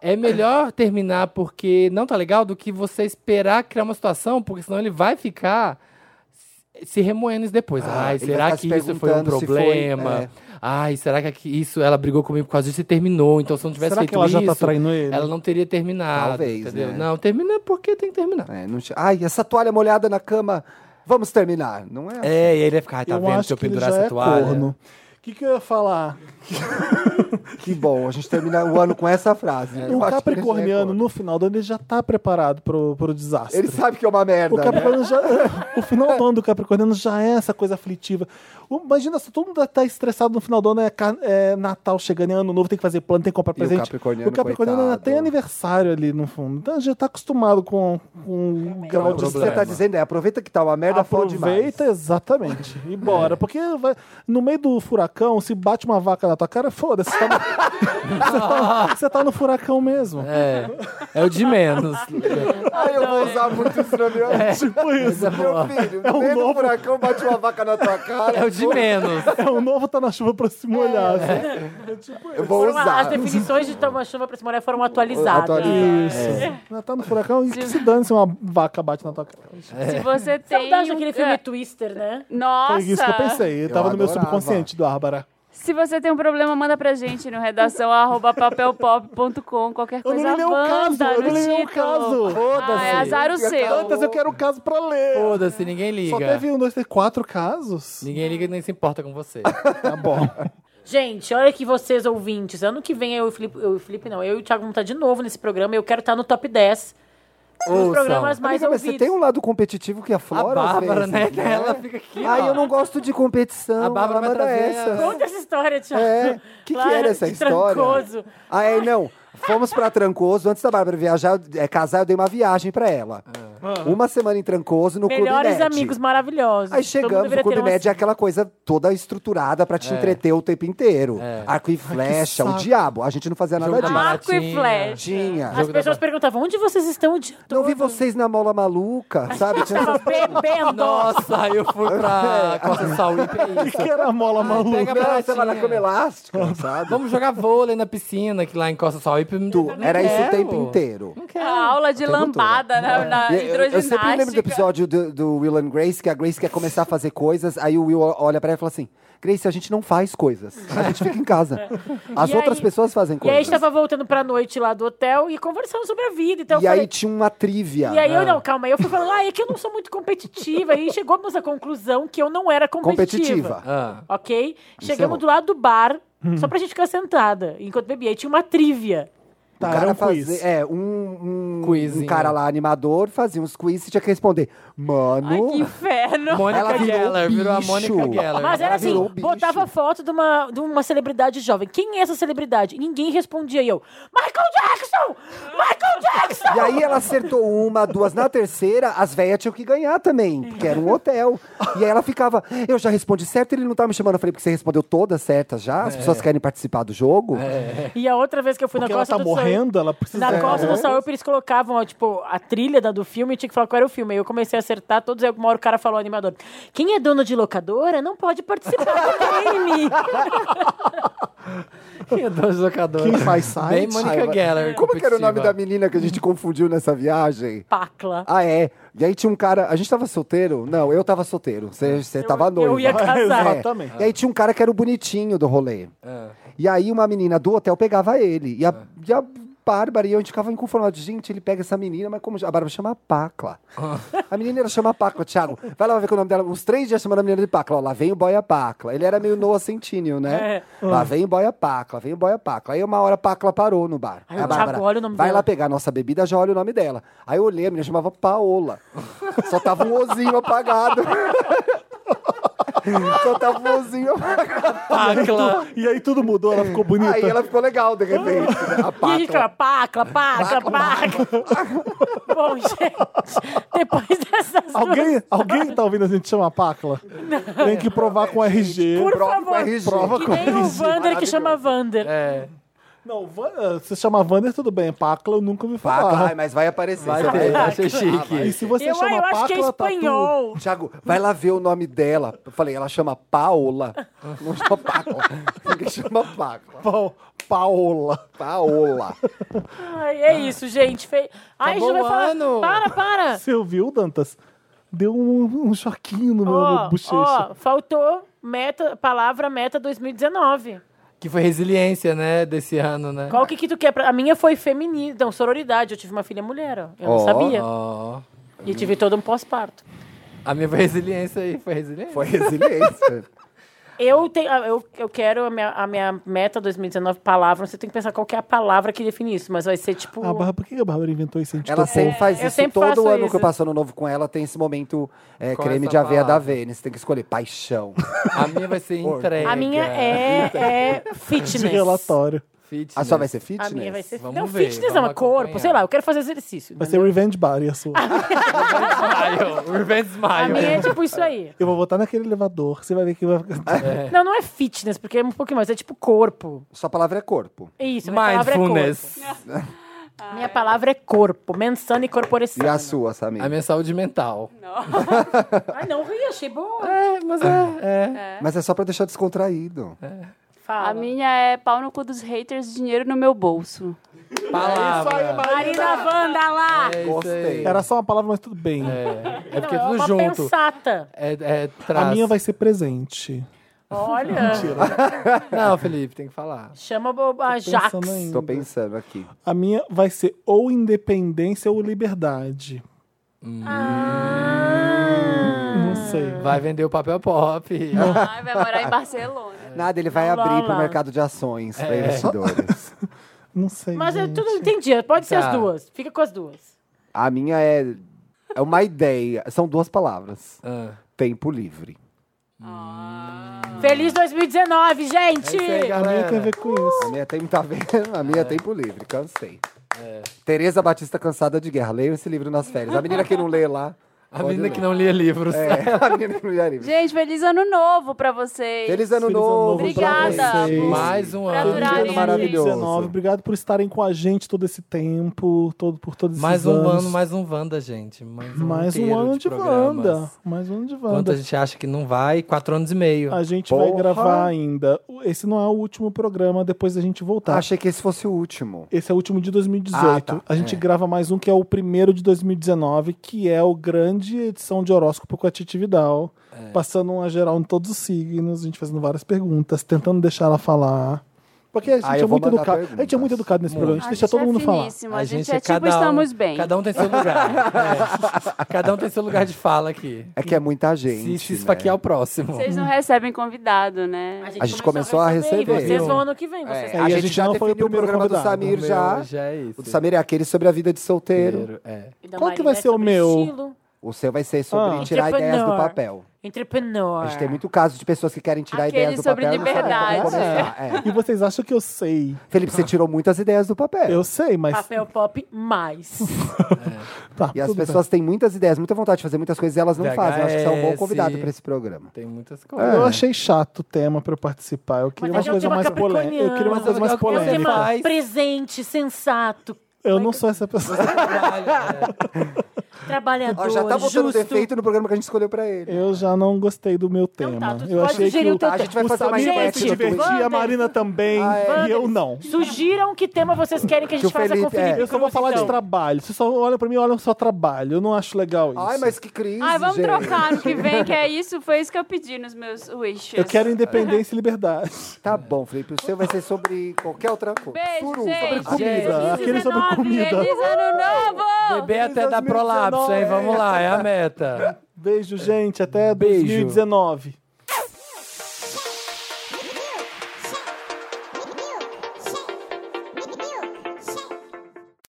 Speaker 5: é melhor terminar porque não tá legal do que você esperar criar uma situação, porque senão ele vai ficar se- se remoendo isso depois.
Speaker 3: Ah,
Speaker 5: Ai,
Speaker 3: ele vai
Speaker 5: será
Speaker 3: ficar se
Speaker 5: que isso foi um
Speaker 3: perguntando se foi,
Speaker 5: problema?
Speaker 3: é.
Speaker 5: Ai, será que aqui- isso ela brigou comigo por causa disso e terminou? Então se eu não tivesse
Speaker 1: Será
Speaker 5: feito
Speaker 1: que ela já tá
Speaker 5: isso,
Speaker 1: traindo ele?
Speaker 5: ela não teria terminado.
Speaker 3: Talvez,
Speaker 5: entendeu?
Speaker 3: né?
Speaker 5: Não, termina porque tem que terminar.
Speaker 3: É, não tinha- Ai, essa toalha molhada na cama, vamos terminar. Não é?
Speaker 5: É, e aí ele vai ficar, "Ai, tá
Speaker 1: eu
Speaker 5: vendo
Speaker 1: acho
Speaker 5: se eu
Speaker 1: que ele
Speaker 5: pendurar
Speaker 1: já
Speaker 5: essa
Speaker 1: é
Speaker 5: toalha?
Speaker 1: corno. O que, que eu ia falar?
Speaker 3: Que bom, a gente termina o ano com essa frase. Eu
Speaker 1: o
Speaker 3: acho que ele
Speaker 1: um
Speaker 3: já é
Speaker 1: Capricorniano,
Speaker 3: corno.
Speaker 1: no final do ano, ele já tá preparado pro, pro desastre.
Speaker 3: Ele sabe que é uma merda.
Speaker 1: O Capricorniano já. é. o final do ano do Capricorniano já é essa coisa aflitiva. O- imagina só, todo mundo tá estressado no final do ano, é, ca- é Natal chegando, é ano novo, tem que fazer plano, tem que comprar
Speaker 3: E o
Speaker 1: presente.
Speaker 3: Capricorniano,
Speaker 1: O Capricorniano ainda
Speaker 3: coitado.
Speaker 1: tem aniversário ali no fundo. Então já tá acostumado com, com o grau
Speaker 3: Né? O
Speaker 1: de
Speaker 3: que você tá dizendo é aproveita que tá uma merda, fode demais.
Speaker 1: Aproveita, exatamente. E bora. Porque vai- no meio do furacão, se bate uma vaca na tua cara, foda-se. Você, tá no- você tá- você tá no furacão mesmo.
Speaker 5: É, é o de menos.
Speaker 3: Ai, eu vou usar muito isso na minha...
Speaker 1: Tipo isso.
Speaker 3: Meu filho,
Speaker 1: É um
Speaker 3: no meio do
Speaker 1: novo-
Speaker 3: furacão, bate uma vaca na tua cara.
Speaker 5: É o de
Speaker 3: eu vou-
Speaker 5: menos.
Speaker 1: É o novo tá na chuva pra se molhar. assim.
Speaker 3: Eu vou
Speaker 2: Foram-
Speaker 3: usar.
Speaker 2: as definições de tomar chuva pra se molhar foram atualizadas.
Speaker 3: Atualizadas.
Speaker 1: Isso. Tá no furacão e que se dane se uma vaca bate na tua cara.
Speaker 4: Se você tem.
Speaker 2: Saudade
Speaker 4: um-
Speaker 2: daquele filme
Speaker 4: é.
Speaker 2: Twister, né?
Speaker 1: Foi isso que eu
Speaker 4: Nossa!
Speaker 1: pensei. Eu tava no meu
Speaker 3: adorava.
Speaker 1: subconsciente do Árbara.
Speaker 4: Se você tem um problema, manda pra gente no redação arroba papelpop.com, qualquer
Speaker 1: Eu
Speaker 4: coisa.
Speaker 1: não li nenhum caso.
Speaker 4: banda
Speaker 1: Eu não
Speaker 4: no
Speaker 1: li nenhum
Speaker 4: título.
Speaker 1: caso.
Speaker 4: Ah, é azar o seu.
Speaker 1: Antes eu quero o caso pra ler.
Speaker 5: Foda-se, ninguém liga.
Speaker 1: Só teve um, dois, três, quatro
Speaker 3: um.
Speaker 1: casos.
Speaker 5: Ninguém liga e nem se importa com você.
Speaker 1: Tá bom.
Speaker 2: Gente, olha que vocês ouvintes. Ano que vem eu e o Felipe, eu e o Felipe não, eu e o Thiago vão estar de novo nesse programa. Eu quero estar no top 10 dos
Speaker 5: Ouçam.
Speaker 2: programas mais
Speaker 3: Amiga, mas você
Speaker 2: ouvidos.
Speaker 3: tem um lado competitivo que a
Speaker 5: A
Speaker 3: Flora
Speaker 5: Bárbara,
Speaker 3: fez,
Speaker 5: né? Ela fica aqui.
Speaker 3: Ai,
Speaker 5: ó.
Speaker 3: eu não gosto de competição.
Speaker 5: A Bárbara
Speaker 3: ela
Speaker 5: vai
Speaker 3: manda
Speaker 5: trazer
Speaker 3: essa.
Speaker 2: Conta essa história, Thiago.
Speaker 3: É, o que, que
Speaker 2: Lá
Speaker 3: era essa
Speaker 2: de
Speaker 3: história?
Speaker 2: Trancoso.
Speaker 3: Ah, é, não. Fomos pra Trancoso. Antes da Bárbara viajar, eu- é, casar, eu dei uma viagem pra ela. Uma semana em Trancoso, no Clube
Speaker 2: Melhores
Speaker 3: Med.
Speaker 2: amigos maravilhosos.
Speaker 3: Aí
Speaker 2: Todo mundo
Speaker 3: chegamos,
Speaker 2: deveria
Speaker 3: o Clube
Speaker 2: ter uma-
Speaker 3: Med é aquela coisa toda estruturada pra
Speaker 2: É.
Speaker 3: te entreter o tempo inteiro. Arco e flecha, o
Speaker 1: saco.
Speaker 3: diabo. A gente não fazia nada
Speaker 5: Jogo
Speaker 3: disso.
Speaker 5: da
Speaker 4: Arco e
Speaker 5: Baratinha.
Speaker 4: flecha.
Speaker 3: Tinha.
Speaker 2: As pessoas perguntavam, onde vocês estão o dia
Speaker 3: Não
Speaker 2: todo?
Speaker 3: vi vocês na mola maluca, sabe? Tinha essas-
Speaker 2: bebendo.
Speaker 5: Nossa, eu fui pra Costa Saúl e é
Speaker 1: O
Speaker 5: isso.
Speaker 1: que era a
Speaker 2: Ah,
Speaker 1: mola maluca?
Speaker 2: tá.
Speaker 5: Pega a
Speaker 3: Não, você vai na
Speaker 5: baratinha.
Speaker 3: cama elástica, sabe?
Speaker 5: Vamos jogar vôlei na piscina, que lá em Costa Sauípe.
Speaker 3: Tu, Era isso o tempo inteiro.
Speaker 2: Hum,
Speaker 4: A aula de lambada na, na
Speaker 3: E Eu, eu
Speaker 4: hidroginástica.
Speaker 3: sempre lembro do episódio do, do Will and Grace, que a Grace quer começar a fazer coisas, aí o Will olha pra ela e fala assim: Grace, a gente não faz coisas, a gente fica em casa. As
Speaker 2: É. E
Speaker 3: outras
Speaker 2: aí-
Speaker 3: pessoas fazem
Speaker 2: E aí a gente tá
Speaker 3: coisas.
Speaker 2: tava voltando pra noite lá do hotel e conversando sobre a vida. Então eu
Speaker 3: E aí
Speaker 2: falei,
Speaker 3: tinha uma trivia.
Speaker 2: E aí eu, não, calma aí, eu fui falando, ah, é que eu não sou muito competitiva. E chegamos à conclusão que eu não era competitiva.
Speaker 3: competitiva.
Speaker 5: Ah,
Speaker 2: Ok?
Speaker 3: bom.
Speaker 2: Chegamos do lado do bar,
Speaker 1: Uhum.
Speaker 2: só pra gente ficar sentada, enquanto bebia. E tinha uma trivia.
Speaker 3: O
Speaker 1: Tá, era
Speaker 3: cara
Speaker 1: um quiz.
Speaker 3: fazia, é, um, um,
Speaker 5: Quizinho.
Speaker 3: um cara lá animador fazia uns quiz e tinha que responder.
Speaker 4: Ai, que
Speaker 3: Mano,
Speaker 4: inferno.
Speaker 5: Mônica
Speaker 3: Ela virou
Speaker 5: Geller, virou a
Speaker 3: bicho.
Speaker 5: Mônica
Speaker 1: é
Speaker 5: Geller.
Speaker 2: Mas era
Speaker 3: ela
Speaker 2: assim,
Speaker 3: virou bicho.
Speaker 2: botava foto de uma, de uma celebridade jovem. Quem é essa celebridade? E ninguém respondia. E eu, Michael Jackson! Michael Jackson!
Speaker 3: e aí ela acertou uma, duas. Na terceira, as velhas tinham que ganhar também, porque era um hotel. E aí ela ficava, eu já respondi certo, ele não tá me chamando. Eu falei, porque você respondeu todas certas já?
Speaker 5: É.
Speaker 3: As pessoas querem participar do jogo?
Speaker 2: E a outra vez que eu fui
Speaker 1: Porque
Speaker 2: na
Speaker 1: ela
Speaker 2: Costa
Speaker 1: tá
Speaker 2: do Sol-
Speaker 1: morrendo, ela precisa.
Speaker 2: Na Costa do Saúl, eles colocavam, ó, tipo, a trilha da, do filme e tinha que falar qual era o filme. Aí eu comecei a acertar todos, aí uma hora o cara falou, o animador, quem é dono de locadora não pode participar do game.
Speaker 5: Tinha dois jogadores.
Speaker 1: Quem faz site?
Speaker 5: Bem Mônica Geller. é
Speaker 3: Como que era o nome da
Speaker 5: competitiva.
Speaker 3: menina que a gente confundiu nessa viagem?
Speaker 2: Pacla.
Speaker 3: Ah, é. E aí tinha um cara. A gente tava solteiro? Não, eu tava solteiro. Você você tava noivo. É.
Speaker 2: eu ia casar.
Speaker 1: Exatamente.
Speaker 3: E aí tinha um cara que era o bonitinho do rolê. E aí uma menina do hotel pegava ele. E a, e a Bárbara e eu a gente ficava inconformado. Gente, ele pega essa menina, mas como a Bárbara chama Pacla. A menina era chama Pacla, Thiago. Vai lá ver que o nome dela. Uns três dias chamando a menina de Pacla. Ó, lá vem o boia Pacla. Ele era meio Noah Centineo, né? Lá vem o boia Pacla, vem o boia Pacla. Aí uma hora a Pacla parou no bar.
Speaker 2: Aí
Speaker 3: a
Speaker 2: o Thiago olha o nome
Speaker 3: Ah, vai
Speaker 2: dela."
Speaker 3: lá pegar a nossa bebida, já olha o nome dela. Aí eu olhei, a menina chamava Paola. Só tava um ozinho apagado. Só tava um ozinho apagado.
Speaker 5: Ah, Pacla.
Speaker 1: E aí tudo mudou, ela ficou bonita.
Speaker 3: Aí ela ficou legal, de repente. né? A
Speaker 2: E a gente
Speaker 3: Pacla.
Speaker 2: ficava, pacla, pacla, pacla. Bom, gente, depois dessas
Speaker 1: Alguém,
Speaker 2: duas...
Speaker 1: alguém que tá ouvindo a gente chama Pacla? Tem que provar com RG.
Speaker 2: Por
Speaker 3: Prova com
Speaker 2: favor,
Speaker 3: RG.
Speaker 1: Prova
Speaker 2: que
Speaker 1: com
Speaker 2: nem o
Speaker 1: RG.
Speaker 2: Vander que chama Vander.
Speaker 5: É.
Speaker 1: Não, Van- se chama Vander, tudo bem. Pacla, eu nunca ouvi
Speaker 3: Pacla,
Speaker 1: falar.
Speaker 3: ai, mas vai aparecer.
Speaker 5: Vai
Speaker 3: você
Speaker 5: ter,
Speaker 3: vai.
Speaker 5: achei
Speaker 1: E
Speaker 5: chique.
Speaker 1: se você
Speaker 2: eu,
Speaker 1: chama
Speaker 2: eu
Speaker 1: Pacla,
Speaker 2: acho que é
Speaker 1: tá tu-
Speaker 2: espanhol.
Speaker 3: Tiago, vai lá ver o nome dela. Eu falei, ela chama Paola. Não chama Pacla. Ninguém chama Pacla.
Speaker 1: Pau- Paola.
Speaker 3: Paola.
Speaker 2: Ai, é isso, gente. Fe... Ai, a gente
Speaker 5: Acabou
Speaker 2: vai
Speaker 5: o
Speaker 2: falar...
Speaker 5: ano.
Speaker 2: Para, para.
Speaker 1: Você ouviu, Dantas? Deu um, um choquinho no meu
Speaker 2: Ó,
Speaker 1: bochecha.
Speaker 2: ó, faltou meta, palavra meta 2019.
Speaker 5: Que foi resiliência, né, desse ano, né?
Speaker 2: Qual que, que tu quer? Pra... A minha foi feminina, não, sororidade. Eu tive uma filha mulher, ó. Eu não
Speaker 3: Ó.
Speaker 2: sabia.
Speaker 5: Ó.
Speaker 2: E tive todo um pós-parto.
Speaker 5: A minha foi resiliência aí, foi resiliência.
Speaker 3: Foi resiliência.
Speaker 2: Eu, tenho, ah, eu, eu quero a minha, a minha meta 2019, palavra. Você tem que pensar qual que é a palavra que define isso, mas vai ser tipo.
Speaker 1: Ah, A Bárbara, por que a Bárbara inventou isso? A gente
Speaker 3: Ela
Speaker 1: tocou?
Speaker 3: sempre faz
Speaker 2: eu
Speaker 3: isso.
Speaker 2: sempre faço
Speaker 3: Todo ano
Speaker 2: isso.
Speaker 3: que eu passo ano novo com ela, tem esse momento é,
Speaker 5: Com
Speaker 3: creme
Speaker 5: essa
Speaker 3: de aveia da
Speaker 5: palavra.
Speaker 3: Vênus. Tem que escolher paixão.
Speaker 5: A minha vai ser entrega.
Speaker 2: a minha é, é
Speaker 1: de
Speaker 2: fitness.
Speaker 1: relatório.
Speaker 5: Fitness.
Speaker 3: A sua vai ser fitness?
Speaker 2: Né? A minha vai ser.
Speaker 5: Vamos
Speaker 2: não,
Speaker 5: ver,
Speaker 2: fitness é
Speaker 5: vamos
Speaker 2: uma corpo,
Speaker 5: acompanhar.
Speaker 2: sei lá, eu quero fazer exercício.
Speaker 1: Vai ser
Speaker 2: entendeu?
Speaker 1: Revenge Body a sua.
Speaker 5: Smile. Revenge Smile.
Speaker 1: um
Speaker 2: A minha é tipo isso aí.
Speaker 1: Eu vou botar naquele elevador, você vai ver que vai ficar... assim.
Speaker 2: Não, não é fitness, porque é um pouquinho mais, é tipo corpo.
Speaker 3: Sua palavra é corpo.
Speaker 2: É Isso, minha palavra é corpo.
Speaker 5: Mindfulness.
Speaker 2: Minha palavra é corpo,
Speaker 3: E
Speaker 2: mensana e
Speaker 3: a
Speaker 2: corporeção.
Speaker 3: sua, Samir?
Speaker 5: A minha é saúde mental.
Speaker 2: Ai, não ri, achei boa.
Speaker 5: É, mas é.
Speaker 3: Mas é só pra deixar descontraído.
Speaker 2: Fala.
Speaker 4: A minha é pau no cu dos haters, dinheiro no meu bolso.
Speaker 5: Palavra.
Speaker 2: Marina Wanda lá!
Speaker 5: É isso aí.
Speaker 3: Gostei.
Speaker 1: Era só uma palavra, mas tudo bem.
Speaker 5: É, é
Speaker 2: Não,
Speaker 5: porque
Speaker 2: é
Speaker 5: tudo
Speaker 2: uma
Speaker 5: junto.
Speaker 2: pensata.
Speaker 5: É, é
Speaker 1: A
Speaker 5: traço.
Speaker 1: minha vai ser presente.
Speaker 2: Olha,
Speaker 5: Não, Felipe, tem que falar.
Speaker 2: chama bo- a Ah, Jax.
Speaker 1: Pensando ainda.
Speaker 3: Tô pensando aqui.
Speaker 1: A minha vai ser ou independência ou liberdade.
Speaker 3: Hum.
Speaker 2: Ah.
Speaker 1: Não sei.
Speaker 5: Vai vender o papel pop.
Speaker 4: Ai, vai morar em
Speaker 2: É.
Speaker 4: Barcelona.
Speaker 3: Nada, ele vai
Speaker 2: Lá,
Speaker 3: abrir pro
Speaker 2: lá.
Speaker 3: mercado de ações pra
Speaker 2: É.
Speaker 3: investidores.
Speaker 1: Não sei.
Speaker 2: Mas eu
Speaker 1: gente.
Speaker 2: tudo entendi, pode ser
Speaker 5: Tá.
Speaker 2: as duas. Fica com as duas.
Speaker 3: A minha é, é uma ideia. São duas palavras.
Speaker 5: Ah.
Speaker 3: Tempo livre.
Speaker 2: Feliz 2019, gente!
Speaker 5: É isso aí,
Speaker 1: A minha tem a
Speaker 5: galera.
Speaker 1: ver com isso.
Speaker 3: A minha tem tá vendo? A minha é tempo livre, cansei.
Speaker 2: É.
Speaker 3: Tereza Batista cansada de guerra. Leiam esse livro nas férias. A menina que não lê lá.
Speaker 5: A menina que não lia livros.
Speaker 3: É, a menina que não lê livro.
Speaker 4: Gente, feliz ano novo pra vocês.
Speaker 3: Feliz ano
Speaker 1: Feliz ano
Speaker 3: novo.
Speaker 1: novo
Speaker 3: pra
Speaker 4: Obrigada.
Speaker 3: vocês.
Speaker 5: Mais um
Speaker 4: Pra
Speaker 5: ano.
Speaker 3: Feliz ano
Speaker 4: durarem
Speaker 3: maravilhoso.
Speaker 1: 19. Obrigado por estarem com a gente todo esse tempo, todo, por todos esses
Speaker 5: Mais um
Speaker 1: anos.
Speaker 5: ano, mais um Wanda, gente. Mais um,
Speaker 1: Mais um
Speaker 5: inteiro
Speaker 1: ano
Speaker 5: de
Speaker 1: de
Speaker 5: programas.
Speaker 1: Wanda. Mais um ano de Wanda.
Speaker 5: Quanto a gente acha que não vai? Quatro anos e meio.
Speaker 1: A gente vai
Speaker 3: Porra.
Speaker 1: gravar ainda. Esse não é o último programa depois da gente voltar.
Speaker 3: Achei que esse fosse o último.
Speaker 1: Esse é o último de 2018.
Speaker 3: Ah, tá.
Speaker 1: A gente grava mais um que é o primeiro de 2019, que é o grande edição de horóscopo com a Titi Vidal. Passando uma geral em todos os signos, a gente fazendo várias perguntas, tentando deixar ela falar. Porque a gente
Speaker 3: Ah, eu
Speaker 1: é
Speaker 3: vou
Speaker 1: muito
Speaker 3: mandar
Speaker 1: educado. A gente é
Speaker 3: perguntas.
Speaker 1: muito educado nesse programa, a gente
Speaker 4: A
Speaker 1: deixa
Speaker 4: gente
Speaker 1: todo
Speaker 4: é
Speaker 1: mundo falar.
Speaker 4: finíssimo, A, gente, é tipo estamos bem.
Speaker 5: Cada um tem seu lugar. É. Cada um tem seu lugar de fala aqui.
Speaker 3: É que é muita
Speaker 5: Se,
Speaker 3: gente.
Speaker 5: se esfaquear o
Speaker 3: né?
Speaker 5: próximo.
Speaker 4: Vocês não recebem convidado, né?
Speaker 3: A gente começou a
Speaker 2: E
Speaker 3: receber.
Speaker 2: vocês vão ano que vem.
Speaker 3: É,
Speaker 2: Vocês
Speaker 1: Aí
Speaker 3: a,
Speaker 1: a
Speaker 3: gente,
Speaker 1: gente
Speaker 3: já
Speaker 1: não foi o
Speaker 3: definiu o
Speaker 1: primeiro
Speaker 3: programa do
Speaker 1: convidado.
Speaker 5: O
Speaker 3: Samir
Speaker 5: meu
Speaker 3: já.
Speaker 5: já é isso.
Speaker 3: O do Samir é aquele sobre a vida de solteiro.
Speaker 5: É.
Speaker 2: E da
Speaker 1: Qual que
Speaker 2: Marina
Speaker 1: vai ser o
Speaker 2: sobre
Speaker 1: meu?
Speaker 2: estilo.
Speaker 3: O seu vai ser sobre
Speaker 1: Ah.
Speaker 3: tirar ideias do
Speaker 2: Entrepreneur.
Speaker 3: papel.
Speaker 2: Entrepreneur.
Speaker 3: A gente tem muito caso de pessoas que querem tirar
Speaker 4: Aquele
Speaker 3: ideias do
Speaker 4: sobre
Speaker 3: papel. e não sabem
Speaker 4: liberdade.
Speaker 3: como começar. É.
Speaker 1: E vocês acham que eu sei?
Speaker 3: Felipe, você tirou muitas ideias do papel.
Speaker 1: Eu sei, mas.
Speaker 2: Papel pop mais.
Speaker 1: Tá,
Speaker 3: E as
Speaker 1: tudo bem.
Speaker 3: pessoas têm muitas ideias, muita vontade de fazer muitas coisas e elas não fazem. Eu acho que você é um bom
Speaker 5: VHS.
Speaker 3: convidado para esse programa.
Speaker 5: Tem muitas coisas.
Speaker 3: É.
Speaker 1: Eu achei chato o tema pra eu participar. Eu queria
Speaker 2: Mas
Speaker 1: uma
Speaker 2: é um
Speaker 1: coisa
Speaker 2: tema
Speaker 1: mais polêmica. Eu queria uma
Speaker 5: Mas
Speaker 1: coisa
Speaker 5: eu-
Speaker 1: mais
Speaker 2: É
Speaker 5: eu- eu-
Speaker 2: um
Speaker 5: Polêmica.
Speaker 2: tema
Speaker 1: polêmica.
Speaker 5: Mas-
Speaker 2: presente, sensato.
Speaker 1: Eu não sou essa pessoa.
Speaker 5: Trabalho, é.
Speaker 2: Trabalhador,
Speaker 3: Ó, já tá botando
Speaker 2: justo.
Speaker 3: defeito no programa que a gente escolheu pra ele.
Speaker 1: Eu já não gostei do meu tema.
Speaker 2: tá, tu
Speaker 1: eu
Speaker 2: pode
Speaker 1: achei que
Speaker 2: sugerir
Speaker 1: o,
Speaker 2: o teu
Speaker 1: o
Speaker 3: A gente vai fazer mais
Speaker 1: Samir vai
Speaker 2: enquete
Speaker 1: se
Speaker 2: no
Speaker 1: divertir,
Speaker 2: Twitter.
Speaker 1: a Marina também,
Speaker 3: Ah, é.
Speaker 1: e eu não.
Speaker 2: Sugiram que tema vocês querem que a
Speaker 3: Que o
Speaker 2: gente faça com o
Speaker 3: Felipe- é.
Speaker 2: Felipe
Speaker 1: Eu só vou
Speaker 2: Cruz,
Speaker 1: falar de
Speaker 2: então.
Speaker 1: trabalho. Vocês só olham pra mim e olham só trabalho. Eu não acho legal isso.
Speaker 3: Ai, mas que crise,
Speaker 4: Ai, vamos
Speaker 3: gente.
Speaker 4: trocar no que vem, que é isso. Foi isso que eu pedi nos meus wishes.
Speaker 1: Eu quero independência e liberdade.
Speaker 3: Tá bom, Felipe. O seu vai ser sobre qualquer outra coisa.
Speaker 4: Beijo,
Speaker 3: Suruba.
Speaker 4: gente.
Speaker 1: Comida, aquele sobre
Speaker 2: 19,
Speaker 1: comida.
Speaker 4: Feliz ano novo!
Speaker 5: Beber até dar prolapso, hein? Vamos lá, é a meta.
Speaker 1: Beijo, gente. Até
Speaker 5: Beijo.
Speaker 1: 2019.